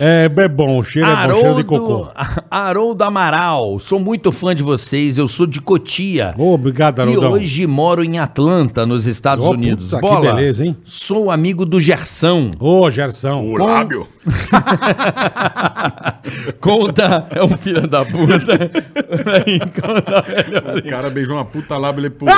É, é bom, o cheiro é bom, cheiro de
Haroldo,
cocô.
Haroldo Amaral, sou muito fã de vocês, eu sou de Cotia.
Ô, obrigado,
E
Haraldão.
hoje moro em Atlanta, nos Estados
Ó,
Unidos.
puta, que beleza, hein?
Sou amigo do Gersão.
Ô, Gerson.
O lábio.
Conta, é um filho da puta. (laughs) Aí, conta, melhor.
O cara beijou uma puta lábio, ele pô. (laughs)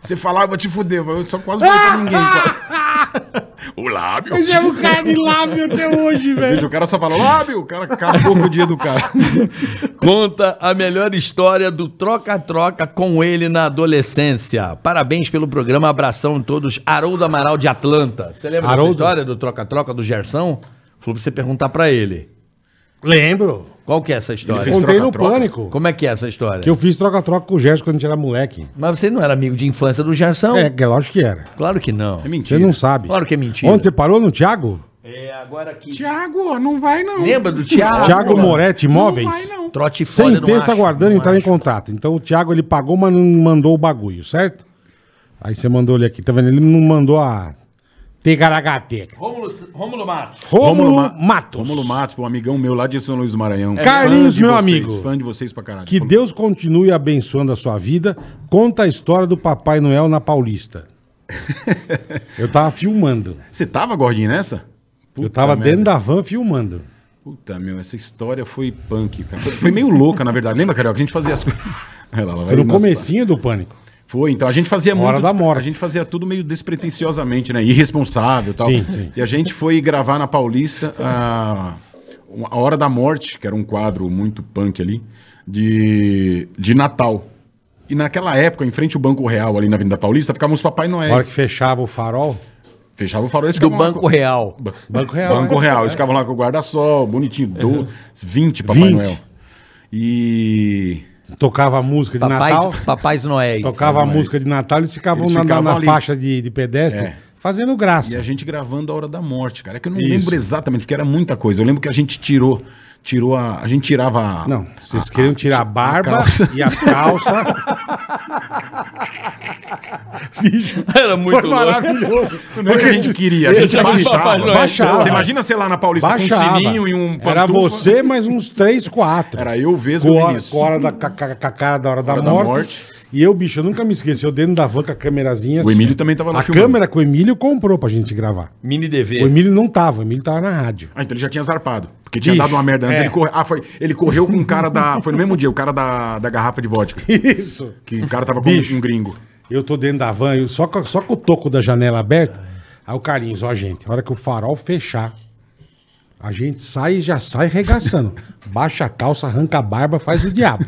Você falava, eu vou te fuder, eu só quase vou pra ninguém. Cara. (laughs) O lábio.
Chama o cara de lábio até hoje, velho.
Veja, o cara só fala, lábio, o cara acabou com o dia do cara.
Conta a melhor história do troca-troca com ele na adolescência. Parabéns pelo programa, abração a todos. Haroldo Amaral de Atlanta. Você lembra
Haroldo?
dessa história do troca-troca do Gersão? Falou pra você perguntar pra ele.
Lembro.
Qual que é essa história?
Fez
Contei no
troca-troca?
pânico.
Como é que é essa história?
Que eu fiz troca-troca com o Gerson quando a gente era moleque.
Mas você não era amigo de infância do Gersão?
É, que é lógico que era.
Claro que não.
(laughs) É
Você
mentira.
não sabe.
Claro que é mentira.
Onde você parou? No Thiago?
É, agora que...
(laughs) Thiago, não vai não.
Lembra do Thiago?
Thiago Moretti Imóveis?
Trote foda,
Sem
eu não
texto
acho,
aguardando
não
entrar em
acho.
contato. Então o Thiago ele pagou, mas não mandou o bagulho, certo? Aí você mandou ele aqui, tá vendo? Ele não mandou a Tegaracateca.
Rômulo, Rômulo Matos.
Rômulo
Ma-
Matos. É
Rômulo Matos, pô, um amigão meu lá de São Luís do Maranhão.
Carlinhos,
de
meu
vocês,
amigo.
Fã de vocês pra caralho.
Que
Como-
Deus continue abençoando a sua vida. Conta a história do Papai Noel na
(laughs)
Paulista. Eu tava filmando.
Você tava gordinho nessa?
eu tava
merda.
dentro da van filmando.
Puta, meu, essa história foi punk, cara. Foi, foi meio louca, na verdade. Lembra, Carioca? A gente fazia as coisas... (laughs) Olha lá, ela vai-
Foi no
nossa,
comecinho do pânico.
Foi, então a gente fazia
Hora
muito.
da
despre-
morte.
A gente fazia tudo meio despretensiosamente, né? Irresponsável e tal.
Sim, sim.
E a gente foi gravar na Paulista a, a Hora da Morte, que era um quadro muito punk ali, de, de Natal. E naquela época, em frente ao Banco Real, ali na Avenida Paulista, ficavam os Papai
A hora que
Noéis.
fechava o farol.
Fechava o farol eles
Do
ficavam lá
Banco
com-
Real.
Ba-
Banco Real,
Banco
né?
Real. Eles ficavam lá com o guarda-sol, bonitinho, do, 20 Papai
20.
Noel. E
Tocava música de Natal.
Papais, Papais Noéis.
Tocava a
mas-
música de Natal e ficavam
Eles
na, na-
ficavam
na
ali.
faixa de, de pedestre
É.
fazendo graça.
E a gente gravando a hora da morte, cara. É que eu não
Isso.
lembro exatamente, porque era muita coisa. Eu lembro que a gente tirou, tirou a. A gente tirava. a-
Não, vocês
a-
queriam
(laughs)
tirar a barba
calça.
e as
(laughs)
calças.
(laughs) Era muito
Foi
louco.
maravilhoso.
Não é que a gente queria, a
Esse
gente
aqui-
baixava.
Noel. Baixava.
Você imagina, sei lá, na Paulista com
Baixava.
um sininho e um
Era
pantufa.
você mais uns três, quatro.
Era eu, Vesgo
com
e
hora,
Vinícius.
com hora da ca- ca- ca- cara da hora, da,
Hora da
morte,
morte.
E eu, bicho, eu nunca me esqueci. Eu dentro da van com a câmerazinha. assim,
O Emílio também tava lá
A
filmando.
câmera que o Emílio comprou pra gente gravar.
Mini
O
DV.
Emílio não tava, o Emílio tava na rádio. (laughs)
Ah, então ele já tinha zarpado. Porque tinha
Bicho,
dado uma merda antes.
é.
Ele, corre... ah, foi... ele correu com o cara da. Foi no mesmo dia, o cara da, da garrafa de vodka.
Isso.
Que o cara tava com
Bicho.
um gringo.
Eu tô dentro da van, eu só, com- só com o toco da janela aberta. Aí o Carlinhos, ó, gente, a hora que o farol fechar, a gente sai e já sai
(laughs)
regaçando. Baixa a calça, arranca a barba, faz o diabo.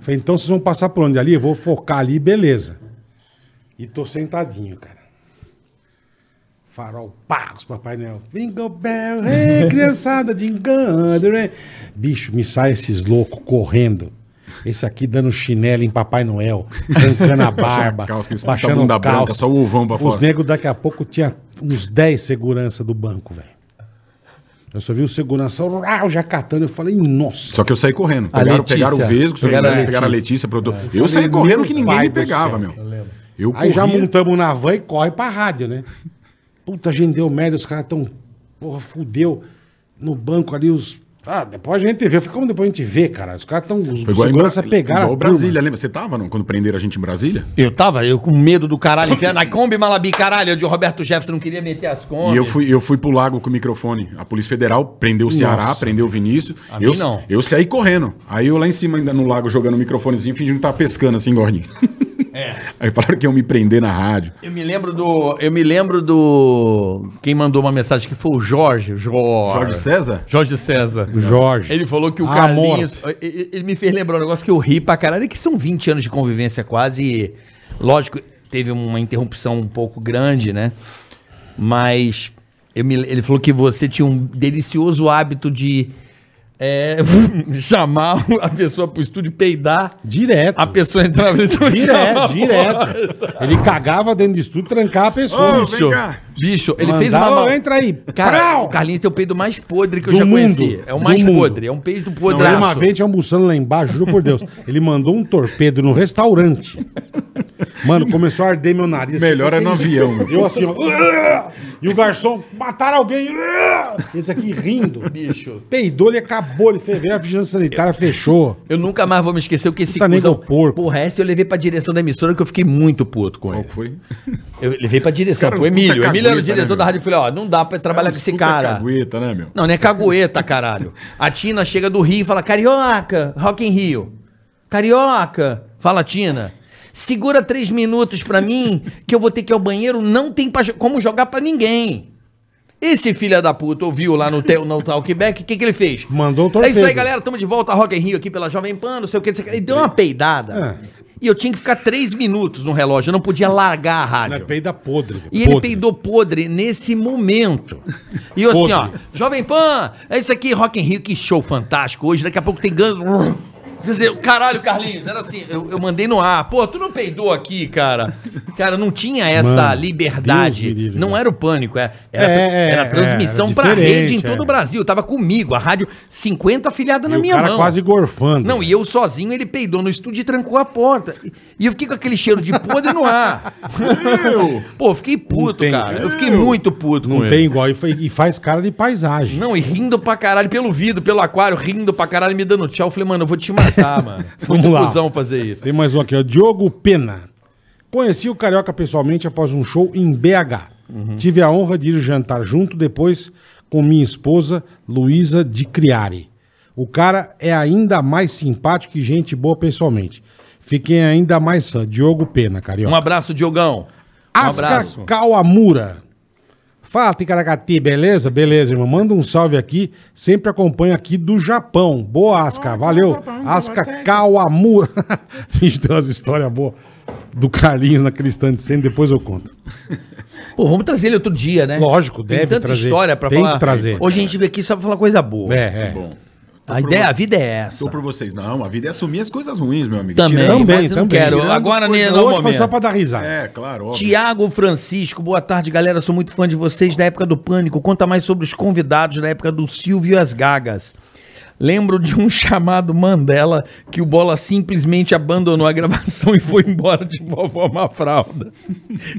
Falei, então vocês vão passar por onde ali? Eu vou focar ali, beleza. E tô sentadinho, cara. Farol, pá, os Papai Noel. Jingle bell,
(laughs)
hey, criançada, jingando, né? Bicho, me sai esses loucos correndo. Esse aqui dando chinelo em Papai Noel,
(laughs)
arrancando a barba,
a calça, que eles puta
baixando
bunda
a calça.
branca, só o ovão pra
Os
fora.
negros daqui a pouco tinha uns 10 segurança do banco, velho. Eu só vi o segurança, rau, já catando. Eu falei, nossa.
Só que eu saí correndo.
A
Pegaram,
Letícia.
pegaram o Vesgo, pegaram,
Pegaram a
pegaram a Letícia.
Letícia.
produtor. Eu saí
É. Falei,
correndo
meu
que ninguém
pai
me
do
pegava,
céu.
meu. Eu
Aí já
corria.
montamos na van e corre pra rádio, né? Puta, a gente deu merda, os caras tão. Porra, fudeu. No banco ali, os. Ah, depois a gente vê. Eu falei, como depois a gente vê, cara? Os caras tão. Os
Foi igual em
segurança
Bra-
pegaram.
igual
a
Brasília, lembra? Você tava não, quando prenderam a gente em Brasília?
Eu tava, eu com medo do caralho, enfiado
(laughs)
na Kombi Malabi, caralho, de Roberto Jefferson, não queria meter as contas.
E eu fui, eu fui pro lago com o microfone. A Polícia Federal prendeu o Ceará, prendeu o Vinícius. eu,
mim não.
eu saí correndo. Aí eu lá em cima, ainda no lago, jogando o microfonezinho, fingindo que tava pescando
(laughs)
assim, gordinho.
É.
Aí falaram que iam me prender na rádio.
Eu me lembro do. Eu me lembro do. Quem mandou uma mensagem que foi o Jorge. Jorge,
Jorge César?
Jorge César.
Bruma. Jorge.
Ele falou que o
Ah,
Carlinhos. Ele ele me fez lembrar um negócio que eu ri pra caralho, que são 20 anos de convivência quase. e, Lógico, teve uma interrupção um pouco grande, né? Mas eu me- ele falou que você tinha um delicioso hábito de é, (laughs) chamar a pessoa pro estúdio peidar.
Direto.
A pessoa entrava no estúdio.
Direto, direto. Ele cagava dentro de tudo, trancava a pessoa.
Ô, vem cá.
Bicho, ele
Mandar,
fez uma.
"Ô,
mal-
entra aí.
Cara,
Prau!
o Carlinhos tem o peido mais podre que eu
Do
já conheci.
mundo,
É o
do
mais
mundo.
podre. É um peido
Não,
podre.
eu uma vez tinha almoçando lá embaixo, juro por Deus. Ele mandou um torpedo no restaurante. Mano, começou a arder meu nariz.
Melhor é
Assim,
no avião,
(laughs)
meu.
Eu assim, ó. "Ugh!" E o garçom, mataram alguém. "Ugh!" Esse aqui rindo.
Bicho.
Peidou, ele acabou, ele fez, veio a vigilância sanitária, fechou.
Eu nunca mais vou me esquecer o que esse
tá
Puta nego
cuzão-
porco.
Porra, essa eu levei pra direção da emissora que eu fiquei muito puto com ele.
Foi?
Eu levei pra direção,
Esse cara é
pro
uns puta
Emílio. O Emílio era o
cagueta, né,
diretor da
meu? é
rádio. Eu falei, ó, não dá pra trabalhar com esse
Puta
cara.
Cagueta, né, meu?
Não, não é cagueta, caralho. A Tina chega do Rio e fala, carioca, Rock in Rio. Carioca, fala Tina. Segura três minutos pra mim, que eu vou ter que ir ao banheiro, não tem pra jo- como jogar pra ninguém. Esse filho da puta ouviu lá no, teu, no Talkback, o que, que ele fez?
Mandou um
É isso aí,
torpedo.
galera, tamo de volta a Rock in Rio aqui pela Jovem Pan, não sei o que, não sei o que. Ele deu uma peidada.
É.
E eu tinha que ficar três minutos no relógio, eu não podia largar a
Não é
rádio.
peida podre. velho,
E ele
podre.
peidou podre nesse momento. E eu assim, ó,
Podre.
Jovem Pan, é isso aqui, Rock in Rio, que show fantástico hoje, daqui a pouco tem ganho. Quer dizer, caralho, Carlinhos, era assim, eu, eu mandei no ar. Pô, tu não peidou aqui, cara. Cara, não tinha essa
Mano,
liberdade.
Deus me livre,
não
cara.
era o pânico, é- era,
É, é,
era
é,
transmissão
era
pra
diferente,
rede em todo
é.
o Brasil. Tava comigo, a rádio 50 afiliada na
E
minha
o cara
mão.
quase gorfando.
Não, e eu sozinho, ele peidou no estúdio e trancou a porta. E- E eu fiquei com aquele cheiro de podre no ar. (laughs) Pô, eu fiquei puto,
tem,
cara.
cara.
Eu fiquei muito puto
Não
com
tem
ele.
igual. E, foi- e faz cara de paisagem.
Não, e rindo pra caralho pelo vidro, pelo aquário, rindo pra caralho, me dando tchau. Eu falei, mano, eu vou te matar, (laughs) mano. Foi
Vamos lá.
cuzão fazer isso.
Tem mais um aqui, ó. Diogo Pena. Conheci o Carioca pessoalmente após um show em BH. Tive a honra de ir jantar junto depois com minha esposa, Luísa de Criari. O cara é ainda mais simpático e gente boa pessoalmente. Fiquei ainda mais fã. Diogo Pena, Carioca.
Um abraço, Diogão. Um abraço.
Asca Kawamura. Fala, Ticaracati, beleza? Beleza, irmão. Manda um salve aqui. Sempre acompanho aqui do Japão. Boa, Asca.
tá
Valeu. Asca (laughs) Kawamura. Bicho, tem umas histórias boas do Carlinhos naquele stand sendo, depois eu conto.
Pô, vamos trazer ele outro dia, né?
Lógico, deve
Tem tanta
trazer.
história pra
Tem que
falar.
trazer.
Hoje a gente veio aqui só pra falar coisa boa.
É, é.
Bom.
A ideia,
Tá você.
a vida é essa.
Tô por vocês. Não, a vida é assumir as coisas ruins, meu amigo.
Também,
Tirando-
Também,
mas eu não
também.
quero.
Tirando
Agora
coisa-
nem
Hoje
não é o
Hoje foi
momento.
só pra dar risada.
É, claro, óbvio.
Tiago Francisco, boa tarde, galera. Sou muito fã de vocês da época do Pânico. Conta mais sobre os convidados da época do Silvio e as Gagas. Lembro de um (laughs) chamado Mandela que o Bola simplesmente abandonou a gravação (laughs) e foi embora de vovó Mafralda.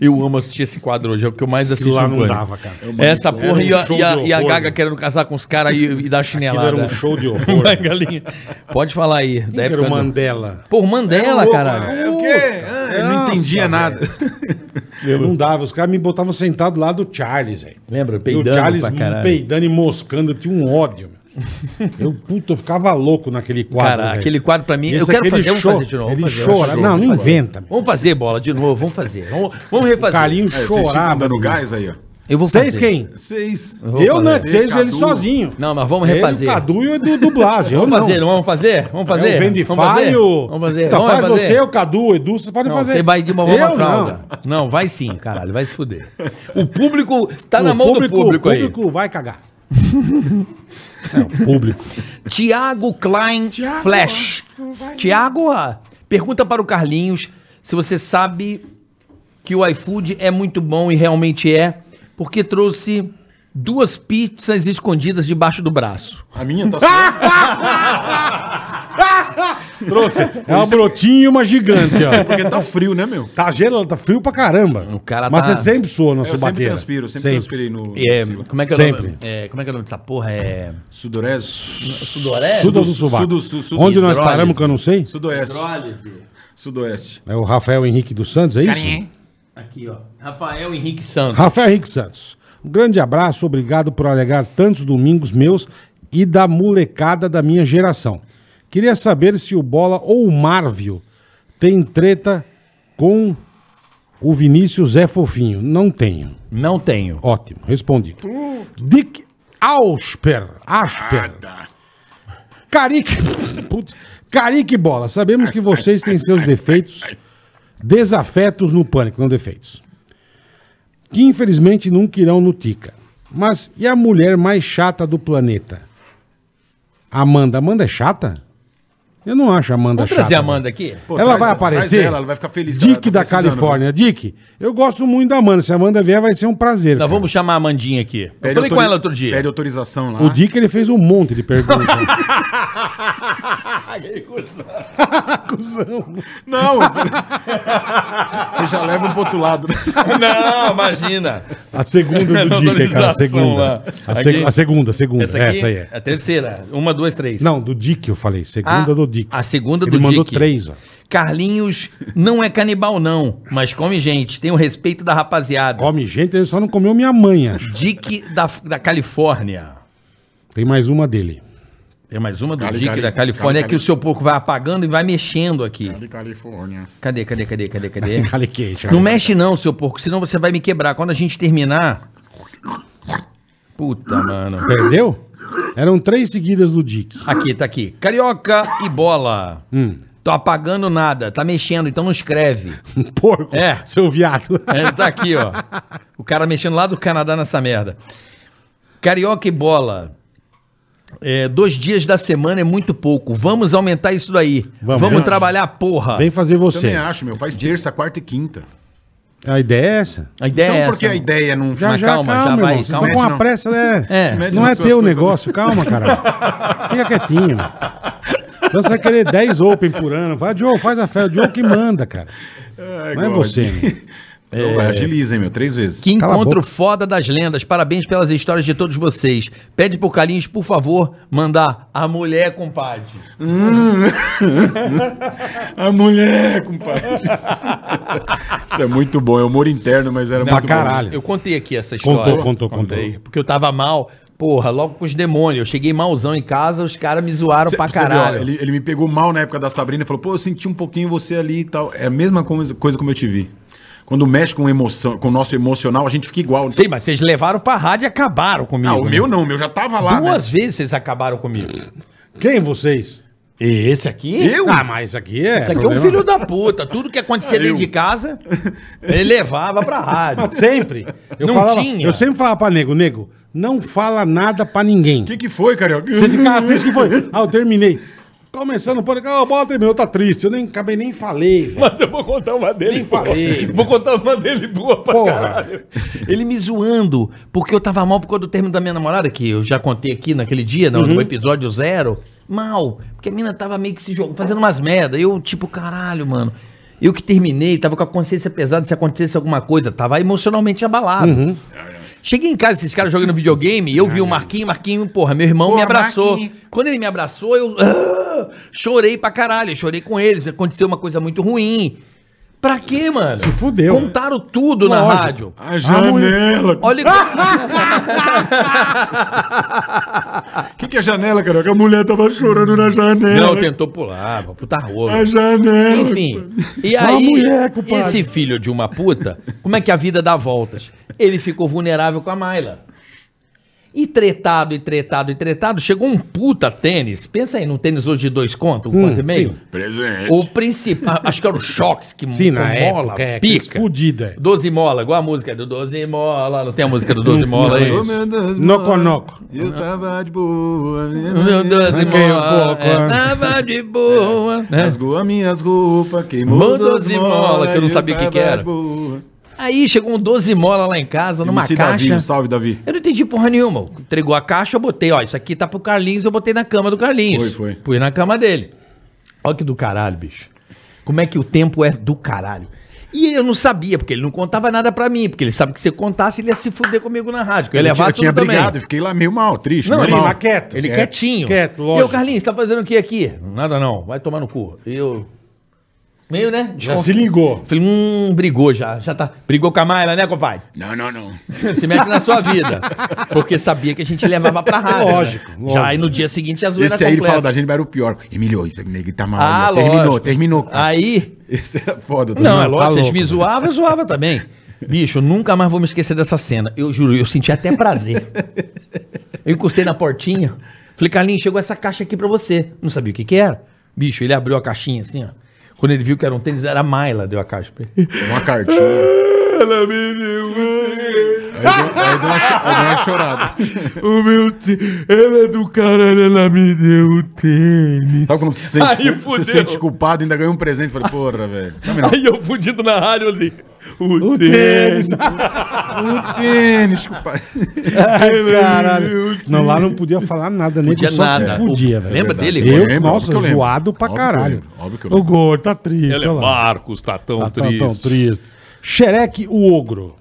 Eu amo assistir esse quadro hoje, é o que eu mais assisto.
lá
no
não
Pânico.
dava, cara.
Essa
Era
porra
um
e a,
show
e a-
de
e a
horror.
Gaga querendo casar com os caras e, e dar
(laughs) Aquilo
chinelada.
era um
(laughs)
show de horror.
Vai, galinha. Pode falar aí.
Quem que era o Mandela? um
Pô, Mandela, cara.
É o quê? Ah, eu não
Nossa,
entendia nada.
(laughs)
Não dava, os caras me botavam sentado lá do Charles, velho.
Lembra?
E
Peidando
o Charles
pra caralho.
peidando e moscando, eu tinha um ódio. meu. Eu, puta, eu ficava louco naquele quadro.
Cara,
velho.
aquele quadro pra mim,
Esse
eu quero
aquele
fazer, vamos
show,
fazer de novo.
Ele
vamos fazer,
chora.
vamos fazer.
não, não inventa. meu.
Vamos fazer bola de novo, vamos fazer. Vamos, vamos refazer.
Carlinho
É, vocês ficam
chorava.
dando gás aí, ó.
eu vou
Vocês
fazer.
quem?
Seis.
Uhum.
Eu não,
fazer,
seja ele
Cadu.
sozinho.
Não, mas vamos
Ele,
refazer.
o Cadu e o Edu do Blas. Eu
vamos
não. É
fazer, não vamos fazer? Vamos fazer?
Eu vendo e
vamos fazer?
falho.
Vamos fazer.
Tá,
vamos
faz
fazer?
você, o Cadu, o Edu, vocês podem
Não,
fazer.
Você vai de uma
Eu
uma
não.
fralda. Não. vai sim, caralho, vai se fuder. O público tá
O
na mão do público,
O público vai cagar. (laughs) é, o
(laughs)
público.
aí. Tiago Klein Flash. Tiago, ah, pergunta para o Carlinhos se você sabe que o iFood é muito bom e realmente é, porque trouxe duas pizzas escondidas debaixo do braço.
A minha
(laughs)
tá só.
Trouxe. É uma brotinha e uma gigante, ó.
Porque tá frio, né, meu?
Tá gelado, tá frio pra caramba.
O cara
Mas
tá-
você sempre sua na sua
É, Eu sempre
bateira.
transpiro, sempre, transpirei no
É,
no
como é que é o
Sempre.
nome? É, como é que é o nome dessa porra? É.
sudorese.
Sudoré?
Sudo do
Sudo-
sovaco.
sudo- su- sudo-
Onde nós
hidrólise.
paramos que eu não sei?
Sudoeste. Sudoeste.
É o Rafael Henrique dos Santos, é isso?
Aqui, ó. Rafael Henrique Santos.
Rafael Henrique Santos. Um grande abraço, obrigado por alegar tantos domingos meus e da molecada da minha geração. Queria saber se o Bola ou o Marvio tem treta com o Vinícius Zé Fofinho. Não tenho.
Não tenho.
Ótimo, respondido. Dick Ausper. Asper. Carique. Putz. Carique Bola, sabemos que vocês têm seus defeitos, desafetos no pânico, não defeitos. Que infelizmente nunca irão no Tica. Mas e a mulher mais chata do planeta? Amanda. Amanda é chata? Eu não acho a Amanda
Vamos
chata.
trazer a
não.
Amanda aqui?
Pô,
ela vai
traz- traz
aparecer.
ela, ela vai ficar feliz que ela
Dick da
tá precisando,
Califórnia. Dick, eu gosto muito da Amanda. Se a Amanda vier, vai ser um prazer.
Nós
cara.
vamos chamar a Amandinha aqui. Eu
Pede
falei com
autori-
ela outro dia.
Pede autorização lá.
O Dick ele fez um monte de perguntas. Cusão.
Não! (laughs) Você já leva um pro outro lado. né?
(laughs) Não, imagina.
(laughs) A segunda do Dick, cara. A
Autorização,
segunda. A,
ó.
seg-
Aqui.
a segunda, a segunda.
Essa aqui
Essa aí é.
a terceira. Uma, duas, três.
Não, do Dick eu falei. Segunda
Ah,
do Dick.
a segunda
Ele
do
mandou
Dick.
três, ó.
Carlinhos não é canibal, não, mas come gente. Tem o respeito da rapaziada.
Come gente, ele só não comeu minha mãe, acho.
Dick da, da Califórnia.
Tem mais uma dele.
Tem mais uma do
Cali-
Dick
Cali-
da Califórnia.
Cali-
é que o seu porco vai apagando e vai mexendo aqui.
De Califórnia.
Cadê, cadê, cadê, cadê,
(laughs)
cadê?
Falei que é,
Não mexe não, seu porco, senão você vai me quebrar. Quando a gente terminar... Puta, mano.
Perdeu? Eram três seguidas do Dick. (laughs)
Aqui, tá aqui. Carioca e bola.
Hum.
Tô apagando nada, tá mexendo, então não escreve.
Um porco,
É.
seu viado.
É, tá aqui, ó. O cara mexendo lá do Canadá nessa merda. Carioca e bola. É, dois dias da semana é muito pouco. Vamos aumentar isso daí.
Vamos.
Vamos, trabalhar, porra.
Vem fazer você.
Também acho, meu. Faz terça, quarta e quinta.
A ideia é essa.
A ideia é
Então,
essa.
por que a
mano.
ideia não...
Já,
Mas
já, calma,
calma, já
irmão.
vai,
Vocês
calma.
estão com uma
Não.
pressa, né?
É.
Se mete
mete
Não é
nas suas
teu
coisas,
negócio, calma, cara. (laughs) Fica quietinho. Então você vai querer 10 Open por ano. Vai, Joe, faz a fé. O Joe que manda, cara. Não é você.
(laughs)
meu.
Então, vai, Agiliza, hein, meu. Três vezes.
Que
Cala a
encontro
boca.
foda das lendas. Parabéns pelas histórias de todos vocês. Pede pro Carlinhos, por favor, mandar a mulher, compadre.
A mulher, compadre. Isso é muito bom. É humor interno, mas era
Pra
muito bom.
caralho.
Eu contei aqui essa
Contou,
história.
contou,
Contei.
contou.
Porque eu tava mal, porra, logo com os demônios. Eu cheguei malzão em casa, os caras me zoaram
Cê-
pra
cê viu, ó,
caralho.
ele, ele me pegou mal na época da Sabrina e falou: pô, eu senti um pouquinho você ali e tal. É a mesma coisa, coisa como eu te vi. Quando mexe com emoção, com o nosso emocional, a gente fica igual.
Sei, mas vocês levaram pra rádio e acabaram comigo.
ah, o
né?
meu não, o meu já tava lá. né?
Duas vezes vocês acabaram comigo.
É, Quem vocês?
E esse aqui?
Eu?
Ah, mas isso aqui é.
Esse aqui é um
problema-
filho da puta. Tudo que acontecia dentro de casa, ele levava pra rádio.
Mas sempre. Eu,
Não
falava,
tinha.
eu sempre falava pra nego, nego, não fala nada pra ninguém.
O que, que foi, Carioca? (laughs)
Você ficava triste que foi. Ah, eu terminei. Começando o podcast, a bola terminou, tá triste. Eu nem acabei, nem falei, velho.
(laughs) Mas eu vou contar uma dele.
Nem falei.
Vou contar uma dele boa pra
Porra.
caralho.
Ele me zoando, porque eu tava mal por causa do término da minha namorada, que eu já contei aqui naquele dia, no,
Uhum.
no episódio zero. Mal, porque a mina tava meio que se jogando, fazendo umas merda. Eu, tipo, caralho, mano. Eu que terminei, tava com a consciência pesada se acontecesse alguma coisa. Tava emocionalmente abalado.
Uhum.
Cheguei em casa, esses caras jogando videogame, eu vi o Marquinho, Marquinho, porra, meu irmão
Porra,
me abraçou.
Marquinho.
Quando ele me abraçou, eu (gasps) ah, chorei pra caralho, eu chorei com eles. Aconteceu uma coisa muito ruim. Pra quê, mano? Se
fudeu.
Contaram tudo na
Lógico.
rádio.
A
Ah,
é.
janela. O
Olha
(laughs)
que, que é janela, cara? Que a mulher tava chorando na janela.
Não, tentou pular, pra puta rola.
É,
A janela.
Enfim. E
Uma
aí,
mulher, compadre.
esse filho de uma puta, como é que a vida dá voltas? Ele ficou vulnerável com a Mayla. E tretado, e tretado, e tretado, chegou um puta tênis. Pensa aí num tênis hoje de dois conto,
Hum,
um quanto e meio.
Presente.
O principal, acho que era o Shox que
Sim,
com
na época, é,
pica.
Fudida.
12 mola, igual a música do 12 mola. Não tem a música do 12 mola
(laughs)
aí?
Ô, Uhum. meu Deus,
Noco,
mano.
noco.
Eu tava de boa. minha-
Meu Deus,
Arranquei um
mola,
pouco,
é,
né?
tava de boa. né?
Rasgou as minhas roupas, queimou
Mandou
duas
as molas,
molas,
que eu não sabia o que que
tava
era.
de boa.
Aí chegou um 12 mola lá em casa, numa
MC
caixa.
Davi, um salve, Davi.
Eu não entendi porra nenhuma. Entregou a caixa, eu botei, ó, isso aqui tá pro Carlinhos, eu botei na cama do Carlinhos.
Foi, foi.
Pus na cama dele. Olha que do caralho, bicho. Como é que o tempo é do caralho? E eu não sabia, porque ele não contava nada pra mim, porque ele sabe que se eu contasse, ele ia se fuder comigo na rádio, que eu ia levar
eu tinha
tudo também.
brigado, e fiquei lá meio mal, triste.
Não,
mas
ele
mal.
mas quieto.
Ele
quieto.
quietinho.
Quieto,
E eu,
lógico.
Carlinhos, tá fazendo o que aqui? Nada não, vai tomar no cu. E eu... Meio, né?
Já se ligou.
Falei, hum, brigou já, já tá. Brigou com a Mayla, né, compadre?
Não, não, não.
Se mete na sua
(laughs)
vida. Porque sabia que a gente levava pra rádio.
Lógico,
né?
lógico.
Já aí no dia seguinte a zoeira
Esse aí ele
completa.
fala da gente, mas era o pior. Emilio, isso aqui tá mal.
Ah,
né? terminou,
lógico.
terminou. cara.
Aí.
Esse era foda.
Não, é lógico,
terminou.
tá
vocês
louco,
me zoavam, eu zoava também. Bicho, eu nunca mais vou me esquecer dessa cena. Eu juro, eu senti até prazer. Eu encostei na portinha. Falei, Carlinhos, chegou essa caixa aqui pra você. Não sabia o que que era. Bicho, ele abriu a caixinha assim, ó. Quando ele viu que era um tênis, era a Mayla, deu a caixa pra ele.
Uma cartinha.
um
Aí deu, aí deu uma, cho- aí deu uma chorada.
O meu Ela é do caralho, ela me deu o tênis.
Sabe quando você se sente,
Aí
você
fudeu.
se sente culpado e ainda ganhou um presente? Falei, porra, velho. tá Não, não.
Aí eu fudido na rádio, eu falei, o,
(laughs) Tênis.
O tênis, culpado.
Ai, caralho. Não, lá não podia falar nada, nem
Podia
que só
nada.
se fudia,
O-
velho.
lembra dele?
Eu,
Eu lembro, óbvio
nossa,
que eu lembro.
zoado pra
Óbvio que eu
caralho.
lembro, óbvio que eu
o
lembro.
gordo tá triste,
Ele é
olha lá.
Marcos, tá tão
Tá tão,
triste.
tão triste. Xereque, o ogro.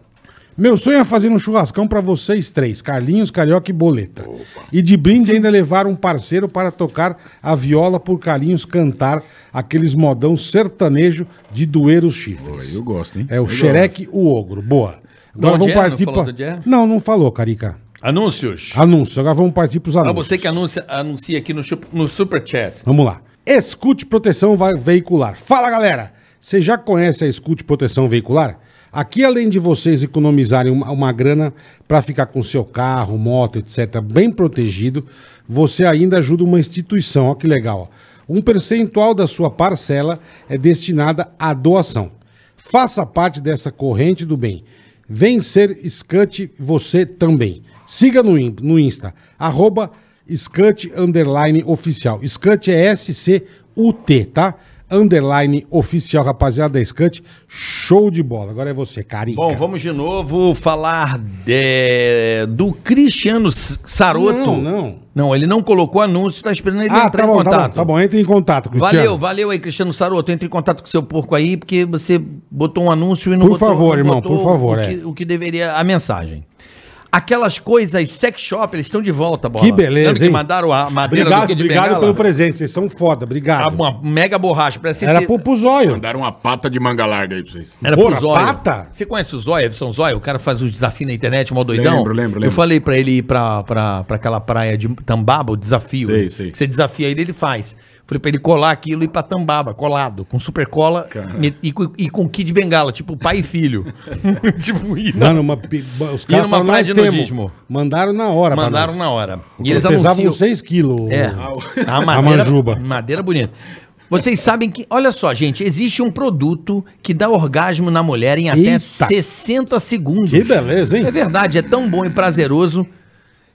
Meu sonho é fazer um churrascão pra vocês três, Carlinhos, Carioca e Boleta. E de brinde ainda levar um parceiro para tocar a viola por Carlinhos cantar aqueles modão sertanejo de doer os chifres.
Eu gosto, hein?
É o
Eu
Xereque, o ogro. Boa. Agora
Bom,
vamos
Jé, não
partir
falou
pra...
do Jé?
Não, não falou, Carica.
Anúncios.
Anúncio. Agora vamos partir pros
Pra
anúncios.
você que anuncia, anuncia aqui no, chup- no Super Chat.
Vamos lá. Escute Proteção Va- Veicular. Fala, galera! Você já conhece a Escute Proteção Veicular? Aqui, além de vocês economizarem uma, uma grana para ficar com seu carro, moto, etc., bem protegido, você ainda ajuda uma instituição. Olha que legal. ó. Um percentual da sua parcela é destinada à doação. Faça parte dessa corrente do bem. Vem ser Scut você também. Siga no, in- no Insta, arroba Scut underline oficial. Scut é S-C-U-T, tá? Underline oficial, rapaziada da Scut. Show de bola. Agora é você, Carica.
Bom, vamos de novo falar de- do Cristiano S- Saroto.
Não, não.
Não, ele não colocou anúncio, tá esperando ele
Ah,
entrar
tá
em
bom, tá
contato.
bom, tá bom. Entre em contato, Cristiano.
Valeu, valeu aí, Cristiano Saroto. Entre em contato com seu porco aí, porque você botou um anúncio e não
Por
botou,
favor,
não
irmão,
botou
por favor,
O,
é.
que, o que deveria, a mensagem. Aquelas coisas sex shop, eles estão de volta, bola.
Que beleza,
Lembra que
hein?
mandaram a madeira
Obrigado,
Duque de
obrigado
Bengala?
pelo presente. Vocês são
Ah,
foda, obrigado.
Uma mega borracha, parece
Era
esse-
pro, pro zóio.
Mandaram uma pata de manga larga aí pra vocês.
Era
Porra,
pro Zóio.
pata?
Você conhece o Zóio, Everson Zóio? O cara faz uns desafios na internet, mó doidão.
Lembro, lembro,
Eu
lembro.
falei pra ele ir pra, pra, pra aquela praia de Tambaba, o desafio.
Sei, sei.
Que você desafia ele, ele faz. Falei pra ele colar aquilo e ir pra Tambaba, colado, com super cola
Cara.
me- e, com- e com kit bengala, tipo pai e
(laughs)
filho. tipo, e
Mano, uma, pi- os
E numa
caras falaram,
praia
"Nós
de
temos."
nudismo.
Mandaram na hora. pra
mandaram
nós.
na hora. E
Eles
eles
pesavam
anunciam...
6 quilos.
É, a
A
madeira,
manjuba.
madeira bonita. Vocês sabem que, olha só, gente, existe um produto que dá orgasmo na mulher em até
Eita.
60 segundos.
Que beleza, hein?
É verdade, é tão bom e prazeroso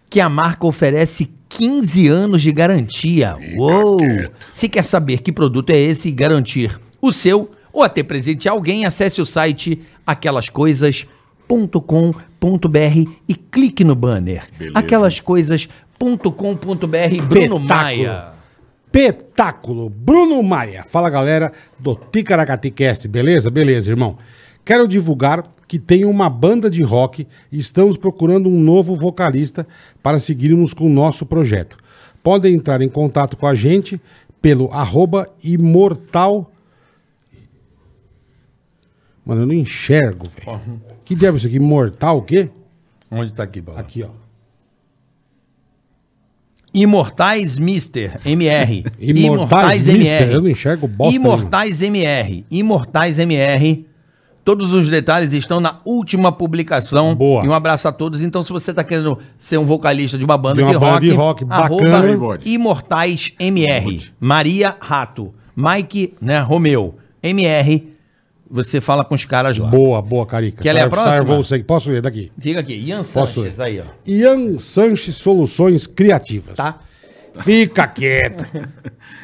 que a marca oferece 15 anos de garantia. Uou! Se quer saber que produto é esse e garantir o seu ou até presente a alguém, acesse o site aquelascoisas.com.br e clique no banner.
Beleza.
Aquelascoisas.com.br Bruno
Espetáculo.
Maia.
Espetáculo. Bruno Maia. Fala, galera do Ticaracatecast. Beleza? Beleza, irmão. Quero divulgar que tenho uma banda de rock e estamos procurando um novo vocalista para seguirmos com o nosso projeto. Podem entrar em contato com a gente pelo arroba imortal... Mano, eu não enxergo, velho. Que diabo é isso aqui? Imortal o quê?
Onde tá aqui, Bala?
Aqui, ó.
Imortais Mister MR.
(laughs) Imortais Mister, eu não enxergo bosta
Imortais MR. Imortais MR. Todos os detalhes estão na última publicação.
Boa.
E um abraço a todos. Então, se você está querendo ser um vocalista de uma banda
De uma
de,
banda
rock,
de rock bacana,
hein,
arroba
bode?
Imortais MR.
Bode.
Maria Rato. Mike, né, Romeu. MR. Você fala com os caras lá.
Boa, boa, Carica.
Quer ler a
Sarvo-
próxima?
Sarvou sangue. Posso ler daqui?
Fica aqui. Ian
Posso É
Sanches, aí, ó.
Ian Sanches Soluções Criativas.
Tá.
Fica quieto.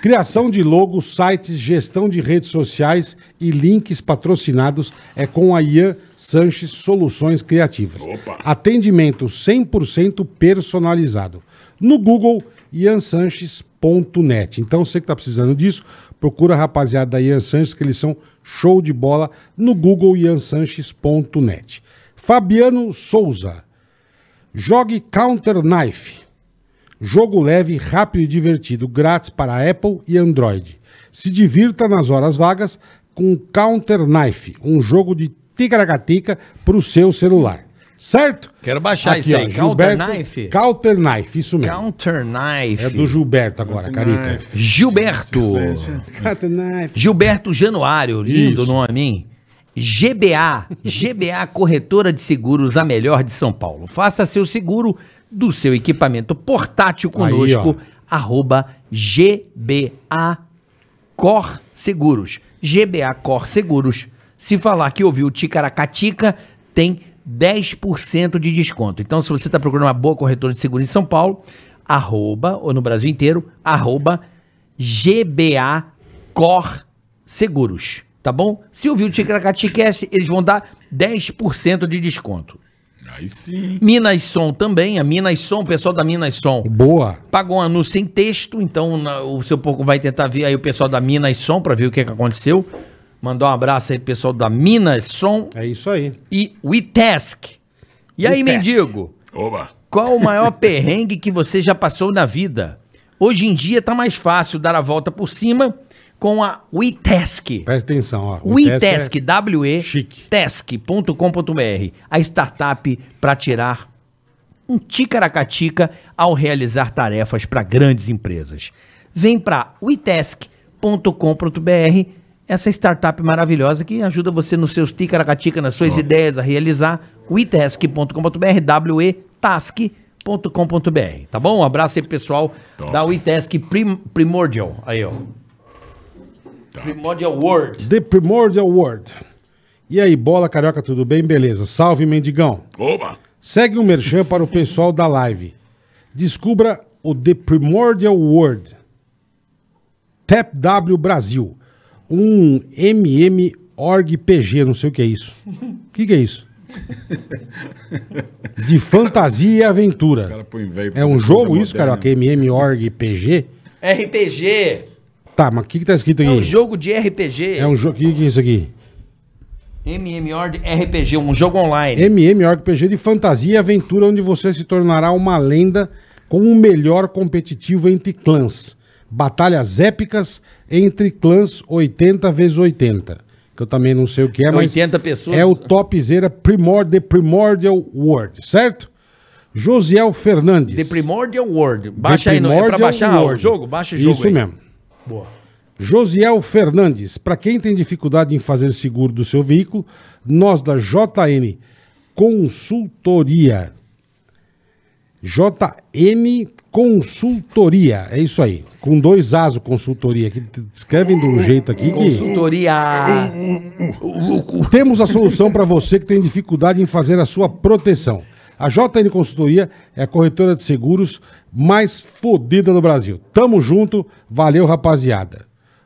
Criação de logos, sites, gestão de redes sociais e links patrocinados é com a Ian Sanches Soluções Criativas.
Opa.
Atendimento 100% personalizado. No Google, iansanches.net. Então, você que está precisando disso, procura a rapaziada da Ian Sanches, que eles são show de bola no Google iansanches.net. Fabiano Souza. Jogue Counter Knife. Jogo leve, rápido e divertido, grátis para Apple e Android. Se divirta nas horas vagas com Counter Knife, um jogo de ticaracatica para o seu celular. Certo?
Quero baixar
Aqui,
isso
ó,
aí.
Gilberto-
Counter Knife?
Counter Knife, isso mesmo.
Counter Knife.
É do Gilberto agora, Carica.
Gilberto.
(laughs) Counter Knife.
Gilberto Januário, lindo
Isso.
nome, hein? GBA, GBA Corretora de Seguros, a melhor de São Paulo. Faça seu seguro do seu equipamento portátil conosco, arroba GBA Cor Seguros. GBA Cor Seguros. Se falar que ouviu Ticaracatica, tem 10% de desconto. Então, se você está procurando uma boa corretora de seguro em São Paulo, arroba, ou no Brasil inteiro, arroba GBA Cor Seguros. Tá bom? Se ouviu o Ticaracatica, é eles vão dar 10% de desconto.
Aí sim.
Minas Som também, a Minas Som, o pessoal da Minas Som
Boa.
pagou um anúncio sem texto, então na- o seu porco vai tentar ver aí o pessoal da Minas Som pra ver o que, é que aconteceu. Mandar um abraço aí pro pessoal da Minas Som
É isso aí.
e o Itask. E aí, mendigo,
Oba.
qual o maior perrengue que você já passou na vida? Hoje em dia tá mais fácil dar a volta por cima com a Witask.
Presta atenção, ó. O é
Witask,
teste Chique.
W-E-Task.com.br, a startup para tirar um ticaracatica ao realizar tarefas para grandes empresas. Vem para witask.com.br, essa startup maravilhosa que ajuda você nos seus ticaracatica, nas suas ideias a realizar. witask.com.br, W-E-Task.com.br, tá bom? Um abraço aí pro pessoal
Top.
da Witask Prim- Primordial. Aí, ó. Primordial World.
The Primordial World. E aí, bola carioca, tudo bem? Beleza. Salve, mendigão.
Oba.
Segue um merchan para o pessoal da live. Descubra o The Primordial World. Tap W Brasil. Um MMORPG, não sei o que é isso. O que, que é isso? De fantasia e
O cara
aventura.
põe velho pra
É um
fazer
jogo
coisa
isso, cara?
moderna.
MMORPG?
RPG!
Tá, mas o que, que tá escrito
É um
aqui?
jogo de RPG.
É um jogo. O que, que é isso aqui?
MMORPG, RPG, um jogo online.
MMORPG de fantasia e aventura onde você se tornará uma lenda com o melhor competitivo entre clãs. Batalhas épicas entre clãs 80 vezes 80. Que eu também não sei o que é, mas
80 pessoas.
é o topzera Primor The Primordial World, certo? Josiel Fernandes.
The Primordial World.
The
Baixa aí, no, é pra
Primordial
baixar o
World.
jogo? Baixa o jogo
um Isso
aí.
mesmo.
Boa.
Josiel Fernandes, para quem tem dificuldade em fazer seguro do seu veículo, nós da JN Consultoria. JN Consultoria, é isso aí. Com dois As o consultoria, que t- escrevem de um jeito aqui que.
Tutoria.
Temos a solução para você que tem dificuldade em fazer a sua proteção. A JN Consultoria é a corretora de seguros mais fodida do Brasil. Tamo junto, valeu rapaziada.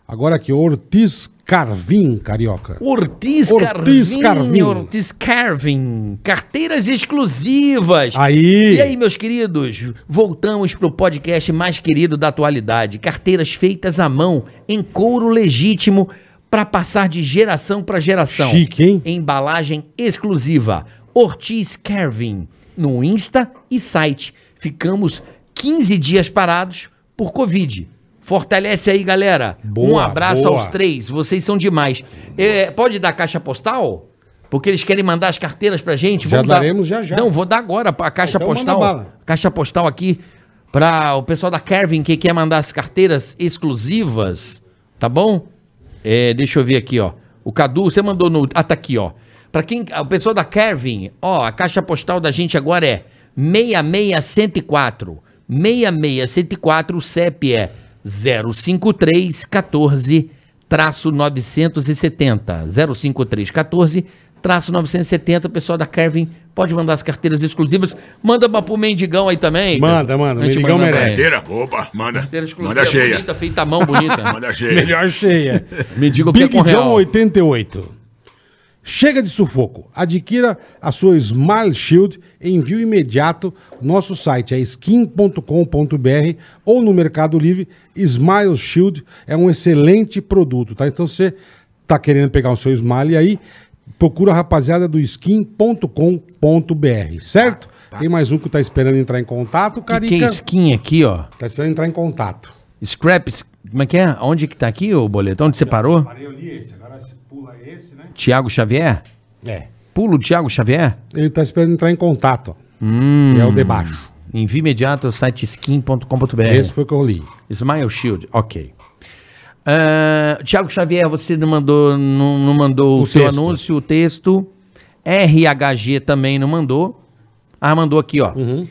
Agora aqui, Ortiz Carvin, carioca.
Ortiz,
Ortiz
Carvin,
Carvin.
Ortiz Carvin. Carteiras exclusivas.
Aí.
E aí, meus queridos, voltamos pro podcast mais querido da atualidade. Carteiras feitas à mão, em couro legítimo, para passar de geração para geração.
Chique, hein?
Embalagem exclusiva. Ortiz Carvin. No Insta e site. Ficamos 15 dias parados por Covid. Fortalece aí, galera. um
Boa,
abraço
boa.
aos três. Vocês são demais. É, pode dar caixa postal? Porque eles querem mandar as carteiras pra gente.
Já
Vamos dar-
daremos já, já.
Não, vou dar agora a caixa
Então manda
postal.
bala.
Caixa postal aqui para o pessoal da Kervin que quer mandar as carteiras exclusivas, tá bom? É, deixa eu ver aqui, ó. O Cadu, você mandou no. Ah, tá aqui, ó. Pra quem. O pessoal da Kervin, ó, a caixa postal da gente agora é 66104. 66104, o CEP é 05314 traço 970. 05314 traço 970. O pessoal da Kervin pode mandar as carteiras exclusivas. Manda pra- pro Mendigão aí também.
Manda, manda,
A gente
Mendigão
manda pra
merece.
ele.
Carteira, opa, É. manda.
Carteira exclusiva,
Manda cheia.
bonita, feita à mão, (laughs) bonita.
Manda cheia.
Melhor cheia.
(laughs) Me diga o que é
Big
com
John
real.
88. Chega de sufoco. Adquira a sua Smile Shield em envio imediato. Nosso site é skin.com.br ou no Mercado Livre. Smile Shield é um excelente produto, tá? Então você tá querendo pegar o seu Smile aí, procura a rapaziada do skin.com.br, certo? Tem mais um que tá esperando entrar em contato,
Que
Carica.
é skin aqui, ó.
Tá esperando entrar em contato.
Scraps. Como é que é? Onde que tá aqui o boleto? Onde você parou?
Parei, eu li esse. Agora se pula esse, né?
Tiago Xavier?
É.
Pulo Tiago Xavier?
Ele tá esperando entrar em contato. ó. Que é o debaixo.
Envie imediato ao site skin.com.br.
Esse foi o que eu li.
Smile Shield, ok. Ah, Tiago Xavier, você não mandou, não, não mandou o,
O
seu
texto.
anúncio, o texto. RHG também não mandou. Ah, mandou aqui, ó.
Uhum.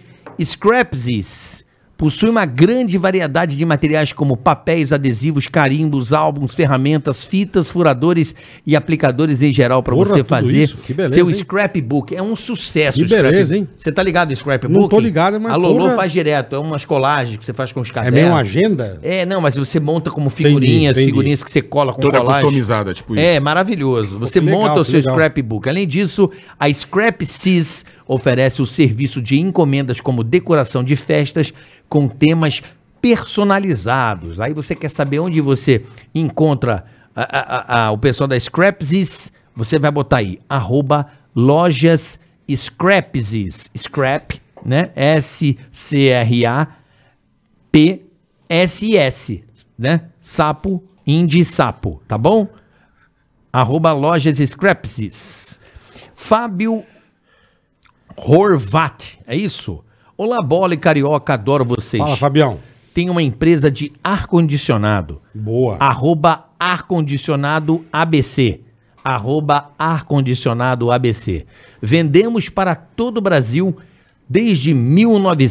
Scrapsies possui uma grande variedade de materiais como papéis, adesivos, carimbos, álbuns, ferramentas, fitas, furadores e aplicadores em geral para
Porra,
você
tudo
fazer
isso? Que beleza,
seu
hein?
scrapbook. É um sucesso.
Que
o scrapbook.
beleza, hein?
Você tá ligado no scrapbook?
Não tô ligado, mas
A Lolo
porra.
faz direto. É umas colagens que você faz com os
É
cadernos.
meio uma agenda?
É, não, mas você monta como figurinhas,
Entendi, entendi.
figurinhas que você cola com
Toda
colagem.
customizada, tipo isso.
É, maravilhoso. Você
que legal,
monta o
que
seu
legal.
scrapbook. Além disso, a Scrapsys oferece o serviço de encomendas como decoração de festas com temas personalizados. Aí você quer saber onde você encontra a- a- a- a- o pessoal da Scrapsys? Você vai botar aí, arroba lojas Scrapsys. Scrap, né? S-C-R-A. PSS, né? Sapo, Indie Sapo, tá bom? Arroba lojas Scrapsis. Fábio Horvat, é isso? Olá, bola e carioca, adoro vocês.
Fala, Fabião.
Tem uma empresa de ar-condicionado.
Boa.
Ah. Arroba ar-condicionado ABC. Arroba ar-condicionado ABC. Vendemos para todo o Brasil desde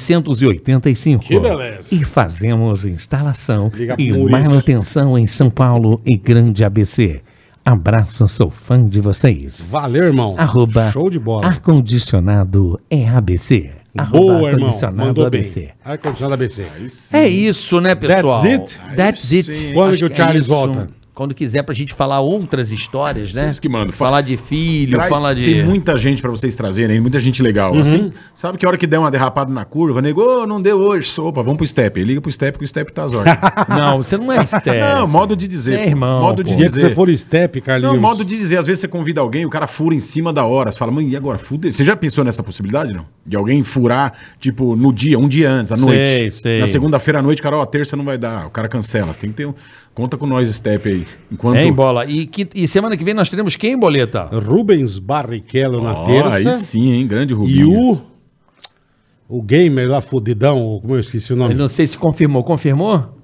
1985.
Que beleza.
E fazemos instalação
Liga
e
por isso.
manutenção em São Paulo e Grande ABC. Abraço, sou fã de vocês.
Valeu, irmão.
Arroba
Show de bola.
ar-condicionado é ABC.
Boa, irmão.
ar-condicionado
Mandou
ABC.
bem. Ar-condicionado ABC.
É isso, né, pessoal?
That's it? É
That's it.
Sim.
Quando
Acho é
que o Charles
isso.
volta?
Quando quiser pra gente falar outras histórias, né?
Vocês que mandam.
Falar de filho,
Traz-
falar de...
Tem muita gente pra vocês trazerem, muita gente legal. Assim, sabe que a hora que der uma derrapada na curva, negou, não deu hoje. Opa, vamos pro step. Liga pro step que o step tá às ordens.
(laughs) Não, você
(laughs)
não é estéreo.
Não, modo de dizer.
Você é irmão,
modo de
pô.
O dia que
dizer.
você for step, Carlinhos.
Não, é um modo de dizer. Às vezes você convida alguém, o cara fura em cima da hora. Você fala, mãe, e agora? Fudeu. Você já pensou nessa possibilidade, não? De alguém furar, tipo, no dia, um dia antes, à noite.
sei.
Na segunda-feira à noite, o cara, ó, terça não vai dar. O cara cancela. Você tem que ter um... Conta com nós, Step, aí. Enquanto...
Hein, Bola? É, E, que- e semana que vem nós teremos quem, Boleta?
Rubens Barrichello na
Ó, aí
terça.
sim, hein? Grande
E
Rubinho.
o... O gamer lá, fodidão, ou como eu esqueci o nome?
Eu não sei se confirmou. Confirmou?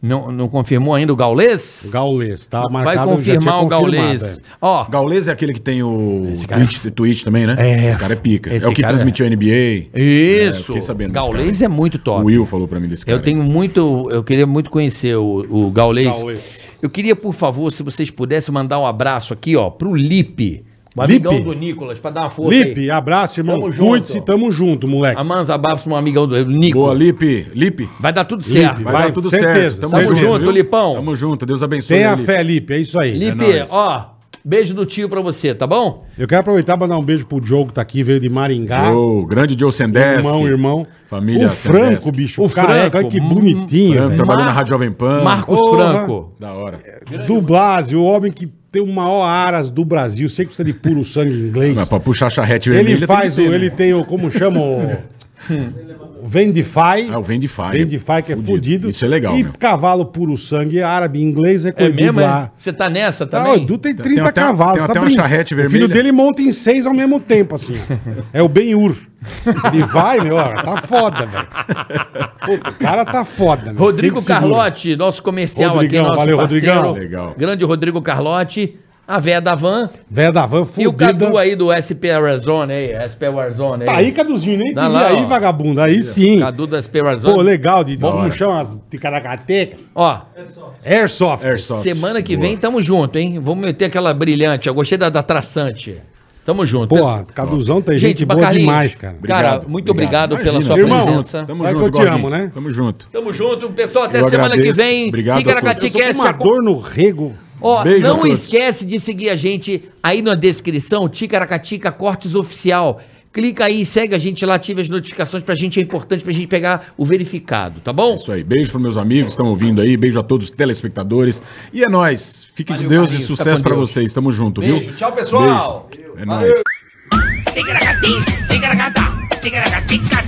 Não, não confirmou ainda o Gaulês?
Gaulês, tá
Vai
marcado. já tinha
confirmar o
confirmado,
Gaulês.
é.
Ó,
Gaulês é aquele que tem o
cara-
Twitch, Twitch também, né?
É.
Esse cara é pica.
Esse
é o que
cara
transmitiu a NBA. É, eu
isso.
fiquei sabendo desse
Gaulês
cara.
é muito top.
O Will falou pra mim desse cara.
Eu tenho muito, eu queria muito conhecer o, o Gaulês.
Gaulês.
Eu queria, por favor, se vocês pudessem mandar um abraço aqui, ó, pro Lipe. O amigão
Lipe.
do Nicolas, pra dar uma força aí.
Lipe, abraço, irmão.
Tamo junto.
Cuide-se, tamo junto, moleque.
A Manzababs um amigão do
Boa,
Nicolas.
Lipe. Lipe.
Vai dar tudo certo.
Vai,
Vai,
dar tudo
certeza.
certo.
Tamo
junto,
viu?
Lipão.
Tamo junto. Deus abençoe. né,
Tenha
Lipe.
fé, Lipe, é isso aí.
Lipe,
nóis.
ó, beijo do tio pra você, tá bom?
Eu quero aproveitar pra dar um beijo pro Diogo que tá aqui, veio de Maringá.
Ô, grande Joe Sendesk.
Irmão, irmão.
Família
O Franco,
Sendesc.
bicho.
O
O careca,
Franco,
olha que bonitinho.
hum, Franco
velho.
Né, trabalhou na
Mar-
Rádio Jovem Pan.
Marcos
Ah. Porra.
Franco.
Da hora.
Do Blasio, o homem que tem o maior aras do Brasil. Sei que precisa de puro sangue inglês.
Mas pra puxar a charrete
Ele
vermelha tem
faz
que ter,
o.
né?
Ele tem o. Como chama? O.
(laughs)
o Vendify.
Ah, o Vendify.
Vendify, que é
Fudido.
fudido.
Isso é legal,
E
meu.
cavalo puro sangue, árabe, inglês, é com
É
o Edu
mesmo, é?
lá.
Você tá nessa
Tá, o
também?
Edu tem
Tem
30
até-
cavalos,
tem
tá
até uma
brincando.
charrete
O filho
vermelha.
dele monta em seis ao mesmo tempo, assim. ó. É o Ben-Hur. Ele vai, meu, ó, tá foda, velho. Puta, o cara tá foda, meu.
Rodrigo
Tem que segurar.
Carlotti, nosso comercial
Rodrigão,
aqui, nosso
valeu, Rodrigão.
Legal.
Grande Rodrigo Carlotti, a véia da van
Véia da van, fudida.
e o Cadu aí do SP Arizona aí, SP Arizona aí.
Tá aí, Caduzinho, nem te
Tá
vi
lá,
aí,
ó.
vagabundo. Aí sim.
Cadu do SP Arizona.
Pô, legal, Didi.
Da hora.
Como chama as ticaracateca?
Ó,
Airsoft.
Airsoft.
semana que
Boa.
vem tamo junto, hein? Vamos meter aquela brilhante, eu gostei da, da traçante. Tamo junto.
Porra, Caduzão tem gente, boa
Bacarlinhos,
demais, cara.
Cara,
Obrigado,
muito obrigado,
obrigado.
pela
Imagina,
sua
irmão.
presença.
Tamo
Sabe
junto,
que eu te
Gordinho.
amo, né?
Tamo junto.
Tamo junto, pessoal. Até
Eu
semana
agradeço.
que vem.
Obrigado a
Ticaracati
todos.
Eu sou
Cast.
fumador no rego.
Ó,
Beijo a
não
todos.
esquece de seguir a gente aí na descrição, Ticaracatica Cortes Oficial. Clica aí, segue a gente lá, ative as notificações pra gente, é importante pra gente pegar o verificado, tá bom?
Isso aí. Beijo para meus amigos que estão ouvindo aí. Beijo a todos os telespectadores. E é nóis. Fique
Valeu,
com Deus
Carlinhos.
e
Tá
sucesso
com
pra
Deus.
vocês. Tamo junto,
Beijo,
viu?
tchau, pessoal.
Beijo. É nóis.
Ticaracati, ticaracatá, ticaracati,